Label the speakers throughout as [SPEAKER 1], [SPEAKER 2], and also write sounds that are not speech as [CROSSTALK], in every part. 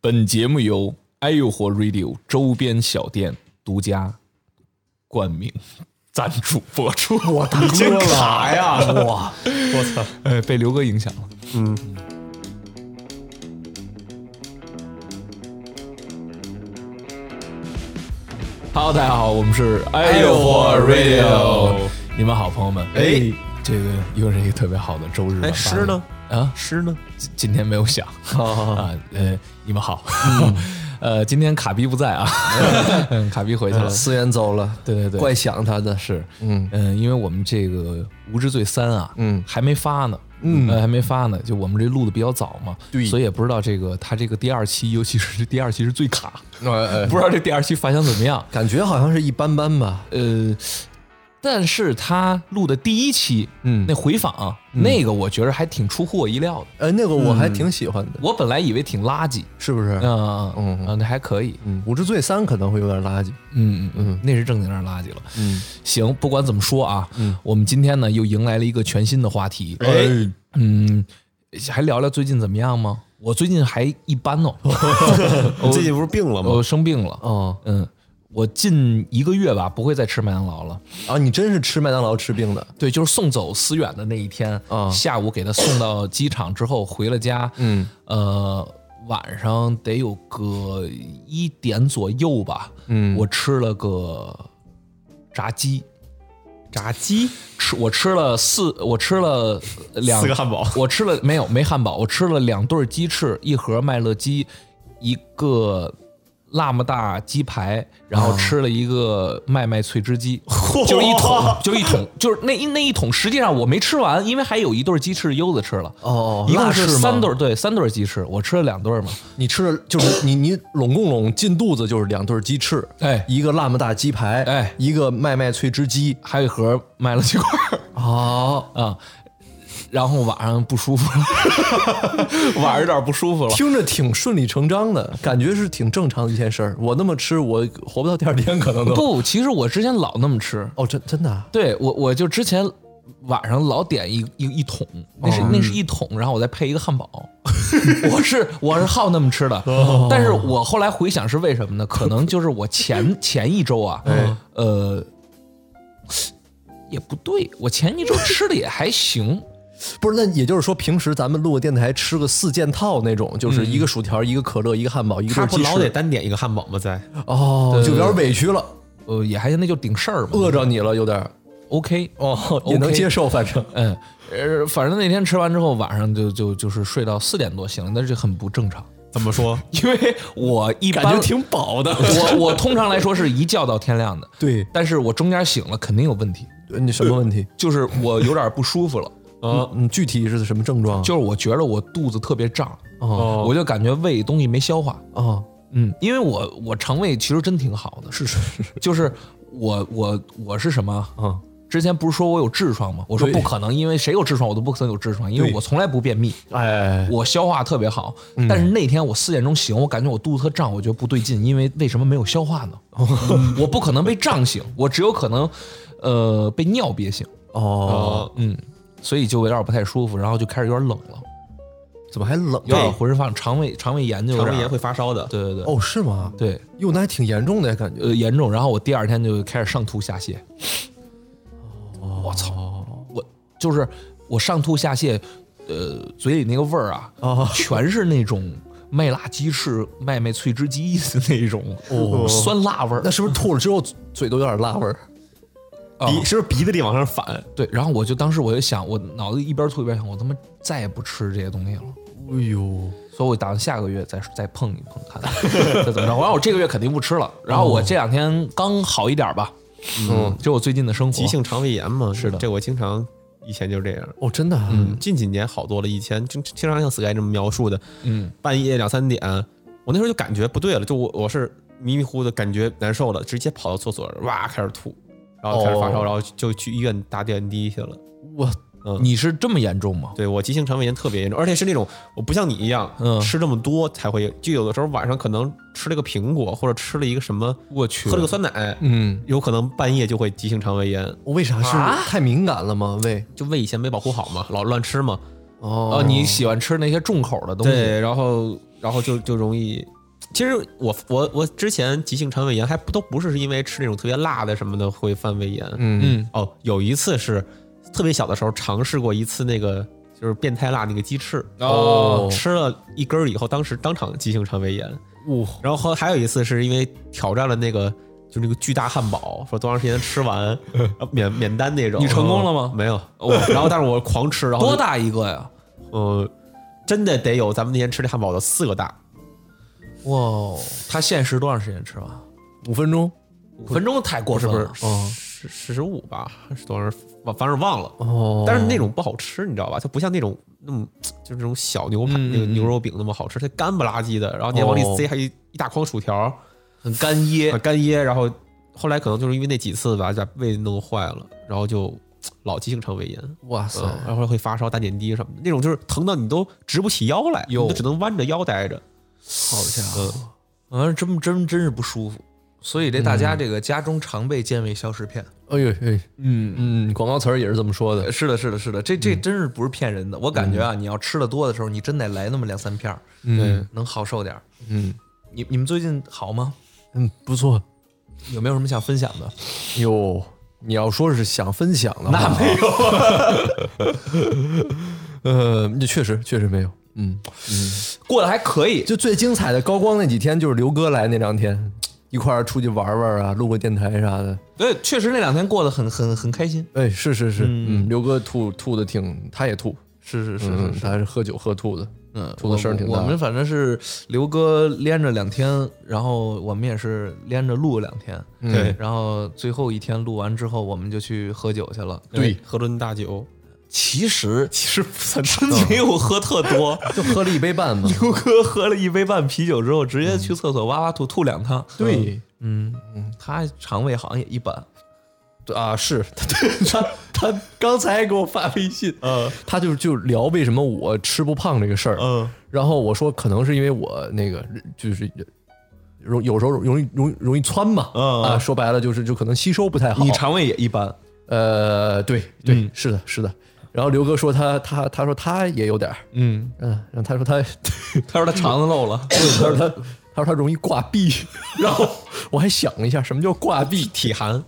[SPEAKER 1] 本节目由哎呦火 Radio 周边小店独家冠名赞助播出。我
[SPEAKER 2] [LAUGHS]
[SPEAKER 3] 大哥卡呀！哇，
[SPEAKER 1] 我操！哎，被刘哥影响了。
[SPEAKER 3] 嗯，
[SPEAKER 1] Hello，大家好，我们是哎
[SPEAKER 3] 哎呦
[SPEAKER 1] 呦火
[SPEAKER 3] 火
[SPEAKER 1] Radio，
[SPEAKER 3] Radio
[SPEAKER 1] 你们好，朋友们。
[SPEAKER 3] 哎，
[SPEAKER 1] 这个又是一个特别好的周日晚八
[SPEAKER 2] 哎，
[SPEAKER 1] 点。
[SPEAKER 2] 诗呢？
[SPEAKER 1] 啊，
[SPEAKER 2] 诗呢？
[SPEAKER 1] 今今天没有想。
[SPEAKER 2] 啊，
[SPEAKER 1] 啊，呃，你们好， [LAUGHS] 呃，今天卡逼不在啊，嗯， [LAUGHS] 卡逼回去了，
[SPEAKER 2] [LAUGHS] 思源走了，
[SPEAKER 1] 对对对，
[SPEAKER 2] 怪想他的。
[SPEAKER 1] 是，
[SPEAKER 2] 嗯
[SPEAKER 1] 嗯，因为我们这个《无知罪三》啊，
[SPEAKER 2] 嗯
[SPEAKER 1] 还没发呢，嗯、还没发呢，就我们这录的比较早嘛，
[SPEAKER 2] 对
[SPEAKER 1] 所以也不知道这个他这个第二期，尤其是这第二期是最卡，
[SPEAKER 2] 呃，
[SPEAKER 1] 不知道这第二期反响怎么样，
[SPEAKER 2] 感觉好像是一般般吧。
[SPEAKER 1] 呃，但是他录的第一期，
[SPEAKER 2] 嗯
[SPEAKER 1] 那回访、啊那个，我觉得还挺出乎我意料的，
[SPEAKER 2] 哎，那个我还挺喜欢的，
[SPEAKER 1] 我本来以为挺垃圾，
[SPEAKER 2] 是不是？
[SPEAKER 1] 嗯
[SPEAKER 2] 嗯
[SPEAKER 1] 嗯，那还可以，
[SPEAKER 2] 嗯，《无知罪三》可能会有点垃圾。
[SPEAKER 1] 嗯嗯嗯
[SPEAKER 2] 嗯，
[SPEAKER 1] 那是正经点儿垃圾了。
[SPEAKER 2] 嗯，
[SPEAKER 1] 行，不管怎么说啊，
[SPEAKER 2] 嗯
[SPEAKER 1] 我们今天呢又迎来了一个全新的话题。
[SPEAKER 3] 哎，
[SPEAKER 1] 嗯，还聊聊最近怎么样吗？我最近还一般哦，
[SPEAKER 3] 你最近不是病了吗？
[SPEAKER 1] 我生病了。
[SPEAKER 2] 哦
[SPEAKER 1] 嗯，我近一个月吧不会再吃麦当劳了。
[SPEAKER 2] 啊，你真是吃麦当劳吃病的。
[SPEAKER 1] 对，就是送走思远的那一天，
[SPEAKER 2] 啊
[SPEAKER 1] 下午给他送到机场之后回了家，
[SPEAKER 2] 嗯
[SPEAKER 1] 呃，晚上得有个一点左右吧，
[SPEAKER 2] 嗯
[SPEAKER 1] 我吃了个炸鸡，
[SPEAKER 3] 炸鸡，
[SPEAKER 1] 吃我吃了四，我吃了两
[SPEAKER 3] 四个汉堡
[SPEAKER 1] 我吃了没有没汉堡，我吃了两对鸡翅，一盒麦乐鸡，一个辣么大鸡排，然
[SPEAKER 2] 啊
[SPEAKER 1] 后吃了一个麦麦脆汁
[SPEAKER 2] [LAUGHS]
[SPEAKER 1] 鸡，就一桶，就一桶，就是那一那一桶，实际上我没吃完，因为还有一对鸡翅柚子吃了。
[SPEAKER 2] 哦，
[SPEAKER 1] 一共是
[SPEAKER 2] 辣吗
[SPEAKER 1] 三对儿，对，三对儿鸡翅，我吃了两对儿嘛。
[SPEAKER 2] 你吃了就是你你拢共拢进肚子就是两对鸡翅，
[SPEAKER 1] 哎
[SPEAKER 2] 一个辣么大鸡排，
[SPEAKER 1] 哎
[SPEAKER 2] 一个麦麦脆汁鸡。
[SPEAKER 1] 还有一盒麦乐鸡块儿
[SPEAKER 2] 哦，
[SPEAKER 1] [LAUGHS] 啊、然后晚上不舒服了， [LAUGHS] 晚上有点不舒服了。
[SPEAKER 2] 听着挺顺理成章的感觉，是挺正常的一件事儿。我那么吃，我活不到第二天，可能都。
[SPEAKER 1] [LAUGHS] 不，其实我之前老那么吃，
[SPEAKER 2] 哦，真真的啊、
[SPEAKER 1] 对我我就之前晚上老点一一一桶，那是、那是一桶，然后我再配一个汉堡。 [LAUGHS] 我是我是好那么吃的，但是我后来回想是为什么呢？可能就是我前 [LAUGHS] 前一周啊，呃，也不对，我前一周吃的也还行。
[SPEAKER 2] 不是，那也就是说，平时咱们录个电台吃个四件套那种，就是一个薯条、一个可乐、一个汉堡、一个
[SPEAKER 3] 他不
[SPEAKER 2] 鸡
[SPEAKER 3] 老得
[SPEAKER 2] 翅。
[SPEAKER 3] 单点一个汉堡吗？在
[SPEAKER 2] 哦，就有点委屈了，
[SPEAKER 1] 呃，也还行，那就顶事儿吧。
[SPEAKER 2] 饿着你了，有点。
[SPEAKER 1] OK，
[SPEAKER 2] 哦，也能
[SPEAKER 1] OK
[SPEAKER 2] 接受，反正。
[SPEAKER 1] 嗯，呃，反正那天吃完之后，晚上就就就是睡到四点多醒了，但是就很不正常，
[SPEAKER 3] 怎么说？
[SPEAKER 1] 因为我一般
[SPEAKER 2] 感觉挺饱的，
[SPEAKER 1] 我我通常来说是一觉到天亮的，
[SPEAKER 2] 对，
[SPEAKER 1] 但是我中间醒了肯定有问题，
[SPEAKER 2] 你什么问题？
[SPEAKER 1] 就是我有点不舒服
[SPEAKER 2] [LAUGHS]
[SPEAKER 1] 了，
[SPEAKER 2] 嗯，嗯具体是什么症状啊？
[SPEAKER 1] 就是我觉得我肚子特别胀，
[SPEAKER 2] 哦
[SPEAKER 1] 我就感觉胃东西没消化，
[SPEAKER 2] 哦，
[SPEAKER 1] 嗯，因为我我肠胃其实真挺好的，
[SPEAKER 2] 是是是，是
[SPEAKER 1] 就是我我我是什么？
[SPEAKER 2] 嗯，
[SPEAKER 1] 之前不是说我有痔疮吗？我说
[SPEAKER 2] 对
[SPEAKER 1] 不可能，因为谁有痔疮我都不可能有痔疮，因为
[SPEAKER 2] 对
[SPEAKER 1] 我从来不便秘。
[SPEAKER 2] 哎，
[SPEAKER 1] 我消化特别好，
[SPEAKER 3] 嗯
[SPEAKER 1] 但是那天我四点钟醒，我感觉我肚子特胀，我觉得不对劲，因为为什么没有消化
[SPEAKER 3] [LAUGHS]
[SPEAKER 1] 呢？嗯我不可能被胀醒，我只有可能，呃，被尿憋醒，
[SPEAKER 2] 哦，
[SPEAKER 3] 哦，
[SPEAKER 1] 嗯，所以就有点不太舒服，然后就开始有点冷了，
[SPEAKER 2] 怎么还冷
[SPEAKER 1] 有点
[SPEAKER 2] 啊？
[SPEAKER 1] 浑身发冷，肠胃肠胃炎就有
[SPEAKER 3] 呃肠
[SPEAKER 1] 点
[SPEAKER 3] 胃炎，会发烧的。
[SPEAKER 1] 对对对，
[SPEAKER 2] 哦，是吗？
[SPEAKER 1] 对，
[SPEAKER 2] 哟，那还挺严重的呀，感觉。
[SPEAKER 1] 呃，严重，然后我第二天就开始上吐下泻，
[SPEAKER 2] 哦
[SPEAKER 1] 我操，我就是我上吐下泻，呃，嘴里那个味儿啊，
[SPEAKER 2] 哦
[SPEAKER 1] 全是那种麦辣鸡翅、麦麦脆汁鸡的那种、
[SPEAKER 2] 哦
[SPEAKER 1] 酸辣味儿
[SPEAKER 2] 那。是不是吐了之后嘴都有点辣味儿？
[SPEAKER 1] 啊
[SPEAKER 3] 鼻是不是鼻子得往上反？
[SPEAKER 1] 对，然后我就当时我就想，我脑子一边吐一边想，我他妈再也不吃这些东西了。
[SPEAKER 2] 哎呦，
[SPEAKER 1] 所以我打算下个月再再碰一碰看，
[SPEAKER 2] [LAUGHS]
[SPEAKER 1] 再怎么着。然后我这个月肯定不吃了。然后我这两天刚好一点吧，
[SPEAKER 2] 嗯，
[SPEAKER 1] 这是我最近的生活。
[SPEAKER 3] 急性肠胃炎嘛，
[SPEAKER 1] 是的
[SPEAKER 3] 这我经常以前就是这样。
[SPEAKER 2] 哦，真的啊，
[SPEAKER 3] 嗯，近几年好多了。以前经经常像 Sky 这么描述的，
[SPEAKER 1] 嗯，
[SPEAKER 3] 半夜两三点，我那时候就感觉不对了，就我我是迷迷糊糊的感觉难受了，直接跑到厕所，哇开始吐，然后开始发烧，
[SPEAKER 2] 哦
[SPEAKER 3] 然后就去医院打点滴去了。
[SPEAKER 2] 我
[SPEAKER 1] 你是这么严重吗？
[SPEAKER 3] 对我急性肠胃炎特别严重，而且是那种我不像你一样、
[SPEAKER 1] 嗯
[SPEAKER 3] 吃这么多才会，就有的时候晚上可能吃了个苹果或者吃了一个什么，
[SPEAKER 1] 我去
[SPEAKER 3] 喝了个酸奶，
[SPEAKER 2] 嗯，
[SPEAKER 3] 有可能半夜就会急性肠胃炎，
[SPEAKER 2] 为啥是
[SPEAKER 1] 啊
[SPEAKER 2] 太敏感了吗？胃
[SPEAKER 3] 就胃以前没保护好嘛，老乱吃嘛。
[SPEAKER 2] 哦嗯
[SPEAKER 1] 哦，你喜欢吃那些重口的东西？
[SPEAKER 3] 对，然后然后就就容易。其实我我我之前急性肠胃炎还不都不是是因为吃那种特别辣的什么的会犯胃炎，
[SPEAKER 2] 嗯
[SPEAKER 1] 嗯
[SPEAKER 3] 哦，有一次是特别小的时候尝试过一次那个就是变态辣那个鸡翅，
[SPEAKER 1] 哦
[SPEAKER 3] 吃了一根儿以后，当时当场急性肠胃炎。
[SPEAKER 2] 呜、
[SPEAKER 3] 然后还有一次是因为挑战了那个就那个巨大汉堡，说多长时间
[SPEAKER 1] [LAUGHS]
[SPEAKER 3] 吃完呃免免单那种。嗯
[SPEAKER 1] 你成功了吗哦
[SPEAKER 3] 没有，然后但是我狂吃，然后
[SPEAKER 1] 多？大一个呀？
[SPEAKER 3] 嗯，真的得有咱们那天吃那汉堡的四个大。
[SPEAKER 1] 哇哦，他限时多长时间吃完？
[SPEAKER 2] 五分钟
[SPEAKER 1] 五分钟太过
[SPEAKER 3] 是
[SPEAKER 1] 分
[SPEAKER 3] 不
[SPEAKER 1] 了，嗯
[SPEAKER 3] 是十十十五吧，还是多少？忘反正忘了。
[SPEAKER 2] 哦
[SPEAKER 3] 但是那种不好吃，你知道吧？它不像那种那么就是那种小牛排、
[SPEAKER 1] 嗯
[SPEAKER 3] 那个牛肉饼那么好吃，它干不拉几的，然后你往
[SPEAKER 1] 哦
[SPEAKER 3] 里塞还一一大筐薯条，
[SPEAKER 1] 很干噎
[SPEAKER 3] 啊，干噎。然后后来可能就是因为那几次吧，把胃弄坏了，然后就老急性肠胃炎，
[SPEAKER 1] 哇塞，
[SPEAKER 3] 嗯，然后会发烧、打点滴什么的，那种就是疼到你都直不起腰来，你
[SPEAKER 1] 哟
[SPEAKER 3] 都只能弯着腰待着。
[SPEAKER 1] 好家伙！
[SPEAKER 3] 嗯，
[SPEAKER 1] 嗯，真真真是不舒服。所以这大家这个家中常备健胃消食片。
[SPEAKER 2] 哎呦哎，
[SPEAKER 1] 嗯，
[SPEAKER 2] 嗯，广告词儿也是这么说的。
[SPEAKER 1] 是的，是的，是的，这这真是不是骗人的。我感觉啊，你要吃的多的时候，你真得来那么两三片儿，
[SPEAKER 2] 嗯
[SPEAKER 1] 能好受点儿。
[SPEAKER 2] 嗯
[SPEAKER 1] 你你们最近好吗？
[SPEAKER 2] 嗯，不错。
[SPEAKER 1] 有没有什么想分享的？
[SPEAKER 2] 哟，你要说是想分享的话，那没有。呃，那确实确实没有。嗯，
[SPEAKER 1] 过得还可以，
[SPEAKER 2] 就最精彩的高光那几天，就是刘哥来那两天，一块儿出去玩玩啊，录个电台啥的。
[SPEAKER 1] [LAUGHS] 对，确实那两天过得很很很开心。
[SPEAKER 2] 哎，是是是，嗯，刘哥吐吐的挺，他也吐，
[SPEAKER 1] 是是是是，
[SPEAKER 2] 嗯，他是喝酒喝吐的。
[SPEAKER 1] 嗯，
[SPEAKER 2] 出的声儿挺大
[SPEAKER 1] 我。我们反正是刘哥连着两天，然后我们也是连着录了两天。
[SPEAKER 2] 嗯
[SPEAKER 3] 对
[SPEAKER 1] 然后最后一天录完之后，我们就去喝酒去了。嗯
[SPEAKER 2] 对，
[SPEAKER 3] 哎喝顿大酒，
[SPEAKER 1] 其实
[SPEAKER 3] 其实不算
[SPEAKER 1] 真没有喝特多，
[SPEAKER 2] 就喝了一杯半嘛。
[SPEAKER 1] [LAUGHS] 刘哥喝了一杯半啤酒之后，直接去厕所哇哇吐吐两趟。
[SPEAKER 2] [LAUGHS] 嗯对，
[SPEAKER 1] 嗯，他肠胃好像也一般。 [LAUGHS]
[SPEAKER 2] 啊，是他他他刚才给我发微信，嗯，他就就聊为什么我吃不胖这个事儿，
[SPEAKER 1] 嗯，
[SPEAKER 2] 然后我说可能是因为我那个就是容有时候容易容易容易窜嘛，
[SPEAKER 1] 嗯
[SPEAKER 2] 啊，说白了就是就可能吸收不太好，
[SPEAKER 1] 你肠胃也一
[SPEAKER 3] [LAUGHS]
[SPEAKER 1] 般。
[SPEAKER 2] 呃，对对，是的，是的。然后刘哥说他他他说他也有点儿，
[SPEAKER 1] 嗯，
[SPEAKER 2] 嗯，然后他说他
[SPEAKER 1] 他说他肠子漏了。
[SPEAKER 2] 他说他他说他容易挂壁，然后我还想了一下什么叫挂壁，
[SPEAKER 3] 体寒，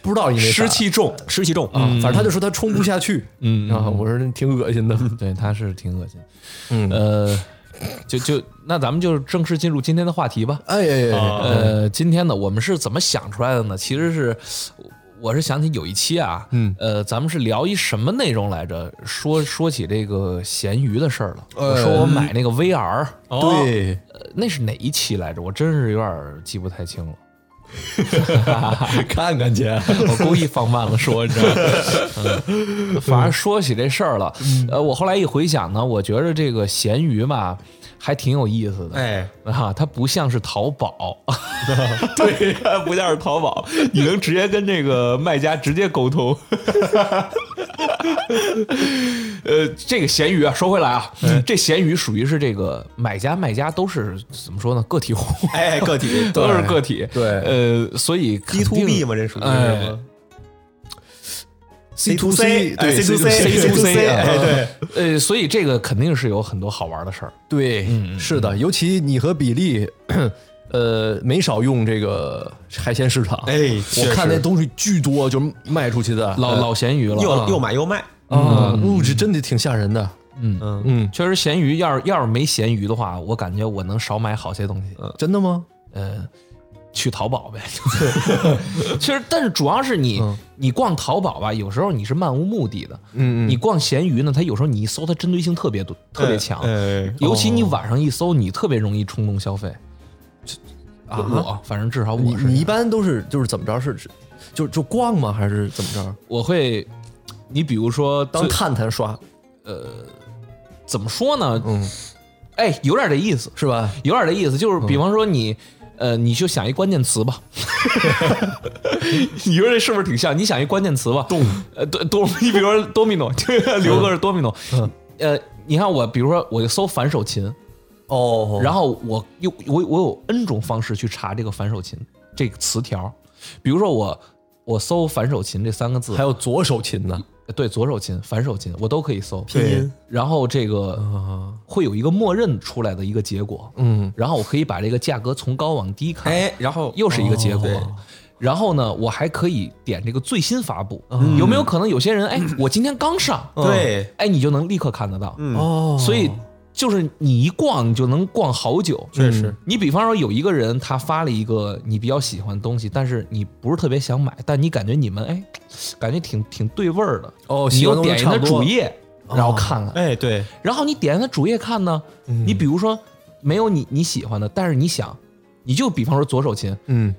[SPEAKER 2] 不知道因为啥
[SPEAKER 3] 湿气嗯重，湿气重
[SPEAKER 2] 啊，反正他就说他冲不下去，嗯，然后我说那挺恶心的，
[SPEAKER 1] 对，他是挺恶心。
[SPEAKER 2] 嗯
[SPEAKER 1] 呃，就就那咱们就正式进入今天的话题吧。
[SPEAKER 2] 哎呀呀呀，
[SPEAKER 1] 呃，今天呢，我们是怎么想出来的呢？其实是，我是想起有一期啊，
[SPEAKER 2] 嗯，
[SPEAKER 1] 呃，咱们是聊一什么内容来着？说说起这个咸鱼的事儿了。
[SPEAKER 2] 呃
[SPEAKER 1] 我说我买那个 VR，、
[SPEAKER 2] 对，
[SPEAKER 1] 呃那是哪一期来着？我真是有点儿记不太清了。
[SPEAKER 2] [LAUGHS] 看看去，啊
[SPEAKER 1] [LAUGHS] 我故意放慢了说，你知道吗？嗯，反正说起这事儿了，
[SPEAKER 2] 嗯
[SPEAKER 1] 呃，我后来一回想呢，我觉得这个咸鱼嘛，还挺有意思的。
[SPEAKER 3] 哎，
[SPEAKER 1] [LAUGHS] 啊，它不像是淘宝， [LAUGHS]
[SPEAKER 3] 对，不像是淘宝，你能直接跟那个卖家直接沟通。
[SPEAKER 1] [LAUGHS] 呃，这个咸鱼啊，说回来啊，这咸鱼属于是这个买家卖家都是怎么说呢？个体户， [LAUGHS]
[SPEAKER 3] [LAUGHS] 哎，个体
[SPEAKER 1] 都是个体。
[SPEAKER 2] 对
[SPEAKER 3] 哦
[SPEAKER 1] 呃，所以
[SPEAKER 3] B to B 嘛，这属于是
[SPEAKER 1] 哎
[SPEAKER 3] 吗
[SPEAKER 2] ，C
[SPEAKER 3] to C，
[SPEAKER 2] 对
[SPEAKER 3] 哎 C to
[SPEAKER 1] C to C，啊
[SPEAKER 2] 哎
[SPEAKER 3] 对，
[SPEAKER 1] 呃，所以这个肯定是有很多好玩的事儿。
[SPEAKER 2] 对，是的，尤其你和比利， [CLEARS THROAT] 呃，没少用这个海鲜市场，
[SPEAKER 3] 哎确
[SPEAKER 2] 我看
[SPEAKER 3] 实
[SPEAKER 2] 那东西巨多，就是卖出去的，
[SPEAKER 3] 呃
[SPEAKER 1] 老老咸鱼了，
[SPEAKER 3] 又
[SPEAKER 1] 啊
[SPEAKER 3] 又买又卖，
[SPEAKER 2] 啊，物质真的挺吓人的，
[SPEAKER 3] 嗯，
[SPEAKER 2] 嗯，
[SPEAKER 1] 确实咸鱼，要是要是没咸鱼的话，我感觉我能少买好些东西。
[SPEAKER 2] 真的吗？
[SPEAKER 1] 呃，去淘宝呗。 [LAUGHS] 其实，但是主要是你、你逛淘宝吧，有时候你是漫无目的的。
[SPEAKER 2] 嗯
[SPEAKER 1] 你逛闲鱼呢，它有时候你一搜，它针对性特别多，特别强。
[SPEAKER 3] 哎哎
[SPEAKER 1] 尤其
[SPEAKER 2] 哦
[SPEAKER 1] 你晚上一搜，你特别容易冲动消费。
[SPEAKER 2] 啊
[SPEAKER 1] 我反正至少
[SPEAKER 2] 你
[SPEAKER 1] 我是这
[SPEAKER 2] 你一
[SPEAKER 1] 样，
[SPEAKER 2] 般都是就是怎么着是是就就逛吗？还是怎么着？
[SPEAKER 1] 我会，你比如说
[SPEAKER 2] 当
[SPEAKER 1] 最
[SPEAKER 2] 探探刷，
[SPEAKER 1] 怎么说呢？
[SPEAKER 2] 嗯，
[SPEAKER 1] 哎，有点这意思，
[SPEAKER 2] 是吧？
[SPEAKER 1] 有点这意思，就是比方说你，呃，你就想一关键词吧，你说这是不是挺像？你想一关键词吧，动，呃，多多， [LAUGHS] 你比如说 domino，刘哥是 domino，、呃，你看我，比如说我就搜反手琴，
[SPEAKER 2] 哦，
[SPEAKER 1] 然后我又我我有 n 种方式去查这个反手琴这个词条，比如说我我搜“反手琴”这三个字
[SPEAKER 2] 还，有左手琴呢，
[SPEAKER 1] 对，左手琴、反手琴，我都可以搜。
[SPEAKER 3] 拼音嗯
[SPEAKER 1] 然后这个会有一个默认出来的一个结果，
[SPEAKER 2] 嗯，
[SPEAKER 1] 然后我可以把这个价格从高往低看，
[SPEAKER 3] 哎，哦然后
[SPEAKER 1] 又是一个结果
[SPEAKER 3] 对。
[SPEAKER 1] 然后呢，我还可以点这个最新发布，有没有可能有些人哎，我今天刚上，
[SPEAKER 3] 嗯对
[SPEAKER 1] 哎，你就能立刻看得到，
[SPEAKER 3] 嗯
[SPEAKER 2] 哦
[SPEAKER 1] 所以就是你一逛，你就能逛好久。
[SPEAKER 3] 确实
[SPEAKER 1] 嗯你比方说有一个人他发了一个你比较喜欢的东西，但是你不是特别想买，但你感觉你们哎，感觉挺挺对味儿的
[SPEAKER 2] 哦
[SPEAKER 1] 你
[SPEAKER 2] 喜欢
[SPEAKER 1] 又
[SPEAKER 2] 的
[SPEAKER 1] 点
[SPEAKER 2] 东西
[SPEAKER 1] 一他
[SPEAKER 2] 差不多哦
[SPEAKER 1] 主页，然后看看，
[SPEAKER 3] 哎，对，
[SPEAKER 1] 然后你点开主页看呢，你比如说没有你你喜欢的，但是你想，你就比方说左手琴，
[SPEAKER 2] 嗯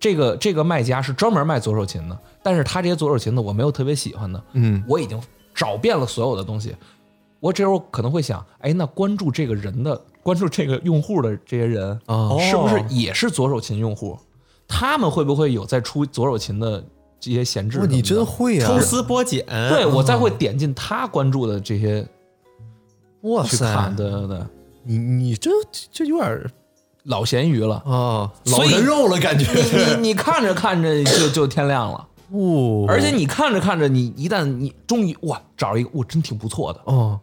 [SPEAKER 1] 这个这个卖家是专门卖左手琴的，但是他这些左手琴的我没有特别喜欢的，
[SPEAKER 2] 嗯，
[SPEAKER 1] 我已经找遍了所有的东西，我这时候可能会想，哎，那关注这个人的关注这个用户的这些人
[SPEAKER 2] 啊
[SPEAKER 1] 是不是也是左手琴用户？他们会不会有在出左手琴的这些闲置
[SPEAKER 2] 哇
[SPEAKER 1] 什么的？
[SPEAKER 2] 你真会啊呀、
[SPEAKER 3] 抽丝剥茧，
[SPEAKER 1] 对我再会点进他关注的这些
[SPEAKER 2] 哇
[SPEAKER 1] 去
[SPEAKER 2] 塞
[SPEAKER 1] 看，，对对对，
[SPEAKER 2] 你你这这有点
[SPEAKER 1] 老咸鱼了。
[SPEAKER 2] 啊老
[SPEAKER 1] 所以
[SPEAKER 2] 人肉了感觉，
[SPEAKER 1] 你你你看着看着就就天亮了，
[SPEAKER 2] [LAUGHS] 哦
[SPEAKER 1] 而且你看着看着，你一旦你终于哇找了一个哇真挺不错的，
[SPEAKER 2] 哦，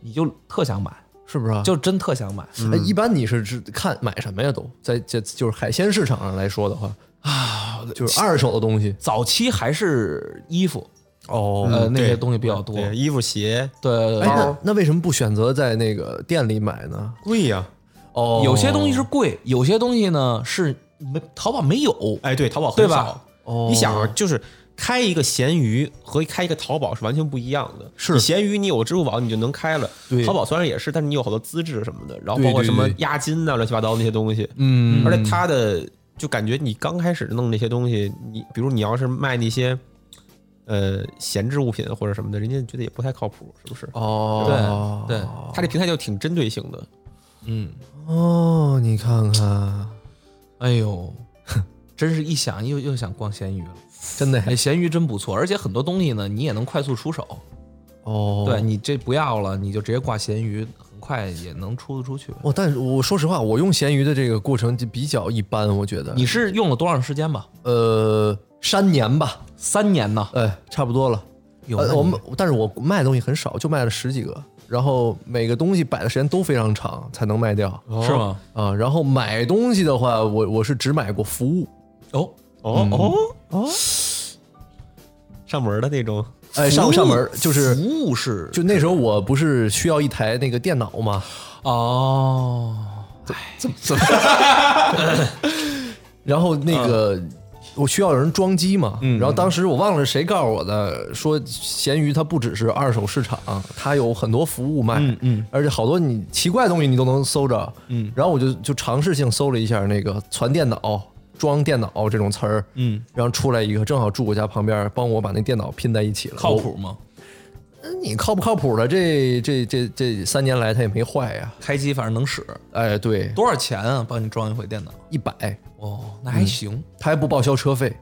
[SPEAKER 1] 你就特想买，
[SPEAKER 2] 是不是啊？
[SPEAKER 1] 就真特想买。
[SPEAKER 2] 哎，一般你是只看买什么呀都？在这就是海鲜市场上来说的话啊，就是二手的东西
[SPEAKER 1] 早期还是衣服，
[SPEAKER 2] 哦
[SPEAKER 1] 呃，那些
[SPEAKER 3] 对
[SPEAKER 1] 东西比较多，
[SPEAKER 3] 对
[SPEAKER 1] 对
[SPEAKER 3] 衣服鞋
[SPEAKER 1] 对对
[SPEAKER 2] 哎，那那为什么不选择在那个店里买呢？
[SPEAKER 3] 贵呀，
[SPEAKER 2] 哦，
[SPEAKER 1] 有些东西是贵，有些东西呢是没淘宝没有，
[SPEAKER 3] 哎，对，淘宝很
[SPEAKER 1] 对
[SPEAKER 3] 少
[SPEAKER 1] 吧？
[SPEAKER 2] 哦
[SPEAKER 3] 你想啊，就是开一个闲鱼和开一个淘宝是完全不一样的。
[SPEAKER 2] 是
[SPEAKER 3] 你闲鱼你有支付宝你就能开了，
[SPEAKER 2] 对
[SPEAKER 3] 淘宝虽然也是，但是你有好多资质什么的，然后
[SPEAKER 2] 对
[SPEAKER 3] 包括什么
[SPEAKER 2] 对对
[SPEAKER 3] 押金呐、乱七八糟那些东西。
[SPEAKER 1] 嗯
[SPEAKER 3] 而且它的就感觉你刚开始弄那些东西，你比如你要是卖那些呃闲置物品或者什么的，人家觉得也不太靠谱，是不是？
[SPEAKER 2] 哦，
[SPEAKER 1] 对对
[SPEAKER 3] 它这平台就挺针对性的，
[SPEAKER 1] 嗯，
[SPEAKER 2] 哦，你看看，
[SPEAKER 1] 哎呦， [LAUGHS] 真是一想又又想逛闲鱼了。
[SPEAKER 2] 真的
[SPEAKER 1] 哎，闲鱼真不错，而且很多东西呢你也能快速出手，
[SPEAKER 2] 哦，
[SPEAKER 1] 对你这不要了，你就直接挂闲鱼，很快也能出得出去。
[SPEAKER 2] 我哦但是我说实话，我用闲鱼的这个过程就比较一般，我觉得
[SPEAKER 1] 你是用了多长时间吧？
[SPEAKER 2] 呃三年吧，
[SPEAKER 1] 三年呢？
[SPEAKER 2] 哎，差不多了。
[SPEAKER 1] 有
[SPEAKER 2] 呃，
[SPEAKER 1] 吗
[SPEAKER 2] 我
[SPEAKER 1] 你
[SPEAKER 2] 们但是我卖的东西很少，就卖了十几个，然后每个东西摆的时间都非常长才能卖掉
[SPEAKER 1] 是吗？
[SPEAKER 2] 啊。然后买东西的话，我我是只买过服务，
[SPEAKER 1] 哦，
[SPEAKER 3] 哦哦哦，上门的那种，
[SPEAKER 2] 哎，上上门就是
[SPEAKER 1] 服务是
[SPEAKER 2] 就那时候我不是需要一台那个电脑嘛，
[SPEAKER 1] 哦，
[SPEAKER 2] 然后那个、我需要有人装机嘛，然后当时我忘了谁告诉我的，说闲鱼它不只是二手市场，它有很多服务卖，嗯，而且好多你奇怪的东西你都能搜着，嗯，然后我就就尝试性搜了一下那个传电脑。装电脑这种词儿，嗯，然后出来一个，正好住我家旁边，帮我把那电脑拼在一起了。
[SPEAKER 1] 靠谱吗？
[SPEAKER 2] 我？你靠不靠谱的？这这这这三年来它也没坏呀。
[SPEAKER 1] 开机反正能使，
[SPEAKER 2] 哎，对，
[SPEAKER 1] 多少钱啊？帮你装一回电脑？
[SPEAKER 2] 一百，
[SPEAKER 1] 哦，那还行，
[SPEAKER 2] 他还不报销车费。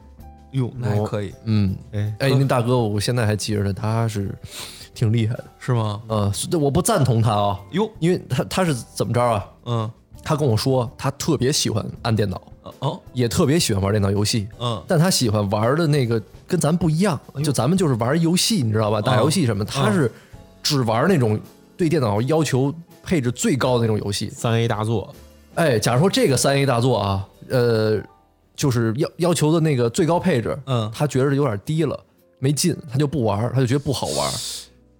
[SPEAKER 1] 哟，那还可以，
[SPEAKER 2] 嗯，
[SPEAKER 3] 哎
[SPEAKER 2] 哎，那大哥，我现在还记着他，他是挺厉害的。
[SPEAKER 1] 是吗？
[SPEAKER 2] 呃，是我不赞同他啊，
[SPEAKER 1] 哟，
[SPEAKER 2] 因为他他是怎么着啊？
[SPEAKER 1] 嗯，
[SPEAKER 2] 他跟我说，他特别喜欢按电脑，
[SPEAKER 1] 哦，
[SPEAKER 2] 也特别喜欢玩电脑游戏。
[SPEAKER 1] 嗯
[SPEAKER 2] 但他喜欢玩的那个跟咱不一样，就咱们就是玩游戏，你知道吧？打游戏什么，他是只玩那种对电脑要求配置最高的那种游戏。
[SPEAKER 3] 三 A 大作，
[SPEAKER 2] 哎，假如说这个三 A 大作啊，呃，就是要要求的那个最高配置，
[SPEAKER 1] 嗯
[SPEAKER 2] 他觉得有点低了，没劲，他就不玩儿，他就觉得不好玩儿。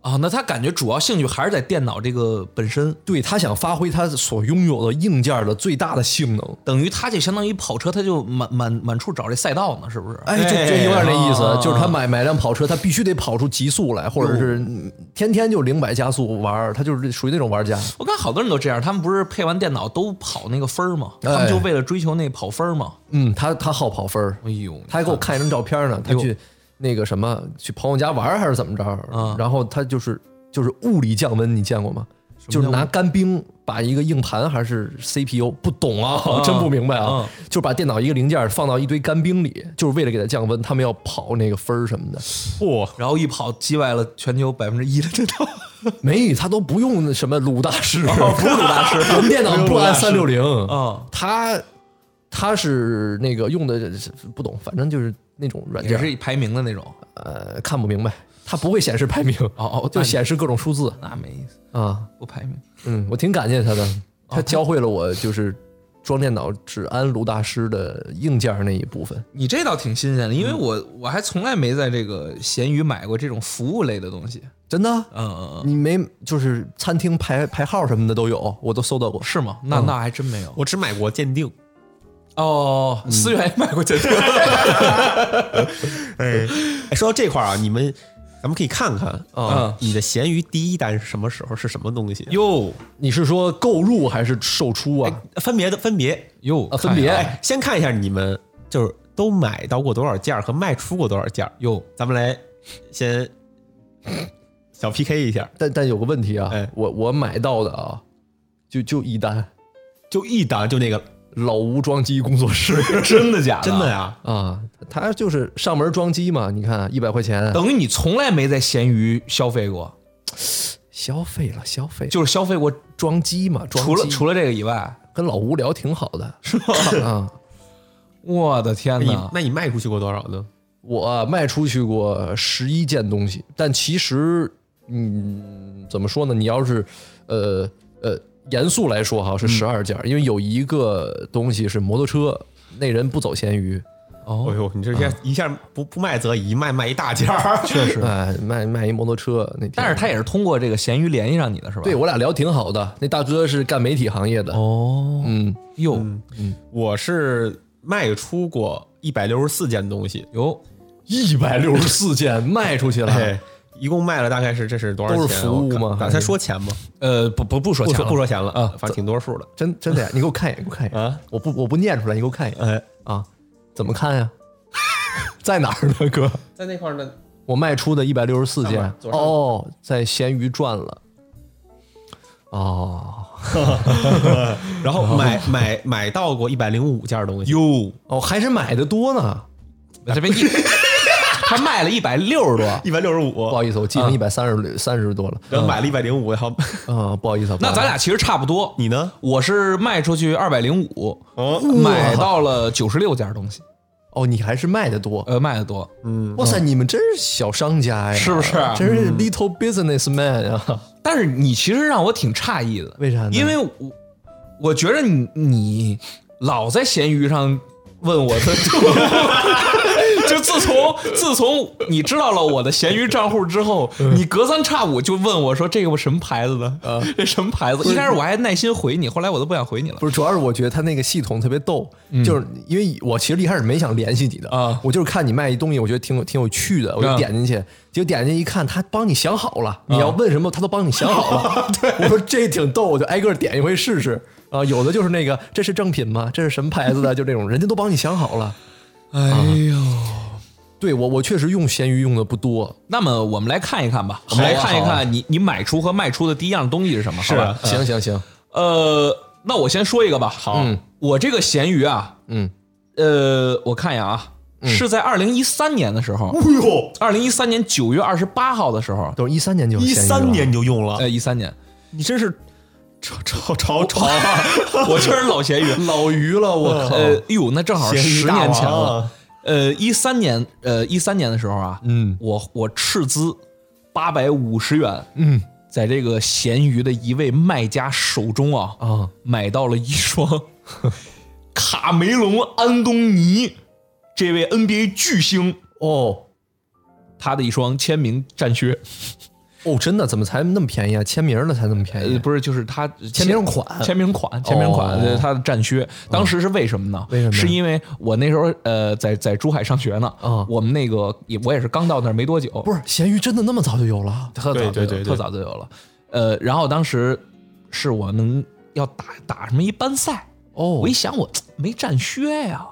[SPEAKER 1] 啊，那他感觉主要兴趣还是在电脑这个本身，
[SPEAKER 2] 对他想发挥他所拥有的硬件的最大的性能，
[SPEAKER 1] 等于他就相当于跑车，他就满满满处找这赛道呢，是不是？
[SPEAKER 2] 哎，就就有点那意思，
[SPEAKER 1] 哎
[SPEAKER 2] 就是他买买辆跑车，他必须得跑出极速来，或者是嗯天天就零百加速玩儿，他就是属于那种玩家。
[SPEAKER 1] 我看好多人都这样，他们不是配完电脑都跑那个分儿吗？
[SPEAKER 2] 哎
[SPEAKER 1] 他们就为了追求那跑分儿吗？
[SPEAKER 2] 嗯，他他好跑分儿，
[SPEAKER 1] 哎呦，
[SPEAKER 2] 他还给我看一张照片呢，他去那个什么去朋友家玩儿还是怎么着？然后他就是就是物理降温，你见过吗？就是拿干冰把一个硬盘还是 CPU 不懂啊，真不明白啊，就是把电脑一个零件放到一堆干冰里，就是为了给它降温，他们要跑那个分儿什么的。
[SPEAKER 3] 嚯，
[SPEAKER 1] 然后一跑击败了全球百分之一的这道， [LAUGHS]
[SPEAKER 2] 没，他都不用 [LAUGHS]
[SPEAKER 1] 嗯哦
[SPEAKER 2] 什么鲁大师，不是鲁大师，我们电脑不安三六零，
[SPEAKER 1] 啊
[SPEAKER 2] 他它是那个用的不懂，反正就是那种软
[SPEAKER 1] [LAUGHS] 也
[SPEAKER 2] 件，
[SPEAKER 1] 是排名的那种，
[SPEAKER 2] 呃，看不明白，它不会显示排名，
[SPEAKER 1] 哦哦
[SPEAKER 2] 就显示各种数字
[SPEAKER 1] 那没意思，
[SPEAKER 2] 啊。
[SPEAKER 1] 不排名。
[SPEAKER 2] 嗯，我挺感谢他的，
[SPEAKER 1] 哦
[SPEAKER 2] 他教会了我就是装电脑只安卢大师的硬件那一部分。
[SPEAKER 1] 你这倒挺新鲜的，因为我我还从来没在这个闲鱼买过这种服务类的东西。
[SPEAKER 2] 真的，
[SPEAKER 1] 嗯嗯嗯，
[SPEAKER 2] 你没就是餐厅排排号什么的都有，我都搜到过。
[SPEAKER 1] 是吗？那那还真没有。
[SPEAKER 3] 我只买过鉴定，
[SPEAKER 1] 嗯哦，思源也买过这个。 [LAUGHS]
[SPEAKER 3] 哎，说到这块儿啊，你们咱们可以看看啊，你的闲鱼第一单是什么时候是什么东西？
[SPEAKER 1] 哟
[SPEAKER 2] 你是说购入还是售出
[SPEAKER 1] 哎
[SPEAKER 2] 啊？
[SPEAKER 3] 分别的分别，
[SPEAKER 1] 哟，
[SPEAKER 2] 啊，分别
[SPEAKER 1] 看一下
[SPEAKER 3] 哎，先看一下你们就是都买到过多少件儿和卖出过多少件儿。
[SPEAKER 1] 哟，
[SPEAKER 3] 咱们来先小 PK 一下，
[SPEAKER 2] 但但有个问题啊，
[SPEAKER 3] 哎
[SPEAKER 2] 我我买到的啊，就就一单，
[SPEAKER 3] 就一单就那个
[SPEAKER 2] 老吴装机工作
[SPEAKER 1] [LAUGHS]
[SPEAKER 2] 室
[SPEAKER 1] 真的假的？
[SPEAKER 3] 真的呀，
[SPEAKER 2] 啊，他就是上门装机嘛，你看一百块钱
[SPEAKER 1] 等于你从来没在闲鱼消费过，
[SPEAKER 2] 消费了，消费就
[SPEAKER 1] 就是消费过，
[SPEAKER 2] 装机嘛，装
[SPEAKER 1] 除了
[SPEAKER 2] 机
[SPEAKER 1] 除了这个以外，
[SPEAKER 2] 跟老吴聊挺好的，是吧？啊，
[SPEAKER 1] 我的天
[SPEAKER 3] 那你
[SPEAKER 1] 哪！
[SPEAKER 3] 那你卖出去过多少呢？
[SPEAKER 2] 我卖出去过十一件东西，但其实，嗯，怎么说呢？你要是，呃呃，严肃来说哈，是十二件，因为有一个东西是摩托车，那人不走闲鱼，
[SPEAKER 1] 哦
[SPEAKER 3] 哦，呦，你这一下一下不不卖则已，一卖卖一大件儿，确实
[SPEAKER 2] 哎，卖卖一摩托车那天，
[SPEAKER 1] 但是他也是通过这个闲鱼联系上你的是吧？
[SPEAKER 2] 对，我俩聊挺好的，那大哥是干媒体行业的，
[SPEAKER 1] 哦，
[SPEAKER 2] 嗯，
[SPEAKER 1] 哟
[SPEAKER 3] [LAUGHS] 我是卖出过一百六十四件东西，
[SPEAKER 1] 哟，
[SPEAKER 2] 一百六十四件卖出去了，
[SPEAKER 3] 哎， [LAUGHS] 一共卖了大概是这是多少钱？
[SPEAKER 2] 都是服务吗
[SPEAKER 3] 我看
[SPEAKER 2] 还
[SPEAKER 3] 咱
[SPEAKER 2] 是
[SPEAKER 3] 先说钱吗？
[SPEAKER 1] 呃，不不不说
[SPEAKER 3] 不
[SPEAKER 1] 钱
[SPEAKER 3] 说
[SPEAKER 1] 了，
[SPEAKER 3] 不说钱了
[SPEAKER 1] 啊
[SPEAKER 3] 反正挺多数的。
[SPEAKER 2] 真真的呀，你给我看一眼，给我看一眼
[SPEAKER 3] 啊！
[SPEAKER 2] 我不我不念出来，你给我看一眼
[SPEAKER 3] 哎，
[SPEAKER 2] 啊！怎么看呀？ [LAUGHS] 在哪儿呢，哥？
[SPEAKER 3] 在那块儿呢，
[SPEAKER 2] 我卖出的一百六十四件
[SPEAKER 3] 上面左上
[SPEAKER 2] 哦，在闲鱼赚了。哦
[SPEAKER 3] 然后买买买到过一百零五件东西，
[SPEAKER 1] 哟，
[SPEAKER 2] 哦，还是买的多呢。
[SPEAKER 1] 这边一他卖了一百六十多，
[SPEAKER 3] 一百六十
[SPEAKER 2] 不
[SPEAKER 3] 五，
[SPEAKER 2] 好意思，我记成一百三十三十多了。
[SPEAKER 3] 然后买了一百零五，然后 [LAUGHS]。
[SPEAKER 2] 啊，不好意思，
[SPEAKER 1] 那咱俩其实差不多
[SPEAKER 3] 你呢？
[SPEAKER 1] 我是卖出去二百零五，
[SPEAKER 3] 哦，
[SPEAKER 1] 买到了九十六件东西，
[SPEAKER 2] 哦，你还是卖的多。
[SPEAKER 1] 呃，卖的多。
[SPEAKER 3] 嗯
[SPEAKER 2] 哇塞，你们真是小商家呀，
[SPEAKER 1] 是不是
[SPEAKER 3] 啊
[SPEAKER 2] 真是 little business man 啊！
[SPEAKER 1] 但是你其实让我挺诧异的，
[SPEAKER 2] 为啥呢
[SPEAKER 1] 因为我我觉得你你老在闲鱼上问我的，就 [LAUGHS] 就自从自从你知道了我的闲鱼账户之后，
[SPEAKER 2] 嗯
[SPEAKER 1] 你隔三差五就问我说这个什么牌子的，
[SPEAKER 2] 啊
[SPEAKER 1] 这什么牌子？一开始我还耐心回你，后来我都不想回你了。
[SPEAKER 2] 不是，主要是我觉得他那个系统特别逗，就是因为我其实一开始没想联系你的
[SPEAKER 1] 啊
[SPEAKER 2] 我就是看你卖一东西，我觉得挺有挺有趣的，我就
[SPEAKER 1] 啊
[SPEAKER 2] 点进去，结果点进去一看，他帮你想好了，你要问什么，他都帮你想好了。对，我说这挺逗，我就挨个点一回试试啊。有的就是那个这是正品吗？这是什么牌子的？就这种，人家都帮你想好了。
[SPEAKER 1] 哎呦，
[SPEAKER 2] 对我，我确实用闲鱼用的不多，
[SPEAKER 1] 那么我们来看一看吧，
[SPEAKER 2] 啊
[SPEAKER 1] 我们来看一看你你买出和卖出的第一样东西是什啊么？好吧，
[SPEAKER 2] 行行行，
[SPEAKER 1] 呃，那我先说一个吧。好，
[SPEAKER 2] 嗯
[SPEAKER 1] 我这个咸鱼啊，
[SPEAKER 2] 嗯，
[SPEAKER 1] 呃，我看一眼啊，是在二零一三年的时候，
[SPEAKER 3] 哎呦，
[SPEAKER 1] 二零一三年九月二十八号的时候，
[SPEAKER 2] 都是一三年就有
[SPEAKER 3] 一
[SPEAKER 2] 闲鱼
[SPEAKER 3] 三
[SPEAKER 2] 了
[SPEAKER 3] 年你就用了，
[SPEAKER 1] 呃，一三年，
[SPEAKER 3] 你真是潮潮潮潮啊！
[SPEAKER 1] [LAUGHS] 我确实老咸鱼。
[SPEAKER 2] 老鱼了，我靠，
[SPEAKER 1] 呃，哟，那正好
[SPEAKER 3] 咸鱼
[SPEAKER 1] 十
[SPEAKER 3] 大
[SPEAKER 1] 年前
[SPEAKER 3] 王
[SPEAKER 1] 了
[SPEAKER 3] 啊。
[SPEAKER 1] 呃，一三年，呃，一三年的时候啊，
[SPEAKER 2] 嗯
[SPEAKER 1] 我我斥资八百五十元，
[SPEAKER 2] 嗯
[SPEAKER 1] 在这个咸鱼的一位卖家手中啊，
[SPEAKER 2] 啊，
[SPEAKER 1] 买到了一双卡梅隆·安东尼这位 NBA 巨星
[SPEAKER 2] 哦
[SPEAKER 1] 他的一双签名战靴，
[SPEAKER 2] 哦，真的怎么才那么便宜啊？签名儿的才那么便宜啊
[SPEAKER 1] 呃，？不是，就是他签
[SPEAKER 2] 签名款
[SPEAKER 1] 签名款，签名款，
[SPEAKER 2] 哦
[SPEAKER 1] 呃他的战靴。当时是为什么呢？
[SPEAKER 2] 为什么呀
[SPEAKER 1] 是因为我那时候呃，在在珠海上学呢，
[SPEAKER 2] 啊
[SPEAKER 1] 我们那个也我也是刚到那儿没多久，
[SPEAKER 2] 不是，咸鱼真的那么早就有了？
[SPEAKER 1] 特早就有，
[SPEAKER 3] 对对对对
[SPEAKER 1] 特早就有了。呃，然后当时是我们要打打什么一班赛，
[SPEAKER 2] 哦
[SPEAKER 1] 我一想我没战靴
[SPEAKER 2] [LAUGHS]
[SPEAKER 1] 呀、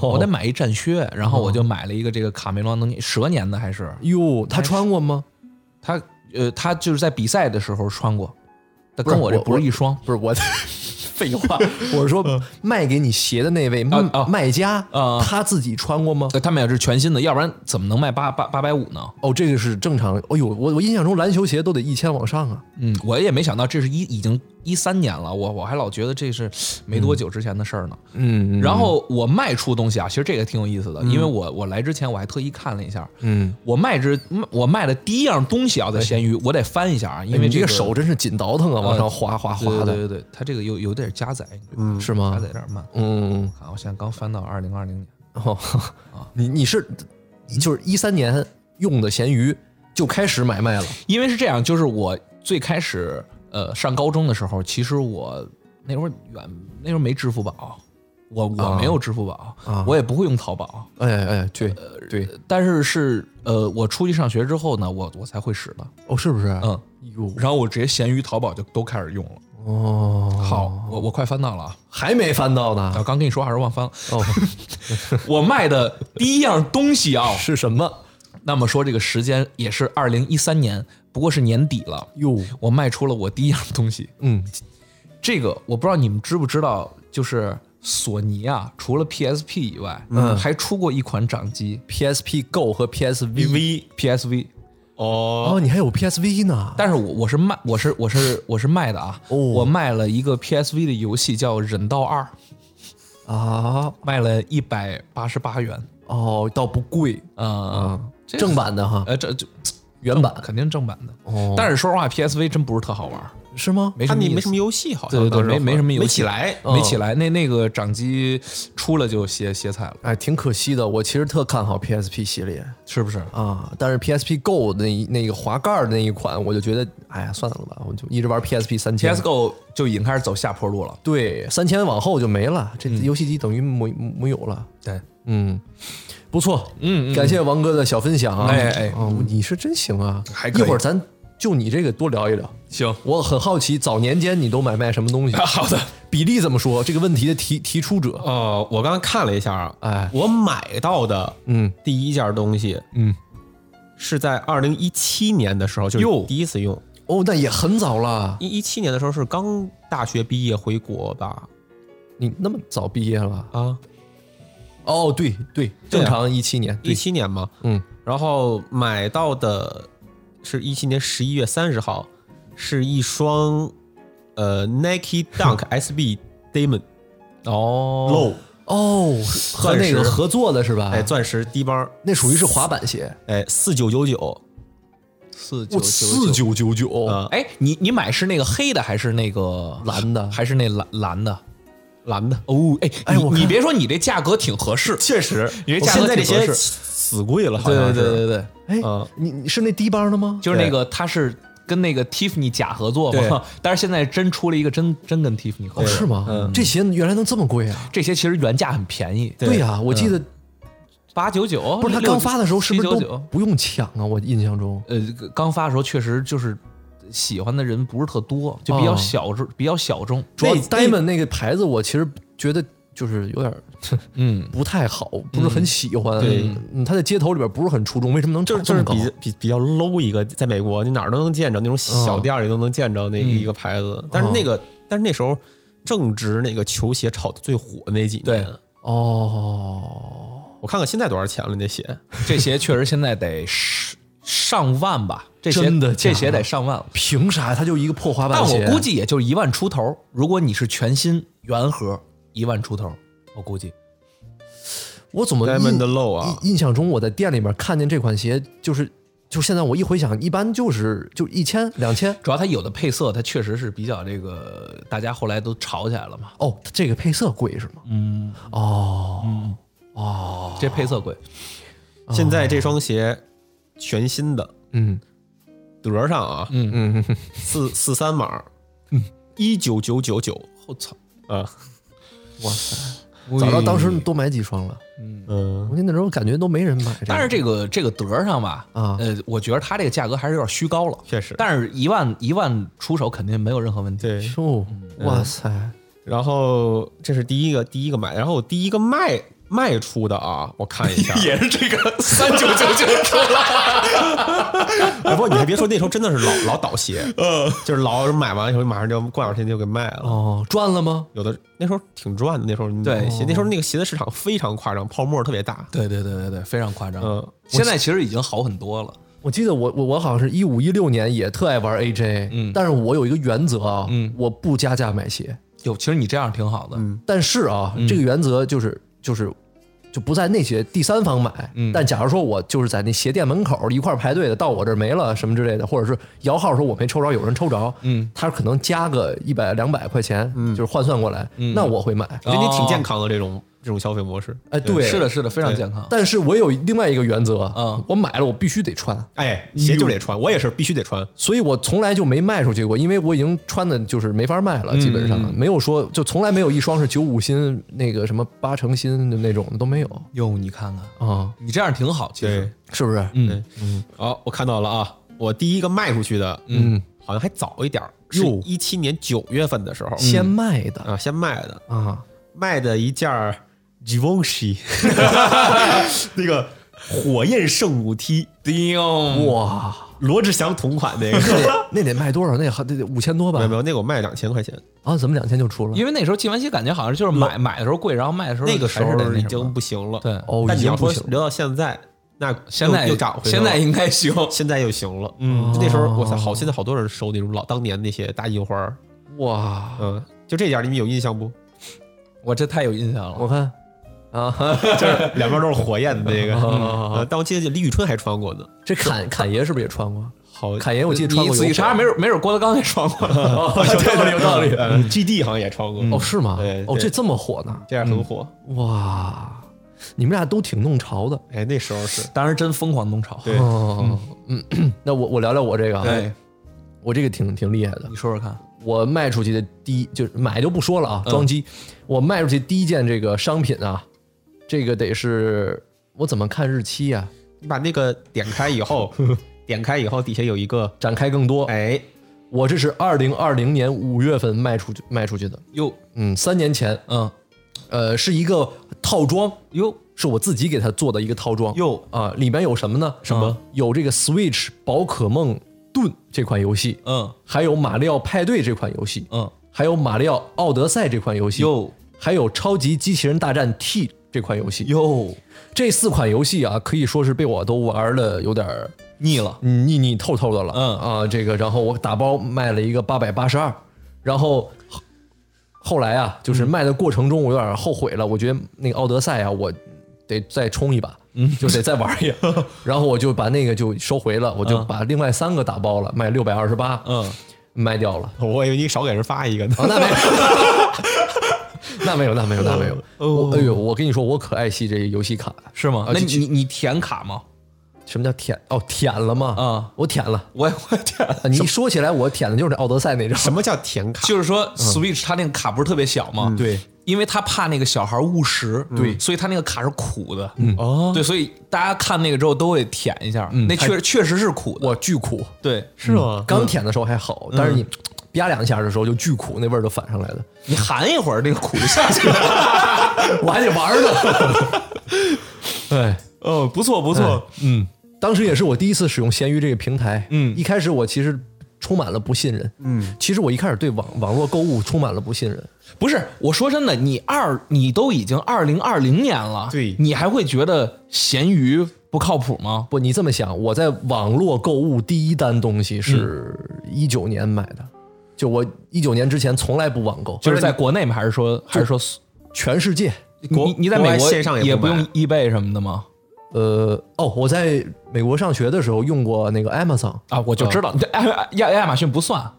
[SPEAKER 1] 我得买一战靴，然后我
[SPEAKER 2] 哦
[SPEAKER 1] 就买了一个这个卡梅隆安东尼蛇年的还是
[SPEAKER 2] 哟，他穿过吗？
[SPEAKER 1] 他呃他就是在比赛的时候穿过，但
[SPEAKER 2] 是
[SPEAKER 1] 跟我这
[SPEAKER 2] 我
[SPEAKER 1] 不是一双
[SPEAKER 2] 不是我， [LAUGHS] 废话，我是说卖给你鞋的那位卖
[SPEAKER 1] 啊
[SPEAKER 2] 卖家
[SPEAKER 1] 啊
[SPEAKER 2] 他自己穿过吗？
[SPEAKER 1] 呃他们也是全新的，要不然怎么能卖八八八百五呢？
[SPEAKER 2] 哦，这个是正常。哎呦，我我印象中篮球鞋都得一千往上啊。
[SPEAKER 1] 嗯，我也没想到这是一已经一三年了，我我还老觉得这是没多久之前的事儿呢。
[SPEAKER 2] 嗯，
[SPEAKER 1] 然后我卖出东西啊，其实这个挺有意思的，因为我我来之前我还特意看了一下，
[SPEAKER 2] 嗯，
[SPEAKER 1] 我卖之我卖的第一样东西啊，在闲鱼，我得翻一下啊，因为
[SPEAKER 2] 哎你这
[SPEAKER 1] 个
[SPEAKER 2] 个手真是紧倒腾啊，往上划划
[SPEAKER 1] 对对
[SPEAKER 2] 划
[SPEAKER 1] 对
[SPEAKER 2] 的，
[SPEAKER 1] 对对，它这个有有点加载，
[SPEAKER 2] 是
[SPEAKER 1] 加
[SPEAKER 2] 吗
[SPEAKER 1] 载？有点慢。
[SPEAKER 2] 嗯，
[SPEAKER 1] 啊，我现在刚翻到二零二零年，
[SPEAKER 2] 哦， [LAUGHS] 你你是就是一三年用的闲鱼就开始买卖了，
[SPEAKER 1] 因为是这样，就是我最开始呃上高中的时候，其实我那时候远那时候没支付宝，我我没有支付宝，我也不会用淘宝，
[SPEAKER 2] 哎哎，对对，
[SPEAKER 1] 但是是呃我出去上学之后呢，我我才会使的，
[SPEAKER 2] 哦，是不是？
[SPEAKER 1] 嗯，
[SPEAKER 2] 哟，
[SPEAKER 1] 然后我直接闲鱼、淘宝就都开始用了。
[SPEAKER 2] 哦，
[SPEAKER 1] 好，我我快翻到了啊，
[SPEAKER 2] 还没翻到
[SPEAKER 1] 啊
[SPEAKER 2] 呢，
[SPEAKER 1] 刚跟你说话时候忘翻了，
[SPEAKER 2] 哦，
[SPEAKER 1] 我卖的第一样东西啊，
[SPEAKER 2] 是什么？
[SPEAKER 1] 那么说这个时间也是二零一三年，不过是年底了，
[SPEAKER 2] [LAUGHS] 哟，
[SPEAKER 1] 我卖出了我第一样东西，
[SPEAKER 2] 嗯，
[SPEAKER 1] 这个我不知道你们知不知道，就是索尼啊，除了 PSP 以外，
[SPEAKER 2] 嗯
[SPEAKER 1] 还出过一款掌机
[SPEAKER 2] PSP Go 和 PSV。
[SPEAKER 3] V
[SPEAKER 1] PSV，
[SPEAKER 3] 哦，
[SPEAKER 2] 哦，你还有 PSV 呢？
[SPEAKER 1] 但是我我是卖我是我是我是卖的啊，
[SPEAKER 2] 哦
[SPEAKER 1] 我卖了一个 PSV 的游戏叫《忍道二》，
[SPEAKER 2] 啊，
[SPEAKER 1] 卖了一百八十八元，
[SPEAKER 2] 哦，倒不贵
[SPEAKER 1] 呃，
[SPEAKER 2] 啊，
[SPEAKER 1] 这
[SPEAKER 2] 正版的哈，
[SPEAKER 1] 呃这这
[SPEAKER 2] 原版
[SPEAKER 1] 肯定正版的，
[SPEAKER 2] 哦
[SPEAKER 1] 但是说实话，PSV 真不是特好玩，
[SPEAKER 2] 是吗？
[SPEAKER 1] 没什
[SPEAKER 3] 它
[SPEAKER 1] 么
[SPEAKER 3] 你
[SPEAKER 1] 意
[SPEAKER 3] 没
[SPEAKER 1] 思
[SPEAKER 3] 什么游戏，好像
[SPEAKER 1] 对对对，
[SPEAKER 3] 当时
[SPEAKER 1] 没没什么游戏哦嗯
[SPEAKER 3] 没起来。
[SPEAKER 1] 没起来。那那个掌机出了就歇歇菜了，
[SPEAKER 2] 哎，挺可惜的，我其实特看好 PSP 系列
[SPEAKER 1] 是不是？
[SPEAKER 2] 啊，但是 PSP Go 那一那个滑盖儿的那一款，我就觉得，哎呀，算了吧，我就一直玩 PSP 三千
[SPEAKER 1] PSGO 就已经开始走下坡路了。
[SPEAKER 2] 对，三千往后就没了，这
[SPEAKER 1] 嗯
[SPEAKER 2] 游戏机等于没没有了。
[SPEAKER 1] 对，
[SPEAKER 2] 嗯，不错，嗯，感谢王哥的小分享啊，
[SPEAKER 1] 哎哎
[SPEAKER 2] 哦，你是真行啊，
[SPEAKER 1] 还可以
[SPEAKER 2] 一会儿咱就你这个多聊一聊。
[SPEAKER 1] 行，
[SPEAKER 2] 我很好奇，早年间你都买卖什么东西？
[SPEAKER 3] 好的，
[SPEAKER 2] 比例怎么说？这个问题的提提出者，
[SPEAKER 3] 哦，我刚才看了一下啊，
[SPEAKER 2] 哎
[SPEAKER 3] 我买到的
[SPEAKER 2] 嗯
[SPEAKER 3] 第一件东西
[SPEAKER 2] 嗯，
[SPEAKER 3] 是在二零一七年的时候，就是第一次用。
[SPEAKER 2] 哦，那也很早了，
[SPEAKER 3] 一一七年的时候是刚大学毕业回国吧？
[SPEAKER 2] 你那么早毕业了？
[SPEAKER 3] 啊，
[SPEAKER 2] 哦，对对，正常一七年，
[SPEAKER 3] 一
[SPEAKER 2] 对，
[SPEAKER 3] 七年嘛。
[SPEAKER 2] 嗯，
[SPEAKER 3] 然后买到的是一七年十一月三十号，是一双呃 Nike Dunk SB Demon
[SPEAKER 1] 哦，
[SPEAKER 3] Low，
[SPEAKER 2] 哦，和那个
[SPEAKER 3] 钻石
[SPEAKER 2] 合作的是吧？
[SPEAKER 3] 哎，钻石低帮儿，
[SPEAKER 2] 那属于是滑板鞋，
[SPEAKER 3] 哎，四九九九，
[SPEAKER 1] 四九
[SPEAKER 2] 我四
[SPEAKER 1] 九。
[SPEAKER 2] 九九九，
[SPEAKER 3] 啊
[SPEAKER 1] 哎，你你买是那个黑的还是那个
[SPEAKER 2] 蓝的
[SPEAKER 1] 还是那蓝蓝的？
[SPEAKER 3] 蓝的，
[SPEAKER 1] 哦，哎，
[SPEAKER 2] 哎
[SPEAKER 1] 你
[SPEAKER 2] 我看
[SPEAKER 1] 你别说，你这价格挺合适。
[SPEAKER 3] 确实，
[SPEAKER 1] 你这价格
[SPEAKER 3] 现在这
[SPEAKER 1] 挺合
[SPEAKER 3] 些
[SPEAKER 1] 适
[SPEAKER 3] 死贵了，好
[SPEAKER 1] 对对
[SPEAKER 3] 像是。
[SPEAKER 1] 对对对，
[SPEAKER 2] 哎
[SPEAKER 3] 啊，
[SPEAKER 2] 你你是那低帮的吗？
[SPEAKER 1] 就是那个它是跟那个 Tiffany 假合作
[SPEAKER 3] 对
[SPEAKER 1] 嘛， [LAUGHS] 但是现在真出了一个真真跟 Tiffany 合
[SPEAKER 2] 哦，
[SPEAKER 1] 作，
[SPEAKER 2] 是吗？这鞋原来能这么贵啊？
[SPEAKER 1] 这些其实原价很便宜，
[SPEAKER 3] 对
[SPEAKER 2] 对呀、我记得
[SPEAKER 1] 八九九
[SPEAKER 2] 不是他刚发的时候是不是
[SPEAKER 1] 九
[SPEAKER 2] 都不用抢啊？我印象中，
[SPEAKER 1] 呃，刚发的时候确实就是喜欢的人不是特多，就比较
[SPEAKER 2] 哦
[SPEAKER 1] 小众，比较小众。
[SPEAKER 2] 主要
[SPEAKER 3] 那
[SPEAKER 2] Diamond 那个牌子，我其实觉得就是有点
[SPEAKER 1] 嗯，
[SPEAKER 2] [LAUGHS] 不太好，不是很喜欢。
[SPEAKER 3] 对
[SPEAKER 2] 嗯，他在街头里边不是很出众，为什么能
[SPEAKER 3] 就
[SPEAKER 2] 涨
[SPEAKER 3] 是就
[SPEAKER 2] 这
[SPEAKER 3] 是
[SPEAKER 2] 么高？
[SPEAKER 3] 比比比较 low 一个，在美国你哪儿都能见着那种小
[SPEAKER 2] 嗯
[SPEAKER 3] 店儿里都能见着那一个牌子，但是那个但是那时候正值那个球鞋炒的最火的那几年，
[SPEAKER 1] 对，
[SPEAKER 2] 哦，
[SPEAKER 3] 我看看现在多少钱了那鞋，
[SPEAKER 1] 这鞋确实现在得十上万吧，这鞋
[SPEAKER 2] 真的假
[SPEAKER 1] 这
[SPEAKER 2] 的
[SPEAKER 1] 鞋得上万了。
[SPEAKER 2] 凭啥他就一个破滑
[SPEAKER 1] 但
[SPEAKER 2] 板鞋？啊
[SPEAKER 1] 我估计也就一万出头，如果你是全新原盒，一万出头，我估计。
[SPEAKER 2] 我怎么
[SPEAKER 3] Diamond Low 啊
[SPEAKER 2] 印印象中我在店里面看见这款鞋，就是就现在我一回想，一般就是就一千两千。
[SPEAKER 1] 主要它有的配色，它确实是比较这个，大家后来都炒起来了嘛。
[SPEAKER 2] 哦，这个配色贵是吗？
[SPEAKER 1] 嗯，
[SPEAKER 2] 哦，
[SPEAKER 1] 这配色贵，
[SPEAKER 3] 现在这双鞋全新的
[SPEAKER 2] 啊嗯
[SPEAKER 3] 德儿上啊，
[SPEAKER 1] 嗯
[SPEAKER 2] 嗯，
[SPEAKER 3] [LAUGHS] 四四三码，一九九九九
[SPEAKER 1] 我操！
[SPEAKER 3] 啊，
[SPEAKER 2] 哇塞，早知道当时多买几双了。
[SPEAKER 3] 嗯，
[SPEAKER 2] 我记得那时候感觉都没人买这个。
[SPEAKER 1] 但是这个这个德儿上吧，
[SPEAKER 2] 啊
[SPEAKER 1] 呃，我觉得它这个价格还是有点虚高了。
[SPEAKER 3] 确实，
[SPEAKER 1] 但是一万一万出手肯定没有任何问题。
[SPEAKER 3] 对，
[SPEAKER 2] 哦，哇塞，
[SPEAKER 3] 然后这是第一个第一个买，然后我第一个卖卖出的啊，我看一
[SPEAKER 2] [LAUGHS]
[SPEAKER 3] 下，
[SPEAKER 1] 也是这个 [LAUGHS] 三九九九 [LAUGHS] 出了，
[SPEAKER 3] [LAUGHS] 哎，不，你还别说，那时候真的是老老倒鞋，嗯， [LAUGHS] 就是老买完以后马上就过两天就给卖了。
[SPEAKER 2] 哦，赚了吗？
[SPEAKER 3] 有的那时候挺赚的，那时候
[SPEAKER 1] 对
[SPEAKER 3] 鞋那时候那个鞋的市场非常夸张，泡沫特别大。
[SPEAKER 1] 对对对对对，非常夸张。
[SPEAKER 3] 嗯，
[SPEAKER 1] 现在其实已经好很多了。
[SPEAKER 2] 我记得我我我好像是一五一六年也特爱玩 AJ，嗯，但是我有一个原则啊，嗯，我不加价买鞋，
[SPEAKER 1] 有，其实你这样挺好的，
[SPEAKER 3] 嗯
[SPEAKER 2] 但是啊，这个原则就是就是就不在那些第三方买，但假如说我就是在那鞋店门口一块儿排队的，到我这儿没了什么之类的，或者是摇号的时候我没抽着，有人抽着，嗯，他可能加个一百两百块钱，就是换算过来，那我会买。
[SPEAKER 3] 我觉得你挺健康的这种这种消费模式。
[SPEAKER 2] 哎，啊对，
[SPEAKER 1] 是的，啊是的，非常健康。
[SPEAKER 2] 但是我有另外一个原则啊，我买了我必须得穿，
[SPEAKER 3] 哎，鞋就得穿，我也是必须得穿。
[SPEAKER 2] 所以我从来就没卖出去过，因为我已经穿的就是没法卖了，基本上没有说就从来没有一双是九五新那个什么八成新的那种的都没有
[SPEAKER 1] 哟，你看看，
[SPEAKER 3] 哦
[SPEAKER 2] 啊，
[SPEAKER 1] 你这样挺好，其
[SPEAKER 3] 对
[SPEAKER 1] 实，，
[SPEAKER 2] 是不是？
[SPEAKER 1] 嗯，
[SPEAKER 3] 好，我看到了啊，我第一个卖出去的，嗯，好像还早一点儿，是
[SPEAKER 2] 哟
[SPEAKER 3] 一七年九月份的时候，
[SPEAKER 2] 先卖的
[SPEAKER 3] 啊，先卖的，
[SPEAKER 2] 啊，
[SPEAKER 3] 卖的一件儿 Givenchy，那个火焰圣母 T，
[SPEAKER 1] 哎叮，
[SPEAKER 2] 哇，
[SPEAKER 3] 罗志祥同款那个，
[SPEAKER 2] 那得那得卖多少？那还得得五千多吧
[SPEAKER 3] 嗯没有？没有，那个我卖两千块钱，
[SPEAKER 2] 啊，怎么两千就出了？
[SPEAKER 1] 因为那时候纪梵希感觉好像就是买买的时候贵，然后卖的时候
[SPEAKER 3] 那个时
[SPEAKER 1] 还是得
[SPEAKER 3] 候
[SPEAKER 1] 那
[SPEAKER 3] 已
[SPEAKER 1] 什
[SPEAKER 3] 经
[SPEAKER 1] 么
[SPEAKER 3] 不行了，
[SPEAKER 1] 对
[SPEAKER 2] 哦，
[SPEAKER 3] 但
[SPEAKER 2] 已
[SPEAKER 3] 你
[SPEAKER 2] 经
[SPEAKER 3] 要
[SPEAKER 2] 不
[SPEAKER 3] 说
[SPEAKER 2] 行了
[SPEAKER 3] 留到现在，那
[SPEAKER 1] 现在
[SPEAKER 3] 又又涨回来
[SPEAKER 1] 现
[SPEAKER 3] 了
[SPEAKER 1] 在应该行， [LAUGHS]
[SPEAKER 3] 现在又行了，嗯，那时候我操，好，现在好多人收那种老当年那些大印花儿，
[SPEAKER 2] 哇！
[SPEAKER 3] 嗯，就这件儿你们有印象不？
[SPEAKER 1] 我这太有印象了
[SPEAKER 2] 我。看啊，
[SPEAKER 3] 就是两边都是火焰的那个，
[SPEAKER 2] 嗯
[SPEAKER 3] 呃但我记得李宇春还穿过呢，
[SPEAKER 2] 这侃侃爷是不是也穿过？
[SPEAKER 3] 好，
[SPEAKER 2] 侃爷我记得穿
[SPEAKER 1] 你
[SPEAKER 2] 过
[SPEAKER 1] 仔
[SPEAKER 2] 有
[SPEAKER 1] 细查，
[SPEAKER 2] 火
[SPEAKER 1] 没准没准郭德纲也穿 [LAUGHS] 过。
[SPEAKER 3] 哦有道理，有道理。嗯 GD 好像也穿过，
[SPEAKER 2] 哦，是吗
[SPEAKER 3] 嗯对？
[SPEAKER 2] 哦，
[SPEAKER 3] 对
[SPEAKER 2] 这这么火呢？
[SPEAKER 3] 这样很火。
[SPEAKER 2] 哇，你们俩都挺弄潮的。
[SPEAKER 3] 哎，那时候是
[SPEAKER 1] 当时真疯狂弄潮。
[SPEAKER 3] 对
[SPEAKER 2] 哦，嗯，那我我聊聊我这个啊，
[SPEAKER 1] 对，
[SPEAKER 2] 我这个挺挺厉害的
[SPEAKER 1] 你。说说看，
[SPEAKER 2] 我卖出去的第一就是买就不说了
[SPEAKER 1] 嗯
[SPEAKER 2] 啊，装机。我卖出去第一件这个商品啊，这个得是我怎么看日期啊呀？
[SPEAKER 3] 你把那个点开以后，点开以后底下有一个，
[SPEAKER 2] 展开更多。
[SPEAKER 3] 哎，
[SPEAKER 2] 我这是二零二零年五月份卖出去卖出去的，
[SPEAKER 1] 哟，
[SPEAKER 2] 嗯，三年前，
[SPEAKER 1] 嗯，
[SPEAKER 2] 呃，是一个套装，
[SPEAKER 1] 哟，
[SPEAKER 2] 是我自己给它做的一个套装，
[SPEAKER 1] 哟
[SPEAKER 2] 啊、里面有什么呢？什么、有这个 Switch 宝可梦盾这款游戏，
[SPEAKER 1] 嗯，
[SPEAKER 2] 还有马里奥派对这款游戏，
[SPEAKER 1] 嗯，
[SPEAKER 2] 还有马里奥奥德赛这款游戏，
[SPEAKER 1] 哟，
[SPEAKER 2] 还有超级机器人大战 T 这款游戏，
[SPEAKER 1] 哟，
[SPEAKER 2] 这四款游戏啊，可以说是被我都玩的有点儿
[SPEAKER 1] 腻了。
[SPEAKER 2] 腻腻透透的了。
[SPEAKER 1] 嗯
[SPEAKER 2] 啊，这个，然后我打包卖了一个八百八十二，然后后后来啊，就是卖的过程中我有点后悔了，我觉得那个奥德赛啊，我得再冲一把，
[SPEAKER 1] 嗯
[SPEAKER 2] 就得再玩一
[SPEAKER 1] [LAUGHS]
[SPEAKER 2] 把，然后我就把那个就收回了，我就把另外三个打包了，卖六百二十八，
[SPEAKER 1] 嗯，
[SPEAKER 2] 卖掉了。
[SPEAKER 3] [LAUGHS] 我以为你少给人发一个呢。
[SPEAKER 2] 哦，那没有。那没有，那没有，那没有。我哎呦，我跟你说，我可爱惜这游戏卡。呃
[SPEAKER 1] 是吗？那你你你填卡吗？
[SPEAKER 2] 什么叫舔？哦，舔了吗？
[SPEAKER 1] 嗯
[SPEAKER 2] 我舔了。
[SPEAKER 1] 我我填，
[SPEAKER 2] 啊你一说起来，我舔的就是那奥德赛那张。
[SPEAKER 3] [LAUGHS] 什么叫填卡？
[SPEAKER 1] 就是说 Switch 它那个卡不是特别小吗？
[SPEAKER 2] 嗯对，
[SPEAKER 1] 因为他怕那个小孩误食，对，所以他那个卡是苦的，嗯，
[SPEAKER 3] 哦，
[SPEAKER 1] 对，所以大家看那个之后都会舔一下，那确确实是苦的，
[SPEAKER 2] 我巨苦，嗯
[SPEAKER 1] 对，
[SPEAKER 3] 是吗？
[SPEAKER 2] 刚舔的时候还好，但是你啪两下的时候就巨苦，那味儿就反上来了。
[SPEAKER 1] 你含一会儿，那个苦就下去了。
[SPEAKER 2] 我还得玩呢。对，
[SPEAKER 3] 哦，不错不
[SPEAKER 1] 嗯
[SPEAKER 3] 错，
[SPEAKER 2] [LAUGHS] 当时也是我第一次使用闲鱼这个平台。嗯，一开始我其实充满了不信任。嗯，其实我一开始对网网络购物充满了不信任。
[SPEAKER 1] 不是，我说真的，你二你都已经二零二零年了，
[SPEAKER 3] 对
[SPEAKER 1] 你还会觉得咸鱼不靠谱吗？
[SPEAKER 2] 不，你这么想，我在网络购物第一单东西是
[SPEAKER 1] 嗯
[SPEAKER 2] 一九年买的，就我一九年之前从来不网购，
[SPEAKER 1] 就是在国内吗？还是说还是说
[SPEAKER 2] 全世界。
[SPEAKER 3] 国
[SPEAKER 1] 你你在
[SPEAKER 3] 国外
[SPEAKER 1] 美国
[SPEAKER 3] 线上也
[SPEAKER 1] 也
[SPEAKER 3] 不买
[SPEAKER 1] 用 eBay 什么的吗？
[SPEAKER 2] 呃，哦，我在美国上学的时候用过那个 Amazon，
[SPEAKER 1] 啊，我就知道，对亚亚亚马逊不算。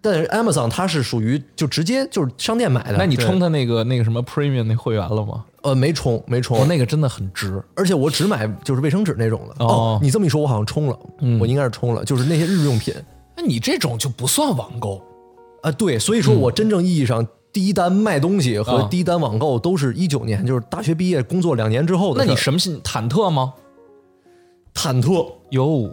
[SPEAKER 2] 但是 Amazon 它是属于就直接就是商店买的，
[SPEAKER 1] 那你充他那个那个什么 Premium 那会员了吗？
[SPEAKER 2] 呃没充没
[SPEAKER 1] 哦，
[SPEAKER 2] 充，
[SPEAKER 1] 那个真的很值。
[SPEAKER 2] 而且我只买就是卫生纸那种的。
[SPEAKER 1] 哦嗯
[SPEAKER 2] 你这么一说，我好像充了，我应该是充了，就是那些日用品
[SPEAKER 1] 那你这种就不算网购，
[SPEAKER 2] 啊。对，所以说我真正意义上第一单卖东西和
[SPEAKER 1] 嗯啊
[SPEAKER 2] 第一单网购都是一九年，就是大学毕业工作两年之后的
[SPEAKER 1] 那
[SPEAKER 2] 事儿。
[SPEAKER 1] 你什么心忐忑吗？
[SPEAKER 2] 忐忑，
[SPEAKER 1] 哟，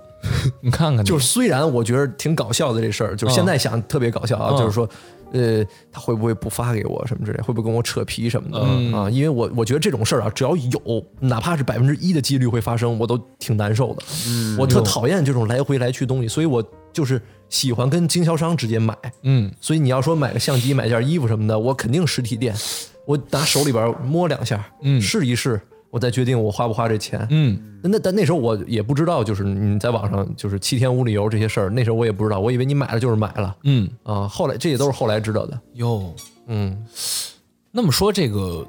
[SPEAKER 1] 你看看你，
[SPEAKER 2] 就是虽然我觉得挺搞笑的这事儿，就是现在想特别搞笑啊，就是说，呃，他会不会不发给我什么之类，会不会跟我扯皮什么的、
[SPEAKER 1] 嗯
[SPEAKER 2] 啊？因为我我觉得这种事儿啊，只要有哪怕是百分之一的几率会发生，我都挺难受的。
[SPEAKER 1] 嗯
[SPEAKER 2] 我特讨厌这种来回来去东西，所以我就是喜欢跟经销商直接买。
[SPEAKER 1] 嗯，
[SPEAKER 2] 所以你要说买个相机、买件衣服什么的，我肯定实体店，我拿手里边摸两下，嗯，试一试。我再决定我花不花这钱。
[SPEAKER 1] 嗯，
[SPEAKER 2] 那但那时候我也不知道，就是你在网上就是七天无理由这些事儿，那时候我也不知道，我以为你买了就是买了
[SPEAKER 1] 嗯，
[SPEAKER 2] 啊。后来这也都是后来知道的。
[SPEAKER 1] 哟，
[SPEAKER 2] 嗯
[SPEAKER 1] 那么说这个，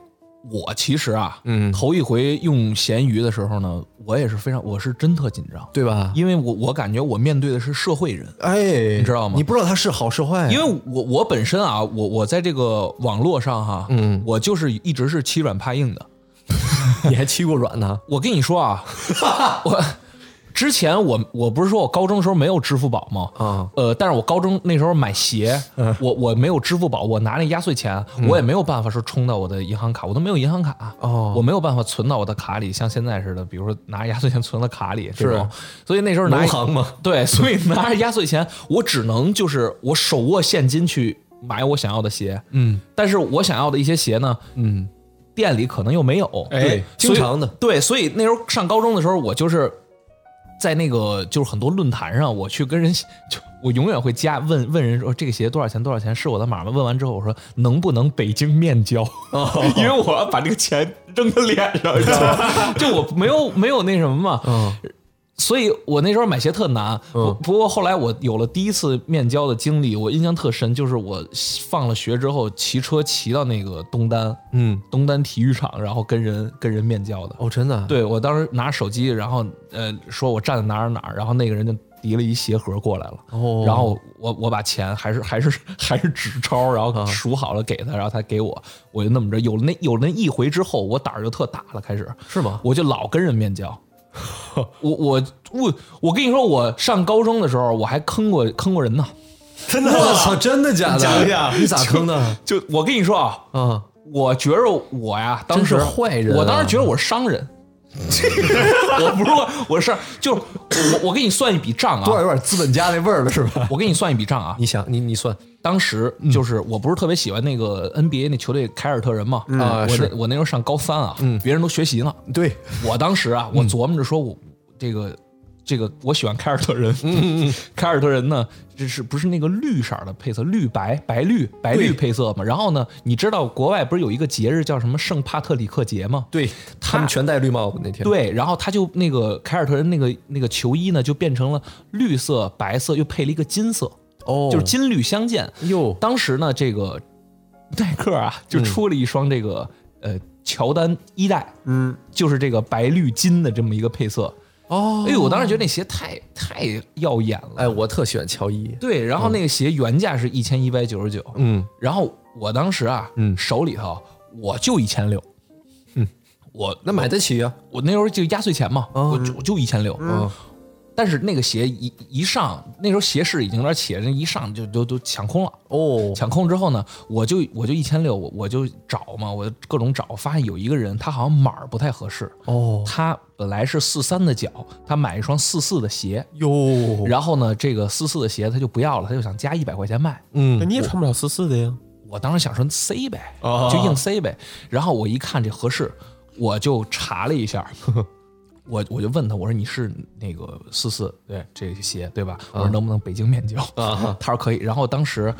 [SPEAKER 1] 我其实啊，
[SPEAKER 2] 嗯，
[SPEAKER 1] 头一回用闲鱼的时候呢，我也是非常，我是真特紧张，
[SPEAKER 2] 对吧？
[SPEAKER 1] 因为我我感觉我面对的是社会人，
[SPEAKER 2] 哎，你
[SPEAKER 1] 知道吗
[SPEAKER 2] 你不知道他是好是坏，啊 [LAUGHS]
[SPEAKER 1] 因为我我本身啊，我我在这个网络上哈，
[SPEAKER 2] 嗯
[SPEAKER 1] 我就是一直是欺软怕硬的。
[SPEAKER 2] 你还欺过软呢。
[SPEAKER 1] 我跟你说
[SPEAKER 2] [LAUGHS]
[SPEAKER 1] 啊，我之前我我不是说我高中的时候没有支付宝吗？
[SPEAKER 2] 啊，嗯
[SPEAKER 1] 呃，但是我高中那时候买鞋，我我没有支付宝，我拿那压岁钱，我也没有办法说充到我的银行卡，我都没有银行卡，
[SPEAKER 2] 哦
[SPEAKER 1] 我没有办法存到我的卡里，像现在似的，比如说拿压岁钱存到卡里，这种，所以那时候拿
[SPEAKER 2] 农行嘛，
[SPEAKER 1] 对， [LAUGHS] 所以拿着压岁钱，我只能就是我手握现金去买我想要的鞋，
[SPEAKER 2] 嗯
[SPEAKER 1] 但是我想要的一些鞋呢，
[SPEAKER 2] 嗯，
[SPEAKER 1] 店里可能又没有，
[SPEAKER 3] 哎
[SPEAKER 2] 对，
[SPEAKER 1] 所
[SPEAKER 2] 经
[SPEAKER 1] 以
[SPEAKER 2] 常的，
[SPEAKER 1] 对，所以那时候上高中的时候，我就是在那个就是很多论坛上，我去跟人就我永远会加问问人说这个鞋多少钱多少钱是我的码吗？问完之后我说能不能北京面交？
[SPEAKER 2] 哦
[SPEAKER 1] [LAUGHS] 因为我要把这个钱扔他脸上，你知道吗？ [LAUGHS] 就我没有没有那什么嘛，
[SPEAKER 2] 嗯
[SPEAKER 1] 所以我那时候买鞋特难，不不过后来我有了第一次面交的经历，我印象特深，就是我放了学之后骑车骑到那个东单
[SPEAKER 2] 嗯，
[SPEAKER 1] 东单体育场，然后跟人跟人面交的。
[SPEAKER 2] 哦，真的，，
[SPEAKER 1] 对我当时拿手机，然后呃说我站在哪儿哪儿，然后那个人就提了一鞋盒过来了，
[SPEAKER 2] 哦
[SPEAKER 1] 然后我我把钱还是还是还是纸钞，然
[SPEAKER 2] 嗯
[SPEAKER 1] 后数好了给他，然后他给我，我就那么着，有那有那一回之后，我胆儿就特大了，开始
[SPEAKER 2] 是吗？
[SPEAKER 1] 我就老跟人面交。我我我我跟你说，我上高中的时候我还坑过坑过人呢。
[SPEAKER 2] 真的，我操， [LAUGHS] 真的假的？
[SPEAKER 3] 讲一下
[SPEAKER 2] 你咋坑的？
[SPEAKER 1] 就我跟你说啊，
[SPEAKER 2] 啊，
[SPEAKER 1] 我觉着我呀，当时
[SPEAKER 2] 真是坏人啊
[SPEAKER 1] 我当时觉得我是商人。 [LAUGHS] 我不是说我是就是我我给你算一笔账
[SPEAKER 2] 多少
[SPEAKER 1] 啊，
[SPEAKER 2] 有点资本家那味儿了，是吧？
[SPEAKER 1] 我给你算一笔账啊。
[SPEAKER 2] 你想，你你算，
[SPEAKER 1] 当时就是我不是特别喜欢那个 NBA 那球队凯尔特人嘛，呃
[SPEAKER 2] 啊
[SPEAKER 1] 我
[SPEAKER 2] 是嗯
[SPEAKER 1] 那我那时候上高三啊，别人都学习呢，
[SPEAKER 2] 对，
[SPEAKER 1] 我当时啊，我琢磨着说我，这个这个我喜欢凯尔特人， [LAUGHS] 凯尔特人呢，这是不是那个绿色的配色，绿白白绿白绿配色嘛？然后呢，你知道国外不是有一个节日叫什么圣帕特里克节吗？
[SPEAKER 2] 对他们全戴绿帽子那天。，
[SPEAKER 1] 对，然后他就那个凯尔特人那个那个球衣呢，就变成了绿色、白色，又配了一个金色，
[SPEAKER 2] 哦，
[SPEAKER 1] 就是金绿相间。
[SPEAKER 2] 哟，
[SPEAKER 1] 当时呢，这个耐克啊，就出了一双这个、呃乔丹一代，
[SPEAKER 3] 嗯，
[SPEAKER 1] 就是这个白绿金的这么一个配色。
[SPEAKER 2] 哦，
[SPEAKER 1] 哎呦，我当时觉得那鞋太太耀眼了。
[SPEAKER 2] 哎，我特喜欢乔伊，
[SPEAKER 1] 对，然后那个鞋原价是一千一百九十九，
[SPEAKER 2] 嗯，
[SPEAKER 1] 然后我当时啊，
[SPEAKER 2] 嗯
[SPEAKER 1] 手里头我就一千六，嗯，我
[SPEAKER 2] 那买得起啊，
[SPEAKER 1] 我那时候就压岁钱嘛，我就我就一千六，
[SPEAKER 2] 哦嗯，
[SPEAKER 1] 但是那个鞋一一上，那时候鞋市已经有点起来，那一上就都都抢空了。
[SPEAKER 2] 哦，
[SPEAKER 1] 抢空之后呢，我就我就一千六，我我就找嘛，我各种找，发现有一个人他好像码儿不太合适，
[SPEAKER 2] 哦，
[SPEAKER 1] 他本来是四三的脚，他买一双四四的鞋，
[SPEAKER 2] 哟，
[SPEAKER 1] 然后呢，这个四四的鞋他就不要了，他就想加一百块钱卖。
[SPEAKER 3] 那
[SPEAKER 2] 嗯，
[SPEAKER 3] 你也穿不了四四的呀。
[SPEAKER 1] 我当时想说塞呗
[SPEAKER 3] 哦，
[SPEAKER 1] 就硬塞呗。然后我一看这合适，我就查了一下， [LAUGHS] 我我就问他，我说你是那个四四对这个鞋对吧？我说能不能北京面交？
[SPEAKER 2] 啊
[SPEAKER 1] [LAUGHS] 他说可以。然后当时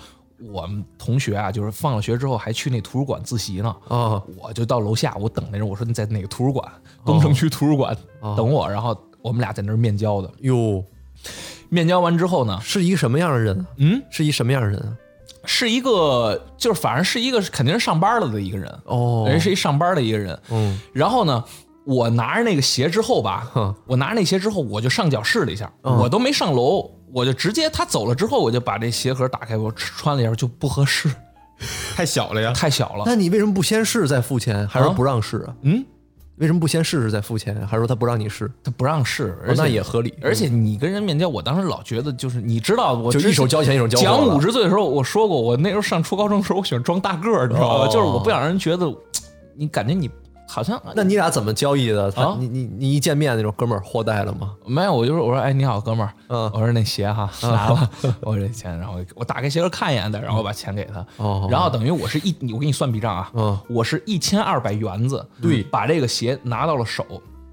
[SPEAKER 1] 我们同学啊，就是放了学之后还去那图书馆自习呢。
[SPEAKER 2] 啊，
[SPEAKER 1] 我就到楼下，我等那人，我说你在哪个图书馆？
[SPEAKER 2] 哦
[SPEAKER 1] 东城区图书馆等我。然后我们俩在那儿面交的，
[SPEAKER 2] 哟，
[SPEAKER 1] 面交完之后呢，
[SPEAKER 2] 是一个什么样的人？啊
[SPEAKER 1] 嗯，
[SPEAKER 2] 是一什么样的人啊？
[SPEAKER 1] 是一个就是反正是一个肯定是上班了的一个人，
[SPEAKER 2] 哦
[SPEAKER 1] 人是一上班的一个人。
[SPEAKER 2] 嗯，
[SPEAKER 1] 然后呢，我拿着那个鞋之后吧
[SPEAKER 2] 哼，
[SPEAKER 1] 我拿着那鞋之后，我就上脚试了一下，
[SPEAKER 2] 嗯
[SPEAKER 1] 我都没上楼，我就直接他走了之后，我就把这鞋盒打开，我穿了一下就不合适，
[SPEAKER 3] 太小了呀！
[SPEAKER 1] 太小了。
[SPEAKER 2] 嗯那你为什么不先试再付钱，还是不让试啊？
[SPEAKER 1] 嗯，
[SPEAKER 2] 为什么不先试试再付钱，还是说他不让你试？
[SPEAKER 1] 他不让试，而且、
[SPEAKER 2] 哦那也合理
[SPEAKER 1] 而且你跟人面交，我当时老觉得就是你知道，我
[SPEAKER 2] 就
[SPEAKER 1] 之前
[SPEAKER 2] 一手交钱一手交货了
[SPEAKER 1] 讲五十岁的时候，我说过，我那时候上初高中的时候，我喜欢装大个儿，你知道吧？
[SPEAKER 2] 哦
[SPEAKER 1] 就是我不想让人觉得嘖你感觉你好像
[SPEAKER 2] 那你俩怎么交易的？他
[SPEAKER 1] 啊
[SPEAKER 2] 你你你一见面那种哥们儿货带了吗？
[SPEAKER 1] 没有，我就说我说哎你好哥们儿，
[SPEAKER 2] 嗯
[SPEAKER 1] 我说那鞋哈拿吧， [LAUGHS] 我说这钱，然后我打开鞋盒看一眼的，然后我把钱给他，
[SPEAKER 2] 哦
[SPEAKER 1] 然后等于我是一我给你算笔账啊，
[SPEAKER 2] 嗯
[SPEAKER 1] 我是一千二百元子，对，把这个鞋拿到了手，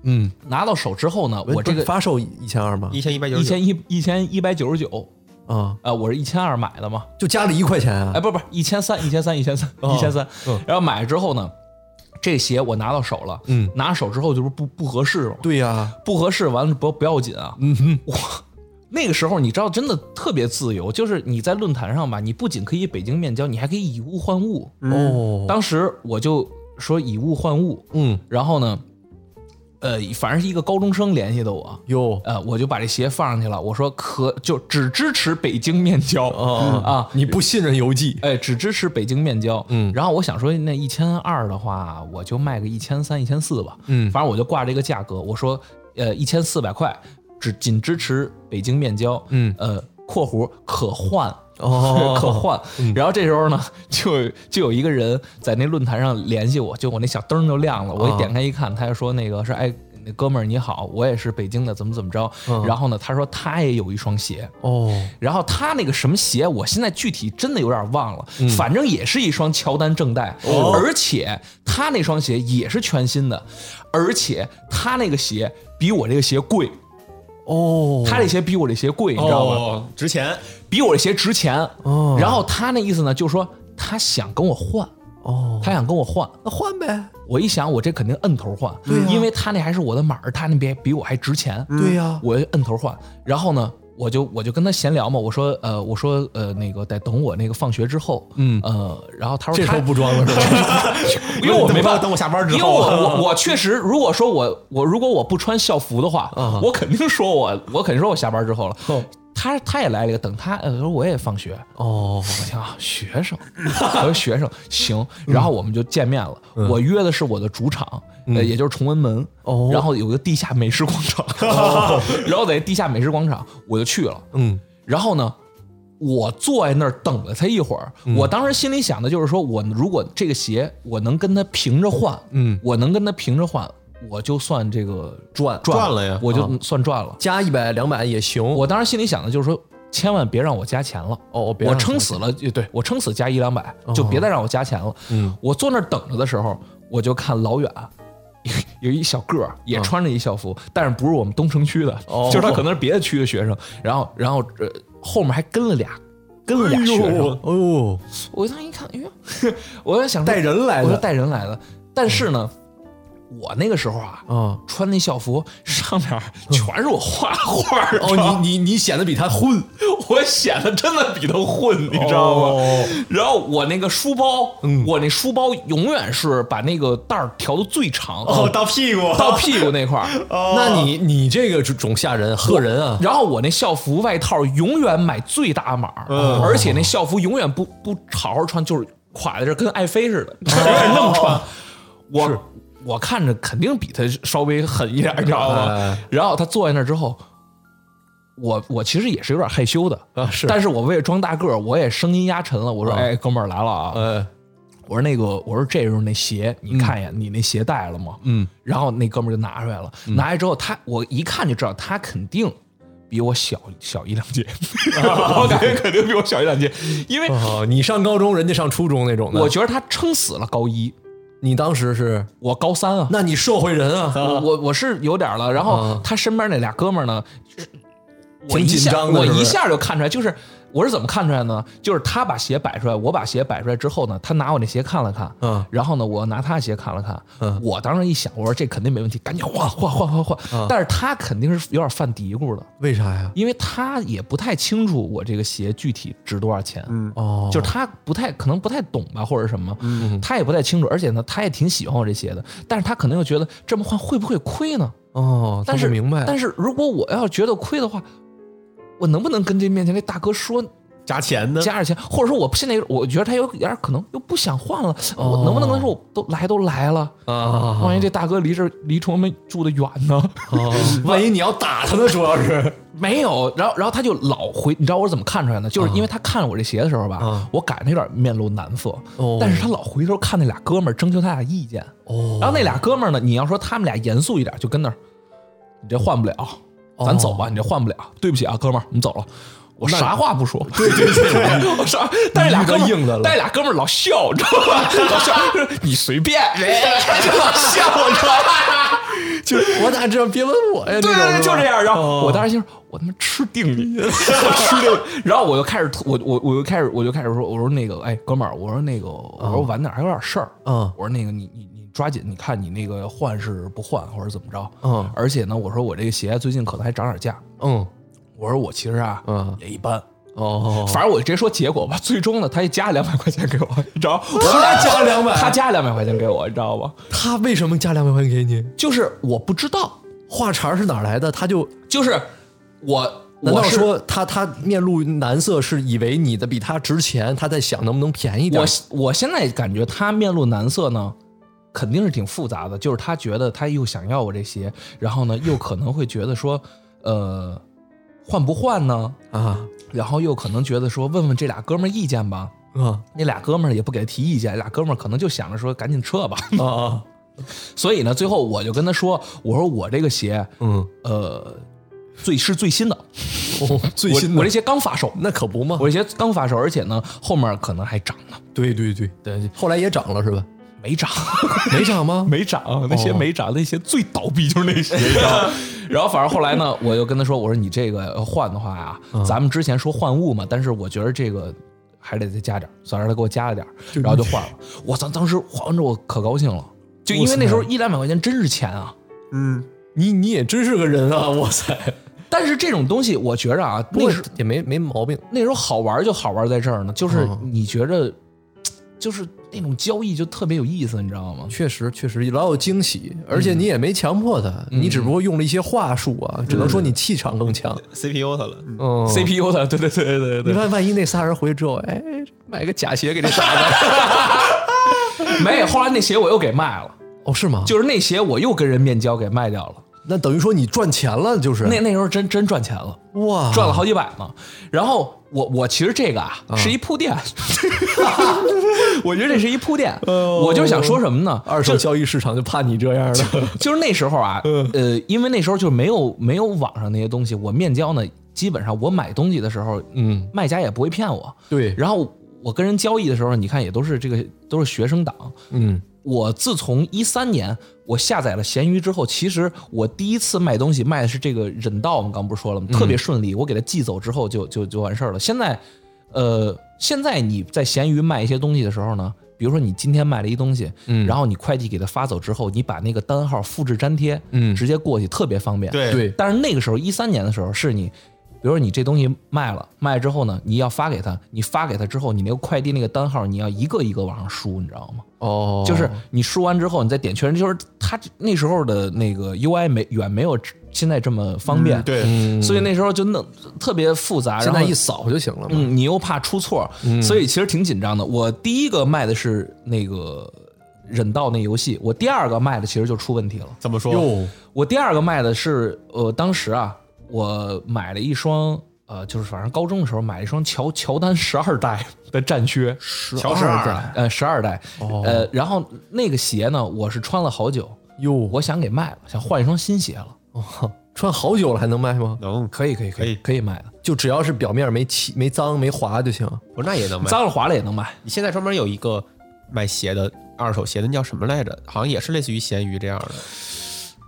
[SPEAKER 2] 嗯，
[SPEAKER 1] 拿到手之后呢，我
[SPEAKER 2] 不
[SPEAKER 1] 这
[SPEAKER 2] 是
[SPEAKER 1] 个
[SPEAKER 2] 发售一千二吗？
[SPEAKER 3] [LAUGHS] 一千一百九
[SPEAKER 1] 一
[SPEAKER 3] 十九，
[SPEAKER 1] 千一一千一百九十九。
[SPEAKER 2] 啊，
[SPEAKER 1] 啊，我是一千二买的嘛，
[SPEAKER 2] 就加了一块钱
[SPEAKER 1] 哎，
[SPEAKER 2] 啊？哦
[SPEAKER 1] 不不，一千三，一千三，一千三，一千三。然后买了之后呢，这鞋我拿到手了，
[SPEAKER 2] 嗯
[SPEAKER 1] 拿手之后就是不不合适嘛，
[SPEAKER 2] 对呀、
[SPEAKER 1] 不合适完了不不要紧啊，嗯哼，我那个时候你知道真的特别自由，就是你在论坛上吧，你不仅可以北京面交，你还可以以物换物。
[SPEAKER 2] 哦，
[SPEAKER 1] 当时我就说以物换物，
[SPEAKER 2] 嗯，
[SPEAKER 1] 然后呢，呃，反正是一个高中生联系的我，
[SPEAKER 2] 哟，
[SPEAKER 1] 呃，我就把这鞋放上去了，我说可就只支持北京面交
[SPEAKER 2] 哦
[SPEAKER 1] 啊，
[SPEAKER 2] 你不信任邮寄，
[SPEAKER 1] 哎，只支持北京面交。
[SPEAKER 2] 嗯
[SPEAKER 1] 然后我想说，那一千二的话，我就卖个一千三、一千四吧。
[SPEAKER 2] 嗯
[SPEAKER 1] 反正我就挂这个价格，我说，呃，一千四百块，只仅支持北京面交。
[SPEAKER 2] 嗯
[SPEAKER 1] 呃，括弧可换。[LAUGHS]
[SPEAKER 2] 哦
[SPEAKER 1] 可换。然后这时候呢，就就有一个人在那论坛上联系我，就我那小灯就亮了，我一
[SPEAKER 2] 啊
[SPEAKER 1] 点开一看，他就说那个是哎，那哥们儿你好，我也是北京的，怎么怎么着。
[SPEAKER 2] 嗯
[SPEAKER 1] 然后呢，他说他也有一双鞋，
[SPEAKER 2] 哦，
[SPEAKER 1] 然后他那个什么鞋，我现在具体真的有点忘了，反正也是一双乔丹正代，而且他那双鞋也是全新的，而且他那个鞋比我这个鞋贵，
[SPEAKER 2] 哦，
[SPEAKER 1] 他这鞋比我这鞋贵，你知道吗？
[SPEAKER 3] 哦，值钱，
[SPEAKER 1] 比我这鞋值钱。
[SPEAKER 2] 哦
[SPEAKER 1] 然后他那意思呢，就是说他想跟我换，
[SPEAKER 2] 哦，
[SPEAKER 1] 他想跟我换。
[SPEAKER 2] 那换呗，
[SPEAKER 1] 我一想，我这肯定摁头换，因为他那还是我的码儿，他那边比我还值钱。
[SPEAKER 2] 嗯对呀、
[SPEAKER 1] 我就摁头换，然后呢，我就我就跟他闲聊嘛，我说呃，我说呃，那个得等我那个放学之后，嗯呃，然后他说
[SPEAKER 2] 这时
[SPEAKER 1] 他
[SPEAKER 2] 候不装了是吧？
[SPEAKER 1] [LAUGHS] 因为我没办法
[SPEAKER 3] 等我下班之
[SPEAKER 1] 因为
[SPEAKER 3] 后
[SPEAKER 1] 我
[SPEAKER 3] 啊
[SPEAKER 1] 我我确实，如果说我我如果我不穿校服的话，我肯定说我我肯定说我下班之后了。
[SPEAKER 2] 啊哦
[SPEAKER 1] 他他也来了一个，等他呃，我也放学，
[SPEAKER 2] 哦，
[SPEAKER 1] 我想啊，学生，我说学生行，然后我们就见面了。我约的是我的主场，呃，也就是崇文门，
[SPEAKER 2] 哦
[SPEAKER 1] 然后有个地下美食广场，然后在地下美食广场我就去了。
[SPEAKER 2] 嗯，
[SPEAKER 1] 然后呢，我坐在那儿等了他一会儿。我当时心里想的就是说，我如果这个鞋我能跟他平着换，
[SPEAKER 2] 嗯，
[SPEAKER 1] 我能跟他平着换，我就算这个
[SPEAKER 2] 赚
[SPEAKER 3] 赚了呀
[SPEAKER 1] 我就算赚了。
[SPEAKER 2] 加一百两百也行，
[SPEAKER 1] 我当时心里想的就是说，千万别让我加钱了。
[SPEAKER 2] 哦，别
[SPEAKER 1] 我
[SPEAKER 2] 让他
[SPEAKER 1] 撑死了，对我撑死加一两百，就别再让我加钱了。
[SPEAKER 2] 哦嗯，
[SPEAKER 1] 我坐那儿等着的时候，我就看老远。有一小个儿也穿着一校服，但是不是我们东城区的，
[SPEAKER 2] 嗯哦
[SPEAKER 1] 就是他可能是别的区的学生。然后，然后呃，后面还跟了俩，跟了俩学生。
[SPEAKER 2] 哎呦，
[SPEAKER 1] 我当时一看，哎呦， [LAUGHS] 我在想说
[SPEAKER 2] 带人来
[SPEAKER 1] 我说
[SPEAKER 2] 的嗯
[SPEAKER 1] 带人来的。但是呢，我那个时候啊，
[SPEAKER 2] 啊。
[SPEAKER 1] 穿那校服上面全是我画画儿的，
[SPEAKER 2] 嗯哦，你你你显得比他混，
[SPEAKER 1] [LAUGHS] 我显得真的比他混，你知道吗？
[SPEAKER 2] 哦
[SPEAKER 1] 然后我那个书包，
[SPEAKER 3] 嗯
[SPEAKER 1] 我那书包永远是把那个带儿调的最长，
[SPEAKER 3] 哦，到屁股，
[SPEAKER 1] 到屁股那块儿。
[SPEAKER 2] 那你你这个种吓人，吓人啊！
[SPEAKER 1] 然后我那校服外套永远买最大码儿，
[SPEAKER 2] 嗯
[SPEAKER 1] 而且那校服永远不不好好穿，就是垮在这儿跟爱妃
[SPEAKER 2] [LAUGHS]
[SPEAKER 1] 似的，永远那么穿。我我看着肯定比他稍微狠一点儿，你知道吗
[SPEAKER 2] 哎？
[SPEAKER 1] 然后他坐在那儿之后，我我其实也是有点害羞的，
[SPEAKER 2] 啊是
[SPEAKER 1] 但是我为了装大个儿，我也声音压沉了，我说：“
[SPEAKER 2] 啊
[SPEAKER 1] 哎，哥们儿来了啊！”
[SPEAKER 2] 呃，
[SPEAKER 1] 我说那个，我说这时候那鞋，你看一眼，你那鞋带了吗？
[SPEAKER 2] 嗯，
[SPEAKER 1] 然后那哥们儿就拿出来了，拿出来之后，他我一看就知道他肯定比我小小一两届，我感觉肯定比我小一两届，因为
[SPEAKER 2] 哦，你上高中，人家上初中那种的。
[SPEAKER 1] 我觉得他撑死了高一，
[SPEAKER 2] 你当时是，
[SPEAKER 1] 我高三啊，
[SPEAKER 2] 那你社会人啊，
[SPEAKER 1] [LAUGHS] 我我我是有点儿了。然后他身边那俩哥们儿呢，我
[SPEAKER 2] 嗯挺
[SPEAKER 1] 一
[SPEAKER 2] 紧
[SPEAKER 1] 下
[SPEAKER 2] 张的
[SPEAKER 1] 我
[SPEAKER 2] 是不
[SPEAKER 1] 一
[SPEAKER 2] 是
[SPEAKER 1] 下就看出来，就是我是怎么看出来呢？就是他把鞋摆出来，我把鞋摆出来之后呢，他拿我那鞋看了看，
[SPEAKER 2] 嗯
[SPEAKER 1] 然后呢，我拿他的鞋看了看，
[SPEAKER 2] 嗯
[SPEAKER 1] 我当时一想，我说这肯定没问题，赶紧换换换换换。
[SPEAKER 2] 嗯
[SPEAKER 1] 但是他肯定是有点犯嘀咕的，
[SPEAKER 2] 为啥呀？
[SPEAKER 1] 因为他也不太清楚我这个鞋具体值多少钱，嗯，
[SPEAKER 2] 哦，
[SPEAKER 1] 就是他不太可能不太懂吧，或者什么，
[SPEAKER 2] 嗯
[SPEAKER 1] 他也不太清楚，而且呢，他也挺喜欢我这鞋的，但是他可能又觉得这么换会不会亏呢？
[SPEAKER 2] 哦，
[SPEAKER 1] 但
[SPEAKER 2] 他
[SPEAKER 1] 是
[SPEAKER 2] 不明白，
[SPEAKER 1] 但是如果我要觉得亏的话，我能不能跟这面前这大哥
[SPEAKER 2] 嗯
[SPEAKER 1] 说
[SPEAKER 3] 加钱呢？
[SPEAKER 1] 加点钱，或者说我现在我觉得他有点儿可能又不想换了，我能不能跟他说我都来都来了，
[SPEAKER 2] 哦啊，
[SPEAKER 1] 万一这大哥离这儿离崇文门住的远呢？
[SPEAKER 2] 哦万一你要打他呢，主要是
[SPEAKER 1] 没有，然后然后他就老回，你知道我是怎么看出来的？就是因为他看我这鞋的时候吧，
[SPEAKER 2] 啊
[SPEAKER 1] 我赶着有点面露难色，
[SPEAKER 2] 哦
[SPEAKER 1] 但是他老回头看那俩哥们儿征求他俩意见，
[SPEAKER 2] 哦
[SPEAKER 1] 然后那俩哥们儿呢，你要说他们俩严肃一点，就跟那儿，你这换不了，
[SPEAKER 2] 哦
[SPEAKER 1] 咱走吧，你这换不了，对不起啊，哥们儿，我们走了。我啥话不说，对对对， [LAUGHS] 我啥？但是俩哥们
[SPEAKER 2] 你遇到硬的
[SPEAKER 1] 儿，
[SPEAKER 2] 了
[SPEAKER 1] 但是俩哥们儿老笑，你知道吧？ [LAUGHS] 老笑，你随便，
[SPEAKER 2] 哎
[SPEAKER 1] 就 [LAUGHS] 老笑，你知道吧？
[SPEAKER 2] 就是我咋知道？别问我呀，
[SPEAKER 1] 对
[SPEAKER 2] 哎
[SPEAKER 1] 对，
[SPEAKER 2] 那种是
[SPEAKER 1] 就
[SPEAKER 2] 吧
[SPEAKER 1] 这。样。然后
[SPEAKER 2] 哦
[SPEAKER 1] 我当时就说，我他妈吃定你， [LAUGHS] 我吃定你。然后我就开始吐，我我我就开始，我就开始说，我说那个，哎，哥们儿，我说那个，我说晚点还有点事儿，
[SPEAKER 2] 嗯
[SPEAKER 1] 我说那个，你你你抓紧，你看你那个换是不换，或者怎么着。
[SPEAKER 2] 嗯
[SPEAKER 1] 而且呢，我说我这个鞋最近可能还涨点价。
[SPEAKER 2] 嗯
[SPEAKER 1] 我说我其实啊，
[SPEAKER 2] 嗯
[SPEAKER 1] 也一般。
[SPEAKER 2] 哦，
[SPEAKER 1] 反正我直接说结果吧，最终呢，他也加了两百块钱给我，你知道
[SPEAKER 2] [LAUGHS]
[SPEAKER 1] 吗？我们俩加了两百，他加了两百块钱给我，你知道吗？
[SPEAKER 2] 他为什么加两百块钱给你？
[SPEAKER 1] 就是我不知道，
[SPEAKER 2] 话茬儿是哪儿来的？他就
[SPEAKER 1] 就是我，
[SPEAKER 2] 难道
[SPEAKER 1] 我是
[SPEAKER 2] 说他他面露难色是以为你的比他值钱，他在想能不能便宜点
[SPEAKER 1] 我
[SPEAKER 2] 儿？
[SPEAKER 1] 我现在感觉他面露难色呢，肯定是挺复杂的。就是他觉得他又想要我这鞋，然后呢又可能会觉得说，呃，换不换呢？
[SPEAKER 2] 啊
[SPEAKER 1] 然后又可能觉得说，问问这俩哥们儿意见吧。
[SPEAKER 2] 啊
[SPEAKER 1] 那俩哥们儿也不给他提意见，俩哥们儿可能就想着说赶紧撤吧。 [LAUGHS]
[SPEAKER 2] 啊啊！
[SPEAKER 1] 所以呢，最后我就跟他说，我说我这个鞋，
[SPEAKER 2] 嗯，
[SPEAKER 1] 呃，最是最新的，
[SPEAKER 2] 哦，最新
[SPEAKER 1] 我
[SPEAKER 2] 的
[SPEAKER 1] 我这鞋刚发售，
[SPEAKER 2] 那可不嘛。
[SPEAKER 1] 我这鞋刚发售，而且呢后面可能还涨呢，
[SPEAKER 2] 对对对对，后来也涨了是吧？
[SPEAKER 1] 没涨。
[SPEAKER 2] 没涨吗？
[SPEAKER 1] [LAUGHS] 没哦涨，那鞋没涨，那鞋最倒闭就是那鞋。你知 [LAUGHS] 道吗然后反正后来呢，我就跟他说，我说你这个换的话呀、咱们之前说换物嘛，但是我觉得这个还得再加点儿，算让他给我加了点儿，然后就换了。我操，当时换完之后我可高兴了，就因为那时候一两百块钱真是钱啊。
[SPEAKER 3] 嗯，
[SPEAKER 2] 你你也真是个人啊！哇 [LAUGHS] 塞，
[SPEAKER 1] 但是这种东西，我觉着啊，
[SPEAKER 2] 那
[SPEAKER 1] 那时
[SPEAKER 2] 也没没毛病。
[SPEAKER 1] 那时候好玩就好玩在这儿呢，就是你觉着，就是那种交易就特别有意思，你知道吗？
[SPEAKER 2] 确实，确实老有惊喜，而且你也没强迫他，你只不过用了一些话术啊，只能说你气场更强。
[SPEAKER 3] CPU 它了，嗯
[SPEAKER 2] 嗯
[SPEAKER 1] CPU 的，对对对对对
[SPEAKER 2] 你看，万一那仨人回去之后，哎，买个假鞋给这傻子，
[SPEAKER 1] [LAUGHS] 没，后来那鞋我又给卖了。
[SPEAKER 2] [LAUGHS] 哦，是吗？
[SPEAKER 1] 就是那鞋我又跟人面交给卖掉了。
[SPEAKER 2] 那等于说你赚钱了，就是啊
[SPEAKER 1] 那那时候真真赚钱了，
[SPEAKER 2] 哇，
[SPEAKER 1] 赚了好几百呢。然后我我其实这个啊是一铺
[SPEAKER 2] [LAUGHS]
[SPEAKER 1] 垫，我觉得这是一铺垫。
[SPEAKER 2] 哦
[SPEAKER 1] 我就是想说什么呢？
[SPEAKER 2] 二手交易市场就怕你这样的，
[SPEAKER 1] 就是那时候啊，
[SPEAKER 2] 嗯
[SPEAKER 1] 呃，因为那时候就没有没有网上那些东西，我面交呢，基本上我买东西的时候，
[SPEAKER 2] 嗯，
[SPEAKER 1] 卖家也不会骗我。
[SPEAKER 2] 对，
[SPEAKER 1] 然后我跟人交易的时候，你看也都是这个都是学生党，
[SPEAKER 2] 嗯，
[SPEAKER 1] 我自从一三年我下载了闲鱼之后，其实我第一次卖东西卖的是这个忍道，我们刚不是说了吗？特别顺利，我给它寄走之后就就就完事儿了。现在，呃，现在你在闲鱼卖一些东西的时候呢，比如说你今天卖了一东西，嗯，然后你快递给它发走之后，你把那个单号复制粘贴，
[SPEAKER 2] 嗯
[SPEAKER 1] 直接过去特别方便。
[SPEAKER 3] 对
[SPEAKER 2] 对，
[SPEAKER 1] 但是那个时候一三年的时候，是你，比如说你这东西卖了，卖了之后呢，你要发给他，你发给他之后，你那个快递那个单号你要一个一个往上输，你知道吗？
[SPEAKER 2] 哦，
[SPEAKER 1] 就是你输完之后，你再点确认，就是它那时候的那个 UI 没远没有现在这么方便，嗯
[SPEAKER 3] 对，
[SPEAKER 1] 所以那时候就弄特别复杂，
[SPEAKER 2] 嗯现
[SPEAKER 1] 然
[SPEAKER 2] 在
[SPEAKER 1] 后
[SPEAKER 2] 一扫就行了嘛。嗯
[SPEAKER 1] 嗯，你又怕出错，所以其实挺紧张的。我第一个卖的是那个忍道那游戏，我第二个卖的其实就出问题了。
[SPEAKER 3] 怎么说？
[SPEAKER 2] 哟，
[SPEAKER 1] 我第二个卖的是，呃，当时啊，我买了一双，呃，就是反正高中的时候买了一双乔乔丹十二代的战靴，
[SPEAKER 3] 乔十二
[SPEAKER 2] 代
[SPEAKER 1] 呃，十二代，
[SPEAKER 2] 哦
[SPEAKER 1] 呃，然后那个鞋呢，我是穿了好久，
[SPEAKER 2] 哟，我
[SPEAKER 1] 我想给卖了，想换一双新鞋了，
[SPEAKER 2] 穿好久了还能卖吗？
[SPEAKER 3] 能，
[SPEAKER 1] 可以，可以，可
[SPEAKER 3] 以
[SPEAKER 1] 可以卖的，
[SPEAKER 2] 就只要是表面没漆、没脏、没划就行。
[SPEAKER 3] 不是那也能卖。
[SPEAKER 1] 脏了划了也能卖。
[SPEAKER 3] 你现在专门有一个卖鞋的二手鞋的，那叫什么来着？好像也是类似于闲鱼这样的，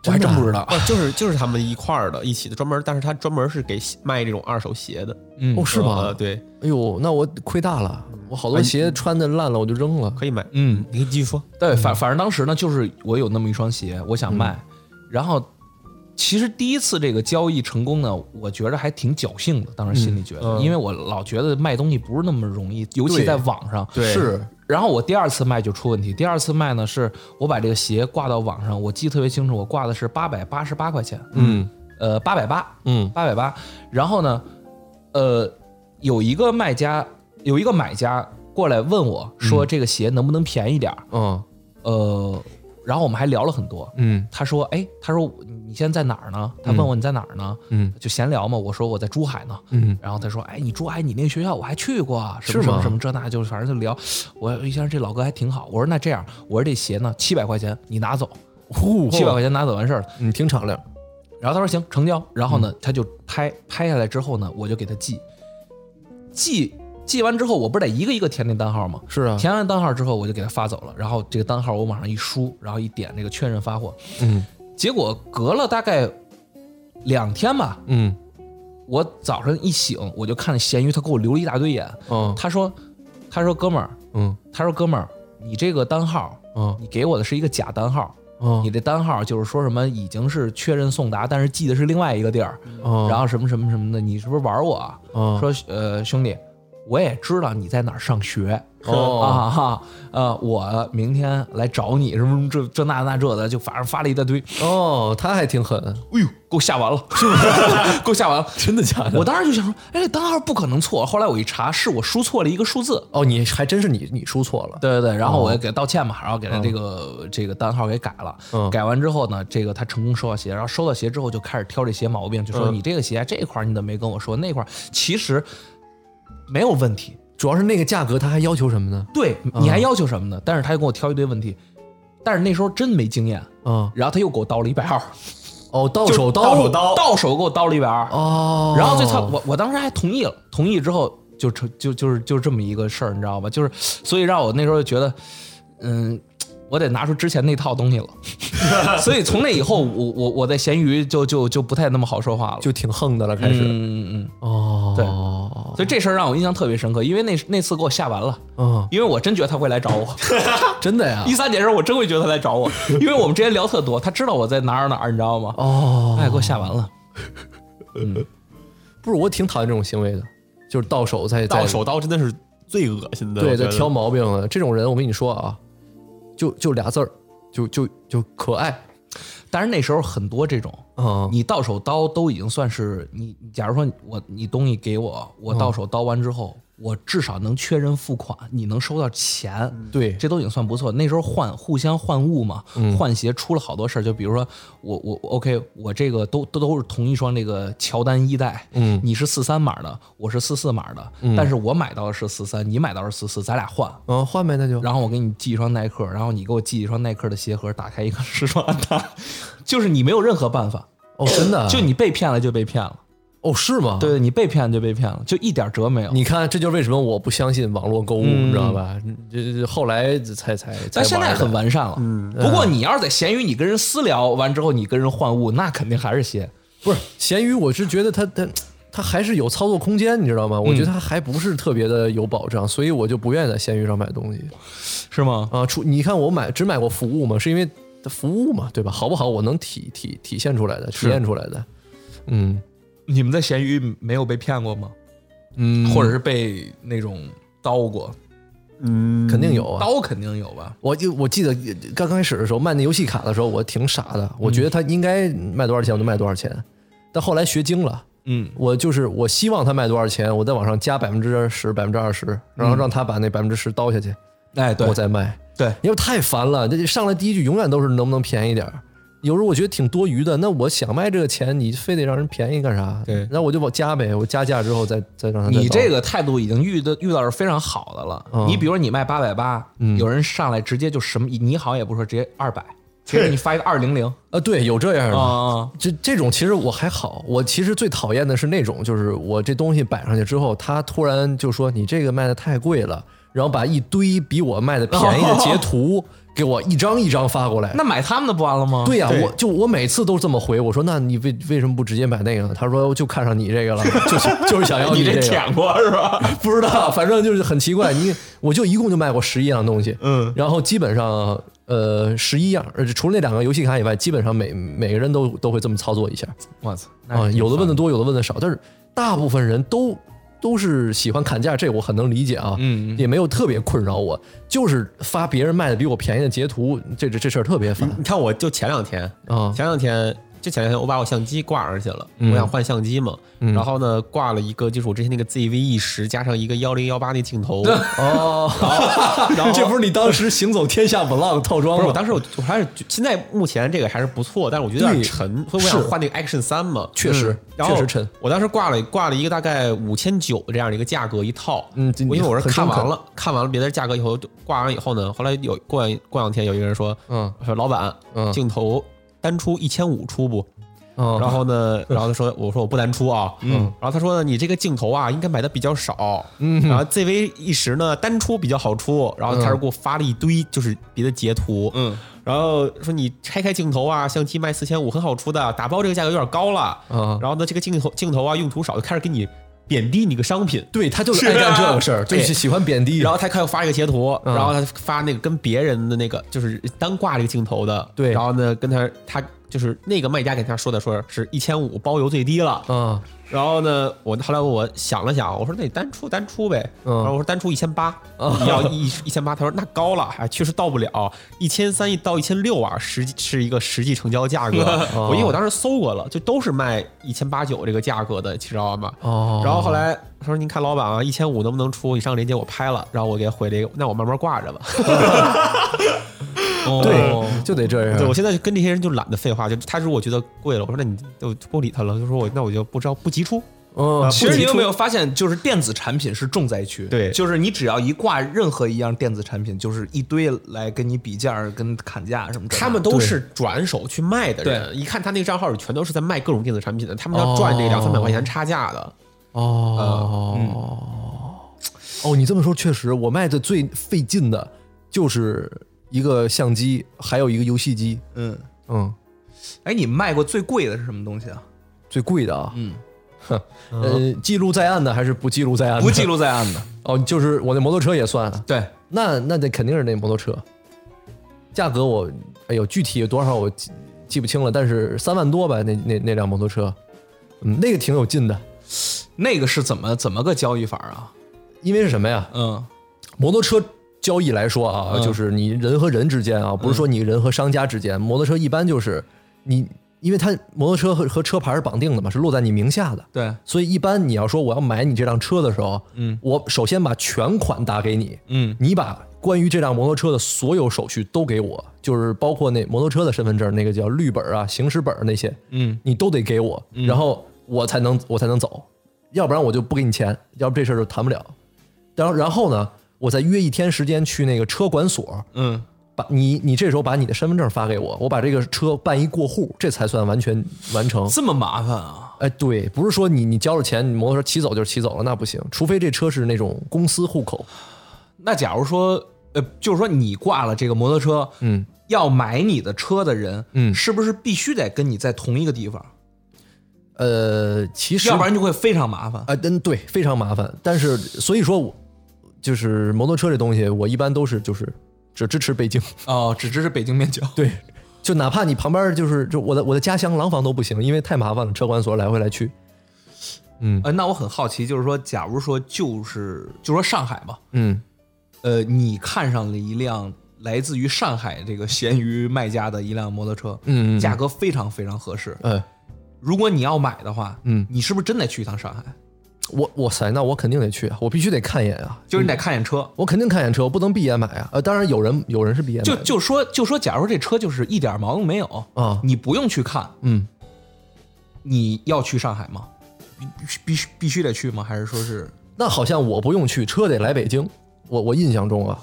[SPEAKER 1] 我还真不知道，
[SPEAKER 3] 哦，就是就是他们一块儿的，一起的，专门，但是他专门是给卖这种二手鞋的，
[SPEAKER 1] 嗯
[SPEAKER 2] 哦，是
[SPEAKER 3] 呃
[SPEAKER 2] 吗？
[SPEAKER 3] 对，
[SPEAKER 2] 哎呦，那我亏大了，我好多鞋穿的烂了，我就扔了。
[SPEAKER 3] 可以买。
[SPEAKER 1] 嗯，
[SPEAKER 3] 你可以继续说。
[SPEAKER 1] 对，反反正当时呢，就是我有那么一双鞋，我想卖，然后其实第一次这个交易成功呢，我觉着还挺侥幸的，当时心里觉得，因为我老觉得卖东西不是那么容易，尤其
[SPEAKER 2] 对
[SPEAKER 1] 在网上。
[SPEAKER 3] 对
[SPEAKER 2] 是，
[SPEAKER 1] 然后我第二次卖就出问题，第二次卖呢是我把这个鞋挂到网上，我记得特别清楚，我挂的是八百八十八块钱，
[SPEAKER 2] 嗯
[SPEAKER 1] 呃，八百八，
[SPEAKER 2] 嗯
[SPEAKER 1] 八百八。然后呢，呃，有一个卖家，有一个买家过来问我说，这个鞋能不能便宜点儿？
[SPEAKER 2] 嗯
[SPEAKER 1] 呃，然后我们还聊了很多。
[SPEAKER 2] 嗯
[SPEAKER 1] 他说：“哎，他说你现在在哪儿呢？”他问我你在哪儿呢？
[SPEAKER 2] 嗯
[SPEAKER 1] 就闲聊嘛。我说我在珠海呢。
[SPEAKER 2] 嗯，
[SPEAKER 1] 然后他说：“哎，你珠海你那个学校我还去过，啊什么
[SPEAKER 2] 是
[SPEAKER 1] 什
[SPEAKER 2] 吗
[SPEAKER 1] 么什么这那，就是反正就聊。”我一想这老哥还挺好。我说：“那这样，我说这鞋呢，七百块钱你拿走，
[SPEAKER 2] 呼，
[SPEAKER 1] 七百块钱拿走完事儿了。
[SPEAKER 2] 你挺敞亮。”
[SPEAKER 1] 然后他说：“行，成交。”然后呢，
[SPEAKER 2] 嗯
[SPEAKER 1] 他就拍拍下来之后呢，我就给他寄，寄寄完之后，我不是得一个一个填那单号吗？
[SPEAKER 2] 是啊，
[SPEAKER 1] 填完单号之后，我就给他发走了。然后这个单号我往上一输，然后一点这个确认发货，
[SPEAKER 2] 嗯
[SPEAKER 1] 结果隔了大概两天吧，
[SPEAKER 2] 嗯
[SPEAKER 1] 我早上一醒我就看咸鱼，他给我留了一大堆眼。
[SPEAKER 2] 嗯
[SPEAKER 1] 他说：“他说哥们儿，
[SPEAKER 2] 嗯
[SPEAKER 1] 他说哥们儿，你这个单号
[SPEAKER 2] 嗯
[SPEAKER 1] 你给我的是一个假单号，
[SPEAKER 2] 嗯
[SPEAKER 1] 你的单号就是说什么已经是确认送达，但是寄的是另外一个地儿，
[SPEAKER 2] 嗯
[SPEAKER 1] 然后什么什么什么的，你是不是玩我啊？
[SPEAKER 2] 嗯
[SPEAKER 1] 说呃兄弟，我也知道你在哪儿上学。
[SPEAKER 2] 哦
[SPEAKER 1] 啊哈，呃，我明天来找你，什么什么这这那那这的，就反正发了一大堆，
[SPEAKER 2] 哦，他还挺狠，
[SPEAKER 1] 哎呦，给我吓完
[SPEAKER 2] [LAUGHS]
[SPEAKER 1] 了，是不是？给我吓完了，
[SPEAKER 2] 真的假
[SPEAKER 1] 我？当时就想说，哎，这单号不可能错。后来我一查，是我输错了一个数字。
[SPEAKER 2] 哦，你还真是你你输错了，
[SPEAKER 1] 对对对，然后我
[SPEAKER 2] 哦
[SPEAKER 1] 也给他道歉嘛，然后给他这个、这个单号给改了。
[SPEAKER 2] 嗯
[SPEAKER 1] 改完之后呢，这个他成功收到鞋，然后收到鞋之后就开始挑这鞋毛病，就说
[SPEAKER 2] 嗯
[SPEAKER 1] 你这个鞋啊这块儿你怎么没跟我说，那块儿其实没有问题。
[SPEAKER 2] 主要是那个价格他还要求什么呢？
[SPEAKER 1] 对，你
[SPEAKER 2] 嗯
[SPEAKER 1] 还要求什么呢？但是他又跟我挑一堆问题，但是那时候真没经验。
[SPEAKER 2] 嗯，
[SPEAKER 1] 然后他又给我叨了一百二，
[SPEAKER 2] 哦，到
[SPEAKER 1] 就是
[SPEAKER 2] 手
[SPEAKER 1] 到
[SPEAKER 2] 手
[SPEAKER 3] 刀
[SPEAKER 1] 到手给我叨了一百二，
[SPEAKER 2] 哦，
[SPEAKER 1] 然后最操，我我当时还同意了，同意之后就成就就是就是这么一个事儿，你知道吧？就是所以让我那时候就觉得，嗯，我得拿出之前那套东西了。
[SPEAKER 2] [LAUGHS]
[SPEAKER 1] 所以从那以后，我我我在闲鱼就就就不太那么好说话了。
[SPEAKER 2] 就挺横的了，开始
[SPEAKER 1] 嗯嗯嗯，
[SPEAKER 2] 哦，
[SPEAKER 1] 对
[SPEAKER 2] 哦，
[SPEAKER 1] 所以这事儿让我印象特别深刻，因为那那次给我吓完了，
[SPEAKER 2] 嗯，
[SPEAKER 1] 因为我真觉得他会来找
[SPEAKER 2] [LAUGHS]
[SPEAKER 1] 我。
[SPEAKER 2] 真的呀
[SPEAKER 1] 一，三年时候，我真会觉得他来找
[SPEAKER 2] [LAUGHS]
[SPEAKER 1] 我，因为我们之前聊特多，他知道我在哪儿哪儿，你知道吗？
[SPEAKER 2] 哦，
[SPEAKER 1] 哎，给我吓完了，
[SPEAKER 2] 不是，我挺讨厌这种行为的，就是到手再
[SPEAKER 3] 到
[SPEAKER 2] 再
[SPEAKER 3] 手刀真的是最恶心的，
[SPEAKER 2] 对，
[SPEAKER 3] 我觉
[SPEAKER 2] 在
[SPEAKER 3] 得
[SPEAKER 2] 挑毛病了。这种人，我跟你说啊，就就俩字儿，就就就可爱。
[SPEAKER 1] 但是那时候很多这种，
[SPEAKER 2] 嗯，
[SPEAKER 1] 你到手刀都已经算是你，假如说我你东西给我，我到手刀完之后，我至少能确认付款，你能收到钱，
[SPEAKER 2] 对，
[SPEAKER 1] 这都已经算不错。那时候换互相换物嘛，换鞋出了好多事儿，就比如说我我我 OK，我这个都都都是同一双这个乔丹一代，嗯，你是四三码的，我是四四码的，但是我买到的是四三，你买到的是四四，咱俩换。
[SPEAKER 2] 嗯，换呗，那就。
[SPEAKER 1] 然后我给你寄一双耐克，然后你给我寄一双耐克的鞋盒，打开一看 [LAUGHS] 是双安踏，就是你没有任何办法，
[SPEAKER 2] 哦，真的啊，
[SPEAKER 1] 就你被骗了就被骗了，
[SPEAKER 2] 哦，是吗？
[SPEAKER 1] 对，对，你被骗了就被骗了，就一点辙没有。
[SPEAKER 2] 你看，这就是为什么我不相信网络购物，你知道吧？嗯这这后来才才，
[SPEAKER 1] 咱
[SPEAKER 2] 才
[SPEAKER 1] 嗯现在
[SPEAKER 2] 玩的嗯
[SPEAKER 1] 很完善了，不过你要是在闲鱼，你跟人私聊完之后，你跟人换物，那肯定还是鞋。
[SPEAKER 2] 不是闲鱼，我是觉得它它它还是有操作空间，你知道吗？我觉得
[SPEAKER 1] 嗯
[SPEAKER 2] 它还不是特别的有保障，所以我就不愿意在闲鱼上买东西
[SPEAKER 1] 是吗？
[SPEAKER 2] 啊。除你看，我买只买过服务嘛，是因为它服务嘛，对吧？好不好，我能体体体现出来的，体验出来的。嗯，
[SPEAKER 1] 你们在闲鱼没有被骗过吗？嗯，或者是被那种刀过？
[SPEAKER 3] 嗯，
[SPEAKER 2] 肯定有啊。
[SPEAKER 1] 刀肯定有吧？
[SPEAKER 2] 我就我记得刚开始的时候卖那游戏卡的时候，我挺傻的，我觉得它应该卖多少钱我就卖多少钱，但后来学精了。
[SPEAKER 1] 嗯，
[SPEAKER 2] 我就是我希望它卖多少钱，我再往上加百分之十、百分之二十，然后让他把那百分之十刀下去，
[SPEAKER 1] 哎，嗯对
[SPEAKER 2] 我，再卖。
[SPEAKER 1] 对，
[SPEAKER 2] 因为太烦了，这上来第一句永远都是能不能便宜点儿。有时候我觉得挺多余的，那我想卖这个钱，你非得让人便宜干啥？
[SPEAKER 1] 对
[SPEAKER 2] 那我就往加呗，我加价之后再再让他再刀。嗯
[SPEAKER 1] 你这个态度已经遇的遇到是非常好的了。你比如说你卖八百八，有人上来直接就什么，你好像也不说，直接二
[SPEAKER 2] [LAUGHS]
[SPEAKER 1] 百，直接给你发一个二零零
[SPEAKER 2] 啊，对，有这样的，
[SPEAKER 1] 啊。
[SPEAKER 2] 这这种其实我还好，我其实最讨厌的是那种，就是我这东西摆上去之后，他突然就说你这个卖的太贵了，然后把一堆比我卖的便宜的截图给我一张一张发过来。
[SPEAKER 1] 那买他们的不完了吗？
[SPEAKER 2] 对呀、
[SPEAKER 3] 对
[SPEAKER 2] 我就我每次都这么回，我说那你为为什么不直接买那个呢？他说我就看上你这个了，就是就是想
[SPEAKER 3] 哦
[SPEAKER 2] 要
[SPEAKER 3] [LAUGHS]
[SPEAKER 2] 这个。
[SPEAKER 1] 过是吧？
[SPEAKER 2] 不知道，反正就是很奇怪。你我就一共就卖过十一样东西，嗯，然后基本上呃十一样，呃除了那两个游戏卡以外，基本上每每个人都都会这么操作一下。
[SPEAKER 1] 我操！那
[SPEAKER 2] 啊，
[SPEAKER 1] 挺
[SPEAKER 2] 有的问
[SPEAKER 1] 烦
[SPEAKER 2] 的多，有的问的少，但是大部分人都都是喜欢砍价，这我很能理解啊，
[SPEAKER 1] 嗯
[SPEAKER 2] 也没有特别困扰我，就是发别人卖的比我便宜的截图，这这这事儿特别烦
[SPEAKER 3] 你看，我就前两天，
[SPEAKER 2] 啊，
[SPEAKER 3] 前两天就前两天，我把我相机挂上去了，
[SPEAKER 2] 嗯
[SPEAKER 3] 我想换相机嘛，然后呢挂了一个就是我之前那个 ZV-E 十加上一个幺零幺八那
[SPEAKER 2] [LAUGHS]
[SPEAKER 3] 镜头， [LAUGHS]
[SPEAKER 2] 哦， [LAUGHS] 这不是你当时行走天下 vlog 套
[SPEAKER 3] 不
[SPEAKER 2] 装
[SPEAKER 3] 是
[SPEAKER 2] 吗？
[SPEAKER 3] 我当时我我还是觉现在目前这个还是不错，但是我觉得有点
[SPEAKER 2] 对
[SPEAKER 3] 沉，所以我想
[SPEAKER 2] 是
[SPEAKER 3] 换那个 Action 三嘛，
[SPEAKER 2] 确实
[SPEAKER 3] 嗯然后
[SPEAKER 2] 确实沉
[SPEAKER 3] 我当时挂了挂了一个大概五千九的这样的一个价格一套，
[SPEAKER 2] 嗯
[SPEAKER 3] 我因为我是
[SPEAKER 2] 很
[SPEAKER 3] 看
[SPEAKER 2] 中
[SPEAKER 3] 完
[SPEAKER 2] 肯
[SPEAKER 3] 了看完了别的价格以后就挂完以后呢，后来有过两过两天有一个人说，
[SPEAKER 2] 嗯
[SPEAKER 3] 说老板，
[SPEAKER 2] 嗯
[SPEAKER 3] 镜头单出一千五出不？
[SPEAKER 2] 嗯
[SPEAKER 3] 然后呢， [LAUGHS] 然后他说：“我说我不难出啊。”嗯，然后他说呢：“你这个镜头啊，应该买的比较少。”嗯，然后 ZV 一时呢单出比较好出，然后他是给我发了一堆就是别的截图，
[SPEAKER 2] 哦
[SPEAKER 3] 嗯，然后说你拆开镜头啊，相机卖四千五很好出的，打包这个价格有点高了。
[SPEAKER 2] 啊
[SPEAKER 3] 然后呢，这个镜头镜头啊用途少，就开始给你贬低你个商品，
[SPEAKER 2] 对，他就是爱干这个事儿，
[SPEAKER 3] 对
[SPEAKER 2] 就是喜欢贬低人，
[SPEAKER 3] 哎然后他开始发一个截图，
[SPEAKER 2] 嗯
[SPEAKER 3] 然后他发那个跟别人的那个就是单挂这个镜头的，
[SPEAKER 2] 对
[SPEAKER 3] 然后呢跟他他就是那个卖家给他说的说是一千五包邮最低了，
[SPEAKER 2] 嗯
[SPEAKER 3] 然后呢我后来我想了想，我说那你单出单出呗，
[SPEAKER 2] 嗯
[SPEAKER 3] 然后我说单出一千八，你
[SPEAKER 2] [LAUGHS]
[SPEAKER 3] 要一一千八，他说那高了，哎确实到不了一千三到一千六啊，实际是一个实际成交价格，
[SPEAKER 2] [LAUGHS]
[SPEAKER 3] 我因为我
[SPEAKER 2] 哦
[SPEAKER 3] 当时搜过了，就都是卖一千八九这个价格的，你知道吗？
[SPEAKER 2] 哦
[SPEAKER 3] 然后后来他说：“您看老板啊，一千五能不能出？你上个链接我拍了，然后我给回了一个，那我慢慢
[SPEAKER 2] [LAUGHS]
[SPEAKER 3] 挂着吧。
[SPEAKER 2] 哦对，就得这样，
[SPEAKER 3] 哦对我现在就跟这些人就懒得废话，就他如果觉得贵了，我说那你就不理他了，就说我那我就不知道不急出。
[SPEAKER 2] 嗯，
[SPEAKER 3] 啊
[SPEAKER 1] 其实你有没
[SPEAKER 2] 有
[SPEAKER 1] 有发现，就是电子产品是重灾区？
[SPEAKER 3] 对
[SPEAKER 1] 就是你只要一挂任何一样电子产品，就是一堆来跟你比价、跟砍价什么的。
[SPEAKER 3] 他们都是转手去卖的人，
[SPEAKER 1] 对
[SPEAKER 3] 一看他那个账号里全都是在卖各种电子产品的，他们要赚这两三百块钱差价的。呃嗯
[SPEAKER 2] 哦哦，你这么说确实，我卖的最费劲的就是一个相机，还有一个游戏机，
[SPEAKER 1] 嗯，
[SPEAKER 2] 嗯，
[SPEAKER 1] 哎，你卖过最贵的是什么东西 [LAUGHS] 啊？
[SPEAKER 2] 最贵的啊，
[SPEAKER 1] 嗯，
[SPEAKER 2] 呃，记录在案的还是不记录在案的？
[SPEAKER 1] 不记录在案的。
[SPEAKER 2] [LAUGHS] 哦，就是我那摩托车也算，啊
[SPEAKER 1] 对，
[SPEAKER 2] 那那得肯定是那摩托车，价格我哎呦具体有多少我记记不清了，但是三万多吧，那那那辆摩托车，嗯，那个挺有劲的，
[SPEAKER 1] 那个是怎么怎么个交易法啊？
[SPEAKER 2] 因为是什么呀？
[SPEAKER 1] 嗯
[SPEAKER 2] 摩托车交易来说啊，就是你人和人之间
[SPEAKER 1] 嗯
[SPEAKER 2] 啊，不是说你人和商家之间，摩托车一般就是你，因为它摩托车和和车牌是绑定的嘛，是落在你名下的，
[SPEAKER 1] 对，
[SPEAKER 2] 所以一般你要说我要买你这辆车的时候，
[SPEAKER 1] 嗯，
[SPEAKER 2] 我首先把全款打给你，
[SPEAKER 1] 嗯
[SPEAKER 2] 你把关于这辆摩托车的所有手续都给我，就是包括那摩托车的身份证，那个叫绿本啊、行驶本那些，
[SPEAKER 1] 嗯，
[SPEAKER 2] 你都得给我，然后我才能我才能走，要不然我就不给你钱，要不这事儿就谈不了。然后然后呢，我再约一天时间去那个车管所，
[SPEAKER 1] 嗯，
[SPEAKER 2] 把你你这时候把你的身份证发给我，我把这个车办一过户，这才算完全完成。
[SPEAKER 1] 这么麻烦啊？
[SPEAKER 2] 哎，对，不是说你你交了钱，你摩托车骑走就是骑走了，那不行，除非这车是那种公司户口。
[SPEAKER 1] 那假如说，呃，就是说你挂了这个摩托车，
[SPEAKER 2] 嗯，
[SPEAKER 1] 要买你的车的人，
[SPEAKER 2] 嗯
[SPEAKER 1] 是不是必须得跟你在同一个地方？
[SPEAKER 2] 呃，其实
[SPEAKER 1] 要不然就会非常麻烦。
[SPEAKER 2] 啊，嗯，对，非常麻烦。但是所以说我就是摩托车这东西，我一般都是就是只支持
[SPEAKER 1] [LAUGHS]
[SPEAKER 2] 北京，
[SPEAKER 1] 哦，只支持北京面交。
[SPEAKER 2] 对，就哪怕你旁边就是就我的我的家乡廊坊都不行，因为太麻烦了，车管所来回来去。
[SPEAKER 1] 呃，那我很好奇，就是说，假如说就是就说上海吧，
[SPEAKER 2] 嗯，
[SPEAKER 1] 呃，你看上了一辆来自于上海这个闲鱼卖家的一辆摩托车，
[SPEAKER 2] 嗯嗯嗯
[SPEAKER 1] 价格非常非常合适。
[SPEAKER 2] 呃，
[SPEAKER 1] 如果你要买的话，
[SPEAKER 2] 嗯
[SPEAKER 1] 你是不是真得去一趟上海？
[SPEAKER 2] 我哇塞，那我肯定得去啊，我必须得看一眼啊，
[SPEAKER 1] 就是你得看见车。
[SPEAKER 2] 我肯定看一眼车，我不能闭眼买啊。呃，当然有人有人是闭眼买
[SPEAKER 1] 就
[SPEAKER 2] 的
[SPEAKER 1] 就说就说，假如这车就是一点毛病没有，
[SPEAKER 2] 啊，
[SPEAKER 1] 你不用去看，
[SPEAKER 2] 嗯，
[SPEAKER 1] 你要去上海吗？必必须必须得去吗？还是说是
[SPEAKER 2] 那好像我不用去，车得来北京。我我印象中啊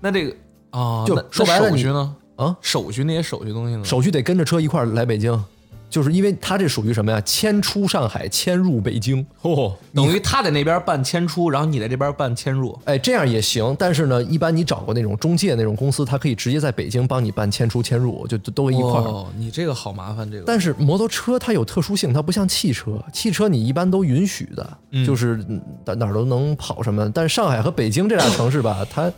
[SPEAKER 1] 那这个啊？
[SPEAKER 2] 就
[SPEAKER 1] 那
[SPEAKER 2] 说白了
[SPEAKER 1] 那手
[SPEAKER 2] 你
[SPEAKER 1] 续呢？
[SPEAKER 2] 啊，
[SPEAKER 1] 手续那些手续东西呢？
[SPEAKER 2] 手续得跟着车一块儿来北京，就是因为他这属于什么呀？迁出上海，迁入北京。
[SPEAKER 3] 哦，
[SPEAKER 1] 等于他在那边办迁出，然后你在这边办迁入。
[SPEAKER 2] 哎，这样也行，但是呢，一般你找过那种中介那种公司，他可以直接在北京帮你办迁出、迁入，就都都一块儿。
[SPEAKER 1] 哦，你这个好麻烦，这个。
[SPEAKER 2] 但是摩托车它有特殊性，它不像汽车，汽车你一般都允许的，就是嗯哪哪儿都能跑什么。但上海和北京这俩城
[SPEAKER 1] [COUGHS]
[SPEAKER 2] 市吧，它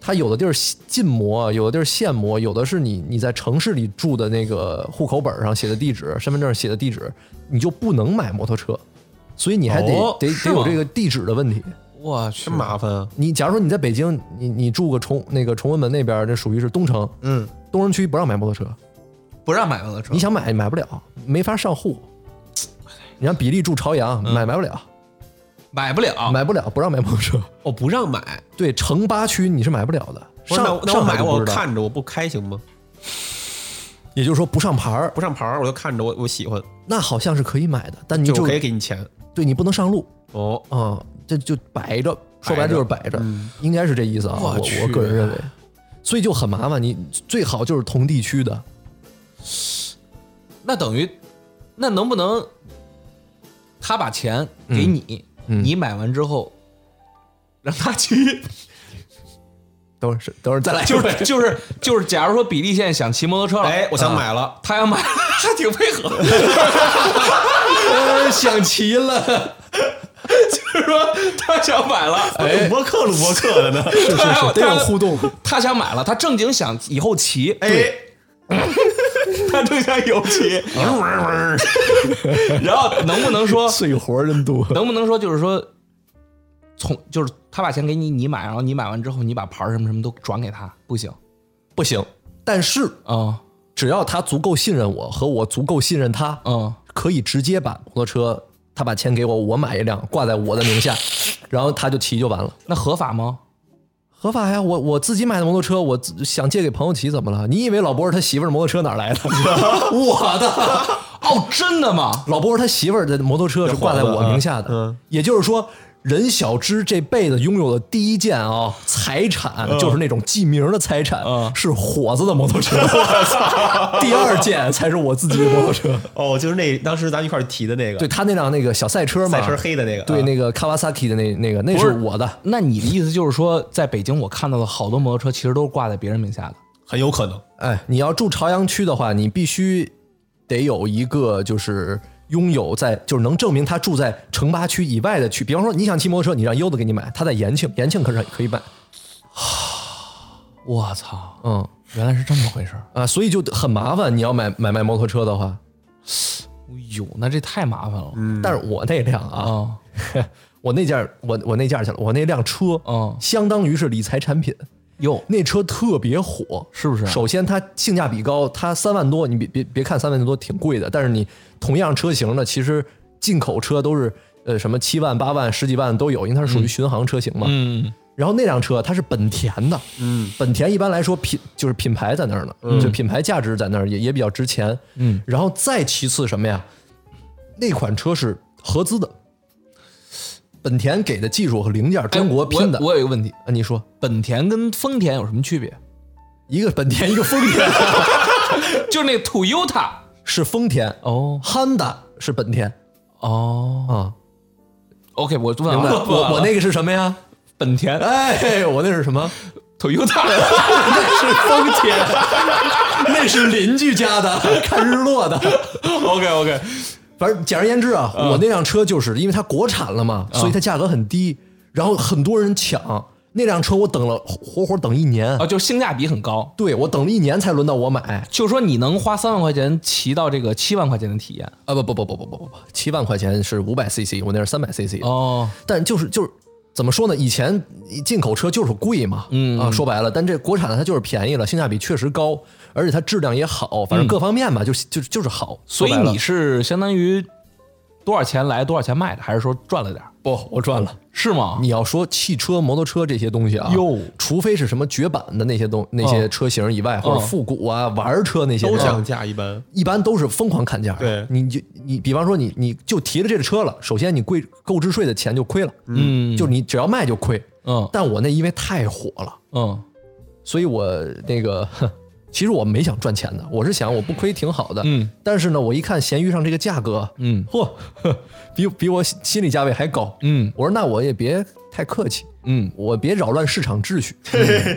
[SPEAKER 2] 它有的地儿禁摩，有的地儿限摩，有的是你你在城市里住的那个户口本上写的地址、身份证写的地址，你就不能买摩托车，所以你还得、
[SPEAKER 1] 哦
[SPEAKER 2] 得
[SPEAKER 1] 是
[SPEAKER 2] 得
[SPEAKER 1] 吗
[SPEAKER 2] 有这个地址的问题。
[SPEAKER 1] 我去
[SPEAKER 3] 真，麻烦啊！
[SPEAKER 2] 你假如说你在北京，你你住个崇那个崇文门那边儿，这属于是东城，
[SPEAKER 1] 嗯，
[SPEAKER 2] 东城区不让买摩托车，
[SPEAKER 1] 不让买摩托车
[SPEAKER 2] 你，想买买不了，没法上户。你像比利住朝阳，买买不了，
[SPEAKER 1] 买不了。
[SPEAKER 2] 买不了，哦不让买摩托车。
[SPEAKER 3] 我不让买，
[SPEAKER 2] 对，城八区你是买不了的，
[SPEAKER 3] 我说
[SPEAKER 2] 上
[SPEAKER 3] 那那我
[SPEAKER 2] 上海
[SPEAKER 3] 买
[SPEAKER 2] 就不
[SPEAKER 3] 我
[SPEAKER 2] 知道，
[SPEAKER 3] 看着我不开行吗？
[SPEAKER 2] 也就是说不上牌儿，
[SPEAKER 3] 不上牌儿我就看着我我喜欢，
[SPEAKER 2] 那好像是可以买的，但你
[SPEAKER 3] 就
[SPEAKER 2] 就
[SPEAKER 3] 可以给你钱
[SPEAKER 2] 对你不能上路
[SPEAKER 3] 哦。
[SPEAKER 2] 啊、这就摆着，说白了就是摆着，应该是这意思啊，
[SPEAKER 1] 我
[SPEAKER 2] 我我
[SPEAKER 1] 去
[SPEAKER 2] 个人认为，所以就很麻烦，你最好就是同地区的，
[SPEAKER 1] 那等于，那能不能他把钱给你，
[SPEAKER 2] 嗯
[SPEAKER 1] 你买完之后让他 [LAUGHS] 骑？
[SPEAKER 2] 等会儿是等会儿再来，
[SPEAKER 1] 就是就是就是，假如说比利现在想骑摩托车了，
[SPEAKER 3] 哎，我想
[SPEAKER 1] 啊
[SPEAKER 3] 买了，
[SPEAKER 1] 他要买， [LAUGHS] 他挺配合。
[SPEAKER 2] 想齐了。
[SPEAKER 1] [LAUGHS] 就是说他想买了，
[SPEAKER 3] 鲁伯克，鲁伯克的呢？ [LAUGHS]
[SPEAKER 2] 是
[SPEAKER 1] 啊他
[SPEAKER 2] 是，得有互动。
[SPEAKER 1] 他想买了，他正经想以后骑，
[SPEAKER 3] 哎， [LAUGHS]
[SPEAKER 1] 他正想有骑，然后能不能说
[SPEAKER 2] 碎活儿真多。
[SPEAKER 1] 能不能说就是说，从就是他把钱给你，你买，然后你买完之后，你把牌儿什么什么都转给他，不行
[SPEAKER 2] 不行，但是
[SPEAKER 1] 啊
[SPEAKER 2] 只要他足够信任我和我足够信任他，
[SPEAKER 1] 嗯，
[SPEAKER 2] 可以直接把摩托车，他把钱给我，我买一辆挂在我的名
[SPEAKER 3] [LAUGHS]
[SPEAKER 2] 下，然后他就骑就完了，
[SPEAKER 1] 那合法吗？
[SPEAKER 2] 合法呀！我我自己买的摩托车，我自想借给朋友骑，怎么了？你以为老波儿他媳妇儿摩托车哪儿来的？ [LAUGHS] 我的，
[SPEAKER 1] 哦，真的吗？
[SPEAKER 2] 老波儿他媳妇儿的摩托车是挂在我名下的，
[SPEAKER 3] 嗯
[SPEAKER 2] 也就是说。任小芝这辈子拥有的第一件啊、财产，
[SPEAKER 3] 嗯
[SPEAKER 2] 就是那种记名的财产，是火子的摩托
[SPEAKER 3] [LAUGHS]
[SPEAKER 2] 车。第二件才是我自己的摩托车。
[SPEAKER 3] 哦，就是那当时咱们一块儿提的那个，
[SPEAKER 2] 对，他那辆那个小赛车嘛，
[SPEAKER 3] 赛车黑的那个，
[SPEAKER 2] 对，
[SPEAKER 3] 啊
[SPEAKER 2] 那个 Kawasaki 的那那个，那是我的。
[SPEAKER 1] 那你的意思就是说，在北京我看到的好多摩托车其实都是挂在别人名下的，
[SPEAKER 3] 很有可能。
[SPEAKER 2] 哎，你要住朝阳区的话，你必须得有一个就是拥有在就是能证明他住在城八区以外的区。比方说，你想骑摩托车，你让优子给你买，他在延庆，延庆可是可以买。
[SPEAKER 1] 我操，
[SPEAKER 2] 嗯
[SPEAKER 1] 原来是这么回事儿。
[SPEAKER 2] 啊，所以就很麻烦。你要买买卖摩托车的话，
[SPEAKER 1] 哟，哎那这太麻烦了。
[SPEAKER 2] 但是我那辆啊，
[SPEAKER 1] 啊，
[SPEAKER 2] 我那件我我那件去了，我那辆车，
[SPEAKER 1] 嗯
[SPEAKER 2] 相当于是理财产品。
[SPEAKER 1] 哟，
[SPEAKER 2] 那车特别火，
[SPEAKER 1] 是不是
[SPEAKER 2] 首先它性价比高，它三万多，你别别别看三万多挺贵的，但是你同样车型的，其实进口车都是呃什么七万、八万、十几万都有，因为它是属于巡航车型嘛。
[SPEAKER 1] 嗯，
[SPEAKER 2] 然后那辆车它是本田的，
[SPEAKER 3] 嗯，
[SPEAKER 2] 本田一般来说品就是品牌在那儿呢，就品牌价值在那儿也也比较值钱。
[SPEAKER 1] 嗯，
[SPEAKER 2] 然后再其次什么呀？那款车是合资的，本田给的技术和零件儿中国拼的。
[SPEAKER 1] 哎我有一个问题，
[SPEAKER 2] 啊，你说
[SPEAKER 1] 本田跟丰田有什么区别？
[SPEAKER 2] 一个本田，一个丰
[SPEAKER 1] [LAUGHS]
[SPEAKER 2] 田。
[SPEAKER 1] 就是那 Toyota
[SPEAKER 2] 是丰田
[SPEAKER 1] 哦
[SPEAKER 2] ，Honda 是本田
[SPEAKER 1] 哦
[SPEAKER 2] 啊。
[SPEAKER 1] ，OK，我问
[SPEAKER 2] 明白？
[SPEAKER 1] 完了，
[SPEAKER 2] 我我那个是什么呀？
[SPEAKER 1] 本田
[SPEAKER 2] 哎，我那是什 [LAUGHS] 么？
[SPEAKER 1] [LAUGHS] Toyota
[SPEAKER 2] [LAUGHS] 是丰田， [LAUGHS] 那是邻居家 [LAUGHS] 的，看日落的。
[SPEAKER 1] ，OK OK，
[SPEAKER 2] 反正简而言之啊，我那辆车就是因为它国产了嘛，所以它价格很低，然后很多人抢那辆车，我等了活活等一年。
[SPEAKER 1] [LAUGHS] 啊，就是性价比很高，
[SPEAKER 2] 对，我等了一年才轮到我买
[SPEAKER 1] 就是说你能花三万块钱骑到这个七万块钱的体验
[SPEAKER 2] 啊！不不不不不不不不，七万块钱是五百 CC，我那是三百 CC
[SPEAKER 1] 哦，
[SPEAKER 2] 但就是就是怎么说呢？以前进口车就是贵嘛，嗯啊，说白了，但这国产的它就是便宜了，性价比确实高，而且它质量也好，反正各方面吧，就是就就是好。
[SPEAKER 1] 所以
[SPEAKER 2] 说白了
[SPEAKER 1] 你是相当于多少钱来多少钱卖的，还是说赚了点儿？
[SPEAKER 2] 不，我赚了。
[SPEAKER 1] 是吗？
[SPEAKER 2] 你要说汽车、摩托车这些东西啊，
[SPEAKER 1] 哟
[SPEAKER 2] 除非是什么绝版的那些东那些车型以外，或者复古啊、玩儿车那些，
[SPEAKER 3] 都
[SPEAKER 2] 啊
[SPEAKER 3] 降价一般，
[SPEAKER 2] 一般都是疯狂砍价。
[SPEAKER 3] 对
[SPEAKER 2] 你就你比方说你你就提了这个车了，首先你贵购置税的钱就亏了，嗯，就你只要卖就亏。
[SPEAKER 1] 嗯
[SPEAKER 2] 但我那因为太火了。
[SPEAKER 1] 嗯
[SPEAKER 2] 所以我那个， [LAUGHS] 哼其实我没想赚钱的，我是想我不亏挺好的。
[SPEAKER 1] 嗯，
[SPEAKER 2] 但是呢，我一看闲鱼上这个价格，
[SPEAKER 1] 嗯
[SPEAKER 2] 嚯， [LAUGHS] 呵比比我心心理价位还高。
[SPEAKER 1] 嗯
[SPEAKER 2] 我说那我也别太客气，
[SPEAKER 1] 嗯，
[SPEAKER 2] 我别扰乱市场秩
[SPEAKER 1] [LAUGHS]
[SPEAKER 2] 序。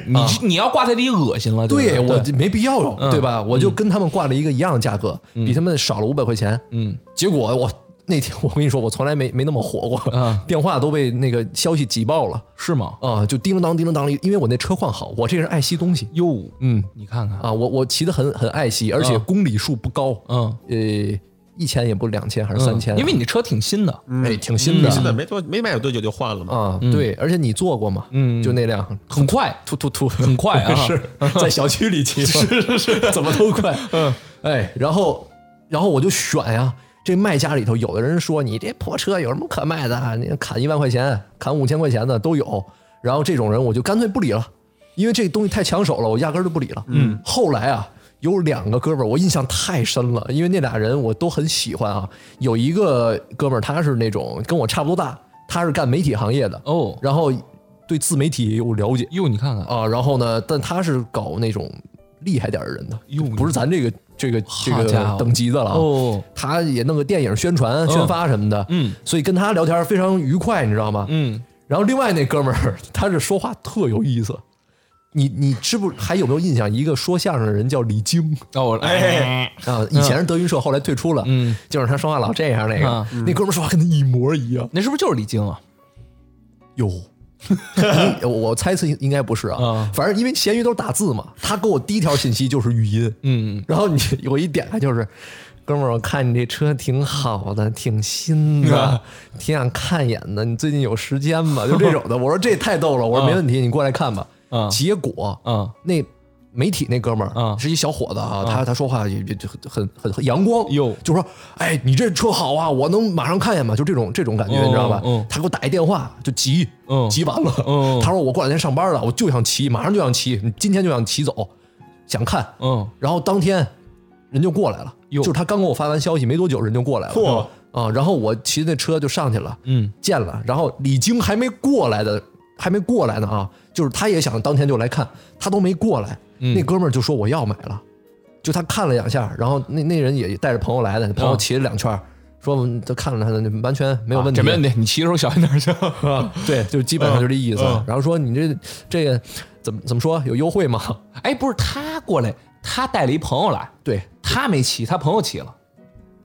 [SPEAKER 1] 你你要挂在这里恶心了，
[SPEAKER 2] 啊对
[SPEAKER 1] 对不对嗯
[SPEAKER 2] 我就没必要了，对吧？我就跟他们挂了一个一样的价格，比他们少了五百块钱。
[SPEAKER 1] 嗯，
[SPEAKER 2] 结果我那天我跟你说，我从来没没那么火过，
[SPEAKER 1] 啊
[SPEAKER 2] [LAUGHS] 电话都被那个消息挤爆了
[SPEAKER 1] 是吗？
[SPEAKER 2] 啊，就叮了当叮了当，因为我那车况好，我这个人爱惜东西。
[SPEAKER 1] 哟，
[SPEAKER 2] 嗯，
[SPEAKER 1] 你看看，
[SPEAKER 2] 啊，我我骑的很很爱惜，而
[SPEAKER 1] 啊
[SPEAKER 2] 且公里数不高，
[SPEAKER 1] 嗯，
[SPEAKER 2] 呃，一千也不两千还是三千啊，
[SPEAKER 1] 因为你车挺新的，嗯
[SPEAKER 2] 哎挺新的
[SPEAKER 3] 现在没多没卖多久就换了嘛。
[SPEAKER 2] 啊，对，而且你坐过嘛，嗯，就那辆
[SPEAKER 1] 很快，
[SPEAKER 2] 突突突，
[SPEAKER 1] 很快啊
[SPEAKER 2] [LAUGHS] 是在小区里骑，是是是，怎么都快，嗯，哎，然后然后我就选呀。这卖家里头，有的人说你这破车有什么可卖的？啊你砍一万块钱，砍五千块钱的都有。然后这种人我就干脆不理了，因为这东西太抢手了，我压根儿就不理了。嗯，后来啊，有两个哥们儿我印象太深了，因为那俩人我都很喜欢啊。有一个哥们儿他是那种跟我差不多大，他是干媒体行业的
[SPEAKER 1] 哦
[SPEAKER 2] 然后对自媒体也有了解
[SPEAKER 1] 哟，你看看，
[SPEAKER 2] 啊。然后呢，但他是搞那种厉害点儿的人的
[SPEAKER 1] 哟，
[SPEAKER 2] 不是咱这个这个这
[SPEAKER 1] 好家
[SPEAKER 2] 个
[SPEAKER 1] 伙
[SPEAKER 2] 等级的了啊
[SPEAKER 1] 哦
[SPEAKER 2] 他也弄个电影宣传、宣发什么的，
[SPEAKER 1] 嗯，
[SPEAKER 2] 所以跟他聊天非常愉快，你知道吗？
[SPEAKER 1] 嗯，
[SPEAKER 2] 然后另外那哥们儿，他是说话特有意思，你你知不还有没有印象？一个说相声的人叫李菁
[SPEAKER 1] 哦，哎，
[SPEAKER 2] 啊，以前是德云社，后来退出了。嗯，就是他说话老这样那
[SPEAKER 1] 啊
[SPEAKER 2] 个，那哥们说话跟他一模一样。
[SPEAKER 1] 那是不是就是李菁啊？
[SPEAKER 2] 哟，你 [LAUGHS] 我猜测应该不是啊，反正因为闲鱼都是打字嘛，他给我第一条信息就是语音，
[SPEAKER 1] 嗯，
[SPEAKER 2] [LAUGHS] 然后你我一点开就是，哥们儿，我看你这车挺好的，挺新的，挺想看一眼的，你最近有时间吗？就这种的，我说这也太逗了，我说没问题，你过来看吧。结果，
[SPEAKER 1] 嗯，
[SPEAKER 2] 那媒体那哥们儿是一小伙子啊，他他说话也就很很很阳光，
[SPEAKER 1] 哟
[SPEAKER 2] 就说，哎，你这车好啊，我能马上看见吗？就这种这种感觉，你知道吧
[SPEAKER 1] 嗯嗯？
[SPEAKER 2] 他给我打一电话，就急，
[SPEAKER 1] 嗯
[SPEAKER 2] 急完了，
[SPEAKER 1] 嗯
[SPEAKER 2] 他说我过两天上班了，我就想骑，马上就想骑，今天就想骑走，想看，
[SPEAKER 1] 嗯，
[SPEAKER 2] 然后当天人就过来了，
[SPEAKER 1] 哟
[SPEAKER 2] 就是他刚给我发完消息没多久，人就过来了，
[SPEAKER 3] 嚯
[SPEAKER 2] 啊！然后我骑那车就上去了，
[SPEAKER 1] 嗯，
[SPEAKER 2] 见了，然后李菁还没过来的，还没过来呢啊，就是他也想当天就来看，他都没过来，
[SPEAKER 1] 嗯
[SPEAKER 2] 那哥们儿就说我要买了，就他看了两下，然后那那人也带着朋友
[SPEAKER 1] 嗯
[SPEAKER 2] 来的，朋友骑了两圈。说我们都看了看，完全没有问题，
[SPEAKER 1] 这啊没问题，你骑的时候小心点儿行。
[SPEAKER 2] 对，就基本上就这意思。
[SPEAKER 3] 嗯嗯
[SPEAKER 2] 然后说你这这个怎么怎么说有优惠吗？
[SPEAKER 1] [LAUGHS]
[SPEAKER 2] [LAUGHS]
[SPEAKER 1] 哎，不是他过来，他带了一朋友来，
[SPEAKER 2] 对，
[SPEAKER 1] 他没骑，他朋友骑了。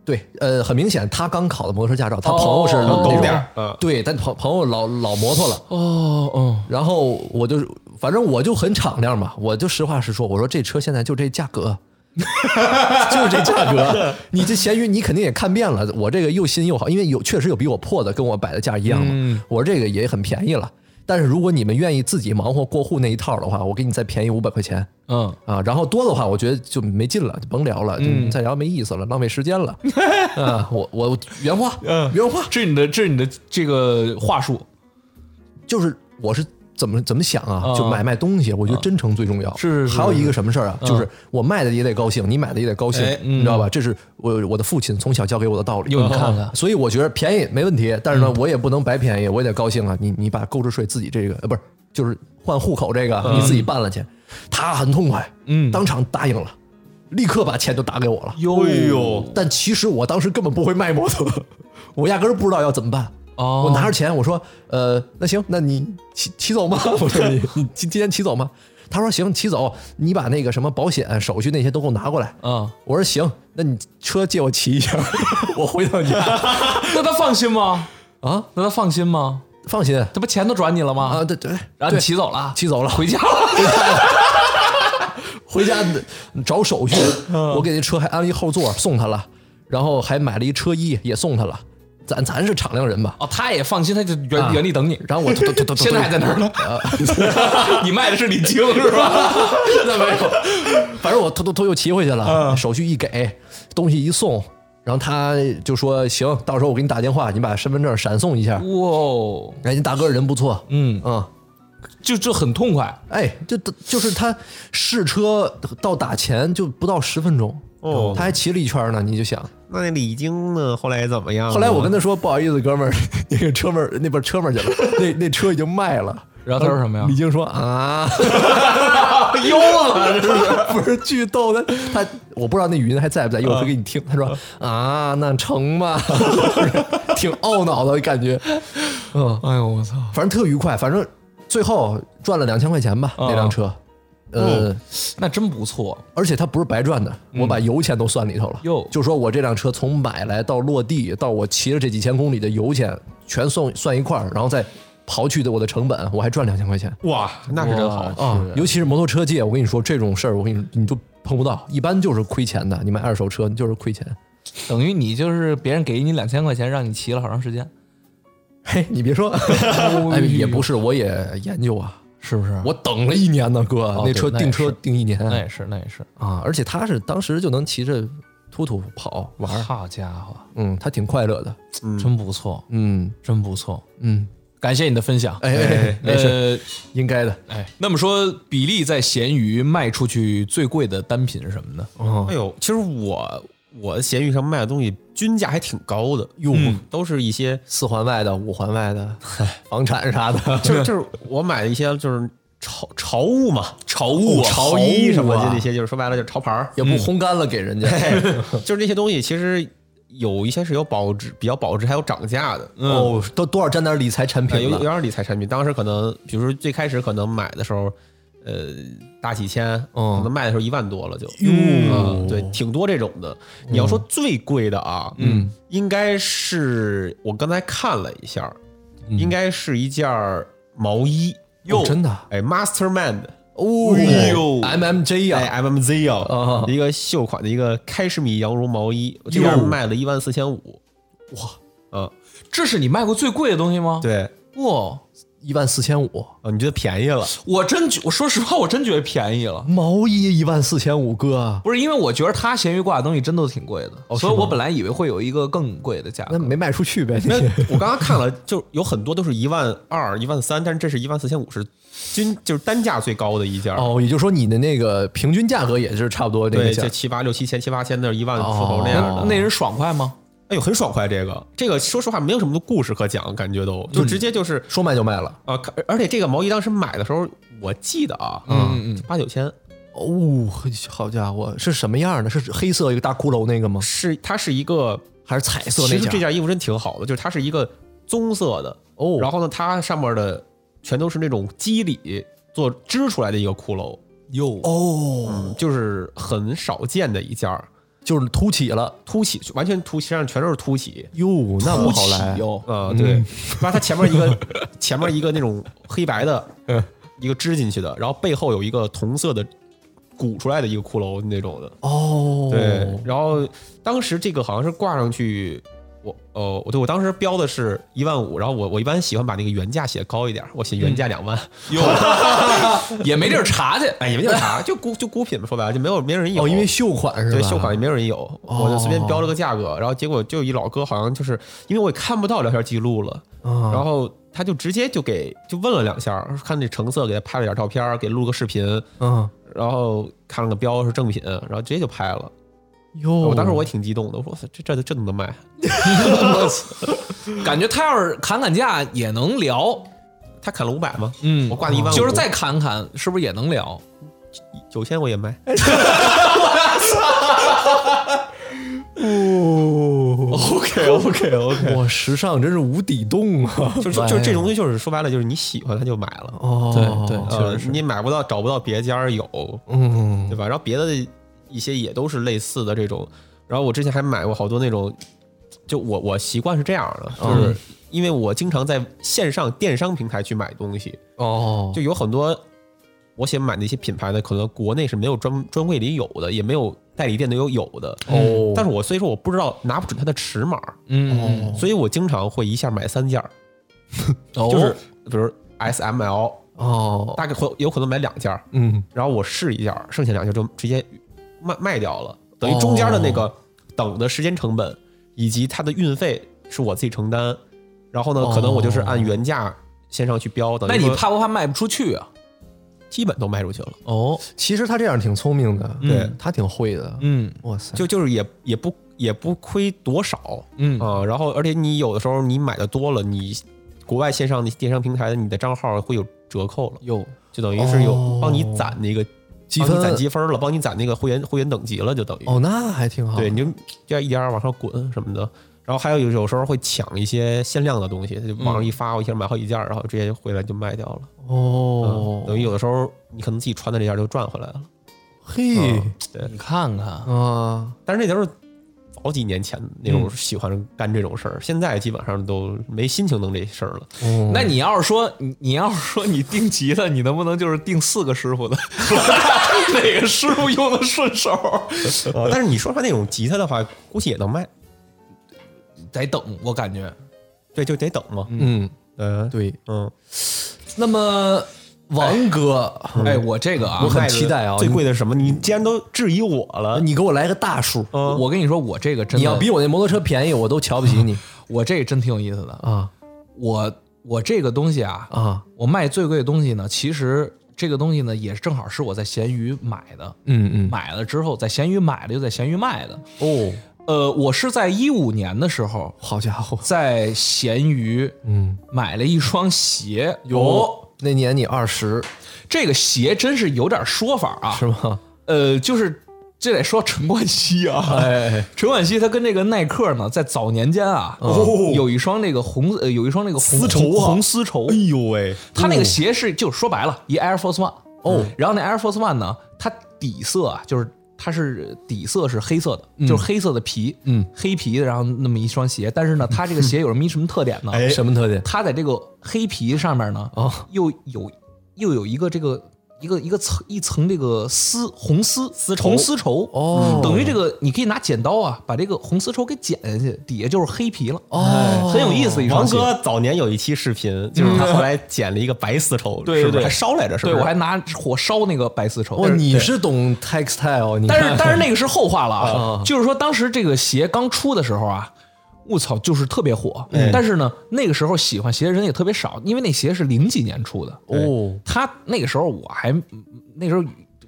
[SPEAKER 2] 对，呃，很明显，他刚考的摩托车驾照，他朋友是那
[SPEAKER 1] 哦
[SPEAKER 2] 种
[SPEAKER 3] 懂点儿，嗯，
[SPEAKER 2] 对，但朋朋友老老摩托了。
[SPEAKER 1] 哦哦，
[SPEAKER 2] 然后我就，反正我就很敞亮嘛，我就实话实说，我说这车现在就这价格，就是这价格。你这闲鱼你肯定也看遍了，我这个又新又好，因为有确实有比我破的，跟我摆的价一样嘛。我说这个也很便宜了，但是如果你们愿意自己忙活过户那一套的话，我给你再便宜五百块钱。
[SPEAKER 1] 嗯，
[SPEAKER 2] 啊，然后多的话，我觉得就没劲了，就甭聊了，就再聊没意思了，浪费时间了。啊，我我原话，原话
[SPEAKER 1] 这是你的，这是你的这个话术
[SPEAKER 2] 就是我是怎么怎么想啊？
[SPEAKER 1] 啊
[SPEAKER 2] 就买卖东西，我觉得真诚最重要。
[SPEAKER 1] 是是是
[SPEAKER 2] 还有一个什么事儿啊？就是我卖的也得高兴，你买的也得高兴
[SPEAKER 3] 哎，
[SPEAKER 2] 你知道吧？这是我我的父亲从小教给我的道理。
[SPEAKER 1] 哟你看看
[SPEAKER 2] 所以我觉得便宜没问题，但是呢，我也不能白便宜，我也得高兴啊。你你把购置税自己这个呃不是就是换户口这个你自己办了去，他很痛快，嗯，当场答应了，立刻把钱就打给我了。
[SPEAKER 1] 哟
[SPEAKER 3] 哎呦，
[SPEAKER 2] 但其实我当时根本不会卖摩托，我压根儿不知道要怎么办。
[SPEAKER 1] 哦
[SPEAKER 2] 我拿着钱，我说，呃，那行，那你骑
[SPEAKER 1] [LAUGHS]
[SPEAKER 2] 骑走吗？我说你你今今天骑走吗？他说行，骑走。你把那个什么保险、啊手续那些都给我拿过来。
[SPEAKER 1] 嗯，
[SPEAKER 2] 我说行，那你车借我骑一下， [LAUGHS] 我回趟家
[SPEAKER 1] 那他放心吗？
[SPEAKER 2] 啊。
[SPEAKER 1] 那他放心吗？
[SPEAKER 2] 放心
[SPEAKER 1] 他不钱都转你了吗？
[SPEAKER 2] 啊，对对，
[SPEAKER 1] 然后你骑走了，
[SPEAKER 2] 骑走了，
[SPEAKER 1] 回家了。
[SPEAKER 2] [LAUGHS] 回家找手续。
[SPEAKER 1] 嗯
[SPEAKER 2] 我给那车还安了一后座，送他了，然后还买了一车衣，也送他了。咱咱是敞亮人吧？
[SPEAKER 1] 哦，他也放心，他就
[SPEAKER 2] 啊
[SPEAKER 1] 原原地等 [LAUGHS] 你。
[SPEAKER 2] 然后我 [LAUGHS] 突突突突
[SPEAKER 1] 现在还在那
[SPEAKER 2] [LAUGHS]
[SPEAKER 1] 儿呢。你卖的是李菁是 [LAUGHS] 吧？
[SPEAKER 2] 那没有，反正我偷偷偷又骑回去了，手续一给，东西一送，然后他就说行，到时候我给你打电话，你把身份证闪送一下。
[SPEAKER 1] 哇哦，
[SPEAKER 2] 哎，你大哥人不错，
[SPEAKER 1] 嗯，
[SPEAKER 2] 嗯，
[SPEAKER 1] 就就很痛快。
[SPEAKER 2] 哎，这这就是他试车到打钱就不到十分钟，
[SPEAKER 3] 哦
[SPEAKER 2] 他还骑了一圈呢，你就想，
[SPEAKER 3] 那那李菁呢？后来怎么样了？
[SPEAKER 2] 后来我跟他说不好意思，哥们儿， [LAUGHS] 那个车门儿那边车门儿去了，那那车已经卖了。
[SPEAKER 1] 然后他说什么呀
[SPEAKER 2] 李菁说啊，
[SPEAKER 1] 悠了，
[SPEAKER 2] [LAUGHS] 不是巨逗的，他我不知道那语音还在不在，一会儿给你听。他说啊，那成吧， [LAUGHS] 挺懊恼的感觉，
[SPEAKER 1] 哎呦我操！
[SPEAKER 2] 反正特愉快，反正最后赚了两千块钱吧，那
[SPEAKER 1] 啊
[SPEAKER 2] 辆车，
[SPEAKER 1] 哦
[SPEAKER 2] 呃，
[SPEAKER 1] 那真不错。
[SPEAKER 2] 而且它不是白赚的，我把油钱都算里头了
[SPEAKER 1] 嗯哟，
[SPEAKER 2] 就说我这辆车从买来到落地到我骑了这几千公里的油钱全算算一块儿，然后再刨去的我的成本，我还赚两千块钱。
[SPEAKER 3] 哇，那是真好
[SPEAKER 1] 哇
[SPEAKER 2] 啊，尤其是摩托车界，我跟你说这种事儿，我跟你你都碰不到，一般就是亏钱的。你买二手车，你就是亏钱。
[SPEAKER 1] 等于你就是别人给你两千块钱，让你骑了好长时间，
[SPEAKER 2] 嘿，你别说，哎，也不是，我也研究啊，
[SPEAKER 1] 是不是？
[SPEAKER 2] 我等了一年呢，哥，那
[SPEAKER 1] 对
[SPEAKER 2] 车
[SPEAKER 1] 那
[SPEAKER 2] 订
[SPEAKER 1] 也
[SPEAKER 2] 车
[SPEAKER 1] 是
[SPEAKER 2] 订一年
[SPEAKER 1] 那也是，那也是。
[SPEAKER 2] 啊，而且他是当时就能骑着突突跑玩儿，
[SPEAKER 1] 好家伙，
[SPEAKER 2] 嗯，他挺快乐的，
[SPEAKER 1] 真不错，
[SPEAKER 2] 嗯
[SPEAKER 1] 真不错。
[SPEAKER 2] 嗯，
[SPEAKER 1] 感谢你的分享。
[SPEAKER 2] 哎哎哎，没事，
[SPEAKER 1] 呃，
[SPEAKER 2] 应该的。
[SPEAKER 1] 哎，那么说，比利在闲鱼卖出去最贵的单品是什么呢？
[SPEAKER 3] 哎呦，其实我我闲鱼上卖的东西均价还挺高的，哟、都是一些
[SPEAKER 2] 四环外的、五环外的，房产啥的，
[SPEAKER 3] 就是就是我买的一些就是潮潮物嘛，
[SPEAKER 1] 潮物啊
[SPEAKER 3] 潮衣什么
[SPEAKER 2] 潮物
[SPEAKER 3] 的
[SPEAKER 2] 啊
[SPEAKER 3] 这些，就是说白了就是潮牌儿，
[SPEAKER 2] 也不烘干了给人家。
[SPEAKER 3] 就是这些东西其实有一些是有保值，比较保值还有涨价的。
[SPEAKER 2] 哦，都多少沾点理财产
[SPEAKER 3] 呃
[SPEAKER 2] 品
[SPEAKER 3] 有有
[SPEAKER 2] 了。
[SPEAKER 3] 点理财产品，当时可能，比如说最开始可能买的时候，呃大几千，
[SPEAKER 2] 嗯
[SPEAKER 3] 可能卖的时候一万多了就，
[SPEAKER 2] 哟
[SPEAKER 3] 嗯，对，挺多这种的。你要说最贵的啊，
[SPEAKER 2] 嗯，
[SPEAKER 3] 应该是我刚才看了一下，应该是一件儿毛衣，
[SPEAKER 2] 嗯哟真的啊
[SPEAKER 3] 哎，Masterman 的，
[SPEAKER 2] 哦
[SPEAKER 4] 哎呦
[SPEAKER 2] m m j 呀，
[SPEAKER 3] 哎，MMZ
[SPEAKER 2] 啊
[SPEAKER 3] 啊，一个绣款的一个开市米羊绒毛衣，这件儿卖了一万四千五，哇，嗯，
[SPEAKER 1] 这是你卖过最贵的东西吗？
[SPEAKER 3] 对，
[SPEAKER 1] 哇，
[SPEAKER 2] 一万四千五，
[SPEAKER 3] 哦，你觉得便宜了？
[SPEAKER 1] 我真觉我说实话，我真觉得便宜了。
[SPEAKER 2] 毛衣一万四千五，哥，
[SPEAKER 1] 不是因为我觉得他闲鱼挂的东西真都挺贵的，所以我本来以为会有一个更贵的价
[SPEAKER 2] 那
[SPEAKER 1] 格。
[SPEAKER 2] 没卖出去呗？
[SPEAKER 3] 没有
[SPEAKER 2] 你，
[SPEAKER 3] 我刚刚看了，就有很多都是一万二、一万三，但是这是一万四千五，是均就是单价最高的一件儿。
[SPEAKER 2] 哦，也就是说你的那个平均价格哦也是差不多那个
[SPEAKER 3] 对，
[SPEAKER 2] 价
[SPEAKER 3] 就，七八六七千、七八千的，一万出头那样的。
[SPEAKER 1] 那人爽快吗？
[SPEAKER 3] 哎呦，很爽快，这个这个，说实话没有什么故事可讲，感觉
[SPEAKER 2] 嗯
[SPEAKER 3] 都就直接就是
[SPEAKER 2] 说卖就卖了。
[SPEAKER 3] 啊，看而且这个毛衣当时买的时候，我记得啊，嗯，八九千，
[SPEAKER 2] 哦，好家伙，是什么样的？是黑色一个大骷髅那个吗？
[SPEAKER 3] 是它是一个
[SPEAKER 2] 还是彩色
[SPEAKER 3] 其
[SPEAKER 2] 那
[SPEAKER 3] 实
[SPEAKER 2] 件？
[SPEAKER 3] 这件衣服真挺好的，就是它是一个棕色的
[SPEAKER 2] 哦
[SPEAKER 3] 然后呢，它上面的全都是那种肌理做织出来的一个骷髅，
[SPEAKER 1] 哟，
[SPEAKER 2] 哦，
[SPEAKER 3] 嗯，就是很少见的一件儿，
[SPEAKER 2] 就是凸起了。
[SPEAKER 3] 凸起完全凸起，身上全都是凸起。
[SPEAKER 2] 哟，那不好来。
[SPEAKER 1] 哟，
[SPEAKER 3] 啊、
[SPEAKER 2] 嗯
[SPEAKER 3] 对，然后它前面
[SPEAKER 2] [LAUGHS]
[SPEAKER 3] 一个前面一个那种黑白的，
[SPEAKER 2] 嗯
[SPEAKER 3] 一个织进去的，然后背后有一个铜色的鼓出来的一个骷髅那种的，
[SPEAKER 2] 哦，
[SPEAKER 3] 对，然后当时这个好像是挂上去，我呃，我对我当时标的是一万五，然后我我一般喜欢把那个原价写高一点，我写原价两万，
[SPEAKER 1] 也没地儿查去。
[SPEAKER 3] 哎，也没有啥，就孤就孤品嘛，说白了就没有没有人有，
[SPEAKER 2] 哦，因为秀款是吧？哦
[SPEAKER 3] 对秀款也没有人有，我就随便标了个价格，然后结果就有一老哥好像就是因为我也看不到聊天记录了，
[SPEAKER 2] 啊
[SPEAKER 3] 然后他就直接就给就问了两下，看这成色，给他拍了点照片，给录个视频，
[SPEAKER 2] 嗯，
[SPEAKER 3] 然后看了个标是正品，然后直接就拍了。
[SPEAKER 2] 哟，
[SPEAKER 3] 我当时我也挺激动的，我说这这这能卖？
[SPEAKER 1] [LAUGHS] 感觉他要是砍砍价也能聊，
[SPEAKER 3] 他砍了五百吗？
[SPEAKER 1] 嗯
[SPEAKER 3] 我挂
[SPEAKER 2] 哦
[SPEAKER 3] 了一万五，
[SPEAKER 1] 就是再砍砍，是不是也能聊？
[SPEAKER 3] 九千我也卖。OK OK OK，
[SPEAKER 2] 哦 [LAUGHS] 哇，时尚真是无底洞 [LAUGHS] 啊！
[SPEAKER 3] 就是就是这东西，就是说白了，就是你喜欢它就买了，
[SPEAKER 2] 哦，
[SPEAKER 1] 对对
[SPEAKER 3] 呃，你买不到找不到别家儿有，
[SPEAKER 2] 嗯
[SPEAKER 3] 对吧？然后别的一些也都是类似的这种。然后我之前还买过好多那种，就我我习惯是这样的，
[SPEAKER 2] 嗯
[SPEAKER 3] 就是因为我经常在线上电商平台去买东西，
[SPEAKER 2] 哦，
[SPEAKER 3] 就有很多我想买的一些品牌的，可能国内是没有专专柜里有的，也没有代理店里有有的。
[SPEAKER 2] 哦
[SPEAKER 3] 但是我所以说我不知道拿不准它的尺码，
[SPEAKER 1] 嗯，
[SPEAKER 2] 哦
[SPEAKER 3] 所以我经常会一下买三件儿，就是比如 S M L，
[SPEAKER 2] 哦，
[SPEAKER 3] 大概会有可能买两件儿，
[SPEAKER 2] 嗯，
[SPEAKER 3] 然后我试一下，剩下两件就直接卖卖掉了，等
[SPEAKER 1] 哦
[SPEAKER 3] 于中间的那个等的时间成本以及它的运费是我自己承担。然后呢，可能我就是按原价线上去标，等于
[SPEAKER 1] 哦那你
[SPEAKER 3] 说
[SPEAKER 1] 怕不怕卖不出去啊？
[SPEAKER 3] 基本都卖出去了。
[SPEAKER 1] 哦，
[SPEAKER 2] 其实他这样挺聪明的，
[SPEAKER 3] 对
[SPEAKER 2] 他挺会的。
[SPEAKER 1] 嗯
[SPEAKER 2] 哇塞，
[SPEAKER 3] 就就是也也不也不亏多少，
[SPEAKER 1] 嗯
[SPEAKER 3] 啊、然后而且你有的时候你买的多了，你国外线上的电商平台的你的账号会有折扣了，
[SPEAKER 1] 哟，
[SPEAKER 3] 就等于是有
[SPEAKER 2] 哦
[SPEAKER 3] 帮你攒那个
[SPEAKER 2] 积
[SPEAKER 3] 帮你攒
[SPEAKER 2] 分
[SPEAKER 3] 积分了，帮你攒那个会员会员等级了，就等于、
[SPEAKER 2] 哦，那还挺好。
[SPEAKER 3] 对，你就这样一点点往上滚什么的。然后还有有有时候会抢一些限量的东西，就网上
[SPEAKER 2] 嗯
[SPEAKER 3] 一发，我一下买好几件，然后直接回来就卖掉了。嗯
[SPEAKER 2] 哦，
[SPEAKER 3] 等于有的时候你可能自己穿的这件就赚回来了。嗯
[SPEAKER 2] 嘿
[SPEAKER 3] 对，
[SPEAKER 1] 你看看，
[SPEAKER 2] 啊，
[SPEAKER 3] 但是那都是好几年前那
[SPEAKER 2] 嗯
[SPEAKER 3] 种喜欢干这种事儿，现在基本上都没心情弄这事儿了。
[SPEAKER 2] 哦
[SPEAKER 1] 那你要是说你你要是说你定级的，你能不能就是定四个师傅的， [LAUGHS] 哪个师傅用的顺手？
[SPEAKER 2] 哦
[SPEAKER 3] 但是你说他那种吉他的话，估计也能卖，
[SPEAKER 1] 得等，我感觉
[SPEAKER 3] 对，就得等嘛。
[SPEAKER 2] 嗯，
[SPEAKER 3] 嗯，
[SPEAKER 2] 对。
[SPEAKER 3] 嗯，
[SPEAKER 2] 那么王哥，
[SPEAKER 1] 哎，我这个啊，
[SPEAKER 2] 我很
[SPEAKER 3] 卖的
[SPEAKER 2] 期待啊
[SPEAKER 3] 最贵的是什么？你既然都质疑我了，
[SPEAKER 2] 你给我来个大数，
[SPEAKER 3] 嗯
[SPEAKER 1] 我跟你说，我这个真的，
[SPEAKER 2] 你要比我那摩托车便宜，我都瞧不起你
[SPEAKER 1] 我这个真挺有意思的。
[SPEAKER 2] 啊
[SPEAKER 1] 我我这个东西啊，
[SPEAKER 2] 啊！
[SPEAKER 1] 我卖最贵的东西呢，其实这个东西呢，也正好是我在闲鱼买的，
[SPEAKER 2] 嗯嗯，
[SPEAKER 1] 买了之后在闲鱼买的，又在闲鱼卖的。
[SPEAKER 2] 哦，
[SPEAKER 1] 呃，我是在一五年的时候，
[SPEAKER 2] 好家伙，
[SPEAKER 1] 在闲鱼
[SPEAKER 2] 嗯，
[SPEAKER 1] 买了一双鞋，
[SPEAKER 2] 哦，那年你二十
[SPEAKER 1] 这个鞋真是有点说法啊
[SPEAKER 2] 是，吗？
[SPEAKER 1] 呃，就是这得说陈冠希啊，
[SPEAKER 2] 哎，
[SPEAKER 1] 陈冠希他跟这个耐克呢，在早年间啊，
[SPEAKER 2] 哦
[SPEAKER 1] 有一双那个红，
[SPEAKER 2] 啊
[SPEAKER 1] 呃有一双那个红丝绸、红丝绸，
[SPEAKER 2] 哎
[SPEAKER 3] 呦喂，
[SPEAKER 1] 他那个鞋是就说白了，一 Air Force One，哦，然后那 Air Force One 呢，它底色啊，就是它是底色是黑色的，就是黑色的皮，嗯，黑皮的，然后那么一双鞋。但 [LAUGHS] 是呢，它这个鞋有什么什么特点呢？
[SPEAKER 3] 哎
[SPEAKER 2] 什么特点？
[SPEAKER 1] 它在这个黑皮上面呢，
[SPEAKER 2] 哦
[SPEAKER 1] 又有又有一个这个一个一个层一层这个丝红丝丝
[SPEAKER 3] 绸
[SPEAKER 1] 红丝绸
[SPEAKER 2] 哦
[SPEAKER 1] 等于这个你可以拿剪刀啊，把这个红丝绸给剪下去，底下就是黑皮了
[SPEAKER 2] 哦
[SPEAKER 1] 很有意思一双
[SPEAKER 3] 王
[SPEAKER 1] 鞋。
[SPEAKER 3] 哥早年有一期视频，就是他后来剪了一个白丝绸，
[SPEAKER 1] 嗯 [LAUGHS] 对
[SPEAKER 3] 是不是
[SPEAKER 1] 对
[SPEAKER 3] 还烧来着，是不
[SPEAKER 1] 对
[SPEAKER 3] 是？
[SPEAKER 1] 我还拿火烧那个白丝绸，
[SPEAKER 2] 哇，哦你是懂 textile，你
[SPEAKER 1] [LAUGHS] 但
[SPEAKER 2] 看
[SPEAKER 3] [LAUGHS]
[SPEAKER 1] 是但是那个是后话了啊，就是说当时这个鞋刚出的时候啊，我操，就是特别火。
[SPEAKER 3] 哎
[SPEAKER 1] 但是呢，那个时候喜欢鞋的人也特别少，因为那鞋是零几年出的
[SPEAKER 3] 哎
[SPEAKER 2] 哦，
[SPEAKER 1] 他那个时候我还那时候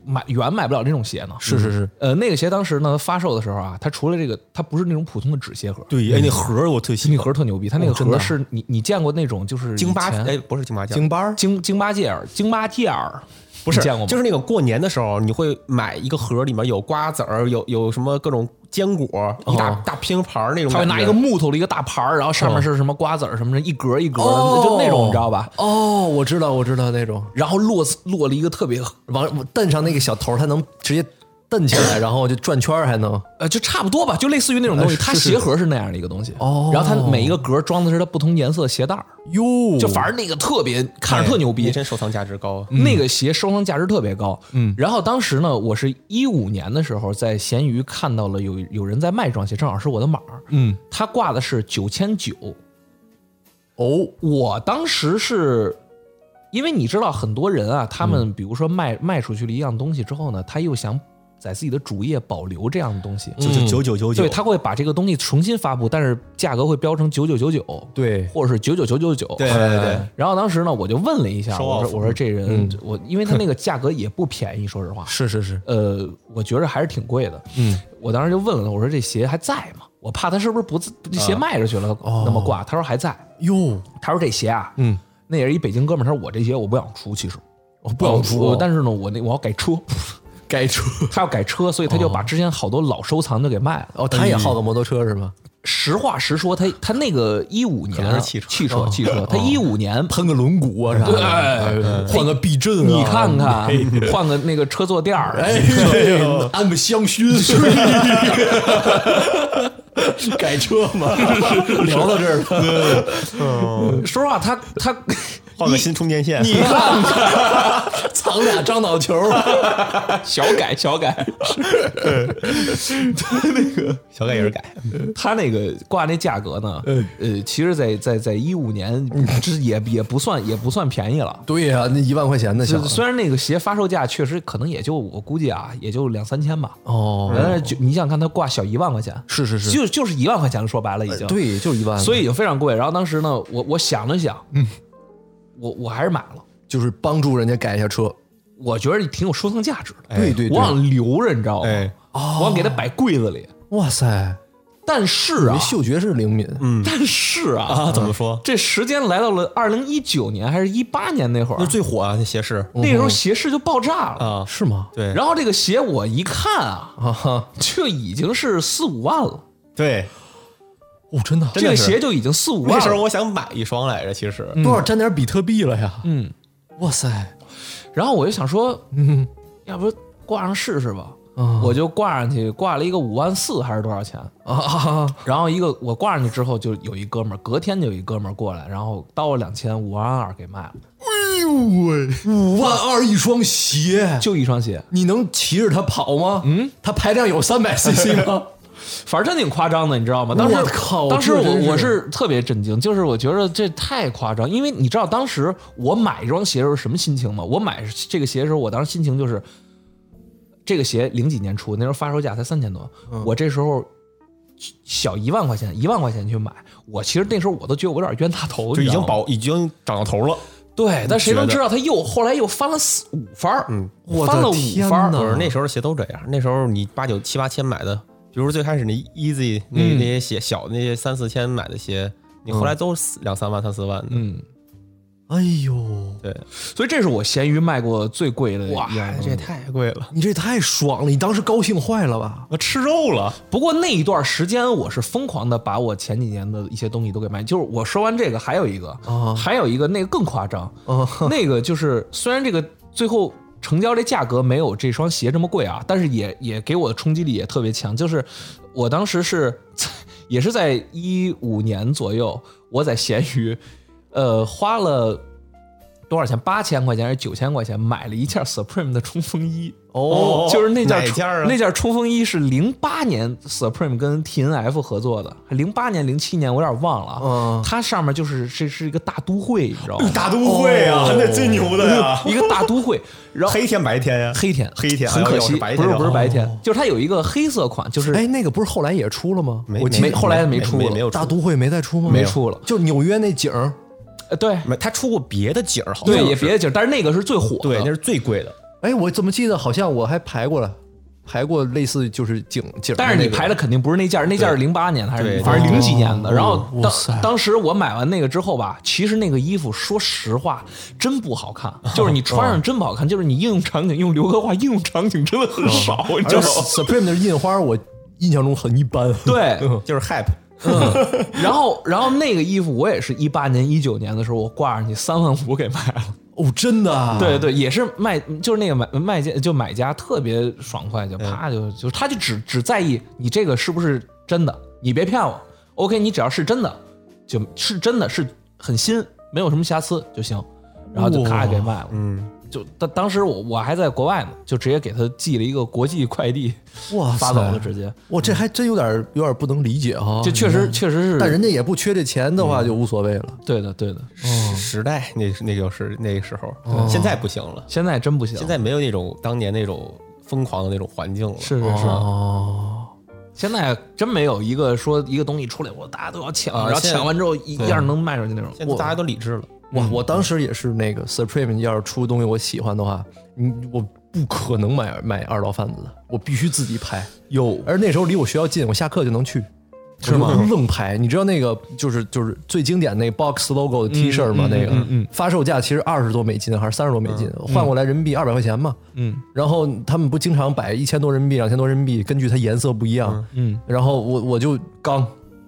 [SPEAKER 1] 买远买不了这种鞋呢。
[SPEAKER 2] 是是是，
[SPEAKER 1] 呃，那个鞋当时呢发售的时候啊，它除了这个，它不是那种普通的纸鞋盒，
[SPEAKER 3] 对，哦哎，那盒儿我特喜
[SPEAKER 1] 那
[SPEAKER 3] 欢，
[SPEAKER 1] 盒特牛逼，它那个盒是你你见过那种就是
[SPEAKER 3] 啊京巴
[SPEAKER 1] 以前
[SPEAKER 3] 哎，不是京巴酱，
[SPEAKER 2] 京
[SPEAKER 1] [LAUGHS]
[SPEAKER 2] 巴儿
[SPEAKER 1] 京京巴戒尔京巴戒尔
[SPEAKER 3] 不是
[SPEAKER 1] 你见过吗？
[SPEAKER 3] 就是那个过年的时候，你会买一个盒儿，里面有瓜子儿，有有什么各种坚果，一大大拼盘儿那种感
[SPEAKER 1] 哦
[SPEAKER 3] 觉。
[SPEAKER 1] 他会拿一个木头的一个大盘儿，然后
[SPEAKER 2] 嗯
[SPEAKER 1] 上面是什么瓜子儿什么的，一格一格的，就那种你知道吧？
[SPEAKER 2] 哦，我知道，我知道那种
[SPEAKER 1] 然后落落了一个特别
[SPEAKER 2] 往蹬上那个小头儿，它能直接蹬起来，然后就转圈儿，还能
[SPEAKER 1] 呃，就差不多吧，就类似于那种东西。
[SPEAKER 2] 呃是
[SPEAKER 1] 它
[SPEAKER 2] 是
[SPEAKER 1] 鞋盒是那样的一个东西，
[SPEAKER 2] 哦
[SPEAKER 1] 然后它每一个格装的是它不同颜色的鞋带儿，
[SPEAKER 2] 哟，
[SPEAKER 1] 就反正那个特别看着特牛逼
[SPEAKER 2] 哎
[SPEAKER 3] 那，真收藏价值高。
[SPEAKER 2] 嗯
[SPEAKER 1] 那个鞋收藏价值特别高。嗯，然后当时呢，我是一五年的时候在闲鱼看到了有有人在卖这双鞋，正好是我的码儿，
[SPEAKER 2] 嗯
[SPEAKER 1] 他挂的是九千九。
[SPEAKER 2] 哦
[SPEAKER 1] 我当时是因为你知道，很多人啊，他
[SPEAKER 3] 嗯
[SPEAKER 1] 们比如说卖、卖出去了一样东西之后呢，他又想在自己的主页保留这样的东西，
[SPEAKER 3] 九
[SPEAKER 2] 嗯
[SPEAKER 3] 九九九九九，
[SPEAKER 1] 对，他会把这个东西重新发布，但是价格会标成九九九九，
[SPEAKER 2] 对
[SPEAKER 1] 或者是九九九九九，
[SPEAKER 3] 对对对，
[SPEAKER 1] 然后当时呢，我就问了一下，
[SPEAKER 3] 收
[SPEAKER 1] 我
[SPEAKER 3] off 嗯
[SPEAKER 1] 说我说这人，我因为他那个价格也不便宜，说实话，
[SPEAKER 2] 是是是，
[SPEAKER 1] 呃，我觉着还是挺贵的。嗯，我当时就问了他，我说这鞋还在吗？我怕他是不是不自这鞋卖出去了，那么挂。他说还在。
[SPEAKER 2] 哟，
[SPEAKER 1] 他说这鞋啊，
[SPEAKER 2] 嗯，
[SPEAKER 1] 那也是一北京哥们儿。他说我这鞋我不想出，其实
[SPEAKER 2] 我不想
[SPEAKER 1] 我
[SPEAKER 2] 说，
[SPEAKER 1] 但是呢，我那我要改车，
[SPEAKER 2] 该出
[SPEAKER 1] 他要改车，所以他就把之前好多老收藏就给卖了。
[SPEAKER 2] 哦，他也好个摩托车是吗？
[SPEAKER 1] 实话实说，他他那个一五年
[SPEAKER 3] 能
[SPEAKER 1] 啊
[SPEAKER 3] 是汽车
[SPEAKER 1] 汽车汽车，他一五年
[SPEAKER 2] 喷个轮毂啊啥的，哎换个避震啊，
[SPEAKER 1] 你看看，换个那个车坐垫儿，
[SPEAKER 2] 哎，对按个香薰， [LAUGHS] 改车嘛，聊到这儿了，
[SPEAKER 1] 说实话，他他
[SPEAKER 3] 换个新充电线。
[SPEAKER 2] 你看看，藏俩樟脑球，
[SPEAKER 1] 小改小改，
[SPEAKER 3] 小改也是改，
[SPEAKER 1] 他那个挂那价格呢，
[SPEAKER 2] 哎
[SPEAKER 1] 呃，其实在，在在一五年，嗯这也也不算也不算便宜了。
[SPEAKER 2] 对呀，那一万块钱的
[SPEAKER 1] 就
[SPEAKER 2] 小
[SPEAKER 1] 是虽然那个鞋发售价确实可能也就我估计啊，也就两三千吧。
[SPEAKER 2] 哦，
[SPEAKER 1] 但是就你想看他挂小一万块钱，
[SPEAKER 2] 是是是呃
[SPEAKER 1] 就就是一万块钱了，说白了已经。
[SPEAKER 2] 对，就一万，
[SPEAKER 1] 所以已经非常贵。然后当时呢，我我想了想，嗯，我我还是买了，
[SPEAKER 2] 就是帮助人家改一下车，
[SPEAKER 1] 我觉得挺有收藏价值的。
[SPEAKER 2] 哎对对
[SPEAKER 1] 我
[SPEAKER 2] 对，
[SPEAKER 1] 想留着，你知道吗？
[SPEAKER 3] 哎，
[SPEAKER 1] 我想给它摆柜子里。
[SPEAKER 2] 哇塞，
[SPEAKER 1] 但是啊
[SPEAKER 2] 你，嗅觉是灵敏，嗯，
[SPEAKER 1] 但是啊，
[SPEAKER 3] 啊， [LAUGHS] 怎么说？
[SPEAKER 1] 这时间来到了二零一九年还是一八年那会
[SPEAKER 3] 那
[SPEAKER 1] 儿，
[SPEAKER 3] 最火啊，那鞋是
[SPEAKER 1] 那时候鞋市就爆炸了。
[SPEAKER 3] 啊，
[SPEAKER 2] 是吗？
[SPEAKER 3] 对，
[SPEAKER 1] 然后这个鞋我一看啊，
[SPEAKER 2] 啊哈，
[SPEAKER 1] 就已经是四五万了，
[SPEAKER 3] 对，
[SPEAKER 2] 哦，真的，
[SPEAKER 3] 真
[SPEAKER 1] 这
[SPEAKER 3] 的
[SPEAKER 1] 个
[SPEAKER 3] 是
[SPEAKER 1] 鞋就已经四五万
[SPEAKER 3] 那时候
[SPEAKER 1] 了。
[SPEAKER 3] 我想买一双来着，其实
[SPEAKER 2] 多少沾点比特币了呀？
[SPEAKER 1] 嗯，
[SPEAKER 2] 哇塞，
[SPEAKER 1] 然后我就想说，
[SPEAKER 3] [LAUGHS]
[SPEAKER 2] 嗯，
[SPEAKER 1] 要不挂上试试吧。
[SPEAKER 2] 啊
[SPEAKER 1] 我就挂上去，挂了一个五万四还是多少钱？
[SPEAKER 2] 啊啊，
[SPEAKER 1] 然后一个我挂上去之后，就有一哥们儿，隔天就有一哥们儿过来，然后刀了两千，五万二给卖了，
[SPEAKER 2] 五万二一双鞋，
[SPEAKER 1] 就一双鞋，
[SPEAKER 2] 你能骑着它跑吗？嗯，它排量有三百 CC 吗？
[SPEAKER 1] 反正真挺夸张的，你知道吗？当时
[SPEAKER 2] 我靠
[SPEAKER 1] 当时
[SPEAKER 2] 这真是
[SPEAKER 1] 我我是特别震惊，就是我觉得这太夸张，因为你知道当时我买一双鞋的时候是什么心情吗？我买这个鞋的时候，我当时心情就是，这个鞋零几年出，那时候发售价才三千多，
[SPEAKER 2] 嗯
[SPEAKER 1] 我这时候。小一万块钱，一万块钱去买，我其实那时候我都觉得我有点冤大头，
[SPEAKER 3] 就
[SPEAKER 1] 你
[SPEAKER 3] 已
[SPEAKER 1] 知道
[SPEAKER 3] 经
[SPEAKER 1] 吗
[SPEAKER 3] 保已经涨到头了。
[SPEAKER 1] 对，但谁能
[SPEAKER 3] 觉得
[SPEAKER 1] 知道他又后来又翻了四五番儿，嗯
[SPEAKER 2] 我的
[SPEAKER 1] 翻了五
[SPEAKER 2] 天
[SPEAKER 1] 番
[SPEAKER 2] 哪
[SPEAKER 1] 儿，
[SPEAKER 3] 不是那时候鞋都这样，那时候你八九七八千买的，比如最开始那 Easy 那
[SPEAKER 1] 嗯
[SPEAKER 3] 那些鞋小的那些三四千买的鞋，你后来都四两三万三四万的。
[SPEAKER 1] 嗯，
[SPEAKER 2] [LAUGHS] 哎呦，
[SPEAKER 3] 对，
[SPEAKER 1] 所以这是我闲鱼卖过最贵的一样东西。
[SPEAKER 3] 哎太贵了，
[SPEAKER 2] 你这太爽了，你当时高兴坏了吧？
[SPEAKER 3] 我吃肉了。
[SPEAKER 1] 不过那一段时间，我是疯狂的把我前几年的一些东西都给卖。就是我说完这个，
[SPEAKER 3] 啊 [LAUGHS]
[SPEAKER 1] 还有一个，还有一个那个更夸张，那个就是虽然这个最后成交这价格没有这双鞋这么贵啊，但是也也给我的冲击力也特别强。就是我当时是 [LAUGHS] 也是在一五年左右，我在闲鱼，呃，花了多少钱？八千块钱还是九千块钱买了一件 Supreme 的冲锋衣。
[SPEAKER 3] 哦
[SPEAKER 1] 就是那件
[SPEAKER 3] 哪
[SPEAKER 1] 冲
[SPEAKER 3] 件儿啊
[SPEAKER 1] 那件冲锋衣是零八年 Supreme 跟 TNF 合作的，零八年零七年我有点忘了啊。
[SPEAKER 2] 嗯
[SPEAKER 1] 它上面就是这是一个大都会，你知道吗？
[SPEAKER 3] [LAUGHS] [LAUGHS] 大都会啊，
[SPEAKER 1] 哦
[SPEAKER 3] 那最牛的呀，
[SPEAKER 1] [LAUGHS] 一个大都会，然后
[SPEAKER 3] 黑天白天呀，
[SPEAKER 1] 黑天
[SPEAKER 3] 黑天
[SPEAKER 1] 很
[SPEAKER 3] 哎
[SPEAKER 1] 可
[SPEAKER 3] 呦要
[SPEAKER 1] 惜，
[SPEAKER 3] 是白天
[SPEAKER 1] 不是
[SPEAKER 3] 就
[SPEAKER 1] 不是
[SPEAKER 3] 好
[SPEAKER 1] 白天，就是它有一个黑色款，就是
[SPEAKER 2] 哎，那个不是后来也出了吗？
[SPEAKER 3] 没
[SPEAKER 2] 我记
[SPEAKER 1] 没
[SPEAKER 2] 得
[SPEAKER 1] 后来没出
[SPEAKER 3] 没
[SPEAKER 1] 了
[SPEAKER 3] 没有
[SPEAKER 2] 大都会没再出吗？
[SPEAKER 1] 没出了
[SPEAKER 2] 就纽约那景儿，
[SPEAKER 1] 呃对
[SPEAKER 3] 没他出过别的景儿，好像
[SPEAKER 1] 对
[SPEAKER 3] 是
[SPEAKER 1] 也别嗯的景儿，但是那个是最火
[SPEAKER 3] 对，那
[SPEAKER 1] 的，
[SPEAKER 3] 是最贵的。
[SPEAKER 2] 哎，我怎么记得好像我还排过了，排过类似就是景景儿的那个，
[SPEAKER 1] 但是你排的肯定不是那件儿，那件是零八年的还
[SPEAKER 3] 对
[SPEAKER 1] 是反正零几年的。然后
[SPEAKER 2] 哦哇
[SPEAKER 1] 当
[SPEAKER 2] 塞
[SPEAKER 1] 当时我买完那个之后吧，其实那个衣服说实话真不好
[SPEAKER 3] [LAUGHS]
[SPEAKER 1] 看，就是你穿上真不好看，就是你应用场景用刘德华应用场景真的很少，
[SPEAKER 3] 哦
[SPEAKER 1] 你
[SPEAKER 2] 而
[SPEAKER 1] 知道
[SPEAKER 2] 且
[SPEAKER 1] 吗？
[SPEAKER 2] Supreme 的印花，我印象中很一般。
[SPEAKER 1] 对，
[SPEAKER 2] [LAUGHS]
[SPEAKER 3] 就是 hype，
[SPEAKER 1] 然后，然后那个衣服我也是一八年、一九年的时候，我挂上去三万五给卖了。
[SPEAKER 2] 哦，真的啊？
[SPEAKER 1] 对对，也是卖，就是那个买卖家就买家特别爽快，就啪
[SPEAKER 2] 嗯
[SPEAKER 1] 就就他就只只在意你这个是不是真的，你别骗我。OK，你只要是真的，就是真的是很新，没有什么瑕疵就行，然后就咔给卖了。
[SPEAKER 3] 嗯，
[SPEAKER 1] 就当当时我我还在国外呢，就直接给他寄了一个国际快递，
[SPEAKER 2] 哇塞
[SPEAKER 1] 发走了直接。
[SPEAKER 2] 哇，这还真有点有点不能理解哈。
[SPEAKER 1] 这确实确实是，
[SPEAKER 2] 但人家也不缺这钱的话，就无所谓了。
[SPEAKER 1] 对的对的，嗯
[SPEAKER 3] 时代那那个是那个时
[SPEAKER 1] 哦
[SPEAKER 3] 候，现在不行了，
[SPEAKER 1] 现在真不行。
[SPEAKER 3] 现在没有那种当年那种疯狂的那种环境了。
[SPEAKER 1] 是是是，
[SPEAKER 2] 哦，
[SPEAKER 1] 现在真没有一个说一个东西出来，我大家都要抢，
[SPEAKER 3] 啊
[SPEAKER 1] 然后
[SPEAKER 3] 现在
[SPEAKER 1] 抢完之后一一样能卖出去那种。
[SPEAKER 3] 现在大家都理智了，
[SPEAKER 1] 嗯
[SPEAKER 2] 我我当时也是那个 Supreme 要是出东西我喜欢的话，嗯，我不可能买买二道贩子的，我必须自己排。
[SPEAKER 1] 有
[SPEAKER 2] 而那时候离我学校近，我下课就能去。是吗？愣排，你知道那个就是就是最经典那 box logo 的 T 恤
[SPEAKER 1] 嗯
[SPEAKER 2] 吗？那个、发售价其实二十多美金还是三十多美金，换过来人民币二百块钱嘛。
[SPEAKER 1] 嗯，
[SPEAKER 2] 然后他们不经常摆一千多人民币、两千多人民币，根据它颜色不一样。
[SPEAKER 1] 嗯，
[SPEAKER 2] 然后我我就刚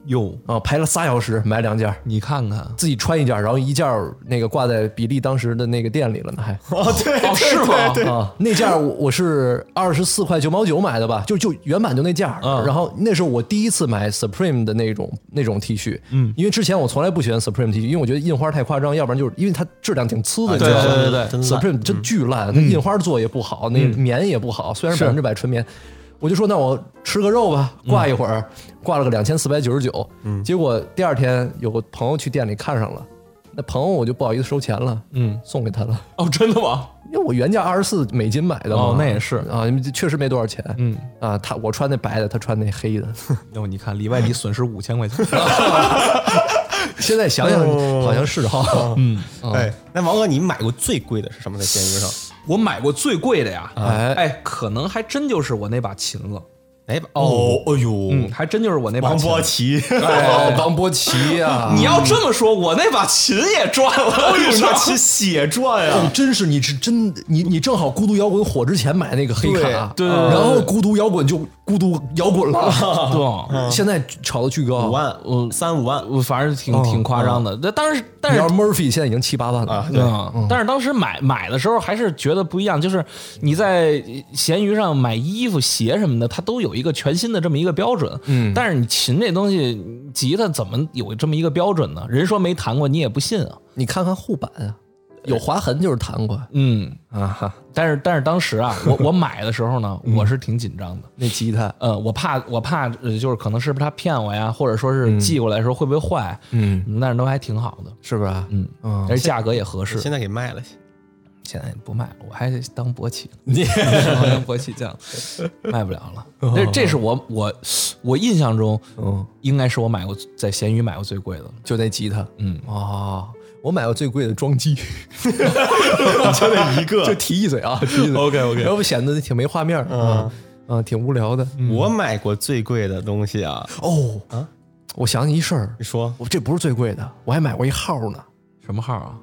[SPEAKER 1] 有，
[SPEAKER 2] 啊排了仨小时买两件儿，，
[SPEAKER 1] 你看看 [LAUGHS]
[SPEAKER 2] 自己穿一件儿，然后一件儿那个挂在比利当时的那个店里了呢，还。
[SPEAKER 1] 哦，是吗？
[SPEAKER 2] 啊，那件儿我我是二十四块九毛九买的吧，就就原版就那件儿。然后那是我第一次买 Supreme 的那种那种 T 恤，嗯，因为之前我从来不喜欢 Supreme T 恤，因为我觉得印花太夸张，要不然就是因为它质量挺次的，你知
[SPEAKER 1] 对
[SPEAKER 2] 道吗？
[SPEAKER 1] 对对对
[SPEAKER 3] 真烂
[SPEAKER 2] Supreme 真巨烂，那印花做也不好，那棉也不好，虽然百分之百纯棉。我就说那我吃个肉吧，挂一会儿，挂了个两千四百九十九，结果第二天有个朋友去店里看上了，那朋友我就不好意思收钱了，嗯，送给他了。
[SPEAKER 1] 哦，真的吗？
[SPEAKER 2] 因为我原价二十四美金买的嘛，
[SPEAKER 1] 哦那也是
[SPEAKER 2] 啊，确实没多少钱，嗯啊，他我穿那白的，他穿那黑的， [LAUGHS]
[SPEAKER 1] 要不你看里外里损失五千块钱，
[SPEAKER 2] 现在想想好像是哈，嗯，
[SPEAKER 3] 哎，那王哥，你买过最贵的是什么？在闲鱼上？
[SPEAKER 1] [LAUGHS] 我买过最贵的呀，
[SPEAKER 2] 哎
[SPEAKER 1] 哎，可能还真就是我那把琴了，
[SPEAKER 3] 哎，哦，哎呦
[SPEAKER 1] 嗯，，还真就是我那把
[SPEAKER 3] 王
[SPEAKER 1] 琴。
[SPEAKER 3] 波奇，
[SPEAKER 2] 哎，王波啊奇呀，
[SPEAKER 1] 你要这么说，我那把琴也赚了，你知道
[SPEAKER 3] 那
[SPEAKER 1] 吗
[SPEAKER 3] 起血赚啊呀！
[SPEAKER 2] 哦，真是你是真你你正好孤独摇滚火之前买那个黑卡，
[SPEAKER 1] 对对对对
[SPEAKER 2] 嗯然后孤独摇滚就孤独摇滚了，
[SPEAKER 1] 啊对，
[SPEAKER 2] [LAUGHS] 现在炒的巨
[SPEAKER 3] 五
[SPEAKER 2] 高，啊
[SPEAKER 3] 万，嗯，三五万，
[SPEAKER 1] 我反正挺挺夸张的。但但是但
[SPEAKER 2] 你
[SPEAKER 1] 是
[SPEAKER 2] 要是 Murphy 现在已经七八万了，
[SPEAKER 3] 对
[SPEAKER 1] 嗯，但是当时买买的时候还是觉得不一样，就是你在闲鱼上买衣服、鞋什么的，它都有一个全新的这么一个标准。嗯，但是你琴这东西，吉他怎么有这么一个标准呢？人说没弹过，你也不信啊。
[SPEAKER 2] 你看看护板啊，有划痕就是弹过
[SPEAKER 1] 嗯，
[SPEAKER 2] 啊，哈，
[SPEAKER 1] 但是但是当时啊，我我买的时候呢，我是挺紧张的。
[SPEAKER 2] 那吉他
[SPEAKER 1] 呃，我怕，我怕，呃，就是可能是不是他骗我呀，或者说是寄过来的时候会不会坏？
[SPEAKER 2] 嗯，
[SPEAKER 1] 但是都还挺好的，
[SPEAKER 2] 是不是啊？
[SPEAKER 1] 嗯，
[SPEAKER 2] 嗯
[SPEAKER 1] 而且价格也合适。
[SPEAKER 3] 现在给卖了去。
[SPEAKER 1] 现在不卖了，我还得当博企， [LAUGHS] 当博企酱，卖不了 [LAUGHS] 了。这这是我我我印象中，
[SPEAKER 2] 嗯。
[SPEAKER 1] 应该是我买过在闲鱼买过最贵的了。
[SPEAKER 2] 就那吉他，
[SPEAKER 1] 嗯
[SPEAKER 2] 哦，我买过最贵的装机，
[SPEAKER 3] [LAUGHS] 就那一个
[SPEAKER 2] [LAUGHS] 就提一嘴啊，提一嘴
[SPEAKER 3] OK，OK
[SPEAKER 2] 要不显得挺没画面儿，啊啊，挺无聊的。
[SPEAKER 3] 我买过最贵的东西啊！
[SPEAKER 2] 哦
[SPEAKER 3] 啊，
[SPEAKER 2] 我想起一事儿
[SPEAKER 3] 你，说
[SPEAKER 2] 我这不是最贵的，我还买过一号呢，
[SPEAKER 1] 什么号啊？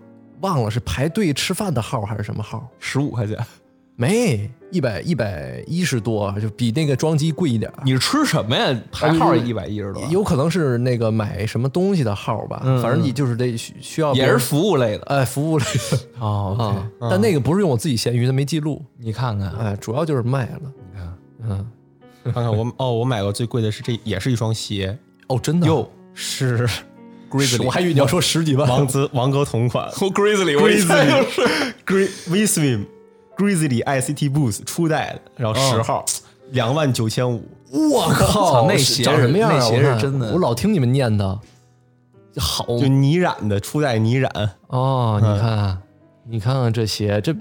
[SPEAKER 2] 忘了是排队吃饭的号还是什么号，
[SPEAKER 1] 十五块钱，
[SPEAKER 2] 没一百一百一十多，就比那个装机贵一点儿。
[SPEAKER 1] [LAUGHS] 你是吃什么呀？ [LAUGHS] 哎排号一百一十多，
[SPEAKER 2] 有可能是那个买什么东西的号吧，反正你就是得需需要别
[SPEAKER 1] 也
[SPEAKER 2] 人
[SPEAKER 1] 是服务类的。嗯
[SPEAKER 2] 哎服务类的
[SPEAKER 5] 哦，OK，
[SPEAKER 2] [LAUGHS] 啊，但那个不是用我自己闲鱼，它没记录，
[SPEAKER 5] 你看看，
[SPEAKER 1] 啊
[SPEAKER 2] 哎，主要就是卖了。
[SPEAKER 3] 看看我哦，我买过最贵的是这也是一双 [LAUGHS] 鞋，
[SPEAKER 2] 哦，真的哟， [LAUGHS]
[SPEAKER 3] 是
[SPEAKER 2] 是我还以为你要说十几万，
[SPEAKER 3] 王子王哥同 [LAUGHS] 款
[SPEAKER 1] [LAUGHS] 我 Grizzly，我一猜就是
[SPEAKER 3] Gri Viswim Grizzly ICT Boost 初代的，然后十号两万九千五，
[SPEAKER 2] 我靠
[SPEAKER 5] 操那鞋
[SPEAKER 2] 长
[SPEAKER 5] 是
[SPEAKER 2] 什么样啊？
[SPEAKER 5] 那鞋
[SPEAKER 2] 我
[SPEAKER 5] 是
[SPEAKER 2] 看
[SPEAKER 5] 真的
[SPEAKER 2] 我老听你们念叨，好
[SPEAKER 3] 就泥染的初代泥染，
[SPEAKER 2] 哦，你看，你看看这鞋，这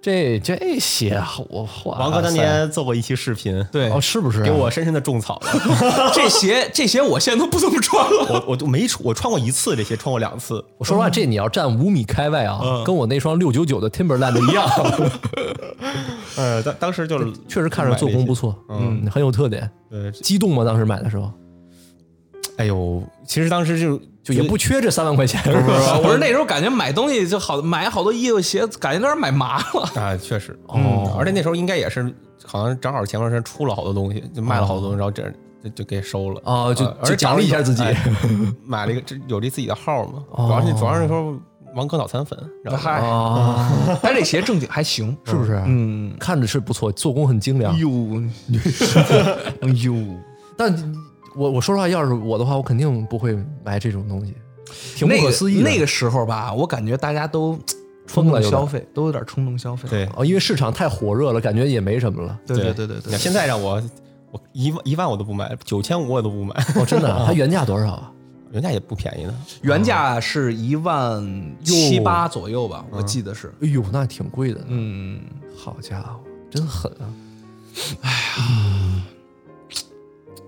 [SPEAKER 2] 这这鞋啊，我哇塞，
[SPEAKER 3] 王哥当年做过一期视频，
[SPEAKER 1] 对
[SPEAKER 2] 哦，是不是啊
[SPEAKER 3] 给我深深的种草
[SPEAKER 2] [LAUGHS]
[SPEAKER 3] 了。
[SPEAKER 1] 这鞋，这鞋我现在都不怎么穿了。
[SPEAKER 3] 我我就没穿我穿过一次这鞋，穿过两次。
[SPEAKER 2] 我说实话，这你要站五米开外
[SPEAKER 3] 嗯
[SPEAKER 2] 啊，跟我那双六九九的 Timberland 一样，
[SPEAKER 3] 呃，当当时就是
[SPEAKER 2] [LAUGHS] 嗯确实看着做工不错，嗯，很有特点。
[SPEAKER 3] 呃，
[SPEAKER 2] 激动吗？当时买的时候
[SPEAKER 3] 哎呦，其实当时就
[SPEAKER 2] 就也不缺这三万块钱，是吧？
[SPEAKER 1] 我 [LAUGHS] 是那时候感觉买东西就好，买好多衣服鞋，感觉有点买麻了。
[SPEAKER 3] 啊，确实
[SPEAKER 2] 嗯
[SPEAKER 3] 哦，而且那时候应该也是好像正好前段时间出了好多东西，就卖了好多东西，然后这就就给收了
[SPEAKER 2] 哦就
[SPEAKER 3] 呃
[SPEAKER 2] 就
[SPEAKER 3] 而且
[SPEAKER 2] 奖励一下自己哦
[SPEAKER 3] 哎 [LAUGHS] 买了一个这有这自己的号嘛，主要是主要是说王哥脑残粉，然后嗨，
[SPEAKER 2] 啊，
[SPEAKER 1] [LAUGHS] 但是这鞋正经还行，
[SPEAKER 2] 是不是？嗯，看着是不错，做工很精良。
[SPEAKER 1] 哟，哎呦，
[SPEAKER 2] 但我我说实话，要是我的话，我肯定不会买这种东西，挺不
[SPEAKER 1] 那
[SPEAKER 2] 可
[SPEAKER 1] 个
[SPEAKER 2] 思议的。
[SPEAKER 1] 那个时候吧，我感觉大家都冲
[SPEAKER 2] 疯了
[SPEAKER 1] 动
[SPEAKER 2] 有点
[SPEAKER 1] 消费，都有点冲动消费。
[SPEAKER 3] 对
[SPEAKER 2] 哦，因为市场太火热了，感觉也没什么了。
[SPEAKER 1] 对对对对对，
[SPEAKER 3] 现在让我我一万一万我都不买，九千五我都不买，
[SPEAKER 2] 哦，真
[SPEAKER 1] [LAUGHS]
[SPEAKER 2] 的啊，它原价多少啊？
[SPEAKER 3] 人家也不便宜呢。
[SPEAKER 1] 原价是一万七八左右吧，我记得是。
[SPEAKER 2] 哎呦，那挺贵的呢。
[SPEAKER 1] 嗯，
[SPEAKER 2] 好家伙，真狠啊！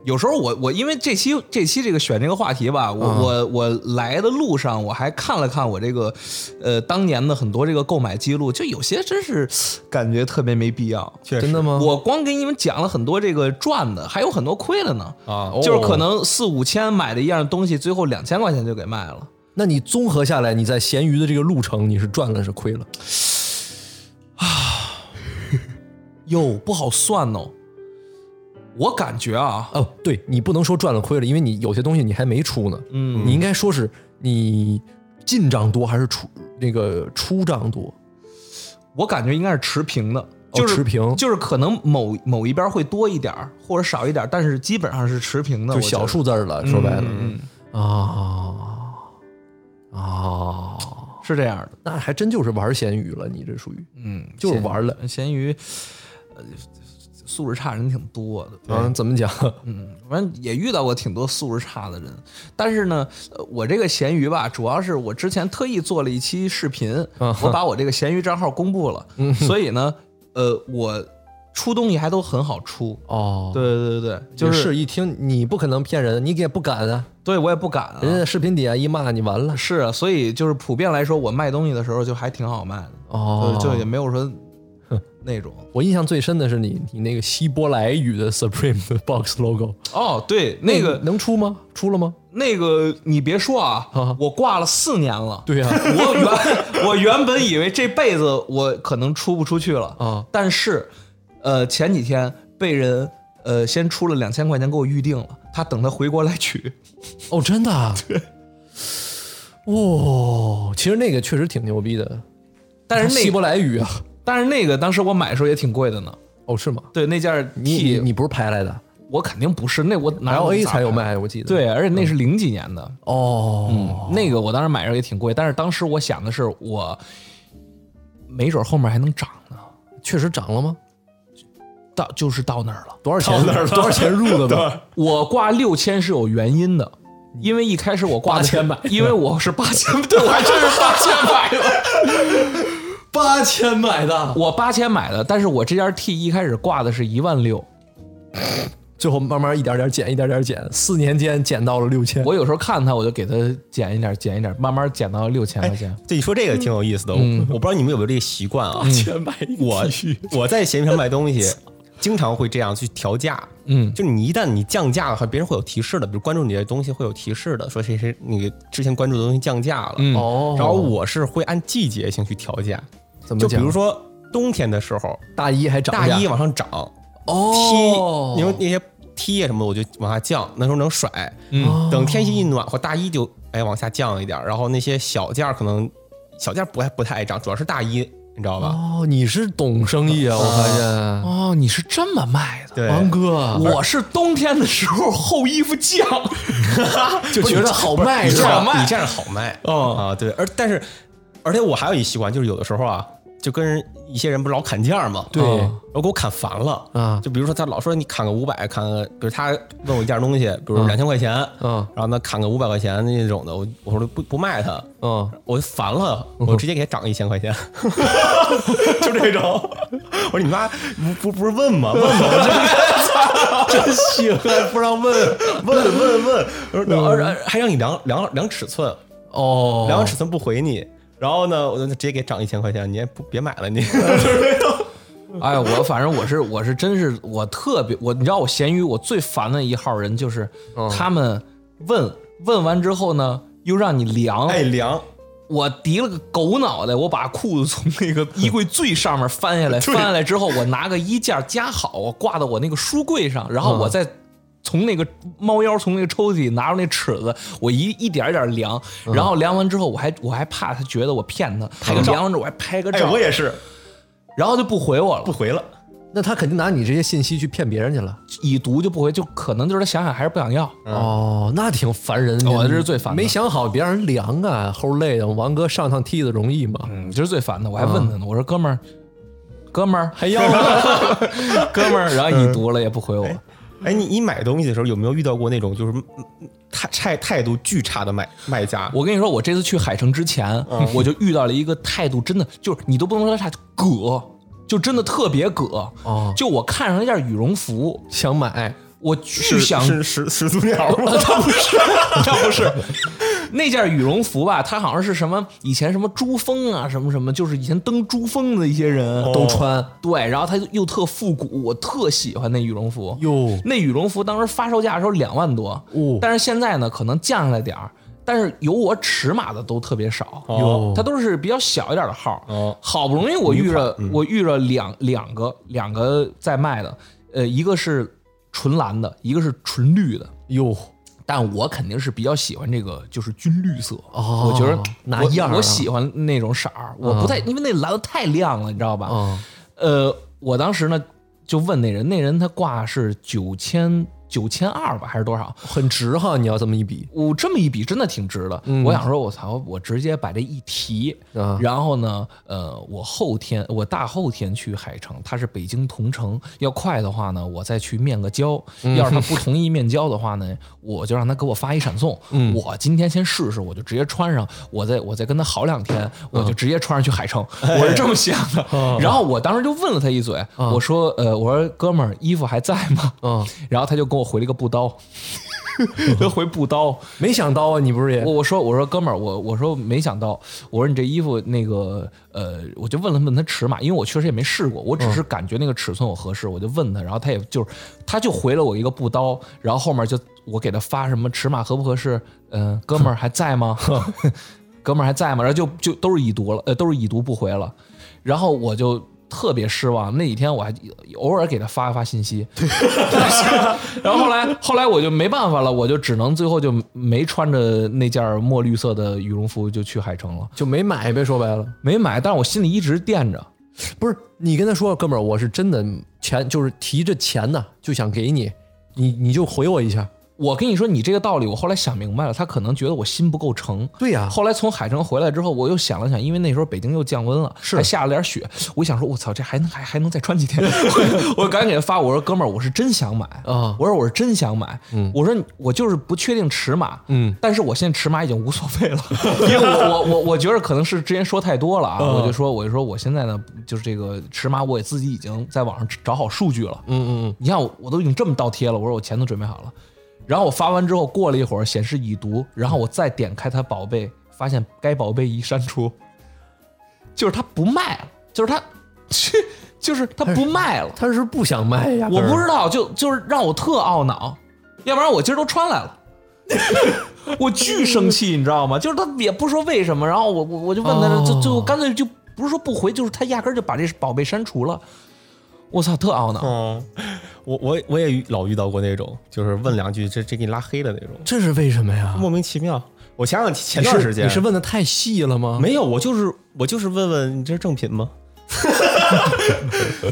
[SPEAKER 1] 有时候我我因为这期这期这个选这个话题吧，
[SPEAKER 2] 嗯
[SPEAKER 1] 我、我我来的路上我还看了看我这个，呃，当年的很多这个购买记录，就有些真是感觉特别没必要。
[SPEAKER 3] 确实
[SPEAKER 2] 真的吗？
[SPEAKER 1] 我光给你们讲了很多这个赚的，还有很多亏的呢。
[SPEAKER 3] 啊，
[SPEAKER 2] 哦
[SPEAKER 1] 就是可能四五千买的一样东西，最后两千块钱就给卖了。
[SPEAKER 2] 那你综合下来，你在闲鱼的这个路程，你是赚了是亏了？
[SPEAKER 1] 哟，不好算哦。我感觉啊，
[SPEAKER 2] 哦，对你不能说赚了亏了，因为你有些东西你还没出呢。
[SPEAKER 1] 嗯，
[SPEAKER 2] 你应该说是你进账多还是出那个出账多？
[SPEAKER 1] 我感觉应该是持平的，就是、
[SPEAKER 2] 哦持平
[SPEAKER 1] 就是可能某某一边会多一点儿或者少一点儿，但是基本上是持平的。
[SPEAKER 2] 就
[SPEAKER 1] 我觉
[SPEAKER 2] 小
[SPEAKER 1] 得，
[SPEAKER 2] 数字儿了，说白了
[SPEAKER 1] 嗯，
[SPEAKER 2] 啊啊，
[SPEAKER 1] 是这样的。
[SPEAKER 2] 那还真就是玩闲鱼了，你这属于
[SPEAKER 1] 嗯，
[SPEAKER 2] 就是玩了。
[SPEAKER 1] 闲闲鱼，呃，素质差人挺多的。
[SPEAKER 2] 嗯，怎么讲？
[SPEAKER 1] 嗯，反正也遇到过挺多素质差的人，但是呢，呃我这个闲鱼吧，主要是我之前特意做了一期视频，我把我这个闲鱼账号公布了，所以呢，呃，我出东西还都很好出。
[SPEAKER 2] 哦，
[SPEAKER 1] 对对对对，就
[SPEAKER 2] 就是是一听你不可能骗人，你也不敢啊，
[SPEAKER 1] 对我也不敢啊。
[SPEAKER 2] 人家视频底下一骂你完了。
[SPEAKER 1] 是啊，所以就是普遍来说，我卖东西的时候就还挺好卖的，
[SPEAKER 2] 哦，
[SPEAKER 1] 就就也没有说那种。
[SPEAKER 2] 我印象最深的是你你那个希伯来语的 Supreme 的 box logo，嗯
[SPEAKER 1] 哦，对，那个
[SPEAKER 2] 能出吗？出了吗？
[SPEAKER 1] 那个，你别说啊，我挂了四年了。
[SPEAKER 2] 对呀、
[SPEAKER 1] 我原 [LAUGHS] 我原本以为这辈子我可能出不出去了
[SPEAKER 2] 啊，
[SPEAKER 1] 但是，呃，前几天被人呃先出了两千块钱给我预定了，他等他回国来取。
[SPEAKER 2] 哦，真的、啊？对。哇、其实那个确实挺牛逼的，
[SPEAKER 1] 但是
[SPEAKER 2] 希
[SPEAKER 1] 那
[SPEAKER 2] 伯
[SPEAKER 1] 个，
[SPEAKER 2] 来语啊。
[SPEAKER 1] 但是那个当时我买的时候也挺贵的呢。
[SPEAKER 2] 哦，是吗？
[SPEAKER 1] 对，那件
[SPEAKER 2] 你你
[SPEAKER 1] T
[SPEAKER 2] 你不是拍来的
[SPEAKER 1] 我肯定不是，那我哪
[SPEAKER 2] ？L
[SPEAKER 1] 有
[SPEAKER 2] A
[SPEAKER 1] 咋
[SPEAKER 2] 才有
[SPEAKER 1] 买？
[SPEAKER 2] 卖，我记得。，
[SPEAKER 1] 对，而且那是零几年的，嗯
[SPEAKER 2] 哦，
[SPEAKER 1] 那个我当时买的时候也挺贵，但是当时我想的是我没准后面还能涨呢，
[SPEAKER 2] 确实涨了吗？
[SPEAKER 1] 到就是到那儿了。
[SPEAKER 2] 多少钱？ [LAUGHS] 多少钱入的吧？
[SPEAKER 1] 我挂六千是有原因的，因为一开始我挂的是
[SPEAKER 2] 8000买
[SPEAKER 1] 因为我是八千，对我还真是八千买
[SPEAKER 2] [LAUGHS]
[SPEAKER 1] 的，
[SPEAKER 2] 八千买的，
[SPEAKER 1] 我八千买的，但是我这件 T 一开始挂的是一万六，
[SPEAKER 2] 最后慢慢一点点减，一点点减，四年间减到了六千。
[SPEAKER 1] 我有时候看它我就给它减一点，减一点，慢慢减到六千块钱。
[SPEAKER 3] 对你说这个挺有意思的，我我不知道你们有没有这个习惯啊？
[SPEAKER 2] 千买 [LAUGHS]
[SPEAKER 3] 我我在闲鱼上卖东西，经常会这样去调价。嗯，就是你一旦你降价的话，别人会有提示的，比如关注你的东西会有提示的，说谁谁你之前关注的东西降价了。嗯
[SPEAKER 2] 哦
[SPEAKER 3] 然后我是会按季节性去调价，
[SPEAKER 2] 怎么
[SPEAKER 3] 就比
[SPEAKER 2] 讲？
[SPEAKER 3] 如说冬天的时候，
[SPEAKER 2] 大衣还涨哦
[SPEAKER 3] 大
[SPEAKER 2] 价，
[SPEAKER 3] 衣往上涨，
[SPEAKER 2] 哦
[SPEAKER 3] 梯，因为那些梯呀什么的，我就往下降，那时候能甩。嗯，等天气一暖和，大衣就哎往下降一点儿，然后那些小件儿可能小件儿不太不太爱涨，主要是大衣，你知道吧？
[SPEAKER 2] 哦，你是懂生意啊，我发现。
[SPEAKER 1] 哦，你是这么卖的？
[SPEAKER 3] 对，
[SPEAKER 2] 王哥，
[SPEAKER 1] 我是冬天的时候厚衣服降，
[SPEAKER 2] [LAUGHS] 就觉得哦好卖
[SPEAKER 1] [LAUGHS]
[SPEAKER 2] 哦
[SPEAKER 3] 你
[SPEAKER 2] 是
[SPEAKER 3] 这
[SPEAKER 2] 吧？
[SPEAKER 3] 样你这样好卖啊，对，而但是而且我还有一习惯，就是有的时候啊，就跟人一些人不是老砍价嘛，
[SPEAKER 2] 对
[SPEAKER 3] 啊然后给我砍烦了
[SPEAKER 2] 啊
[SPEAKER 3] 就比如说他老说你砍个五百，砍个，比如他问我一件东西，比
[SPEAKER 2] 啊
[SPEAKER 3] 如两千块钱，
[SPEAKER 2] 嗯
[SPEAKER 3] 然后呢砍个五百块钱那种的，我我说不不卖他，
[SPEAKER 2] 嗯，
[SPEAKER 3] 我就烦了，我直接给他涨一千块钱， [LAUGHS] 就这种。 [LAUGHS] 我说你妈不不不是问吗？问吗？我就 [LAUGHS] 真行，还不让问，问问问，我说而而还让你量量量尺寸，
[SPEAKER 2] 哦，
[SPEAKER 3] 量完尺寸不回你，然后呢，我就直接给涨一千块钱，你也不别买了你。 [LAUGHS] 就是这种 [LAUGHS]
[SPEAKER 1] 哎，我反正我是我是真是我特别我你知道我咸鱼我最烦的一号人就是、
[SPEAKER 3] 嗯
[SPEAKER 1] 他们问问完之后呢，又让你量，
[SPEAKER 3] 爱量，
[SPEAKER 1] 我提了个狗脑袋，我把裤子从那个衣柜最上面翻下来，翻下来之后我拿个衣架夹好，我挂到我那个书柜上，然
[SPEAKER 3] 嗯
[SPEAKER 1] 后我再。从那个猫腰，从那个抽屉里拿出那尺子，我一一点一点量，
[SPEAKER 3] 嗯
[SPEAKER 1] 然后量完之后，我还我还怕他觉得我骗他，拍个量完之后我还拍个
[SPEAKER 3] 哎，
[SPEAKER 1] 照
[SPEAKER 3] 我，也是
[SPEAKER 1] 然后就不回我了
[SPEAKER 3] 不。回了。
[SPEAKER 2] 那他肯定拿你这些信息去骗别人去了。
[SPEAKER 1] 已读就不回，就可能就是他想想还是不想要。
[SPEAKER 2] 哦，那挺烦人的。
[SPEAKER 1] 我这是最烦的
[SPEAKER 2] 没想好别让人凉啊，齁累的。王哥上趟梯子容易吗？
[SPEAKER 1] 嗯，这是最烦的。我还问他呢，我说哥们儿，哥们儿还要吗？哥们儿，然后已读了也不回我。
[SPEAKER 3] 哎，你你买东西的时候有没有遇到过那种就是嗯嗯态态态度巨差的卖卖家？
[SPEAKER 1] 我跟你说，我这次去海城之前，我就遇到了一个态度真的就是你都不能说他差，葛，就真的特别葛。
[SPEAKER 2] 哦
[SPEAKER 1] 就我看上一件羽绒服，
[SPEAKER 2] 想买，
[SPEAKER 1] 我巨想
[SPEAKER 3] 是始始祖鸟吗？
[SPEAKER 1] 他不是， [LAUGHS] 他不是。那件羽绒服吧，它好像是什么以前什么珠峰啊，什么什么，就是以前登珠峰的一些人
[SPEAKER 3] 都
[SPEAKER 2] 穿。
[SPEAKER 1] 对，然后它又特复古，我特喜欢那羽绒服。
[SPEAKER 2] 哟
[SPEAKER 1] 那羽绒服当时发售价的时候两万多，
[SPEAKER 2] 哦
[SPEAKER 1] 但是现在呢，可能降下来点儿。但是有我尺码的都特别少，
[SPEAKER 3] 哦
[SPEAKER 1] 它都是比较小一点的号。
[SPEAKER 3] 哦
[SPEAKER 1] 好不容易我遇着、我遇着两两个两个在卖的，呃，一个是纯蓝的，一个是纯绿的。
[SPEAKER 2] 哟，
[SPEAKER 1] 但我肯定是比较喜欢这个，就是军绿色。
[SPEAKER 2] 哦
[SPEAKER 1] 我觉得
[SPEAKER 2] 拿
[SPEAKER 1] 我
[SPEAKER 2] 样儿啊
[SPEAKER 1] 我喜欢那种色儿。我不太、因为那蓝的太亮了，你知道吧？
[SPEAKER 2] 嗯，
[SPEAKER 1] 呃，我当时呢就问那人，那人他挂是九千九千二吧，还是多少？
[SPEAKER 2] 很值哈。你要这么一比，
[SPEAKER 1] 我这么一比，真的挺值的。我想说，我操，我直接把这一提，
[SPEAKER 2] 嗯啊
[SPEAKER 1] 然后呢，呃，我后天，我大后天去海城，他是北京同城，要快的话呢，我再去面个交。
[SPEAKER 2] 嗯
[SPEAKER 1] 要是
[SPEAKER 2] [LAUGHS]
[SPEAKER 1] 他不同意面交的话呢，我就让他给我发一闪送。
[SPEAKER 2] 嗯
[SPEAKER 1] 我今天先试试，我就直接穿上，我再我再跟他好两天，我
[SPEAKER 2] 嗯
[SPEAKER 1] 就直接穿上去海城。
[SPEAKER 2] 哎
[SPEAKER 1] 我是这么想的。然后我当时就问了他一嘴，我说，呃，我说哥们儿，衣服还在吗？
[SPEAKER 2] 嗯，
[SPEAKER 1] 然后他就跟我回了一个不
[SPEAKER 2] [LAUGHS]
[SPEAKER 1] 刀。他回不刀，
[SPEAKER 2] 没想到啊，你不是也
[SPEAKER 1] 我我说我说哥们儿，我我说没想到，我说你这衣服那个呃，我就问了问他尺码，因为我确实也没试过，我只是感觉那个尺寸我合适，我就问他，然后他也就是他就回了我一个不刀，然后后面就我给他发什么尺码合不合适，嗯、哥们儿还在吗？ [LAUGHS] 哥们儿还在吗？然后就就都是已读了，呃，都是已读不回了，然后我就。特别失望，那几天我还偶尔给他发一发信息，然后后来后来我就没办法了，我就只能最后就没穿着那件墨绿色的羽绒服就去海城了，
[SPEAKER 2] 就没买呗？说白了，
[SPEAKER 1] 没买，但是我心里一直惦着。
[SPEAKER 2] 不是你跟他说，哥们儿，我是真的钱，就是提着钱呢，就想给你，你你就回我一下。
[SPEAKER 1] 我跟你说，你这个道理，我后来想明白了，他可能觉得我心不够诚。
[SPEAKER 2] 对呀
[SPEAKER 1] 后来从海城回来之后，我又想了想，因为那时候北京又降温了，
[SPEAKER 2] 是
[SPEAKER 1] 还下了点雪，我想说，我操，这还能还还能再穿几天？ [LAUGHS] 我赶紧给他发，我说哥们儿，我是真想买
[SPEAKER 2] 啊
[SPEAKER 1] 我说我是真想买，我说我就是不确定尺码，
[SPEAKER 2] 嗯，
[SPEAKER 1] 但是我现在尺码已经无所
[SPEAKER 2] [LAUGHS]
[SPEAKER 1] 谓了，因为我我我我觉得可能是之前说太多了啊，
[SPEAKER 2] 嗯
[SPEAKER 1] 我就说我就说我现在呢，就是这个尺码我也自己已经在网上找好数据了，
[SPEAKER 2] 嗯嗯
[SPEAKER 1] 你看我我都已经这么倒贴了，我说我钱都准备好了，然后我发完之后，过了一会儿显示已读，然后我再点开他宝贝，发现该宝贝已删除，就是他不卖了，就是他， [LAUGHS] 就是他不卖了
[SPEAKER 2] 嗯，，他是不想卖呀，
[SPEAKER 1] 我
[SPEAKER 2] 哥
[SPEAKER 1] 不
[SPEAKER 2] 们儿
[SPEAKER 1] 知道，就就是让我特懊恼，要不然我今儿都穿来
[SPEAKER 2] [LAUGHS]
[SPEAKER 1] 了。我巨生气，你知道吗？就是他也不说为什么，然后我我我就问他，
[SPEAKER 2] 哦
[SPEAKER 1] 就就干脆就
[SPEAKER 4] 不是说不回，就是他压根儿就把这宝贝删除了。我操，特懊
[SPEAKER 2] 哦
[SPEAKER 4] 恼。
[SPEAKER 3] 嗯，我我我也遇老遇到过那种，就是问两句，这这给你拉黑的那种，
[SPEAKER 2] 这是为什么呀？
[SPEAKER 3] 莫名其妙。我想想前
[SPEAKER 2] 你
[SPEAKER 3] 段
[SPEAKER 2] 是
[SPEAKER 3] 时间
[SPEAKER 2] 你是问的太细了吗？
[SPEAKER 3] 没有，我就是我就是问问你这是正品吗？ [LAUGHS]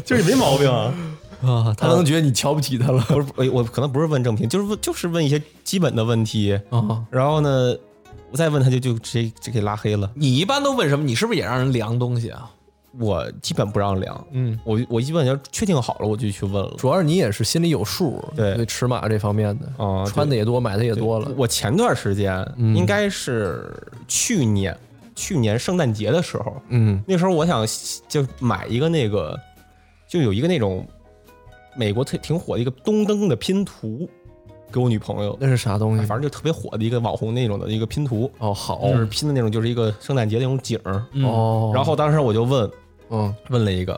[SPEAKER 3] 就是没毛病啊，
[SPEAKER 2] 啊，他可能觉得你瞧不起他了
[SPEAKER 3] 不是哎我我可能不是问正品，就是问就是问一些基本的问题，
[SPEAKER 2] 啊。
[SPEAKER 3] 然后呢，我再问他就就直接直接给拉黑了。
[SPEAKER 4] 你一般都问什么？你是不是也让人量东西啊？
[SPEAKER 3] 我基本不让量，
[SPEAKER 2] 嗯，
[SPEAKER 3] 我我一问要确定好了我就去问了。
[SPEAKER 2] 主要是你也是心里有数，
[SPEAKER 3] 对
[SPEAKER 2] 对尺码这方面的，
[SPEAKER 3] 啊对
[SPEAKER 2] 穿的也多，买的也多了。
[SPEAKER 3] 我前段时间
[SPEAKER 2] 嗯
[SPEAKER 3] 应该是去年，去年圣诞节的时候，
[SPEAKER 2] 嗯
[SPEAKER 3] 那时候我想就买一个那个，就有一个那种美国特挺火的一个东灯的拼图，给我女朋友，
[SPEAKER 2] 那是啥东
[SPEAKER 3] 哎
[SPEAKER 2] 西？
[SPEAKER 3] 反正就特别火的一个网红那种的一个拼图，
[SPEAKER 2] 哦，好
[SPEAKER 3] 就是拼的那种，就是一个圣诞节那种景儿。
[SPEAKER 2] 哦，
[SPEAKER 3] 嗯然后当时我就问
[SPEAKER 2] 嗯
[SPEAKER 3] 问了一个，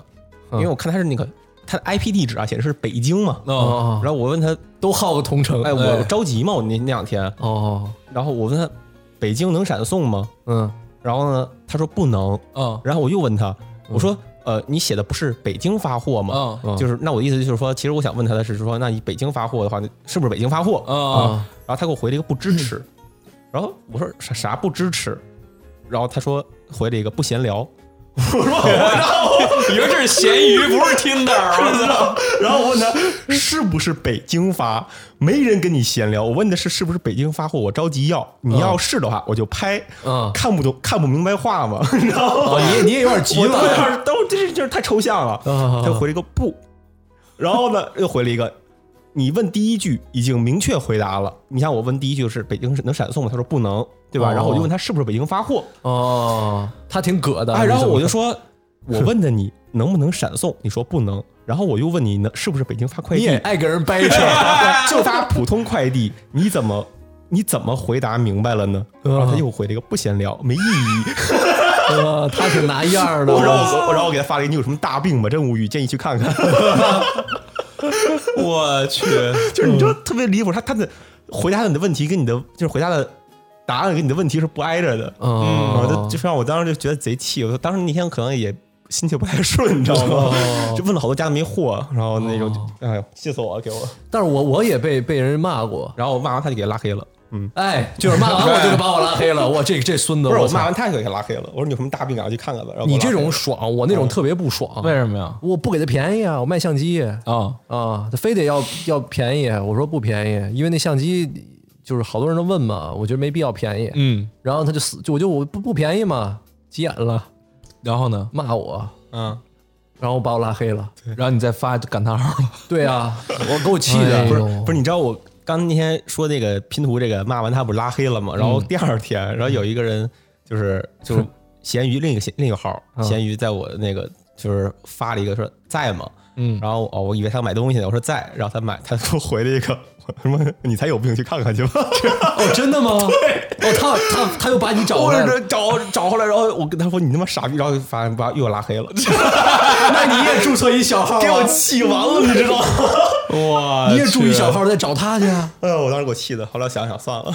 [SPEAKER 2] 嗯
[SPEAKER 3] 因为我看他是那个他的 IP 地址啊显示是北京嘛，
[SPEAKER 2] 哦，
[SPEAKER 3] 然后我问他，
[SPEAKER 2] 都耗个同城。
[SPEAKER 3] 哎，我着急嘛，我那那两天，
[SPEAKER 2] 哦，
[SPEAKER 3] 然后我问他北京能闪送吗？
[SPEAKER 2] 嗯
[SPEAKER 3] 然后呢，他说不能。
[SPEAKER 4] 嗯
[SPEAKER 3] 然后我又问他，我说，呃，你写的不是北京发货吗？
[SPEAKER 4] 嗯
[SPEAKER 2] 嗯
[SPEAKER 3] 就是那我的意思就是说，其实我想问他的是说，那你北京发货的话，是不是北京发货？
[SPEAKER 4] 嗯
[SPEAKER 2] 啊
[SPEAKER 3] 然后他给我回了一个不
[SPEAKER 2] [CLEARS THROAT]
[SPEAKER 3] 支持。然后我说啥啥不支持？然后他说回了一个不闲聊。
[SPEAKER 4] 以为这是咸鱼，不是
[SPEAKER 1] 啊
[SPEAKER 2] [LAUGHS]
[SPEAKER 4] Tinder。
[SPEAKER 3] [LAUGHS] 然后我问他是不是北京发，没人跟你闲聊。我问的是是不是北京发货，我着急要。你要是的话，我就拍。
[SPEAKER 2] 嗯
[SPEAKER 3] 看不懂、看不明白话嘛， [LAUGHS] 然后
[SPEAKER 2] 哦，你也你也有点急
[SPEAKER 3] 我都有
[SPEAKER 2] 了。
[SPEAKER 3] 点都这这太抽象了。
[SPEAKER 2] 啊
[SPEAKER 3] 他回了一个不，然后呢又回了一个，你问第一句已经明确回答了。你像我问第一句是北京能闪送吗？他说不能，对吧？
[SPEAKER 2] 哦
[SPEAKER 3] 然后我就问他是不是北京发货，
[SPEAKER 2] 哦，他挺葛的。
[SPEAKER 3] 哎，然后我就
[SPEAKER 2] 你
[SPEAKER 3] 说，我问的你能不能闪送，你说不能，然后我又问你能是不是北京发快
[SPEAKER 2] 怎么，你也
[SPEAKER 3] 递，
[SPEAKER 2] 爱跟人掰
[SPEAKER 3] [LAUGHS]
[SPEAKER 2] 扯。
[SPEAKER 3] 就发普通快递，你怎么你怎么回答明白了呢？然后他又回了一个不闲聊，没意义。
[SPEAKER 2] 呃他挺拿样儿的。
[SPEAKER 3] 我然 [LAUGHS] 后我然后我给他发了一个你有什么大病吗？真无语，建议去看看。
[SPEAKER 4] 我去，
[SPEAKER 3] 就是你知道特别离谱，他他的回答的你的问题跟你的就是回答的答案跟你的问题是不挨着的。
[SPEAKER 2] 哦
[SPEAKER 3] 嗯，就就是让我当时就觉得贼气，我说当时那天可能也心情不太顺，你知道吗？就问了好多家没货，然后那种就哎呦气死我了，给我。
[SPEAKER 2] 但是我我也被被人骂过，
[SPEAKER 3] 然后我骂完他就给拉黑了。嗯，
[SPEAKER 2] 哎，就是骂完我就把我拉黑了，我这这孙子，
[SPEAKER 3] 不是我
[SPEAKER 2] 操
[SPEAKER 3] 骂完他就给他拉黑了，我说你有什么大病啊？去看看吧。然后给
[SPEAKER 2] 你
[SPEAKER 3] 我拉黑
[SPEAKER 2] 这
[SPEAKER 3] 了嗯
[SPEAKER 2] 种爽，我那种特别不爽。
[SPEAKER 1] 为什么呀？
[SPEAKER 2] 我不给他便宜啊，我卖相机啊，
[SPEAKER 3] 哦
[SPEAKER 1] 啊，
[SPEAKER 2] 他非得要要便宜，我说不便宜，因为那相机就是好多人都问嘛，我觉得没必要便宜。
[SPEAKER 1] 嗯，
[SPEAKER 2] 然后他就死，就我就我不不便宜嘛，急眼了，
[SPEAKER 1] 然后呢？
[SPEAKER 2] 骂我，
[SPEAKER 3] 嗯，
[SPEAKER 2] 然后把我拉黑了。
[SPEAKER 1] 然后你再发感叹号了。
[SPEAKER 2] 对啊，我给我气的，
[SPEAKER 3] 不是
[SPEAKER 2] 哎呦
[SPEAKER 3] 不是，你知道我刚那天说那个拼图这个骂完他不是拉黑了吗？然后第二天，然后有一个人就是就是闲鱼另一个闲 [LAUGHS] 另一个号，闲鱼在我那个就是发了一个说在吗？嗯，然后哦，我以为他买东西呢，我说在，然后他买，他给我回了一个什么，你才有病，去看看去吧。
[SPEAKER 2] 哦，真的吗？
[SPEAKER 1] [LAUGHS]
[SPEAKER 2] 哦，他他他又把你找
[SPEAKER 3] [LAUGHS] 我
[SPEAKER 2] 回来
[SPEAKER 3] 这
[SPEAKER 2] 了，
[SPEAKER 3] 找找后来，然后我跟他说你他妈傻逼，然后发现把又拉黑了，
[SPEAKER 2] 那你也注册一小号啊，
[SPEAKER 3] [LAUGHS] 给我气完了，你知道吗？ [LAUGHS] 哇
[SPEAKER 2] 你也注一小号再找他去啊。
[SPEAKER 3] [LAUGHS] 哎呦，我当时给我气的，后来想想算了。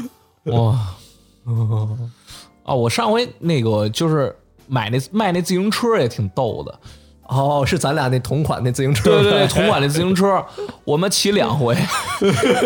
[SPEAKER 3] [LAUGHS]
[SPEAKER 1] 哇， [LAUGHS] 哦，我上回那个就是买那卖那自行车也挺逗
[SPEAKER 2] [LAUGHS]
[SPEAKER 1] 的。
[SPEAKER 2] 哦，是咱俩那同款那自行车，
[SPEAKER 1] 对
[SPEAKER 2] [LAUGHS]
[SPEAKER 1] 对对，同款的自行车，我们骑两回，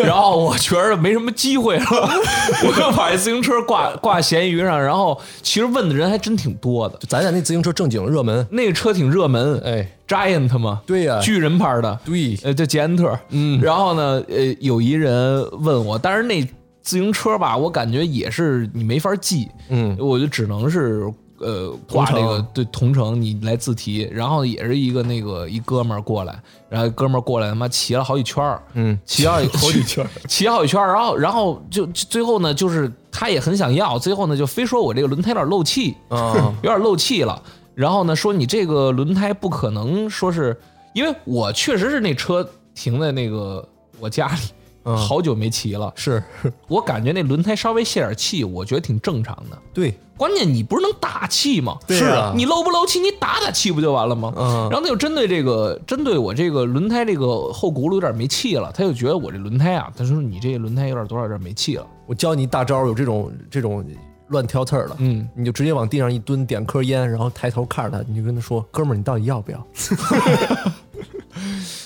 [SPEAKER 1] 然后我觉得没什么机会了， [LAUGHS] 我就把这自行车挂挂闲鱼上，然后其实问的人还真挺多的。
[SPEAKER 2] 咱俩那自行车正经热门，
[SPEAKER 1] 那个车挺热门，
[SPEAKER 2] 哎
[SPEAKER 1] ，Giant 嘛，
[SPEAKER 2] 对呀
[SPEAKER 1] 巨人牌的，
[SPEAKER 2] 对
[SPEAKER 1] 呃，叫捷安特，嗯，然后呢，呃，有一人问我，但是那自行车吧，我感觉也是你没法记，
[SPEAKER 2] 嗯，
[SPEAKER 1] 我就只能是。呃，挂
[SPEAKER 2] 同
[SPEAKER 1] 那
[SPEAKER 2] 城
[SPEAKER 1] 个对同城，你来自提，然后也是一个那个一哥们儿过来，然后哥们儿过来他妈骑了好几圈儿，
[SPEAKER 2] 嗯，
[SPEAKER 1] 骑好好几圈，骑好几圈儿，然后然后就就最后呢，就是他也很想要，最后呢就非说我这个轮胎有点漏气，
[SPEAKER 2] 啊，
[SPEAKER 1] [LAUGHS] 有点漏气了。然后呢，说你这个轮胎不可能说是，因为我确实是那车停在那个我家里，
[SPEAKER 2] 嗯
[SPEAKER 1] 好久没骑了，
[SPEAKER 2] 是
[SPEAKER 1] 我感觉那轮胎稍微泄点气，我觉得挺正常的。
[SPEAKER 2] 对，
[SPEAKER 1] 关键你不是能打气吗？
[SPEAKER 2] 对
[SPEAKER 3] 是
[SPEAKER 2] 啊
[SPEAKER 1] [LAUGHS] 你漏不漏气，你打打气不就完了吗？
[SPEAKER 2] 嗯
[SPEAKER 1] 然后他就针对这个，针对我这个轮胎这个后轱辘有点没气了，他就觉得我这轮胎啊，他说你这个轮胎有点多少有点没气了。
[SPEAKER 2] 我教你大招，有这种这种乱挑刺儿了，嗯，你就直接往地上一蹲，点颗烟，然后抬头看着他，你就跟他说：“哥们儿，你到底要不要？”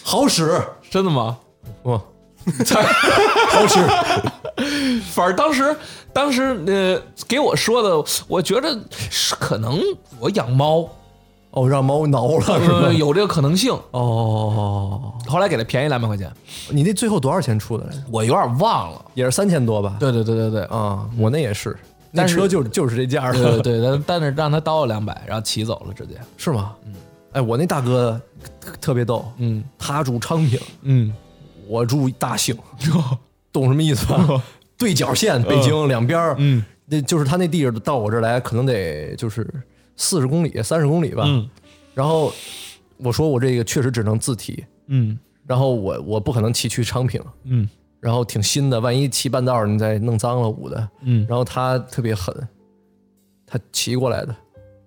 [SPEAKER 2] 好使，
[SPEAKER 1] 真的吗？
[SPEAKER 2] 哇，
[SPEAKER 1] [LAUGHS] 好吃。反正当时，当时呃，给我说的，我觉得是可能我养猫，
[SPEAKER 2] 哦，让猫挠了是吧？
[SPEAKER 1] 呃，有这个可能性。
[SPEAKER 2] 哦，
[SPEAKER 1] 后来给他便宜两百块钱，
[SPEAKER 2] 你那最后多少钱出的来着？
[SPEAKER 1] 我有点忘了。
[SPEAKER 2] 也是三千多吧？
[SPEAKER 1] 对对对对 [LAUGHS] 对，
[SPEAKER 2] 啊，我那也是，那
[SPEAKER 1] 但是
[SPEAKER 2] 车就就是这价儿
[SPEAKER 1] 对对对，但但是让他叨了两百，然后骑走了，直接。
[SPEAKER 2] 是吗？哎，我那大哥特特别逗，
[SPEAKER 1] 嗯
[SPEAKER 2] 他住昌平，
[SPEAKER 1] 嗯，
[SPEAKER 2] 我住
[SPEAKER 1] [LAUGHS]
[SPEAKER 2] 大兴，懂什么意思吧？对角线，北京两边儿，
[SPEAKER 1] 嗯，
[SPEAKER 2] 那就是他那地儿到我这儿来，可能得就是四十公里、三十公里吧。
[SPEAKER 1] 嗯
[SPEAKER 2] 然后我说我这个确实只能自提，
[SPEAKER 1] 嗯
[SPEAKER 2] 然后我我不可能骑去昌平，
[SPEAKER 1] 嗯
[SPEAKER 2] 然后挺新的，万一骑半道儿你再弄脏了捂的。
[SPEAKER 1] 嗯
[SPEAKER 2] 然后他特别狠，他骑过来的，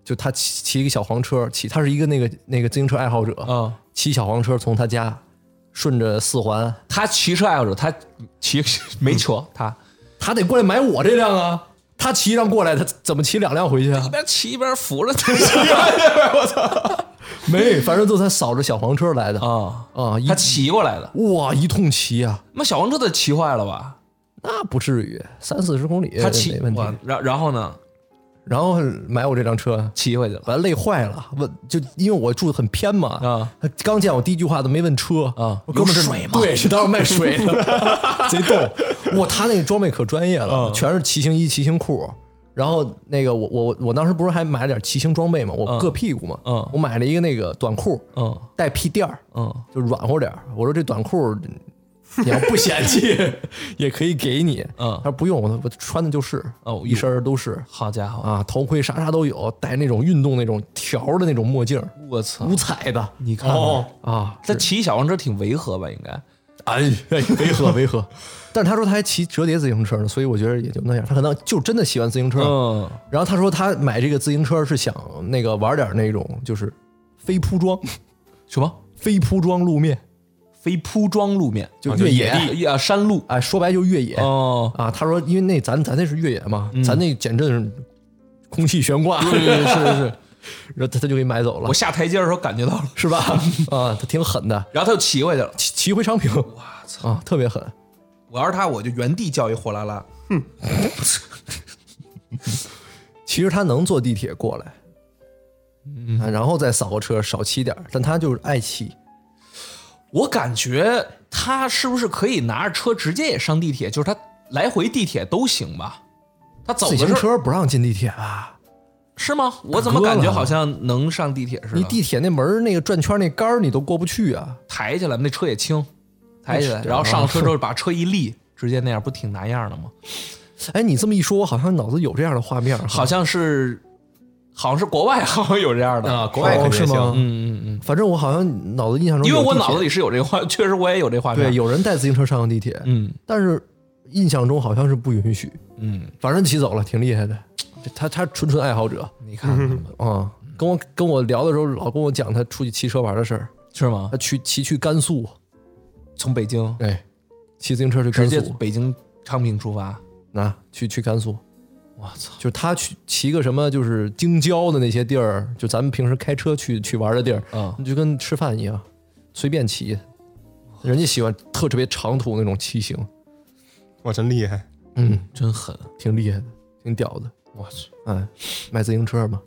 [SPEAKER 2] 就他骑骑一个小黄车，骑他是一个那个那个自行车爱好者，
[SPEAKER 1] 啊，
[SPEAKER 2] 骑小黄车从他家顺着四环，
[SPEAKER 1] 他骑车爱好者，他骑没车，他
[SPEAKER 2] 他得过来买我这辆啊。他骑一辆过来，他怎么骑两辆回去啊
[SPEAKER 1] 一？边骑一边扶着他
[SPEAKER 2] 没，反正都是他扫着小黄车来的啊
[SPEAKER 1] [LAUGHS] 啊，
[SPEAKER 2] 一
[SPEAKER 1] 他骑过来的。
[SPEAKER 2] 哇一通骑啊，
[SPEAKER 1] 那小黄车得骑坏了吧？
[SPEAKER 2] 那不至于三四十公里，
[SPEAKER 1] 他骑
[SPEAKER 2] 没问题
[SPEAKER 1] 哇。，然然后呢，
[SPEAKER 2] 然后买我这辆车，啊
[SPEAKER 1] 骑回去了。
[SPEAKER 2] 完累坏了，问就因为我住的很偏嘛
[SPEAKER 1] 啊，
[SPEAKER 2] 他刚见我第一句话都没问车
[SPEAKER 1] 啊
[SPEAKER 2] 我哥们儿
[SPEAKER 1] 有
[SPEAKER 2] 是
[SPEAKER 1] 水吗
[SPEAKER 2] 对，是当时卖水
[SPEAKER 1] [LAUGHS]
[SPEAKER 2] 的，贼逗。哇，他那个装备可专业了，
[SPEAKER 1] 啊
[SPEAKER 2] 全是骑行衣、骑行裤。然后那个我我我当时不是还买了点骑行装备嘛，我硌屁股嘛，
[SPEAKER 1] 嗯
[SPEAKER 2] 我买了一个那个短裤，
[SPEAKER 1] 嗯
[SPEAKER 2] 带屁垫儿，
[SPEAKER 1] 嗯
[SPEAKER 2] 就软和点儿。我说这
[SPEAKER 1] [LAUGHS]
[SPEAKER 2] 短裤你要不嫌弃 [LAUGHS] 也可以给你，
[SPEAKER 1] 嗯
[SPEAKER 2] 他说不用，我我穿的就是，
[SPEAKER 1] 哦
[SPEAKER 2] 一身儿都是，
[SPEAKER 1] 好家伙，
[SPEAKER 2] 啊，头盔啥啥都有，戴那种运动那种条儿的那种墨镜儿，
[SPEAKER 1] 我操！
[SPEAKER 2] 五彩的
[SPEAKER 1] 啊你看看，
[SPEAKER 2] 啊，
[SPEAKER 1] 他骑小黄车挺违和吧？应该
[SPEAKER 2] 哎，违和违和。 [LAUGHS] 但是他说他还骑折叠自行车呢，所以我觉得也就那样。他可能就真的喜欢自行车。
[SPEAKER 1] 嗯
[SPEAKER 2] 然后他说他买这个自行车是想那个玩点儿那种就是非铺装、
[SPEAKER 1] 什么
[SPEAKER 2] 非铺装路面，
[SPEAKER 1] 非铺装路面，
[SPEAKER 2] 就越野。
[SPEAKER 1] 地啊山路
[SPEAKER 2] 哎，说白就越野
[SPEAKER 1] 哦，
[SPEAKER 2] 啊。他说因为那咱咱那是越野嘛，
[SPEAKER 1] 嗯
[SPEAKER 2] 咱那简直是空气悬挂，是是是。 [LAUGHS] 然后他他就给买走了
[SPEAKER 1] 我，下台阶的时候感觉到了，
[SPEAKER 2] 是吧？ [LAUGHS] 啊，他挺狠的。
[SPEAKER 1] 然后他就骑回去了。
[SPEAKER 2] 骑骑回昌平，我操啊，特别狠。
[SPEAKER 1] 我要是他，我就原地叫一货拉拉。
[SPEAKER 2] 其实他能坐地铁过来，嗯，然后再扫个车，少骑点儿但他就是爱骑。
[SPEAKER 1] 我感觉他是不是可以拿着车直接也上地铁？就是他来回地铁都行吧？他走
[SPEAKER 2] 自
[SPEAKER 1] 的
[SPEAKER 2] 行
[SPEAKER 1] 是
[SPEAKER 2] 车不让进地铁啊吧？
[SPEAKER 1] 是吗？我怎么
[SPEAKER 2] 割
[SPEAKER 1] 感觉
[SPEAKER 2] 了
[SPEAKER 1] 好像能上地铁似的？
[SPEAKER 2] 你地铁那门儿那个转圈儿那杆儿你都过不去啊！
[SPEAKER 1] 抬起来，那车也轻，抬起来，
[SPEAKER 2] 那是
[SPEAKER 1] 然后上了车之后把车一立，直接那样，不挺拿样的 [LAUGHS] 吗？
[SPEAKER 2] 哎，你这么一说，我好像脑子有这样的画面儿哈，
[SPEAKER 1] 好像是，好像是国外好像有这样的
[SPEAKER 3] 啊，国外
[SPEAKER 2] 哦
[SPEAKER 3] 肯定
[SPEAKER 2] 是
[SPEAKER 3] 行
[SPEAKER 2] 吗？
[SPEAKER 1] 嗯嗯嗯，
[SPEAKER 2] 反正我好像脑子印象
[SPEAKER 1] [LAUGHS]
[SPEAKER 2] 中
[SPEAKER 1] 因
[SPEAKER 2] 有地铁，
[SPEAKER 1] 为我脑子里是有这个画，确实我也啊有这画面。
[SPEAKER 2] 对，有人带自行车上过地铁，
[SPEAKER 1] 嗯
[SPEAKER 2] 但是印象中好像是不允许。
[SPEAKER 1] 嗯，
[SPEAKER 2] 反正骑走了，挺厉害的。这他他纯纯爱好者
[SPEAKER 1] 你看看吧
[SPEAKER 2] 啊、跟我跟我聊的时候，老跟我讲他出去骑车玩的事儿。
[SPEAKER 1] 是吗
[SPEAKER 2] 他？去骑去甘肃，
[SPEAKER 1] 从北京
[SPEAKER 2] 哎，骑自行车去
[SPEAKER 1] 直
[SPEAKER 2] 甘
[SPEAKER 1] 接
[SPEAKER 2] 肃，
[SPEAKER 1] 北京昌平出发，
[SPEAKER 2] 啊，去去甘肃，
[SPEAKER 1] 我操！
[SPEAKER 2] 就是他去骑个什么，就是京郊的那些地儿，就咱们平时开车去去玩的地儿，
[SPEAKER 1] 嗯，
[SPEAKER 2] 就跟吃饭一样，随便骑。人家喜欢特特别长途那种骑行，
[SPEAKER 3] 哇，真厉害！
[SPEAKER 2] 嗯，
[SPEAKER 1] 真狠，
[SPEAKER 2] 挺厉害的，挺屌的。
[SPEAKER 1] 我去！
[SPEAKER 2] 哎，卖自行车嘛，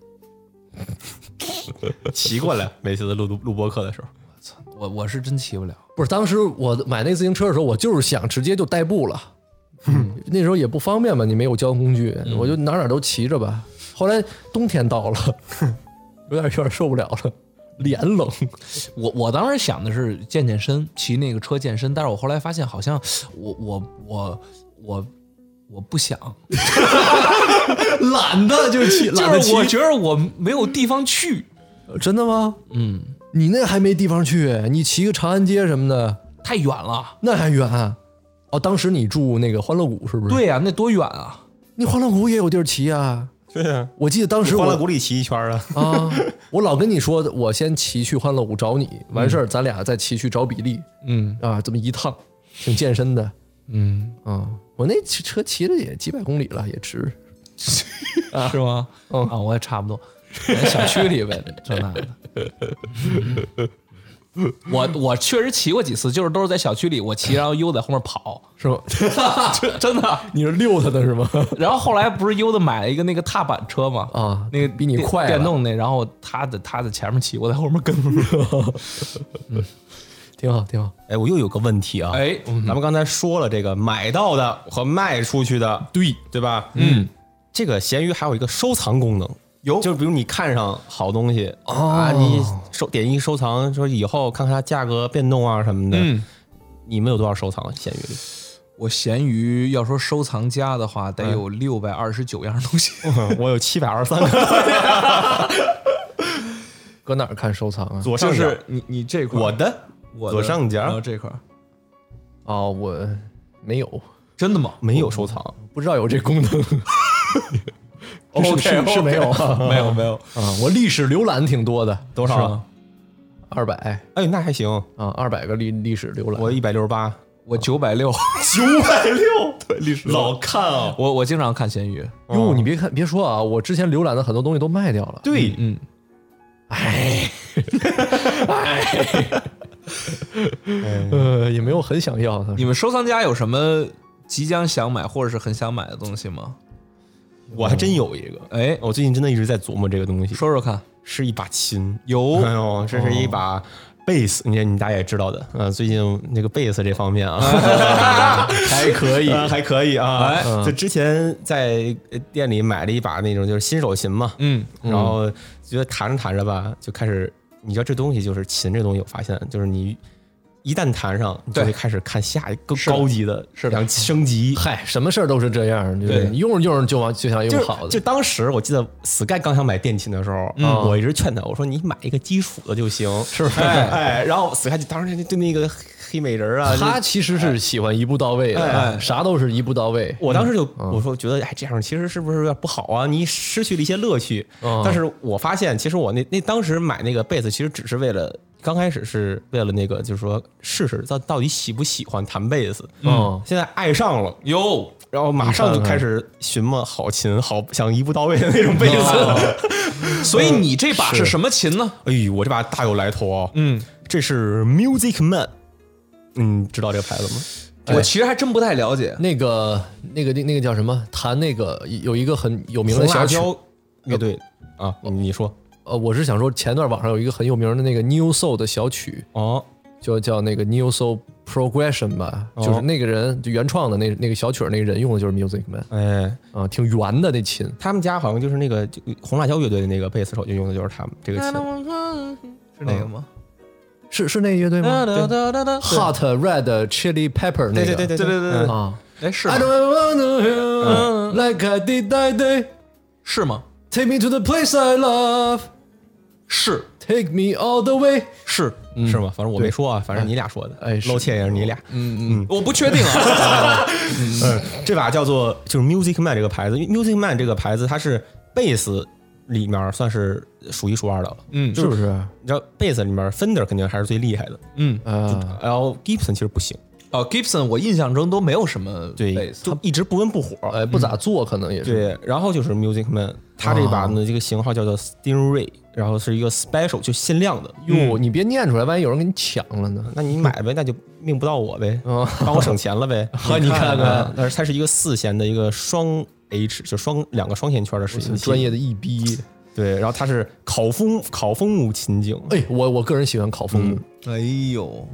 [SPEAKER 3] 骑过来，每次录录录播课的时候，
[SPEAKER 1] 我我是真骑不了，
[SPEAKER 2] 不是当时我买那自行车的时候，我就是想直接就代步了，嗯那时候也不方便嘛，你没有交通工具，我就哪哪都骑着吧。后来冬天到了， [LAUGHS] 有点有点受不了了，脸冷。
[SPEAKER 1] 我我当时想的是健健身，骑那个车健身，但是我后来发现好像我我我我我不
[SPEAKER 2] [LAUGHS]
[SPEAKER 1] 想，
[SPEAKER 2] [LAUGHS] 懒得 [LAUGHS] 就骑，懒
[SPEAKER 1] 就
[SPEAKER 2] 得
[SPEAKER 1] 是
[SPEAKER 2] 骑
[SPEAKER 1] 我。觉得我没有地方去，
[SPEAKER 2] 真的吗？
[SPEAKER 1] 嗯，
[SPEAKER 2] 你那还没地方去，你骑个长安街什么的，
[SPEAKER 1] 太远了。
[SPEAKER 2] 那还远。哦，当时你住那个欢乐谷是不是？，
[SPEAKER 1] 对呀、那多远啊！
[SPEAKER 2] 你欢乐谷也有地儿骑啊。
[SPEAKER 3] 对呀，
[SPEAKER 2] 我记得当时
[SPEAKER 3] 欢乐
[SPEAKER 2] 我
[SPEAKER 3] 谷里骑一圈啊，
[SPEAKER 2] 啊， [LAUGHS] 我老跟你说，我先骑去欢乐谷找你，完事儿咱俩再骑去找比利
[SPEAKER 1] 嗯
[SPEAKER 2] 啊，这么一趟，挺健身的
[SPEAKER 1] 嗯，
[SPEAKER 2] 啊。我那骑车骑了也几百公里了，也值。嗯
[SPEAKER 1] 是吗？啊，我也差不多，小区里呗，这那的。我我确实骑过几次，就是都是在小区里我骑，然后悠在后面跑，
[SPEAKER 2] [LAUGHS] [LAUGHS]
[SPEAKER 1] [LAUGHS]
[SPEAKER 2] 是吗？
[SPEAKER 1] 真的。
[SPEAKER 2] 你是溜达的是吗？
[SPEAKER 1] 然后后来不是悠的买了一个那个踏板车嘛，
[SPEAKER 2] [LAUGHS] 啊
[SPEAKER 1] 那个
[SPEAKER 2] 比你
[SPEAKER 1] 电
[SPEAKER 2] 快了
[SPEAKER 1] 电动那，然后他在他在前面骑，我在后面跟。
[SPEAKER 4] [LAUGHS]
[SPEAKER 2] 挺好，挺好。
[SPEAKER 3] 哎，我又有个问题啊，
[SPEAKER 1] 哎
[SPEAKER 4] 嗯
[SPEAKER 3] 咱们刚才说了这个买到的和卖出去的，对对吧？嗯，这个闲鱼还有一个收藏功能，
[SPEAKER 4] 有
[SPEAKER 3] 就是比如你看上好东西、啊，你收点击收藏，说以后看看它价格变动啊什么的。嗯，你们有多少收藏啊闲鱼里？ [LAUGHS]
[SPEAKER 4] 我闲鱼要说收藏家的话，得有六百二十九样东西。
[SPEAKER 3] 我有七百二十三个， [LAUGHS]
[SPEAKER 2] 搁哪儿看收藏啊？
[SPEAKER 3] 左
[SPEAKER 4] [LAUGHS] 就
[SPEAKER 3] 上角
[SPEAKER 4] 是你你这块儿，
[SPEAKER 3] 我的
[SPEAKER 4] 我的
[SPEAKER 3] 左上
[SPEAKER 4] 然后
[SPEAKER 3] 角
[SPEAKER 4] 这块儿
[SPEAKER 2] 啊，我没有，
[SPEAKER 4] 真的吗？
[SPEAKER 3] 没有收藏，
[SPEAKER 2] 不知道有这功能。是
[SPEAKER 3] [LAUGHS] OK，
[SPEAKER 2] 是是
[SPEAKER 3] OK
[SPEAKER 2] 没有
[SPEAKER 1] [LAUGHS]
[SPEAKER 2] 啊
[SPEAKER 3] 没有没 [LAUGHS] 有
[SPEAKER 2] 啊！我历史浏览挺多的，
[SPEAKER 3] 多少？啊
[SPEAKER 2] 二百
[SPEAKER 3] 哎，那还行，
[SPEAKER 2] 啊，二百个历历史浏览。
[SPEAKER 3] 我一百六十八，
[SPEAKER 4] 我九百六，
[SPEAKER 3] 九百六，对历史老看啊，
[SPEAKER 4] 我我经常看闲鱼，
[SPEAKER 2] 哟，你别看，别说啊，我之前浏览的很多东西都卖掉了。
[SPEAKER 3] 嗯对，
[SPEAKER 4] 嗯，
[SPEAKER 2] 呃，也没有很想要它。
[SPEAKER 4] 你们收藏家有什么即将想买或者是很想买的东西吗？
[SPEAKER 3] 我还真有一个，
[SPEAKER 4] 哎，
[SPEAKER 3] 我最近真的一直在琢磨这个东西，
[SPEAKER 4] 说说看，
[SPEAKER 3] 是一把琴，
[SPEAKER 4] 有
[SPEAKER 3] 哎呦，这是一把贝斯，你你大家也知道的，呃，最近那个贝斯这方面啊，啊 [LAUGHS] 还可以，还可以啊，就之前在店里买了一把那种就是新手琴嘛，
[SPEAKER 4] 嗯，
[SPEAKER 3] 然后觉得弹着弹着吧，就开始，你知道这东西就是琴这东西，我发现就是你。一旦弹上，你就会开始看下一个更高级的，是想升级，
[SPEAKER 2] 嗨，什么事儿都是这样，就是
[SPEAKER 3] 对
[SPEAKER 2] 你用着用着就往就想
[SPEAKER 3] 就
[SPEAKER 2] 用
[SPEAKER 3] 是
[SPEAKER 2] 好
[SPEAKER 3] 就
[SPEAKER 2] 的。
[SPEAKER 3] 当时我记得 Sky 刚想买电琴的时候，我一直劝他，我说你买一个基础的就行，是哎哎，然后 Sky 就当时就对那个黑美人啊，
[SPEAKER 2] 他
[SPEAKER 3] 就
[SPEAKER 2] 其实是喜欢一步到位
[SPEAKER 3] 哎
[SPEAKER 2] 的，啥都是一步到位。
[SPEAKER 3] 我当时就我说觉得哎这样其实是不是有点不好啊？你失去了一些乐趣。但是我发现其实我那那当时买那个贝斯其实只是为了。刚开始是为了那个，就是说试试到到底喜不喜欢弹贝斯，
[SPEAKER 2] 嗯，
[SPEAKER 3] 现在爱上了，
[SPEAKER 4] 有
[SPEAKER 3] 然后马上就开始寻摸好琴，好想一步到位的那种贝斯。
[SPEAKER 4] 所以你这把是什么琴呢？
[SPEAKER 3] 哎呦，我这把大有来头啊！嗯，这是 Music Man，嗯，知道这个牌子吗？
[SPEAKER 4] 我其实还真不太了解。
[SPEAKER 2] 那个那个那那个叫什么？弹那个有一个很有名的
[SPEAKER 3] 红辣
[SPEAKER 2] 小曲，
[SPEAKER 3] 椒乐队呃啊，你你说
[SPEAKER 2] 呃，我是想说前段网上有一个很有名的那个 New Soul 的小曲，
[SPEAKER 3] 哦，
[SPEAKER 2] 就叫那个 New Soul Progression 吧，
[SPEAKER 3] 哦
[SPEAKER 2] 就是那个人就原创的那那个小曲儿，那个人用的就是 Music Man
[SPEAKER 3] 哎，
[SPEAKER 2] 啊，挺圆的那琴。
[SPEAKER 3] 他们家好像就是那个就红辣椒乐队的那个贝斯手，就用的就是他们这个琴。
[SPEAKER 4] 是那个吗？
[SPEAKER 3] 嗯
[SPEAKER 2] 是是那个乐队吗
[SPEAKER 4] 哒哒哒哒
[SPEAKER 2] ？Hot Red Chili Pepper 那
[SPEAKER 3] 对
[SPEAKER 2] 个
[SPEAKER 3] 对
[SPEAKER 4] 对对
[SPEAKER 3] 对对
[SPEAKER 4] 对对
[SPEAKER 3] 嗯
[SPEAKER 4] 对，
[SPEAKER 2] 啊
[SPEAKER 4] 哎是吗
[SPEAKER 2] ，I don't wanna hear like I did that day,
[SPEAKER 4] 是吗？
[SPEAKER 2] take me to the place I love,
[SPEAKER 4] 是
[SPEAKER 2] take me all the way。
[SPEAKER 4] 是，
[SPEAKER 3] 是吗？反正我没说啊，反正你俩说的。
[SPEAKER 2] 哎是
[SPEAKER 3] 露怯也是嗯你俩。
[SPEAKER 4] 我不确定
[SPEAKER 3] [LAUGHS]
[SPEAKER 4] 啊。
[SPEAKER 3] 嗯，这把叫做就是 Music Man 这个牌子因为，Music Man 这个牌子它是贝斯里面算是数一数二的了。
[SPEAKER 4] 嗯
[SPEAKER 2] 是不呃是？
[SPEAKER 3] 你知道贝斯里面 Fender 肯定还是最厉害的，
[SPEAKER 4] 嗯，
[SPEAKER 2] 啊，
[SPEAKER 3] 然后 Gibson 其实不行。
[SPEAKER 4] 哦，Gibson 我印象中都没有什么
[SPEAKER 3] 对，
[SPEAKER 4] 贝斯，
[SPEAKER 3] 就一直不温不火。
[SPEAKER 2] 哎，不咋做，可能也是。
[SPEAKER 3] 对，然后就是 Music Man，它这把呢，这个型号叫做 Stingray，然后是一个 special，就限量的。
[SPEAKER 2] 哟，你别念出来，万一有人给你抢了呢？
[SPEAKER 3] 那你买呗，那就命不到
[SPEAKER 2] [LAUGHS]
[SPEAKER 3] 我呗，帮我省钱了呗。
[SPEAKER 2] 呵哦你看嗯看
[SPEAKER 3] 啊，但是它是一个四弦的一个双 H，就双两个双弦圈的水
[SPEAKER 2] 挺
[SPEAKER 3] 琴器
[SPEAKER 2] 专业的一逼。
[SPEAKER 3] 对，然后它是烤枫烤枫木琴颈，
[SPEAKER 2] 哎，我我个人喜欢烤枫
[SPEAKER 1] 嗯
[SPEAKER 2] 木，
[SPEAKER 4] 哎呦，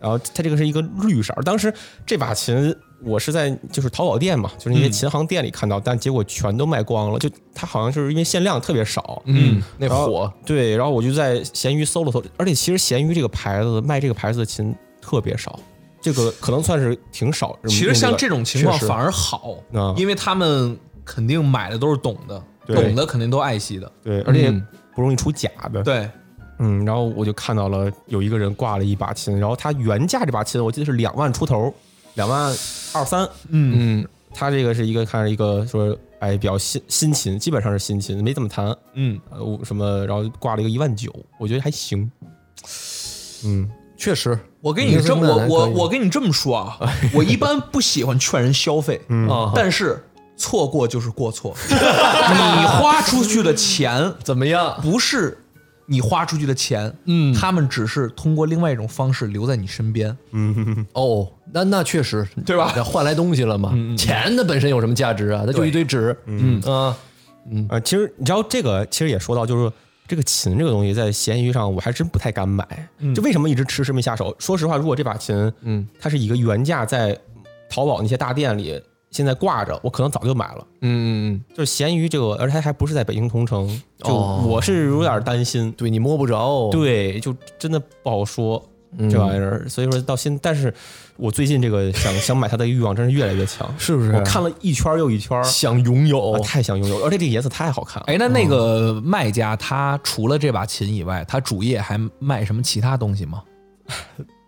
[SPEAKER 3] 然后它这个是一个绿色儿。当时这把琴我是在就是淘宝店嘛，就是那些琴行店里看到，但结果全都卖光了。就它好像是因为限量特别少，
[SPEAKER 2] 嗯，那
[SPEAKER 3] 然后
[SPEAKER 2] 火，
[SPEAKER 3] 对，然后我就在闲鱼搜了搜，而且其实闲鱼这个牌子卖这个牌子的琴特别少，这个可能算是挺少。
[SPEAKER 4] 其实像这种情况
[SPEAKER 3] 确实
[SPEAKER 4] 反而好
[SPEAKER 3] 啊，
[SPEAKER 4] 因为他们肯定买的都是懂的，
[SPEAKER 3] 对
[SPEAKER 4] 懂的肯定都爱惜的。
[SPEAKER 3] 对，而且
[SPEAKER 2] 嗯
[SPEAKER 3] 不容易出假的。，
[SPEAKER 4] 对，
[SPEAKER 3] 嗯，然后我就看到了有一个人挂了一把琴，然后他原价这把琴我记得是两万出头，两万二三。
[SPEAKER 2] 嗯，
[SPEAKER 3] 他这个是一个看着一个说，哎，比较新新琴，基本上是新琴，没怎么弹，
[SPEAKER 4] 嗯，
[SPEAKER 3] 呃，我什么，然后挂了一个一万九，我觉得还行。嗯，
[SPEAKER 2] 确实
[SPEAKER 4] 我跟你
[SPEAKER 2] 明
[SPEAKER 4] 这
[SPEAKER 2] 星
[SPEAKER 4] 么
[SPEAKER 2] 们还
[SPEAKER 4] 我
[SPEAKER 2] 可以
[SPEAKER 3] 哎嗯
[SPEAKER 4] 我我跟你这么说啊，我一般不喜欢劝人消费，
[SPEAKER 2] 啊，
[SPEAKER 4] 但是错过就是过错， [LAUGHS] 你花出去的钱
[SPEAKER 2] 怎么样？
[SPEAKER 4] 不是你花出去的钱，嗯，他们只是通过另外一种方式留在你身边。
[SPEAKER 2] 哦，那那确实
[SPEAKER 4] 对吧？
[SPEAKER 2] 换来东西了嘛，钱它本身有什么价值啊？它就一堆纸，嗯啊，
[SPEAKER 3] 啊，其实你知道这个，其实也说到，就是这个琴这个东西，在闲鱼上我还真不太敢买。就为什么一直迟迟没下手？说实话，如果这把琴，嗯，它是一个原价在淘宝那些大店里现在挂着，我可能早就买了。
[SPEAKER 2] 嗯，嗯嗯
[SPEAKER 3] 就是闲鱼这个，而且它还不是在北京同城，就
[SPEAKER 2] 哦
[SPEAKER 3] 我是有点担心。
[SPEAKER 2] 对你摸不着，哦
[SPEAKER 3] 对，就真的不好说
[SPEAKER 2] 嗯
[SPEAKER 3] 这玩意儿。所以说到现，但是我最近这个想 [LAUGHS] 想买它的欲望真是越来越强，
[SPEAKER 2] 是啊哦不是
[SPEAKER 3] 我看了一圈又一圈，
[SPEAKER 2] 想拥有，
[SPEAKER 3] 我太想拥有了，而且这个颜色太好看了。
[SPEAKER 1] 哎，那那个卖家他除了这把琴以外，他主业还卖什么其他东西吗？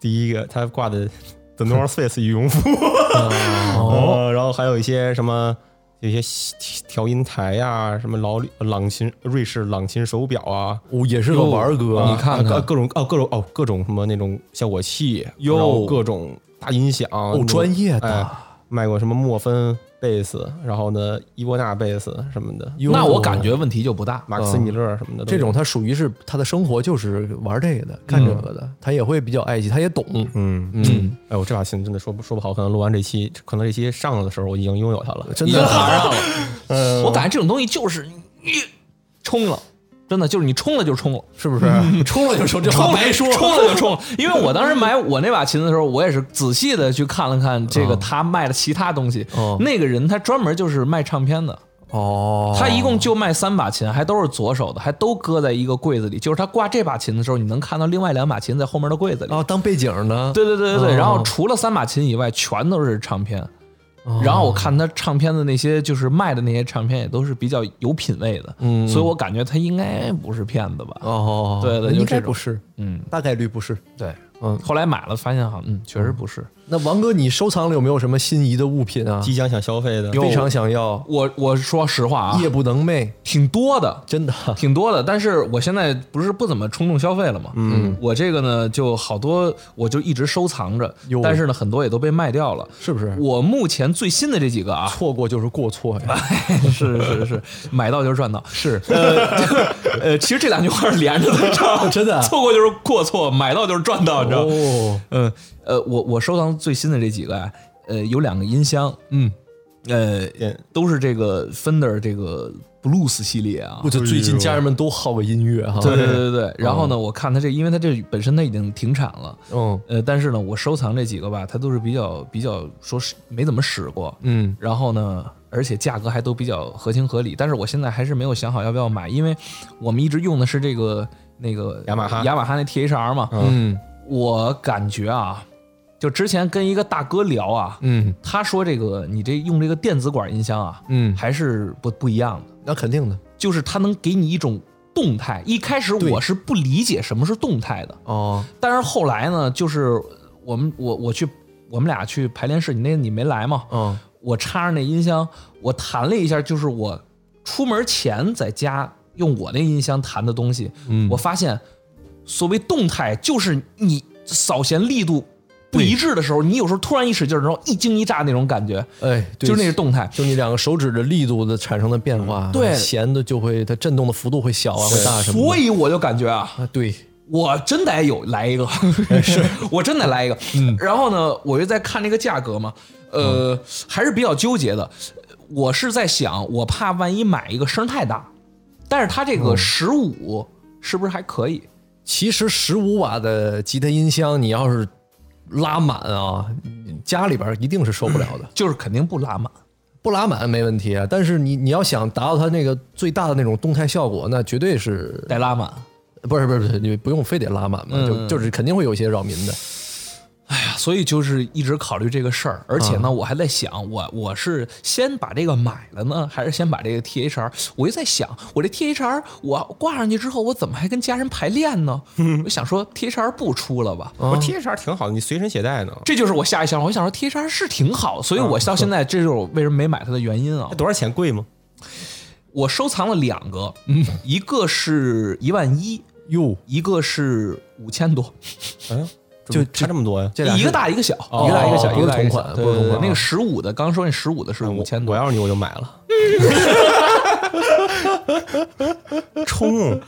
[SPEAKER 3] 第一个他挂的 The North Face 羽绒
[SPEAKER 2] [LAUGHS]
[SPEAKER 3] 服， [LAUGHS] 哦，然后还有一些什么。有一些调音台呀、什么老朗琴、瑞士朗琴手表啊，
[SPEAKER 2] 哦也是个玩哥，啊
[SPEAKER 1] 你看
[SPEAKER 3] 各
[SPEAKER 1] 看，
[SPEAKER 3] 各种哦，各种哦，各种什么那种效果器，
[SPEAKER 1] 哟
[SPEAKER 3] 然后各种大音响，
[SPEAKER 2] 哦专业的
[SPEAKER 3] 哎卖过什么莫芬贝斯，然后呢伊波纳贝斯什么的，
[SPEAKER 2] 哟嗯
[SPEAKER 1] 那我感觉问题就不大。
[SPEAKER 3] 马克思米勒什么的都有，
[SPEAKER 2] 这种他属于是他的生活就是玩这个的，看这个的，他也会比较爱惜，他也懂，
[SPEAKER 3] 嗯嗯，哎我这把琴真的说不说不好，可能录完这期，可能这期上了的时候我已经拥有它了，
[SPEAKER 2] 真的
[SPEAKER 1] 爬上了，
[SPEAKER 2] 呃
[SPEAKER 1] 我感觉这种东西就是你冲了，真的就是你冲了就冲了，
[SPEAKER 2] 是不是？冲了就冲，这话
[SPEAKER 1] [LAUGHS] 冲了
[SPEAKER 2] 白说，
[SPEAKER 1] 冲了就冲了。 [LAUGHS] 因为我当时买我那把琴的时候，我也是仔细的去看了看这个他卖的其他东西
[SPEAKER 2] 哦。
[SPEAKER 1] 那个人他专门就是卖唱片的，
[SPEAKER 2] 哦，
[SPEAKER 1] 他一共就卖三把琴，还都是左手的，还都搁在一个柜子里。就是他挂这把琴的时候，你能看到另外两把琴在后面的柜子里。
[SPEAKER 2] 哦当背景呢，
[SPEAKER 1] 对对对对嗯
[SPEAKER 2] 哦
[SPEAKER 1] 对。然后除了三把琴以外，全都是唱片。然后我看他唱片的那些，就是卖的那些唱片，也都是比较有品位的，嗯，所以我感觉他应该不是骗子吧？
[SPEAKER 2] 哦，
[SPEAKER 1] 对对
[SPEAKER 2] 那应
[SPEAKER 1] 就这
[SPEAKER 2] 该
[SPEAKER 1] 种
[SPEAKER 2] 不是，
[SPEAKER 1] 嗯，
[SPEAKER 2] 大概率不是。
[SPEAKER 1] 对，
[SPEAKER 2] 嗯
[SPEAKER 1] 后来买了，发现好像嗯，确实不是。
[SPEAKER 2] 那王哥，你收藏了有没有什么心仪的物品啊？
[SPEAKER 3] 即将想消费的，
[SPEAKER 2] 非常想要，
[SPEAKER 1] 我我说实话啊嗯
[SPEAKER 2] 夜，不能寐，
[SPEAKER 1] 挺多的，
[SPEAKER 2] 真的。
[SPEAKER 1] 挺多的，但是我现在不是不怎么冲动消费了嘛，嗯，我这个呢就好多，我就一直收藏着
[SPEAKER 2] 哟，
[SPEAKER 1] 但是呢很多也都被卖掉了，
[SPEAKER 2] 是不是
[SPEAKER 1] 我目前最新的这几个啊，
[SPEAKER 2] 错过就是过错呀，
[SPEAKER 1] 哎是是是， [LAUGHS] 买到就是赚到，
[SPEAKER 2] 是
[SPEAKER 1] [LAUGHS] 呃，就是呃，其实这两句话是连着哦的，你知道吗
[SPEAKER 2] 真的啊
[SPEAKER 1] 错过就是过错，买到就是赚到，你知道吗？
[SPEAKER 2] 哦，
[SPEAKER 1] 嗯，呃，我我收藏最新的这几个啊，呃，有两个音箱，嗯，呃，
[SPEAKER 3] 点
[SPEAKER 1] 都是这个 Fender 这个 Blues 系列啊
[SPEAKER 2] 我，就最近家人们都好个音乐哈，
[SPEAKER 1] 哦对对对对对。然后呢，我看它这，因为它这本身它已经停产了，
[SPEAKER 2] 哦嗯
[SPEAKER 1] 呃，但是呢，我收藏这几个吧，它都是比较比较说是没怎么使过，
[SPEAKER 2] 嗯，
[SPEAKER 1] 然后呢，而且价格还都比较合情合理。但是我现在还是没有想好要不要买，因为我们一直用的是这个那个
[SPEAKER 3] 雅马哈
[SPEAKER 1] 雅马哈那 THR 嘛，
[SPEAKER 2] 嗯
[SPEAKER 1] 我感觉啊，就之前跟一个大哥聊啊，
[SPEAKER 2] 嗯
[SPEAKER 1] 他说这个你这用这个电子管音箱啊，
[SPEAKER 2] 嗯，
[SPEAKER 1] 还是不不一样的，
[SPEAKER 2] 那肯定的
[SPEAKER 1] 就是它能给你一种动态。一开始
[SPEAKER 2] 对
[SPEAKER 1] 我是不理解什么是动态的，
[SPEAKER 2] 哦，
[SPEAKER 1] 但是后来呢，就是我们我我去我们俩去排练室，你那你没来嘛？
[SPEAKER 2] 嗯
[SPEAKER 1] 我插上那音箱，我弹了一下，就是我出门前在家用我那音箱弹的东西，
[SPEAKER 2] 嗯
[SPEAKER 1] 我发现所谓动态就是你扫弦力度不一致的时候，你有时候突然一使劲儿，然后一惊一乍那种感觉，
[SPEAKER 2] 哎，对
[SPEAKER 1] 就是那是动态。
[SPEAKER 2] 就你两个手指的力度的产生的变化，
[SPEAKER 1] 对
[SPEAKER 2] 弦嗯的就会它震动的幅度会小啊，会大什么的，
[SPEAKER 1] 所以我就感觉啊，
[SPEAKER 2] 啊，对，
[SPEAKER 1] 我真得有来一个，是 [LAUGHS] 我真得来一个。然后呢，我就在看这个价格嘛，呃，还是比较纠结的。我是在想，我怕万一买一个声太大，但是它这个十五是不是还可以？
[SPEAKER 2] 其实十五瓦的吉他音箱，你要是拉满啊，家里边儿一定是受不 [CLEARS THROAT] 了的。
[SPEAKER 1] 就是肯定不拉满。
[SPEAKER 2] 不拉满没问题啊，但是你你要想达到它那个最大的那种动态效果，那绝对嗯是
[SPEAKER 1] 得拉满。
[SPEAKER 2] 不是不是不是，你不用非得拉满嘛，就就是肯定会有一些扰民的。
[SPEAKER 1] 所以就是一直考虑这个事儿，而且呢，
[SPEAKER 2] 嗯
[SPEAKER 1] 我还在想，我我是先把这个买了呢，还是先把这个 THR？我就在想，我这 THR 我挂上去之后，我怎么还跟家人排练
[SPEAKER 2] [LAUGHS]
[SPEAKER 1] 呢？我想说 THR 不出了吧？
[SPEAKER 2] 啊
[SPEAKER 3] 我 T H R 挺好的，你随身携带呢，
[SPEAKER 1] 这就是我下一想法，我想说 THR 是挺好，所以我
[SPEAKER 2] 嗯
[SPEAKER 1] 到现在这就是我为什么没买它的原因啊
[SPEAKER 2] 哦
[SPEAKER 3] 那。多少钱贵吗？
[SPEAKER 1] 我收藏了两个，一个是一万一，
[SPEAKER 2] 嗯哟，
[SPEAKER 1] 一个是五千多。
[SPEAKER 3] 哎呀，就差这么多呀？
[SPEAKER 2] 这俩
[SPEAKER 1] 一
[SPEAKER 2] 是
[SPEAKER 1] 个大一个小，
[SPEAKER 2] 哦
[SPEAKER 1] 一个大一个小，
[SPEAKER 2] 哦
[SPEAKER 1] 一个大一个
[SPEAKER 2] 不是同
[SPEAKER 1] 小
[SPEAKER 2] 款
[SPEAKER 1] 对
[SPEAKER 2] 不是
[SPEAKER 1] 对
[SPEAKER 2] 同
[SPEAKER 1] 对，
[SPEAKER 2] 款啊嗯
[SPEAKER 1] 那个十五的，刚说那十五的是五
[SPEAKER 3] 我
[SPEAKER 1] 千
[SPEAKER 3] 我
[SPEAKER 1] 多，
[SPEAKER 3] 要是你我就买了，冲！
[SPEAKER 1] [LAUGHS]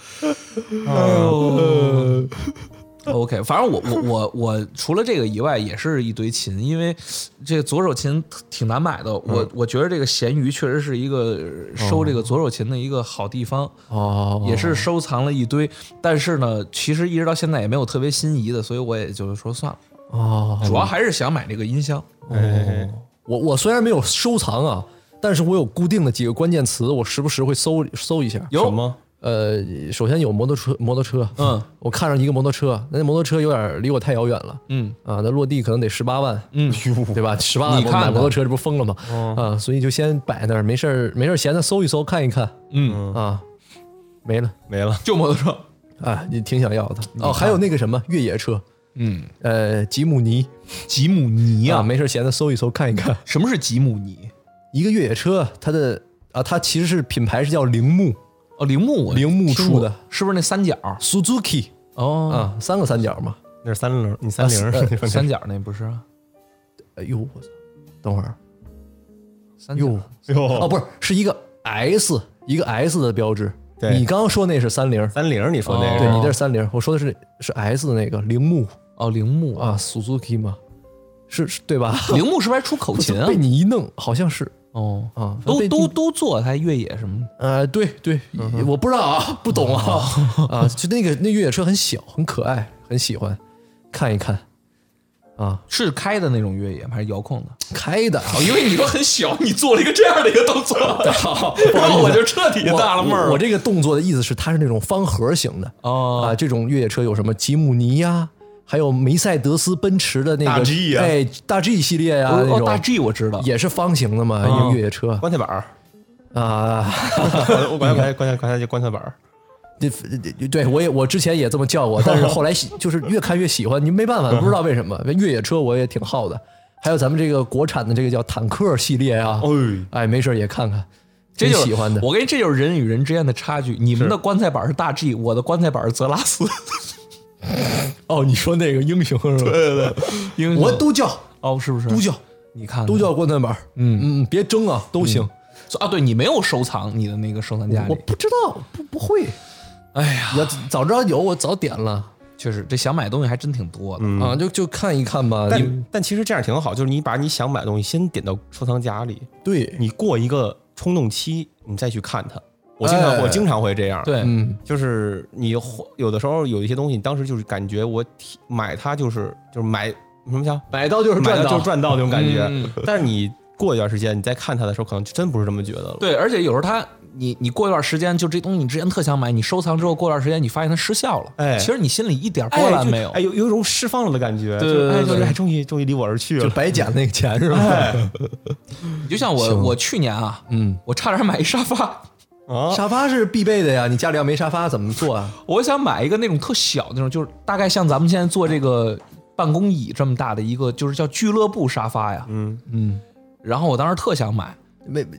[SPEAKER 1] OK，反正我我我我除了这个以外，也是一堆琴，因为这左手琴挺难买的。
[SPEAKER 2] 嗯
[SPEAKER 1] 我我觉得这个闲鱼确实是一个收这个左手琴的一个好地方，
[SPEAKER 2] 哦，
[SPEAKER 1] 也是收藏了一堆。但是呢，其实一直到现在也没有特别心仪的，所以我也就是说算了。
[SPEAKER 2] 哦，
[SPEAKER 1] 主要还是想买这个音箱。
[SPEAKER 3] 哎，
[SPEAKER 2] 我我虽然没有收藏啊，但是我有固定的几个关键词，我时不时会搜搜一下。
[SPEAKER 3] 什么？
[SPEAKER 2] 呃，首先有摩托车，摩托车，嗯，我看上一个摩托车，那摩托车有点离我太遥远了，嗯，啊，那落地可能得十八万，嗯，对吧？十八万
[SPEAKER 1] 你
[SPEAKER 2] 我
[SPEAKER 1] 看
[SPEAKER 2] 买
[SPEAKER 1] 看
[SPEAKER 2] 摩托车这不疯了吗？啊，所以就先摆那儿，没事儿没事儿闲的搜一搜看一看，嗯啊，没了，
[SPEAKER 3] 没了。
[SPEAKER 1] 就摩托车，
[SPEAKER 2] 啊，你挺想要的哦，还有那个什么越野车，嗯，呃，吉姆尼，
[SPEAKER 1] [LAUGHS] 吉姆尼
[SPEAKER 2] 啊，没事儿闲的搜一搜看一看，
[SPEAKER 1] 什么是吉姆尼？
[SPEAKER 2] 一个越野车，它的啊，它其实是品牌是叫铃木
[SPEAKER 1] 哦，铃木我
[SPEAKER 2] 铃木
[SPEAKER 1] 听
[SPEAKER 2] 出的
[SPEAKER 1] 过是不是那三角？
[SPEAKER 2] Suzuki
[SPEAKER 1] 哦，
[SPEAKER 2] 啊，三个三角嘛。
[SPEAKER 3] 那是三零，你
[SPEAKER 2] [LAUGHS]
[SPEAKER 3] 三零
[SPEAKER 2] 啊
[SPEAKER 3] 是
[SPEAKER 1] 呃三角那不是？
[SPEAKER 2] 哎呦，我操！等会儿，啊
[SPEAKER 1] 三角
[SPEAKER 2] 哟，哦，
[SPEAKER 3] 哟，
[SPEAKER 2] 不是，是一个 S，一个 S 的标志。
[SPEAKER 3] 对
[SPEAKER 2] 你刚刚说那是三菱，哦
[SPEAKER 3] 三零，你说那
[SPEAKER 2] 对
[SPEAKER 3] 个
[SPEAKER 2] 你这是三菱，我说的是是 S 的那个铃木
[SPEAKER 1] 哦，铃木
[SPEAKER 2] 啊，Suzuki 嘛，是是对吧？
[SPEAKER 1] 铃木是不是还出口琴啊
[SPEAKER 2] 被？你一弄，好像是
[SPEAKER 1] 哦，
[SPEAKER 2] 啊，反正
[SPEAKER 1] 都
[SPEAKER 2] 被
[SPEAKER 1] 都都做，还越野什么的？
[SPEAKER 2] 呃，对对，
[SPEAKER 1] 嗯
[SPEAKER 2] 我不知道
[SPEAKER 1] [LAUGHS]
[SPEAKER 2] 啊，不懂啊
[SPEAKER 1] 哦
[SPEAKER 2] 啊，就那个那越野车很小，很可爱，很喜欢，看一看啊，
[SPEAKER 1] 是开的那种越野吗？还是遥控的？
[SPEAKER 2] 开的啊，
[SPEAKER 1] 哦因为你说很小，你做了一个这样的一个动
[SPEAKER 2] [LAUGHS]
[SPEAKER 1] 作，然后我就彻底
[SPEAKER 2] 我
[SPEAKER 1] 纳了闷儿
[SPEAKER 2] 我。我
[SPEAKER 1] 了。
[SPEAKER 2] 这个动作的意思是，它是那种方盒型的
[SPEAKER 1] 哦
[SPEAKER 2] 啊，这种越野车有什么吉姆尼呀、还有梅赛德斯奔驰的那个
[SPEAKER 3] 大 G 呀
[SPEAKER 2] 哎，大 G 系列呀、那
[SPEAKER 1] 哦，
[SPEAKER 2] 种
[SPEAKER 1] 大 G 哦我知道，
[SPEAKER 2] 也是方形的嘛，一个越野车
[SPEAKER 3] 棺材板儿，
[SPEAKER 2] 啊。
[SPEAKER 3] 我我
[SPEAKER 1] [LAUGHS]
[SPEAKER 3] 管它棺材棺材就棺材板儿。
[SPEAKER 2] 这这对我也我之前也这么叫过，但是后来喜就是越看越喜欢，你没办法，不知道为什么越野车我也挺好的。还有咱们这个国产的这个叫坦克系列啊，
[SPEAKER 3] 哎，
[SPEAKER 2] 哎，没事儿也看看，
[SPEAKER 1] 这
[SPEAKER 2] 挺
[SPEAKER 1] 就是
[SPEAKER 2] 喜欢的。
[SPEAKER 1] 我跟你这就是人与人之间的差距。你们的棺材板是大 G，我的棺材板是泽拉斯。
[SPEAKER 2] 哦，你说那个英雄是吧？
[SPEAKER 1] 英雄
[SPEAKER 2] 我都叫
[SPEAKER 1] 哦，是不是
[SPEAKER 2] 都叫
[SPEAKER 1] 你看
[SPEAKER 2] 都叫棺材板儿，嗯嗯，别争啊，都行。
[SPEAKER 1] 啊？对你没有收藏你的那个收藏夹
[SPEAKER 2] 我
[SPEAKER 1] 里，
[SPEAKER 2] 不知道，不不会。
[SPEAKER 1] 哎呀，
[SPEAKER 2] 我早知道有，我早点了
[SPEAKER 1] 确实这想买东西还真挺多的。
[SPEAKER 2] 啊，就就看一看吧。
[SPEAKER 1] 嗯
[SPEAKER 2] 你
[SPEAKER 3] 但但其实这样挺好，就是你把你想买的东西先点到收藏夹里，
[SPEAKER 2] 对，
[SPEAKER 3] 你过一个冲动期，你再去看它。我经常
[SPEAKER 2] 哎
[SPEAKER 3] 我经常会这样，，
[SPEAKER 1] 对，
[SPEAKER 2] 嗯，
[SPEAKER 3] 就是你花有的时候有一些东西，你当时就是感觉我挺买它就是就是买什么叫
[SPEAKER 2] 买到就是
[SPEAKER 3] 买
[SPEAKER 2] 赚啊
[SPEAKER 3] 到
[SPEAKER 2] 到
[SPEAKER 3] 就，赚到那种感觉，
[SPEAKER 1] 嗯
[SPEAKER 3] [LAUGHS] 但是你过一段时间你再看它的时候，可能真不是这么觉得了。
[SPEAKER 1] 对，而且有时候它，你你过一段时间，就这东西你之前特想买，你收藏之后过段时间你发现它失效了，
[SPEAKER 3] 哎
[SPEAKER 1] 其实你心里一点
[SPEAKER 3] 哎
[SPEAKER 1] 波澜
[SPEAKER 3] 就
[SPEAKER 1] 没有，
[SPEAKER 3] 哎，有有一种释放了的感觉，
[SPEAKER 1] 对
[SPEAKER 3] 就是
[SPEAKER 1] 对
[SPEAKER 3] 哎，
[SPEAKER 1] 对
[SPEAKER 3] 就是
[SPEAKER 1] 对
[SPEAKER 3] 哎，终于终于离我而去
[SPEAKER 2] 就
[SPEAKER 3] 了。哎
[SPEAKER 2] 白捡那个钱是吧？
[SPEAKER 1] 你就像我我去年啊，
[SPEAKER 2] 嗯，
[SPEAKER 1] 我差点买一沙发，
[SPEAKER 3] 啊，
[SPEAKER 2] [LAUGHS] 沙发是必备的呀，你家里要没沙发怎么做啊？
[SPEAKER 1] 我想买一个那种特小那种，就是大概像咱们现在坐这个办公椅这么大的一个，就是叫俱乐部沙发呀，
[SPEAKER 3] 嗯，
[SPEAKER 2] 嗯，
[SPEAKER 1] 然后我当时特想买，
[SPEAKER 2] 没没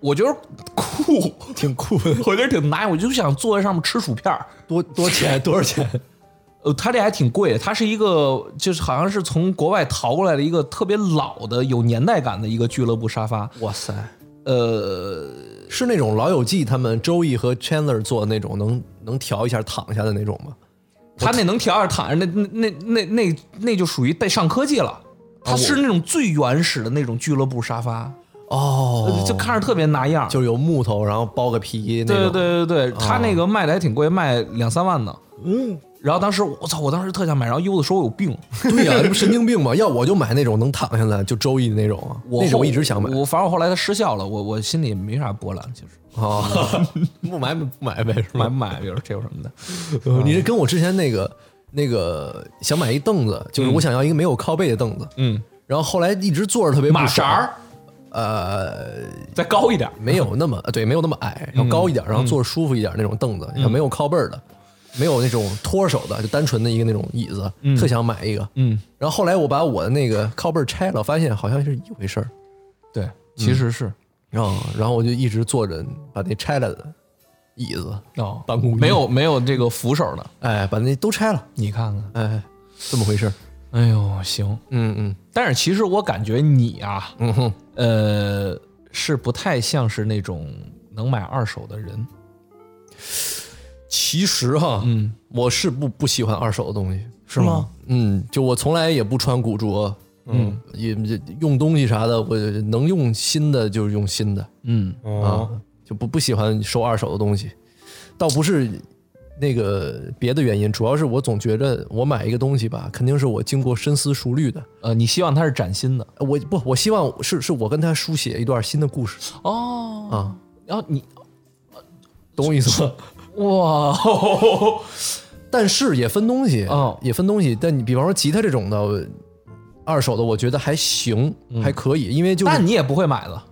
[SPEAKER 1] 我觉得酷，
[SPEAKER 2] 挺酷的，
[SPEAKER 1] 我觉得挺 nice，我就想坐在上面吃薯片儿。
[SPEAKER 2] 多多 [LAUGHS] 钱多少钱？
[SPEAKER 1] 呃，它这还挺贵的，它是一个就是好像是从国外淘过来的一个特别老的有年代感的一个俱乐部沙发，
[SPEAKER 2] 哇塞，
[SPEAKER 1] 呃，
[SPEAKER 2] 是那种老友记他们周易和 Chandler 做的那种能能调一下躺下的那种吗？
[SPEAKER 1] 它那能调着躺着，那那那那那那就属于带上科技
[SPEAKER 2] 啊
[SPEAKER 1] 了。它是那种最原始的那种俱乐部沙发，
[SPEAKER 2] 哦
[SPEAKER 1] 呃就看着特别拿样儿。
[SPEAKER 2] 就是有木头，然后包个皮那
[SPEAKER 1] 对
[SPEAKER 2] 种。哦
[SPEAKER 1] 对对对，它那个卖的还挺贵，卖两三万呢。
[SPEAKER 2] 嗯，
[SPEAKER 1] 然后当时我操，我当时特想买，然后柚子说我有病，
[SPEAKER 2] 对呀、这不神经病吗？要我就买那种能躺下来就周易的那种啊，
[SPEAKER 1] 我
[SPEAKER 2] [LAUGHS] 那种
[SPEAKER 1] 后
[SPEAKER 2] 我一直想买。
[SPEAKER 1] 我反正我后来它失效了，我我心里也没啥波澜，其实
[SPEAKER 2] 哦， [LAUGHS] 不买不买呗，是
[SPEAKER 1] 买
[SPEAKER 2] 吧？
[SPEAKER 1] 不
[SPEAKER 2] 嗯
[SPEAKER 1] 买，比如这有什么的。
[SPEAKER 2] 你这跟我之前那个那个想买一凳子，就是我想要一个没有靠背的凳子，
[SPEAKER 1] 嗯，
[SPEAKER 2] 然后后来一直坐着特别不啊
[SPEAKER 1] 马
[SPEAKER 2] 爽
[SPEAKER 1] 扎儿，
[SPEAKER 2] 呃，
[SPEAKER 1] 再高一点，
[SPEAKER 2] 没有那么对，没有那么矮，要高一点，然后坐着舒服一点那种凳子，要没有靠背儿的，没有那种托手的，就单纯的一个那种椅子，特想买一个，
[SPEAKER 1] 嗯，
[SPEAKER 2] 然后后来我把我的那个靠背儿拆了，发现好像是一回事儿，
[SPEAKER 1] 对，其实是
[SPEAKER 2] 然后然后我就一直坐着把那拆了的椅子，
[SPEAKER 1] 哦，
[SPEAKER 2] 办公椅
[SPEAKER 1] 没有没有这个扶手的，
[SPEAKER 2] 哎，把那都拆了，
[SPEAKER 1] 你看看，
[SPEAKER 2] 哎，这么回事儿。
[SPEAKER 1] 哎呦，行，
[SPEAKER 2] 嗯嗯
[SPEAKER 1] 但是其实我感觉你啊，
[SPEAKER 2] 嗯哼，
[SPEAKER 1] 呃，是不太像是那种能买二手的人。
[SPEAKER 2] 其实哈，
[SPEAKER 1] 嗯，
[SPEAKER 2] 我是不不喜欢二手的东西，
[SPEAKER 1] 是吗？
[SPEAKER 2] 嗯，就我从来也不穿古着，嗯，也也用东西啥的，我能用新的就是用新的
[SPEAKER 1] 嗯，
[SPEAKER 3] 哦，
[SPEAKER 2] 啊，就不不喜欢收二手的东西，倒不是那个别的原因，主要是我总觉着我买一个东西吧，肯定是我经过深思熟虑的，
[SPEAKER 1] 呃，你希望它是崭新的
[SPEAKER 2] 我不，我希望是是我跟他书写一段新的故事
[SPEAKER 1] 哦。
[SPEAKER 2] 啊，
[SPEAKER 1] 然后你
[SPEAKER 2] 懂我意思吗？ [LAUGHS]
[SPEAKER 1] 哇，
[SPEAKER 2] 但是也分东西，
[SPEAKER 1] 哦
[SPEAKER 2] 也分东西。但你比方说吉他这种的，二手的我觉得还行，还可以，因为就是
[SPEAKER 1] [LAUGHS] 嗯但你也不会买的。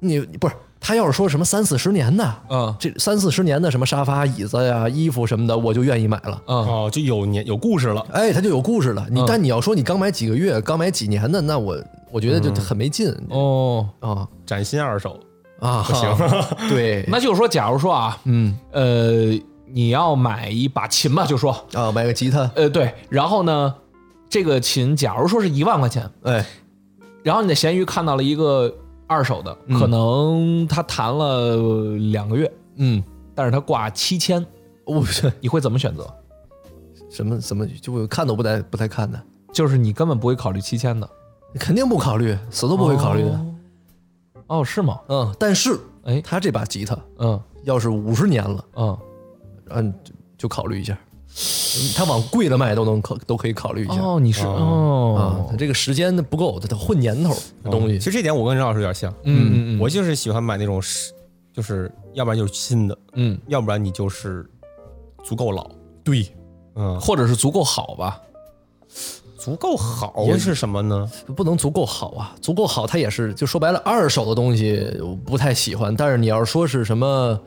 [SPEAKER 2] 你你不是他要是说什么三四十年的，
[SPEAKER 1] 嗯
[SPEAKER 2] 这三四十年的什么沙发、椅子呀、衣服什么的，我就愿意买了。
[SPEAKER 1] 嗯，
[SPEAKER 3] 哦，就有年有故事了。
[SPEAKER 2] 哎，他就有故事了。你、但你要说你刚买几个月、刚买几年的，那我我觉得就很没劲、
[SPEAKER 1] 嗯哦，
[SPEAKER 2] 啊
[SPEAKER 3] 崭新二手，
[SPEAKER 2] 啊！行，对，
[SPEAKER 1] 那就是说，假如说啊，
[SPEAKER 2] 嗯
[SPEAKER 1] 呃，你要买一把琴吧，就说，
[SPEAKER 2] 啊，买个吉他，
[SPEAKER 1] 呃，对，然后呢，这个琴假如说是一万块钱，
[SPEAKER 2] 哎，
[SPEAKER 1] 然后你在闲鱼看到了一个二手的，可能他弹了两个月，
[SPEAKER 2] 嗯，
[SPEAKER 1] 但是他挂七千，
[SPEAKER 2] 我这
[SPEAKER 1] 你会怎么选择？
[SPEAKER 2] 什么怎么就我看都不带不带看的，
[SPEAKER 1] 就是你根本不会考虑七千的。
[SPEAKER 2] 肯定不考虑，死都不会考虑的。
[SPEAKER 1] 哦，是吗？
[SPEAKER 2] 嗯，但是
[SPEAKER 1] 哎
[SPEAKER 2] 他这把吉他
[SPEAKER 1] 嗯
[SPEAKER 2] 要是五十年了，
[SPEAKER 1] 嗯，
[SPEAKER 2] 嗯，就就考虑一下，嗯他往贵了卖都能考，都可以考虑一下。
[SPEAKER 1] 哦，你是
[SPEAKER 2] 啊
[SPEAKER 1] 哦，，
[SPEAKER 2] 他这个时间不够，他他混年头的 [LAUGHS] 东
[SPEAKER 3] 哦嗯其
[SPEAKER 2] 西。
[SPEAKER 3] 实这点我跟任老师有点像，
[SPEAKER 1] 嗯嗯嗯
[SPEAKER 3] 我就是喜欢买那种是，就是要不然就是新的，
[SPEAKER 1] 嗯，
[SPEAKER 3] 要不然你就是足够老，
[SPEAKER 2] 对，
[SPEAKER 3] 嗯，
[SPEAKER 1] 或者是足够好吧？
[SPEAKER 3] 足够好是什么呢？
[SPEAKER 2] 不能足够好啊，足够好，他也是就说白了，二手的东西我不太喜欢。但是你要是说是什么，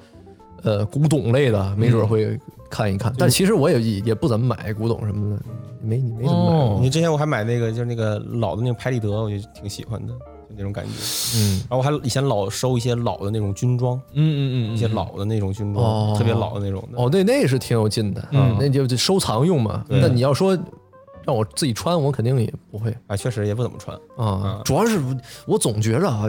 [SPEAKER 2] 呃，古董类的，没准会看一看。但其实我也也不怎么买古董什么的，没没怎么买。
[SPEAKER 1] 哦
[SPEAKER 3] 你之前我还买那个就是那个老的那个拍立得，我就挺喜欢的，就那种感觉。
[SPEAKER 2] 嗯，
[SPEAKER 3] 然后我还以前老收一些老的那种军装，
[SPEAKER 1] 嗯嗯嗯
[SPEAKER 3] 一些老的那种军装，
[SPEAKER 2] 哦
[SPEAKER 3] 特别老的那种的。
[SPEAKER 2] 哦，那那是挺有劲的，嗯，那就就收藏用嘛。那你要说让我自己穿，我肯定也不会
[SPEAKER 3] 啊，确实也不怎么穿。
[SPEAKER 2] 啊。主要是我总觉着啊，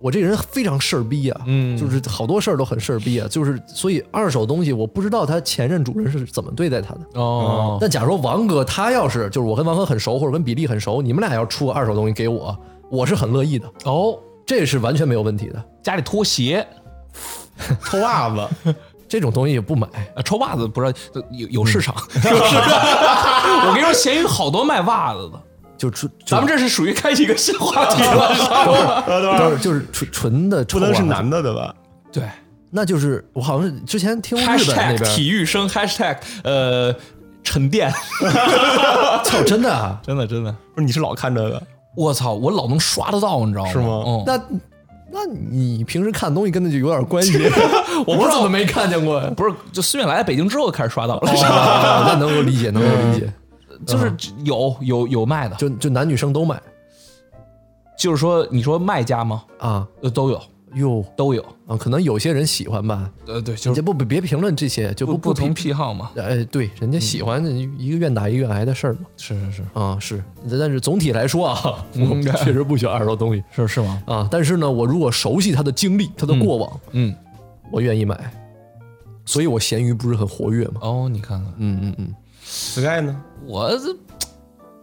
[SPEAKER 2] 我这人非常事儿逼啊，嗯，就是好多事儿都很事儿逼啊，就是所以二手东西我不知道他前任主人是怎么对待他的。
[SPEAKER 1] 哦，
[SPEAKER 2] 但假如王哥他要是就是我跟王哥很熟，或者跟比利很熟，你们俩要出二手东西给我，我是很乐意的，
[SPEAKER 1] 哦，
[SPEAKER 2] 这是完全没有问题的。
[SPEAKER 1] 家里拖鞋。
[SPEAKER 3] 臭袜子，
[SPEAKER 2] 这种东西也不买，
[SPEAKER 1] 啊，臭袜子不是有有市场，
[SPEAKER 2] 嗯
[SPEAKER 1] 有市场。 [LAUGHS] 我跟你说，闲鱼好多卖袜子的。
[SPEAKER 2] 就纯
[SPEAKER 1] 咱们这是属于开启一个新话题
[SPEAKER 2] [LAUGHS]
[SPEAKER 1] 了，是吧？
[SPEAKER 2] 都是就是纯纯的臭
[SPEAKER 3] [LAUGHS] 不能是
[SPEAKER 2] 袜子
[SPEAKER 3] 男的的吧？
[SPEAKER 1] 对
[SPEAKER 2] 那就是我好像是之前听日本那
[SPEAKER 1] ，#hashtag
[SPEAKER 2] 边，
[SPEAKER 1] 体育生 #hashtag 呃沉淀，
[SPEAKER 2] 操，真的啊！
[SPEAKER 1] 真的真的，
[SPEAKER 3] 不是，你是老看这个
[SPEAKER 1] 我操，我老能刷得到，你知道吗？
[SPEAKER 3] 是吗
[SPEAKER 1] 嗯，
[SPEAKER 2] 那那你平时看东西跟那就有点关
[SPEAKER 1] [LAUGHS]
[SPEAKER 2] 系，
[SPEAKER 1] 我不
[SPEAKER 2] 我
[SPEAKER 1] 知
[SPEAKER 2] 怎
[SPEAKER 1] 道
[SPEAKER 2] 么没看见过呀？
[SPEAKER 1] 不是，就孙悦来北京之后开始刷到了，
[SPEAKER 2] 啊那能够理解，能够
[SPEAKER 1] 嗯
[SPEAKER 2] 理解，
[SPEAKER 1] [LAUGHS] 就是有有有卖的，
[SPEAKER 2] 就就男女生都买
[SPEAKER 1] 就是说你说卖家吗？
[SPEAKER 2] 啊，
[SPEAKER 1] 呃，都有
[SPEAKER 2] 哟
[SPEAKER 1] 都有，
[SPEAKER 2] 啊，可能有些人喜欢吧，
[SPEAKER 1] 呃，对，就
[SPEAKER 2] 你
[SPEAKER 1] 是
[SPEAKER 2] 这不别评论这些，就
[SPEAKER 1] 不
[SPEAKER 2] 不
[SPEAKER 1] 不同嗯
[SPEAKER 2] 评。
[SPEAKER 1] 癖好嘛，
[SPEAKER 2] 哎，对，人家喜欢一个愿打一个愿挨的事儿嘛，
[SPEAKER 1] 是是是嗯
[SPEAKER 2] 啊是，但是总体来说啊，我确实不喜欢二手东西
[SPEAKER 1] 是是吗？
[SPEAKER 2] 啊，但是呢，我如果熟悉他的经历，他的过往，
[SPEAKER 1] 嗯，
[SPEAKER 2] 我愿意买，所以我闲鱼不是很活跃嘛，
[SPEAKER 1] 哦，你看看，
[SPEAKER 2] 嗯嗯嗯，
[SPEAKER 3] ，Sky 呢？
[SPEAKER 1] 我这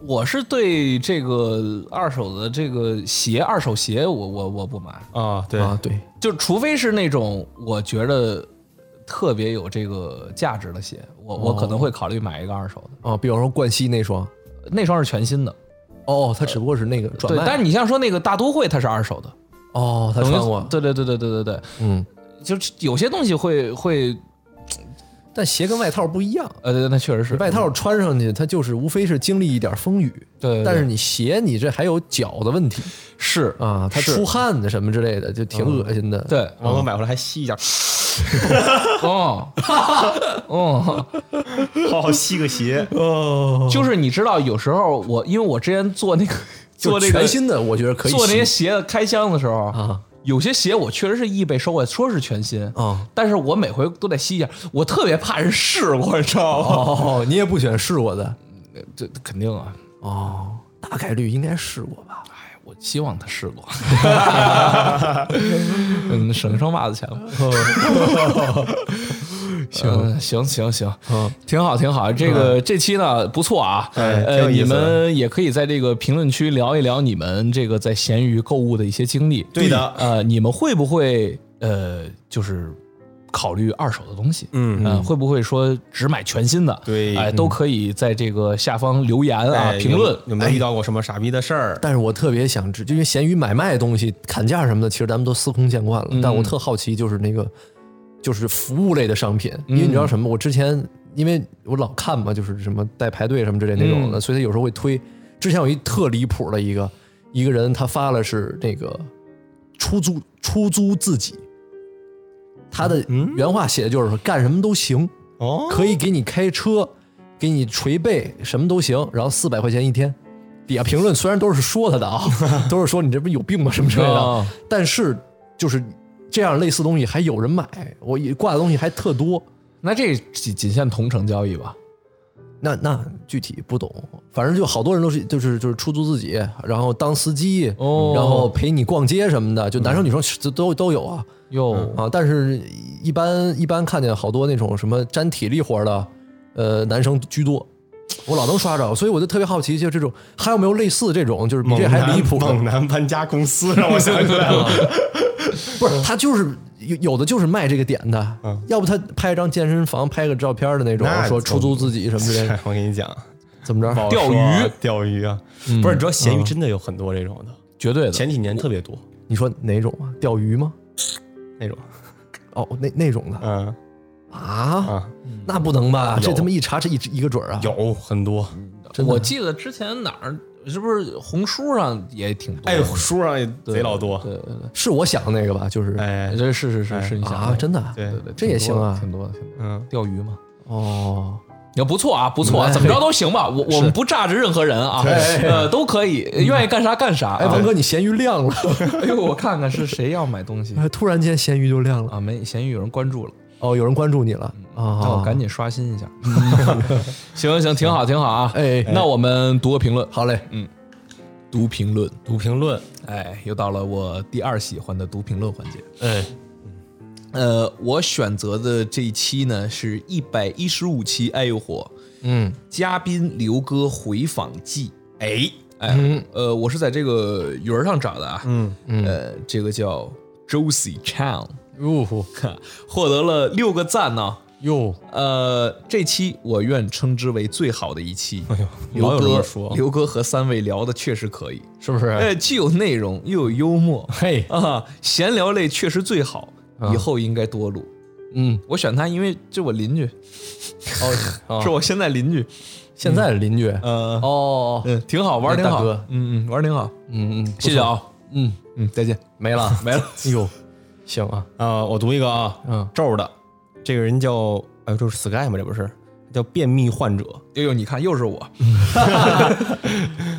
[SPEAKER 1] 我是对这个二手的这个鞋，二手鞋我我我不买，
[SPEAKER 3] 啊，对，
[SPEAKER 2] 啊，对，
[SPEAKER 1] 就除非是那种我觉得特别有这个价值的鞋，我
[SPEAKER 2] 哦
[SPEAKER 1] 我可能会考虑买一个二手的。
[SPEAKER 2] 啊，比方说冠希那双，
[SPEAKER 1] 那双是全新的，
[SPEAKER 2] 哦，他只不过是那个转
[SPEAKER 1] 呃对
[SPEAKER 2] 卖，。
[SPEAKER 1] 但是你像说那个大都会，它是二手的，
[SPEAKER 2] 哦，他
[SPEAKER 1] 等于
[SPEAKER 2] 穿过，
[SPEAKER 1] 对对对对对对对，
[SPEAKER 2] 嗯，
[SPEAKER 1] 就是有些东西会会，
[SPEAKER 2] 但鞋跟外套不一样，
[SPEAKER 1] 呃，那确实是
[SPEAKER 2] 外套穿上去，它就是无非是经历一点风雨，
[SPEAKER 1] 对对对
[SPEAKER 2] 但是你鞋，你这还有脚的问题
[SPEAKER 1] 是
[SPEAKER 2] 啊，它
[SPEAKER 1] 是
[SPEAKER 2] 出汗的什么之类的，就挺恶心的。
[SPEAKER 1] 对，
[SPEAKER 3] 王哥买回来还吸一下，
[SPEAKER 1] 哦，哦，
[SPEAKER 3] [LAUGHS] 好好吸个鞋。
[SPEAKER 1] 就是你知道，有时候我因为我之前做那个
[SPEAKER 2] 就
[SPEAKER 1] 做那个
[SPEAKER 2] 全新的，我觉得可以洗。
[SPEAKER 1] 做那些鞋的开箱的时候
[SPEAKER 2] 啊，
[SPEAKER 1] 有些鞋我确实是易被收回来，说是全新
[SPEAKER 2] 啊，
[SPEAKER 1] 但是我
[SPEAKER 2] 哦
[SPEAKER 1] 每回都得吸一下，我特别怕人试过，你知道吗？
[SPEAKER 2] 哦，你也不选试过的
[SPEAKER 1] 呃这肯定啊，
[SPEAKER 2] 哦，大概率应该是我吧。
[SPEAKER 1] 哎，我希望他试
[SPEAKER 3] [LAUGHS]
[SPEAKER 1] 过，嗯，省一双袜子钱吧。
[SPEAKER 3] [LAUGHS] 嗯
[SPEAKER 1] 行行行行，挺好挺好。这个这期呢不错啊，
[SPEAKER 3] 哎挺
[SPEAKER 1] 呃，
[SPEAKER 3] 有意
[SPEAKER 1] 你
[SPEAKER 3] 思的
[SPEAKER 1] 们也可以在这个评论区聊一聊你们这个在闲鱼购物的一些经历。
[SPEAKER 3] 对的
[SPEAKER 1] 呃，你们会不会呃，就是考虑二手的东西？
[SPEAKER 3] 嗯
[SPEAKER 1] 呃会不会说只买全新的？
[SPEAKER 3] 对嗯
[SPEAKER 1] 哎、都可以在这个下方留言啊，
[SPEAKER 3] 哎
[SPEAKER 1] 评论
[SPEAKER 3] 有。有没有遇到过什么傻逼的事儿？
[SPEAKER 2] 但是我特别想知，就因为闲鱼买卖的东西砍价什么的，其实咱们都司空见惯了。但我特好奇，就是那个就是服务类的商品，因为你知道什么？我之前因为我老看嘛，就是什么带排队什么之类那种的，所以他有时候会推。之前有一特离谱的一个一个人，他发了是那个出租出租自己，他的原话写的就是说干什么都行，
[SPEAKER 3] 哦，
[SPEAKER 2] 可以给你开车，给你捶背，什么都行，然后四百块钱一天。底下评论虽然都是说他的啊，都是说你这不是有病吗什么之类的
[SPEAKER 1] 哦，
[SPEAKER 2] 但是就是这样类似东西还有人买，我一挂的东西还特多。
[SPEAKER 1] 那这仅仅限同城交易吧？
[SPEAKER 2] 那那具体不懂，反正就好多人都是就是就是出租自己，然后当司机，
[SPEAKER 1] 哦
[SPEAKER 2] 然后陪你逛街什么的，就男生女生都都都有啊
[SPEAKER 1] 哟，
[SPEAKER 3] 嗯
[SPEAKER 2] 啊！但是一般一般看见好多那种什么沾体力活的，呃，男生居多，我老能刷着，所以我就特别好奇，就这种还有没有类似这种，就是比这还离谱的？
[SPEAKER 3] 猛男搬家公司让我想起来了， [LAUGHS]
[SPEAKER 2] 不是，他就是有有的就是卖这个点的，
[SPEAKER 3] 嗯
[SPEAKER 2] 要不他拍张健身房拍个照片的那种，
[SPEAKER 3] 那
[SPEAKER 2] 说出租自己什么之
[SPEAKER 3] [LAUGHS]
[SPEAKER 2] 类的，
[SPEAKER 3] 哎我跟你讲，
[SPEAKER 2] 怎么着？
[SPEAKER 3] 不好
[SPEAKER 1] 钓
[SPEAKER 3] 说啊
[SPEAKER 1] 鱼，
[SPEAKER 3] 钓鱼啊，不是，你知道咸鱼真的有很多这种的，
[SPEAKER 1] 绝对的。
[SPEAKER 3] 前几年特别多
[SPEAKER 2] 你说哪种啊？钓鱼吗？
[SPEAKER 3] 那种，
[SPEAKER 2] 哦，那那种的
[SPEAKER 3] 嗯
[SPEAKER 2] 啊，
[SPEAKER 3] 啊，
[SPEAKER 2] 那不能吧？
[SPEAKER 3] 有
[SPEAKER 2] 这他妈一查这一一个准儿啊！
[SPEAKER 3] 有很多，
[SPEAKER 2] 真的
[SPEAKER 1] 我记得之前哪儿是不是红书上也挺多
[SPEAKER 3] 哎
[SPEAKER 1] 的？，
[SPEAKER 3] 书上也贼老多，
[SPEAKER 2] 是我想的那个吧？就是
[SPEAKER 3] 哎，
[SPEAKER 1] 这是是是
[SPEAKER 3] 哎
[SPEAKER 1] 是，你想
[SPEAKER 2] 啊，真的啊
[SPEAKER 3] 对
[SPEAKER 1] 对对，
[SPEAKER 2] 这也
[SPEAKER 1] 挺多
[SPEAKER 2] 行啊
[SPEAKER 1] 挺多的挺多的。
[SPEAKER 3] 嗯，
[SPEAKER 1] 钓鱼嘛，
[SPEAKER 2] 哦，
[SPEAKER 1] 也不错啊，不错啊，
[SPEAKER 2] 哎
[SPEAKER 1] 怎么着都行吧。我我们不榨着任何人啊，呃，都可以，愿意干啥干啥。
[SPEAKER 2] 哎，
[SPEAKER 1] 啊
[SPEAKER 2] 王哥，你咸鱼亮了，
[SPEAKER 1] [LAUGHS] 哎呦，我看看是谁要买东
[SPEAKER 2] [LAUGHS]
[SPEAKER 1] 西
[SPEAKER 2] 哎突然间咸鱼就亮了
[SPEAKER 1] 啊？没，闲鱼有人关注了。
[SPEAKER 2] 哦，有人关注你了
[SPEAKER 1] 那
[SPEAKER 2] 啊
[SPEAKER 1] 我！赶紧刷新
[SPEAKER 2] [LAUGHS]
[SPEAKER 1] 一下。行行，挺好挺好啊。
[SPEAKER 2] 哎
[SPEAKER 1] 那我们读个评论，嗯
[SPEAKER 2] 好嘞，
[SPEAKER 1] 读评论，
[SPEAKER 3] 读评论，
[SPEAKER 1] 哎，又到了我第二喜欢的读评论环节。
[SPEAKER 3] 哎，
[SPEAKER 1] 呃，我选择的这一期呢是一百一十五期，哎呦火，
[SPEAKER 2] 嗯
[SPEAKER 1] 嘉宾刘哥回访记。
[SPEAKER 3] 哎，
[SPEAKER 1] 哎，呃，我是在这个云儿上找的啊，嗯嗯，呃，这个叫 Josie Chan，
[SPEAKER 2] 哟呼
[SPEAKER 1] [LAUGHS] 获得了六个赞呢、
[SPEAKER 2] 哟，
[SPEAKER 1] 呃，这期我愿称之为最好的一期。
[SPEAKER 3] 哎
[SPEAKER 1] 刘
[SPEAKER 3] 老有这
[SPEAKER 1] 哥
[SPEAKER 3] 么说哎
[SPEAKER 1] 刘哥和三位聊的确实可以，
[SPEAKER 2] 是不是？
[SPEAKER 1] 呃，既有内容又有幽默，
[SPEAKER 2] 嘿，
[SPEAKER 1] 啊，闲聊类确实最好，以后应该多录。
[SPEAKER 2] 嗯，
[SPEAKER 1] 我选他，因为这我邻居，
[SPEAKER 2] 啊
[SPEAKER 1] 哦，是我现在邻居，
[SPEAKER 2] 现在的邻居
[SPEAKER 1] 呃，
[SPEAKER 2] 哦，
[SPEAKER 1] 嗯，挺好玩，
[SPEAKER 2] 哎
[SPEAKER 1] 挺好
[SPEAKER 2] 大哥，
[SPEAKER 1] 嗯嗯，玩挺好，
[SPEAKER 2] 嗯嗯，
[SPEAKER 1] 谢谢啊，
[SPEAKER 2] 嗯，
[SPEAKER 1] 嗯，再见，
[SPEAKER 2] 没 [LAUGHS] 了
[SPEAKER 1] 没了，
[SPEAKER 2] 哟，行啊，
[SPEAKER 3] 啊，我读一个啊，
[SPEAKER 2] 嗯
[SPEAKER 3] 咒的，这个人叫，哎，这是 Sky 吗？这不是叫便秘患者，
[SPEAKER 1] 哎呦，你看又是我，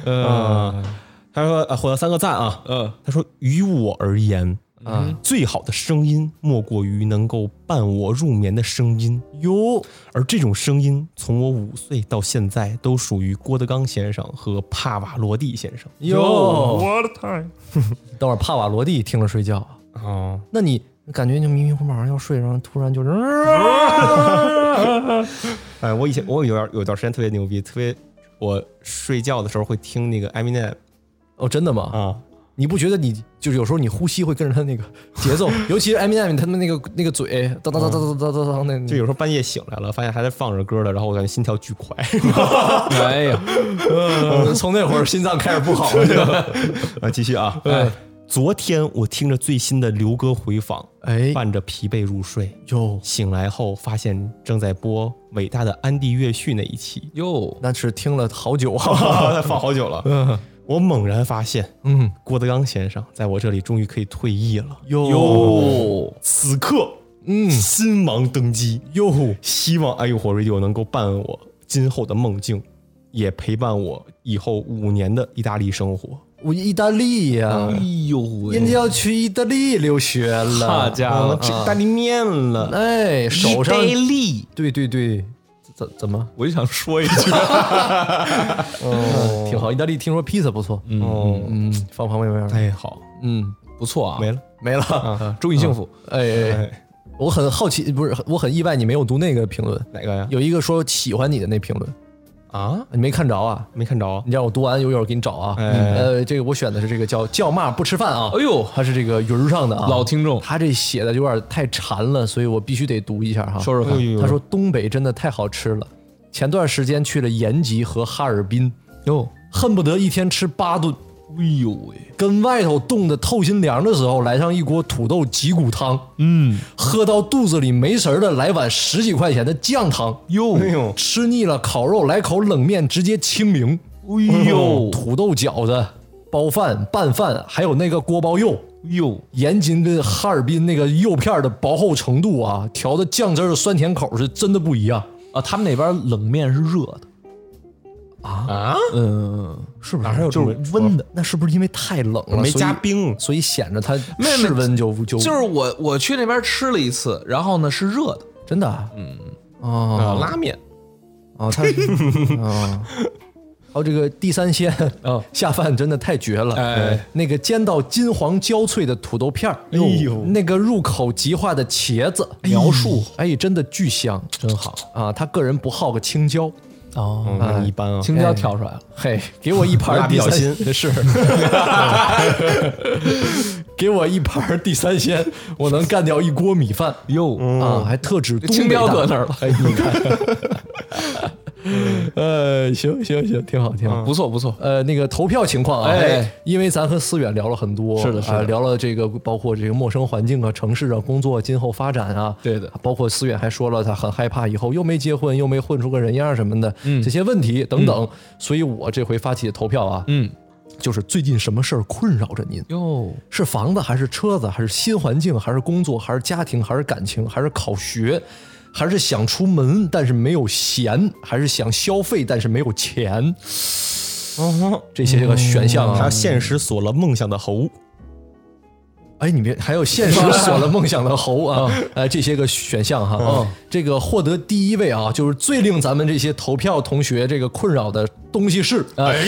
[SPEAKER 3] 嗯，他说啊，获得三个赞啊，
[SPEAKER 1] 嗯，
[SPEAKER 3] 他说于我而言。啊
[SPEAKER 2] 嗯，
[SPEAKER 3] 最好的声音莫过于能够伴我入眠的声音哟，而这种声音从我五岁到现在都属于郭德纲先生和帕瓦罗蒂先生
[SPEAKER 2] 哟，
[SPEAKER 3] 我的 time
[SPEAKER 2] 等会儿帕瓦罗蒂听了睡觉啊。
[SPEAKER 3] 哦，
[SPEAKER 2] 那你感觉就迷迷糊糊马上要睡，然后突然就是，
[SPEAKER 3] 哎，我以前我有段有段时间特别牛逼，特别我睡觉的时候会听那个 Eminem
[SPEAKER 2] 哦，真的吗？
[SPEAKER 3] 啊，
[SPEAKER 2] 你不觉得你就是有时候你呼吸会跟着他那个节 [LAUGHS] 奏，尤其是 Eminem 他们那个那个嘴哒哒哒哒哒哒哒哒那
[SPEAKER 3] 就有时候半夜醒来了，发现还在放着歌的，然后我感觉心跳巨快， [LAUGHS]
[SPEAKER 1] 哎呀，
[SPEAKER 2] [LAUGHS] 呃从那会儿心脏开始不好了就。
[SPEAKER 3] 啊，继续啊，哎，昨天我听着最新的刘哥回访，
[SPEAKER 2] [LAUGHS] 哎
[SPEAKER 3] 伴着疲惫入睡。
[SPEAKER 2] 哟，
[SPEAKER 3] 醒来后发现正在播伟大的安迪乐序那一期，
[SPEAKER 1] 哟，
[SPEAKER 2] 那是听了好久啊。
[SPEAKER 3] [LAUGHS] 放好久了。我猛然发现，
[SPEAKER 2] 嗯，
[SPEAKER 3] 郭德纲先生在我这里终于可以退役了。
[SPEAKER 2] 哟，
[SPEAKER 3] 此刻，嗯，新王登基哟，希望爱与火 radio 能够伴我今后的梦境，也陪伴我以后五年的意大利生活。
[SPEAKER 2] [LAUGHS] 我意大利呀、
[SPEAKER 1] 哎呦
[SPEAKER 2] 人
[SPEAKER 1] 喂，
[SPEAKER 2] 家要去意大利留学
[SPEAKER 1] 好
[SPEAKER 2] 嗯了。
[SPEAKER 3] 啊嗯
[SPEAKER 1] 家伙，
[SPEAKER 3] 吃意大利面了，
[SPEAKER 2] 哎，手上
[SPEAKER 1] 意大利
[SPEAKER 2] 对对对，怎怎么？
[SPEAKER 4] 我就想说一
[SPEAKER 1] [LAUGHS]
[SPEAKER 4] 句，
[SPEAKER 2] 哦，挺好。意大利听说披萨不错，
[SPEAKER 3] 哦，
[SPEAKER 2] 嗯，方方面面的，
[SPEAKER 3] 哎，好，
[SPEAKER 2] 嗯，
[SPEAKER 4] 不错啊，
[SPEAKER 3] 没了。
[SPEAKER 2] 没
[SPEAKER 1] 嗯
[SPEAKER 2] 了，祝你幸福。哎哎哎，我很好奇，不是，我很意外你没有读那个评论，
[SPEAKER 3] 哪个呀？
[SPEAKER 2] 有一个说喜欢你的那评论，
[SPEAKER 3] 啊，
[SPEAKER 2] 你没看着啊？
[SPEAKER 3] 没看着。
[SPEAKER 2] 你让我读完，有一会儿给你找啊。
[SPEAKER 3] 哎
[SPEAKER 2] 呃，这个我选的是这个叫叫骂不吃饭啊。
[SPEAKER 4] 哎呦，
[SPEAKER 2] 他是这个云儿上的啊，
[SPEAKER 4] 老听众
[SPEAKER 2] 他这写的有点太馋了，所以我必须得读一下哈。
[SPEAKER 4] 说说
[SPEAKER 3] 哎
[SPEAKER 4] 看，
[SPEAKER 3] 呦
[SPEAKER 2] 他说东北真的太好吃了，前段时间去了延吉和哈尔滨，哟，恨不得一天吃八顿。哎呦喂！跟外头冻得透心凉的时候，来上一锅土豆脊骨汤，嗯，喝到肚子里没食儿的，来碗十几块钱的酱汤，
[SPEAKER 3] 哟，哎呦，
[SPEAKER 2] 吃腻了烤肉，来口冷面，直接清明。
[SPEAKER 3] 哎呦，
[SPEAKER 2] 土豆饺子、包饭、拌饭，还有那个锅包肉。
[SPEAKER 3] 哟，
[SPEAKER 2] 延津跟哈尔滨那个肉片的薄厚程度啊，调的酱汁儿的酸甜口是真的不一样，
[SPEAKER 1] 啊，他们那边冷面是热的，
[SPEAKER 3] 啊，
[SPEAKER 1] 嗯，
[SPEAKER 2] 呃是不是？
[SPEAKER 3] 哪还有这
[SPEAKER 2] 就
[SPEAKER 3] 么
[SPEAKER 2] 是温的？那是不是因为太冷了
[SPEAKER 3] 没加
[SPEAKER 2] 所以
[SPEAKER 3] 冰
[SPEAKER 2] 所以显着它
[SPEAKER 4] 妹妹
[SPEAKER 2] 室温就就
[SPEAKER 4] 就是我我去那边吃了一次，然后呢是热的，
[SPEAKER 2] 真的？嗯
[SPEAKER 3] 啊
[SPEAKER 2] 哦
[SPEAKER 3] 拉面，
[SPEAKER 2] 哦，它 [LAUGHS] 哦，还有这个地三鲜啊，下饭真的太绝了。
[SPEAKER 3] 哎，
[SPEAKER 2] 那个煎到金黄焦脆的土豆片儿，
[SPEAKER 3] 哎呦
[SPEAKER 2] 那个入口即化的茄子，描述，哎，真的巨香
[SPEAKER 1] 真好
[SPEAKER 2] 啊！他个人不好个青椒，
[SPEAKER 1] 哦，
[SPEAKER 3] 嗯，那一般啊。
[SPEAKER 1] 青椒挑出来了，
[SPEAKER 2] 嘿，给我一盘儿
[SPEAKER 3] 蜡
[SPEAKER 2] 地
[SPEAKER 3] 笔小
[SPEAKER 2] 三
[SPEAKER 3] 新
[SPEAKER 2] 鲜，是，给我一盘儿地三鲜，我能干掉一锅米饭
[SPEAKER 1] 哟，
[SPEAKER 2] 啊！还特指东北
[SPEAKER 1] 青椒
[SPEAKER 2] 大
[SPEAKER 1] 搁那儿了，
[SPEAKER 2] 哎，你看，呃，行行行，挺好挺好。
[SPEAKER 1] 不错不错，
[SPEAKER 2] 呃，那个投票情况啊，
[SPEAKER 1] 哎，
[SPEAKER 2] 因为咱和思远聊了很多，
[SPEAKER 1] 是的是的
[SPEAKER 2] 啊聊了这个包括这个陌生环境啊、城市啊、工作、今后发展啊，
[SPEAKER 1] 对的，
[SPEAKER 2] 包括思远还说了他很害怕以后又没结婚又没混出个人样什么的，
[SPEAKER 1] 嗯
[SPEAKER 2] 这些问题等等，所以我这回发起投票啊，
[SPEAKER 1] 嗯，
[SPEAKER 2] 就是最近什么事儿困扰着您？
[SPEAKER 1] 哟，
[SPEAKER 2] 是房子还是车子还是新环境还是工作还是家庭还是感情还是考学，还是想出门但是没有闲，还是想消费但是没有钱？
[SPEAKER 1] 嗯
[SPEAKER 2] 这些个选项
[SPEAKER 3] 还
[SPEAKER 2] 啊
[SPEAKER 3] 有，现实锁了梦想的猴，
[SPEAKER 2] 哎，你别还有现
[SPEAKER 1] [LAUGHS]
[SPEAKER 2] 实锁了梦想的猴啊，
[SPEAKER 1] 嗯
[SPEAKER 2] 呃，这些个选项哈、这个获得第一位啊，就是最令咱们这些投票同学这个困扰的东西是啊，
[SPEAKER 3] 哎，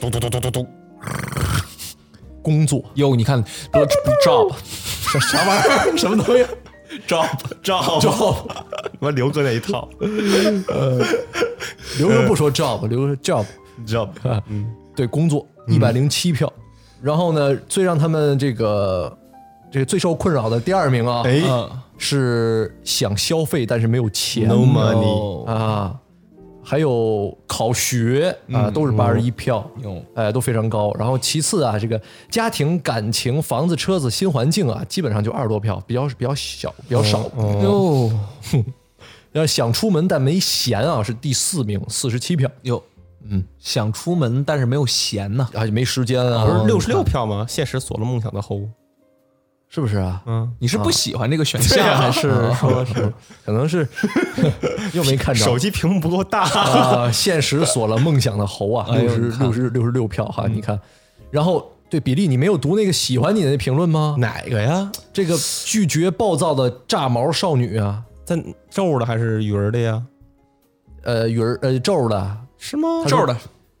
[SPEAKER 3] 嘟嘟嘟嘟嘟嘟，
[SPEAKER 2] 工作
[SPEAKER 1] 哟，你看，不不照吧，
[SPEAKER 2] 啥啥玩意儿， [LAUGHS] 什么东西？
[SPEAKER 3] 照照
[SPEAKER 1] 哦
[SPEAKER 3] 照，我刘哥那一套，
[SPEAKER 2] 刘哥不
[SPEAKER 1] 呃
[SPEAKER 2] 说 job，刘哥说 job。
[SPEAKER 3] 你知道吧？嗯，
[SPEAKER 2] 对工作一百零七票。然后呢，最让他们这个这个最受困扰的第二名啊，
[SPEAKER 3] 哎
[SPEAKER 2] 是想消费但是没有钱
[SPEAKER 3] ，No money，
[SPEAKER 1] 哦
[SPEAKER 2] 啊，还有考学啊，
[SPEAKER 3] 嗯
[SPEAKER 2] 都是八十一票。
[SPEAKER 1] 哟，
[SPEAKER 2] 哎，都非常高。然后其次啊，这个家庭、感情、房子、车子、新环境啊，基本上就二十多票，比较比较小，比较
[SPEAKER 3] 哦
[SPEAKER 2] 少。嗯
[SPEAKER 1] 哟
[SPEAKER 2] [LAUGHS] 要想出门但没闲啊，是第四名，四十七票
[SPEAKER 1] 哟，嗯，想出门但是没有闲呐，
[SPEAKER 2] 啊，没时间啊，
[SPEAKER 3] 不是六十六票吗？现实锁了梦想的猴，
[SPEAKER 2] 是不是啊？
[SPEAKER 3] 嗯，
[SPEAKER 1] 你是不喜欢这个 [LAUGHS] 选项还是说是
[SPEAKER 2] 可能是 [LAUGHS] 又没看着
[SPEAKER 3] 手机屏幕不够大，
[SPEAKER 2] [LAUGHS] 啊，现实锁了梦想的猴啊，
[SPEAKER 1] 哎
[SPEAKER 2] 六
[SPEAKER 1] 呦
[SPEAKER 2] 十
[SPEAKER 1] 你看
[SPEAKER 2] 六十六十六票哈，你看，然后对比利，你没有读那个喜欢你的评论吗？
[SPEAKER 3] [LAUGHS] 哪个呀？
[SPEAKER 2] 这个拒绝暴躁的炸毛少女啊，
[SPEAKER 3] 咱皱的还是鱼儿的呀？
[SPEAKER 2] 呃，鱼儿呃皱的，
[SPEAKER 3] 是吗？
[SPEAKER 4] 就是的，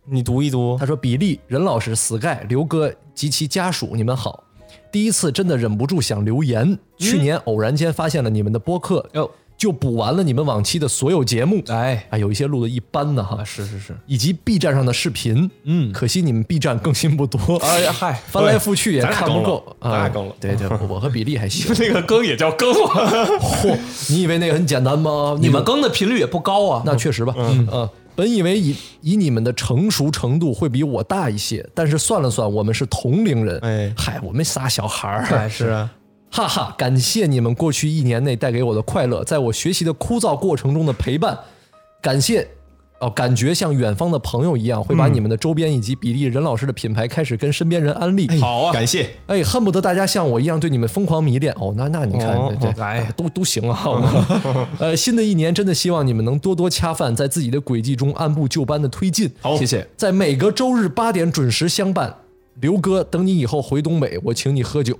[SPEAKER 3] 你读一读
[SPEAKER 2] 他，说：“比利、任老师、Sky、刘哥及其家属，你们好。第一次真的忍不住想留言。去年偶然间发现了你们的播客，
[SPEAKER 1] 哟
[SPEAKER 2] 就补完了你们往期的所有节目。
[SPEAKER 1] 哎
[SPEAKER 2] 啊，有一些录的一般的哈，
[SPEAKER 1] 是是是，
[SPEAKER 2] 以及 B 站上的视频。嗯，可惜你们 B 站更新不多。
[SPEAKER 1] 哎呀嗨，
[SPEAKER 2] 翻来覆去也看不够，
[SPEAKER 3] 咱俩
[SPEAKER 2] 啊
[SPEAKER 3] 更了。
[SPEAKER 2] 对对，我和比利还行
[SPEAKER 3] 那个更也叫
[SPEAKER 4] [LAUGHS]
[SPEAKER 3] 更
[SPEAKER 2] 嚯，你以为那个很简单吗？
[SPEAKER 1] 你
[SPEAKER 2] 那个
[SPEAKER 1] 们更的频率也不高啊，
[SPEAKER 2] 那确实吧，嗯啊，本以为以以你们的成熟程度会比我大一些，但是算了算，我们是同龄人，
[SPEAKER 3] 哎
[SPEAKER 2] 嗨，我们仨小孩
[SPEAKER 1] 哎
[SPEAKER 4] 哎
[SPEAKER 3] 还
[SPEAKER 2] 儿，
[SPEAKER 3] 是啊，
[SPEAKER 2] 哈哈，感谢你们过去一年内带给我的快乐，在我学习的枯燥过程中的陪伴，感谢。哦，感觉像远方的朋友一样，会把你们的周边以及比利任老师的品牌开始跟身边人安利。
[SPEAKER 3] 好啊，感谢，
[SPEAKER 2] 哎，恨不得大家像我一样对你们疯狂迷恋哦。那那你看，
[SPEAKER 3] 哦
[SPEAKER 2] 这
[SPEAKER 3] 哦
[SPEAKER 2] 这哎都都行啊。 [LAUGHS] 我呃，新的一年真的希望你们能多多恰饭，在自己的轨迹中按部就班的推进。
[SPEAKER 3] 好，
[SPEAKER 1] 谢谢，
[SPEAKER 2] 在每个周日八点准时相伴。刘哥，等你以后回东北，我请你喝酒。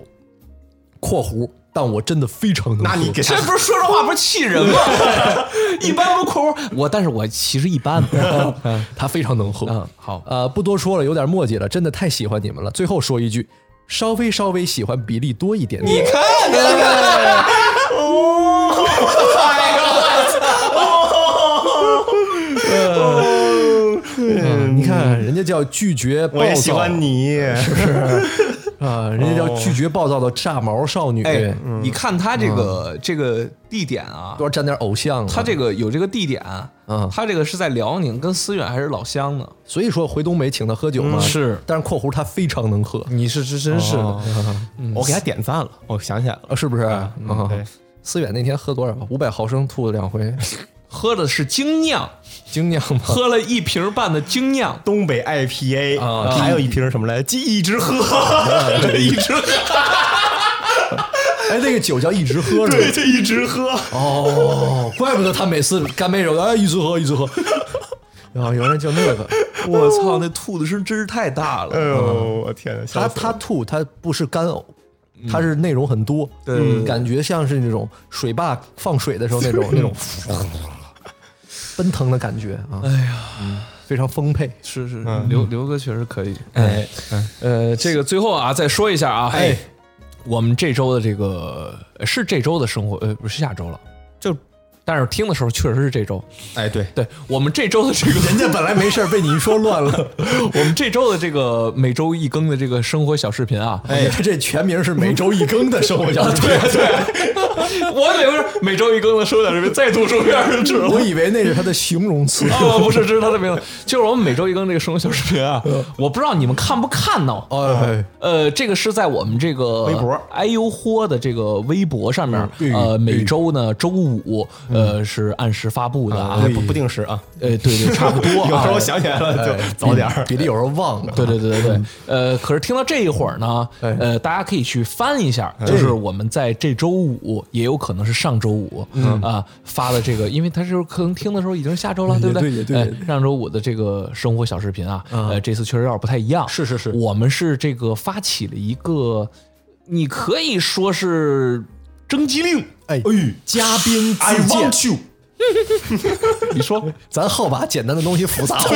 [SPEAKER 2] （括弧但我真的非常能喝。
[SPEAKER 3] 那啊你给
[SPEAKER 4] 这不是说实话不是气人吗？一般不抠我，但是我其实一般。
[SPEAKER 2] [LAUGHS] 他非常能喝。
[SPEAKER 1] 嗯，好，
[SPEAKER 2] 呃，不多说了，有点墨迹了，真的太喜欢你们了。最后说一句，稍微稍微喜欢比例多一点点。
[SPEAKER 3] 看看，
[SPEAKER 4] 哎
[SPEAKER 2] 嗯你看，人家叫拒绝暴
[SPEAKER 3] 我也喜
[SPEAKER 2] 躁
[SPEAKER 3] 欢 [LAUGHS] 你，
[SPEAKER 2] 啊，人家叫拒绝暴躁的炸毛少女，
[SPEAKER 4] 哎，你看他这个这个地点啊，
[SPEAKER 2] 多少沾点偶像啊。
[SPEAKER 4] 他这个有这个地点，啊
[SPEAKER 2] 嗯
[SPEAKER 4] 他这个是在辽宁，跟思远还是老乡呢。
[SPEAKER 2] 所以说回东北请他喝酒嘛，
[SPEAKER 1] 是
[SPEAKER 2] 但是括弧他非常能喝，
[SPEAKER 1] 你是这真是的，
[SPEAKER 3] 嗯我给他点赞了，我想起来了，
[SPEAKER 2] 啊，是不是？啊
[SPEAKER 3] 嗯对，
[SPEAKER 2] 思远那天喝多少？五百毫升吐了两回，
[SPEAKER 4] 喝的是精酿，
[SPEAKER 2] 精酿吗？
[SPEAKER 4] 喝了一瓶半的精酿，
[SPEAKER 3] 东北 IPA，
[SPEAKER 2] 啊
[SPEAKER 3] 还有一瓶什么来着？一直喝，一直喝，
[SPEAKER 2] [LAUGHS] 哎，那个酒叫一直喝是
[SPEAKER 3] 对，
[SPEAKER 2] 吧？
[SPEAKER 3] [LAUGHS] 就一直喝。
[SPEAKER 2] 哦，怪不得他每次干杯时候，哎，一直喝，一直喝。 [LAUGHS] 啊，原来叫那个。
[SPEAKER 4] 我操，那吐的声真是太大
[SPEAKER 3] 哎
[SPEAKER 1] 嗯
[SPEAKER 4] 了。
[SPEAKER 3] 呦，我天哪！
[SPEAKER 2] 他
[SPEAKER 3] 吓死
[SPEAKER 2] 他吐，他不是干呕，他是内容很多，对，感觉像是那种水坝放水的时候那 [LAUGHS] 种那种奔腾的感觉啊！哎呀，非常丰沛。
[SPEAKER 4] 是是，刘刘哥确实可以。
[SPEAKER 1] 嗯哎，呃，这个最后啊，再说一下啊，
[SPEAKER 3] 哎，
[SPEAKER 1] 我们这周的这个呃是这周的生活，呃，不是下周了，
[SPEAKER 3] 就
[SPEAKER 1] 但是听的时候确实是这周。
[SPEAKER 3] 哎，对，
[SPEAKER 1] 对我们这周的这个， [LAUGHS]
[SPEAKER 2] 人家本来没事儿被你一说乱了，
[SPEAKER 1] 我们这周的这个每周一更的这个生活小视频啊，
[SPEAKER 2] [LAUGHS]
[SPEAKER 1] [LAUGHS]
[SPEAKER 2] 哎，这全名是每周一更的生活小 [LAUGHS] 视频。
[SPEAKER 1] 我得是每周一更的生活小视频，再度出片儿是。
[SPEAKER 2] 我以为那是他的形容词
[SPEAKER 1] [LAUGHS] 哦，不是，这是他的名字，就是我们每周一更这个生活小视频啊，我不知道你们看不看呢？
[SPEAKER 2] 哎，
[SPEAKER 1] 呃，这个是在我们这个
[SPEAKER 3] 微博
[SPEAKER 1] “哎呦嚯”的这个微博上面，呃，每周呢周五呃是按时发布的啊
[SPEAKER 3] 哎，不不定时啊，
[SPEAKER 1] 呃，对对，差不多
[SPEAKER 3] 有时
[SPEAKER 1] 啊。
[SPEAKER 3] 候想起来了就早点儿。
[SPEAKER 2] 哎比利有时候忘了。
[SPEAKER 1] 对对对对
[SPEAKER 2] 嗯
[SPEAKER 1] 对，呃，可是听到这一会儿呢，
[SPEAKER 2] 哎
[SPEAKER 1] 呃，大家可以去翻一下，就是我们在这周五，也有可能是上周五
[SPEAKER 2] 嗯
[SPEAKER 1] 啊发的这个，因为他是可能听的时候已经是下周了，对不
[SPEAKER 2] 也对嗯
[SPEAKER 1] 对？
[SPEAKER 2] 也对
[SPEAKER 1] 哎
[SPEAKER 2] 也对
[SPEAKER 1] 上周五的这个生活小视频啊，呃，这次确实有点不太一样。
[SPEAKER 2] 是是是
[SPEAKER 1] 我们是这个发起了一个，你可以说是征集令，
[SPEAKER 2] 哎，嘉宾自荐，
[SPEAKER 3] you，
[SPEAKER 2] [LAUGHS]
[SPEAKER 1] 你说
[SPEAKER 2] 咱好把简单的东西复杂化，是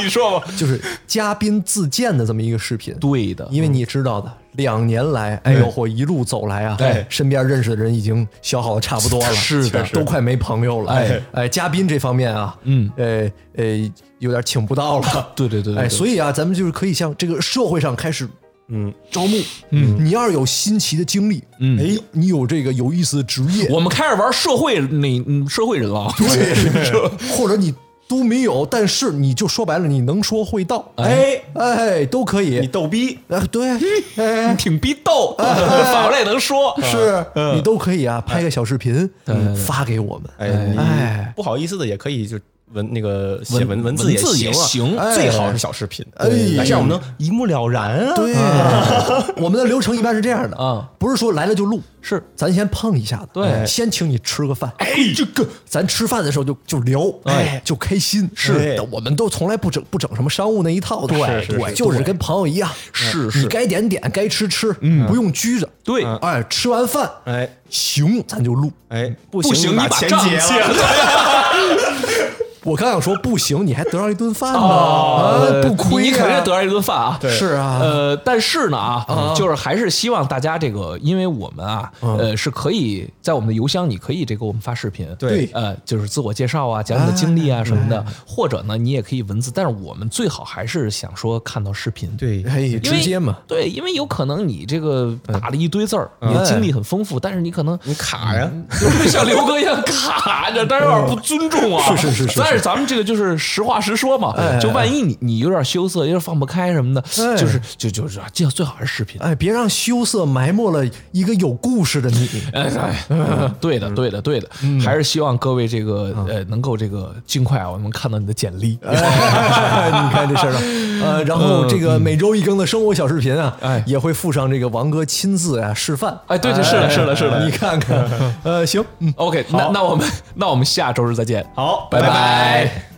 [SPEAKER 1] [LAUGHS] 你说吧，
[SPEAKER 2] 就是嘉宾自荐的这么一个视频。
[SPEAKER 1] 对的，
[SPEAKER 2] 因为你知道的，两年来，哎呦我一路走来啊，
[SPEAKER 3] 对
[SPEAKER 2] 身边认识的人已经消耗的差不多了，
[SPEAKER 1] 是的确实
[SPEAKER 2] 都快没朋友了，哎哎，嘉宾这方面啊，嗯，呃呃，有点请不到了，
[SPEAKER 1] [LAUGHS] 对对对对对
[SPEAKER 2] 哎，所以啊，咱们就是可以向这个社会上开始。嗯，招募，嗯，你要是有新奇的经历，嗯，哎，你有这个有意思的职业，
[SPEAKER 1] 我们开始玩社会那嗯社会人了啊。
[SPEAKER 2] [LAUGHS] 或者你都没有，但是你就说白了，你能说会道，
[SPEAKER 3] 哎，
[SPEAKER 2] 哎，都可
[SPEAKER 3] 你
[SPEAKER 2] 以，
[SPEAKER 3] 逗逼，
[SPEAKER 2] 啊，对，哎，
[SPEAKER 1] [LAUGHS] 挺逼
[SPEAKER 2] [LAUGHS]
[SPEAKER 1] 逗，反过来也能说。
[SPEAKER 2] 是
[SPEAKER 3] 嗯
[SPEAKER 2] 你都可以啊，拍个小视频发给我们。
[SPEAKER 3] 哎，你不好意思的也可以就文那个写文文字也
[SPEAKER 1] 文字也
[SPEAKER 3] 行
[SPEAKER 1] 行
[SPEAKER 3] 啊，
[SPEAKER 2] 哎
[SPEAKER 3] 最好是小视频，
[SPEAKER 2] 哎
[SPEAKER 3] 对这样我们能一目了然啊。
[SPEAKER 2] 对，我们的流程一般是这样的
[SPEAKER 1] 啊，
[SPEAKER 2] 不是说来了就录，
[SPEAKER 1] 是
[SPEAKER 2] 咱先碰一下子，
[SPEAKER 1] 对
[SPEAKER 2] 先请你吃个饭，哎，这个咱吃饭的时候就就聊，哎，就开心，
[SPEAKER 3] 是
[SPEAKER 2] 哎我们都从来不整不整什么商务那一套的，
[SPEAKER 3] 对是
[SPEAKER 2] 对，就是跟朋友一样，是是，你该点点，该吃吃，不用拘着，
[SPEAKER 1] 对
[SPEAKER 2] 哎，吃完饭，
[SPEAKER 3] 哎
[SPEAKER 2] 行，咱就录。
[SPEAKER 3] 哎，不
[SPEAKER 1] 不行，
[SPEAKER 3] 你
[SPEAKER 1] 把
[SPEAKER 3] 钱
[SPEAKER 1] 账
[SPEAKER 3] 结
[SPEAKER 1] 结
[SPEAKER 3] 了，
[SPEAKER 1] 了，
[SPEAKER 2] 我刚想说不行，你还得上一顿饭呢，啊，不亏
[SPEAKER 1] 哦呃你
[SPEAKER 2] 呀，
[SPEAKER 1] 肯定得着一顿饭啊。
[SPEAKER 2] 是啊，
[SPEAKER 1] 呃，但是呢啊，就是还是希望大家这个，因为我们啊，呃，是可以在我们的邮箱，你可以这给我们发视频，
[SPEAKER 3] 对
[SPEAKER 1] 呃，就是自我介绍啊，讲你的经历啊什么的，或者呢，你也可以文字，但是我们最好还是想说看到视频，
[SPEAKER 3] [LAUGHS] 对
[SPEAKER 2] 哎，
[SPEAKER 1] 因为
[SPEAKER 2] 直接嘛，嗯哎
[SPEAKER 1] 对，因为有可能你这个打了一堆字儿，你的经历很丰富，但是你可能嗯
[SPEAKER 3] 你卡呀，
[SPEAKER 1] [LAUGHS] 就是像刘哥一样卡着，但是有点不尊重啊。
[SPEAKER 2] 是是是是
[SPEAKER 1] 但是咱们这个就是实话实说嘛，就万一你你有点羞涩，有点放不开什么的，
[SPEAKER 2] 哎
[SPEAKER 1] 就是就就是最最好还是视频。
[SPEAKER 2] 哎，别让羞涩埋没了一个有故事的
[SPEAKER 1] [LAUGHS]
[SPEAKER 2] 你。
[SPEAKER 1] 哎哎，对
[SPEAKER 2] 嗯
[SPEAKER 1] 的，对的，对的，还是希望各位这个呃能够这个尽快啊，我们看到你的简历。
[SPEAKER 2] 嗯
[SPEAKER 1] 哎
[SPEAKER 2] 你看这事儿
[SPEAKER 1] 啊
[SPEAKER 2] 了， [LAUGHS] 呃，然
[SPEAKER 1] 嗯
[SPEAKER 2] 后这个每周一更的生活小视频啊，也会附上这个王哥亲自啊示范。
[SPEAKER 1] 哎，对对，是的，是的，是的
[SPEAKER 2] 你。看
[SPEAKER 1] [LAUGHS]
[SPEAKER 2] 看，呃，行，嗯。
[SPEAKER 1] OK，那那我们那我们下周日再见。
[SPEAKER 3] 好，
[SPEAKER 1] 拜
[SPEAKER 3] 拜
[SPEAKER 1] 拜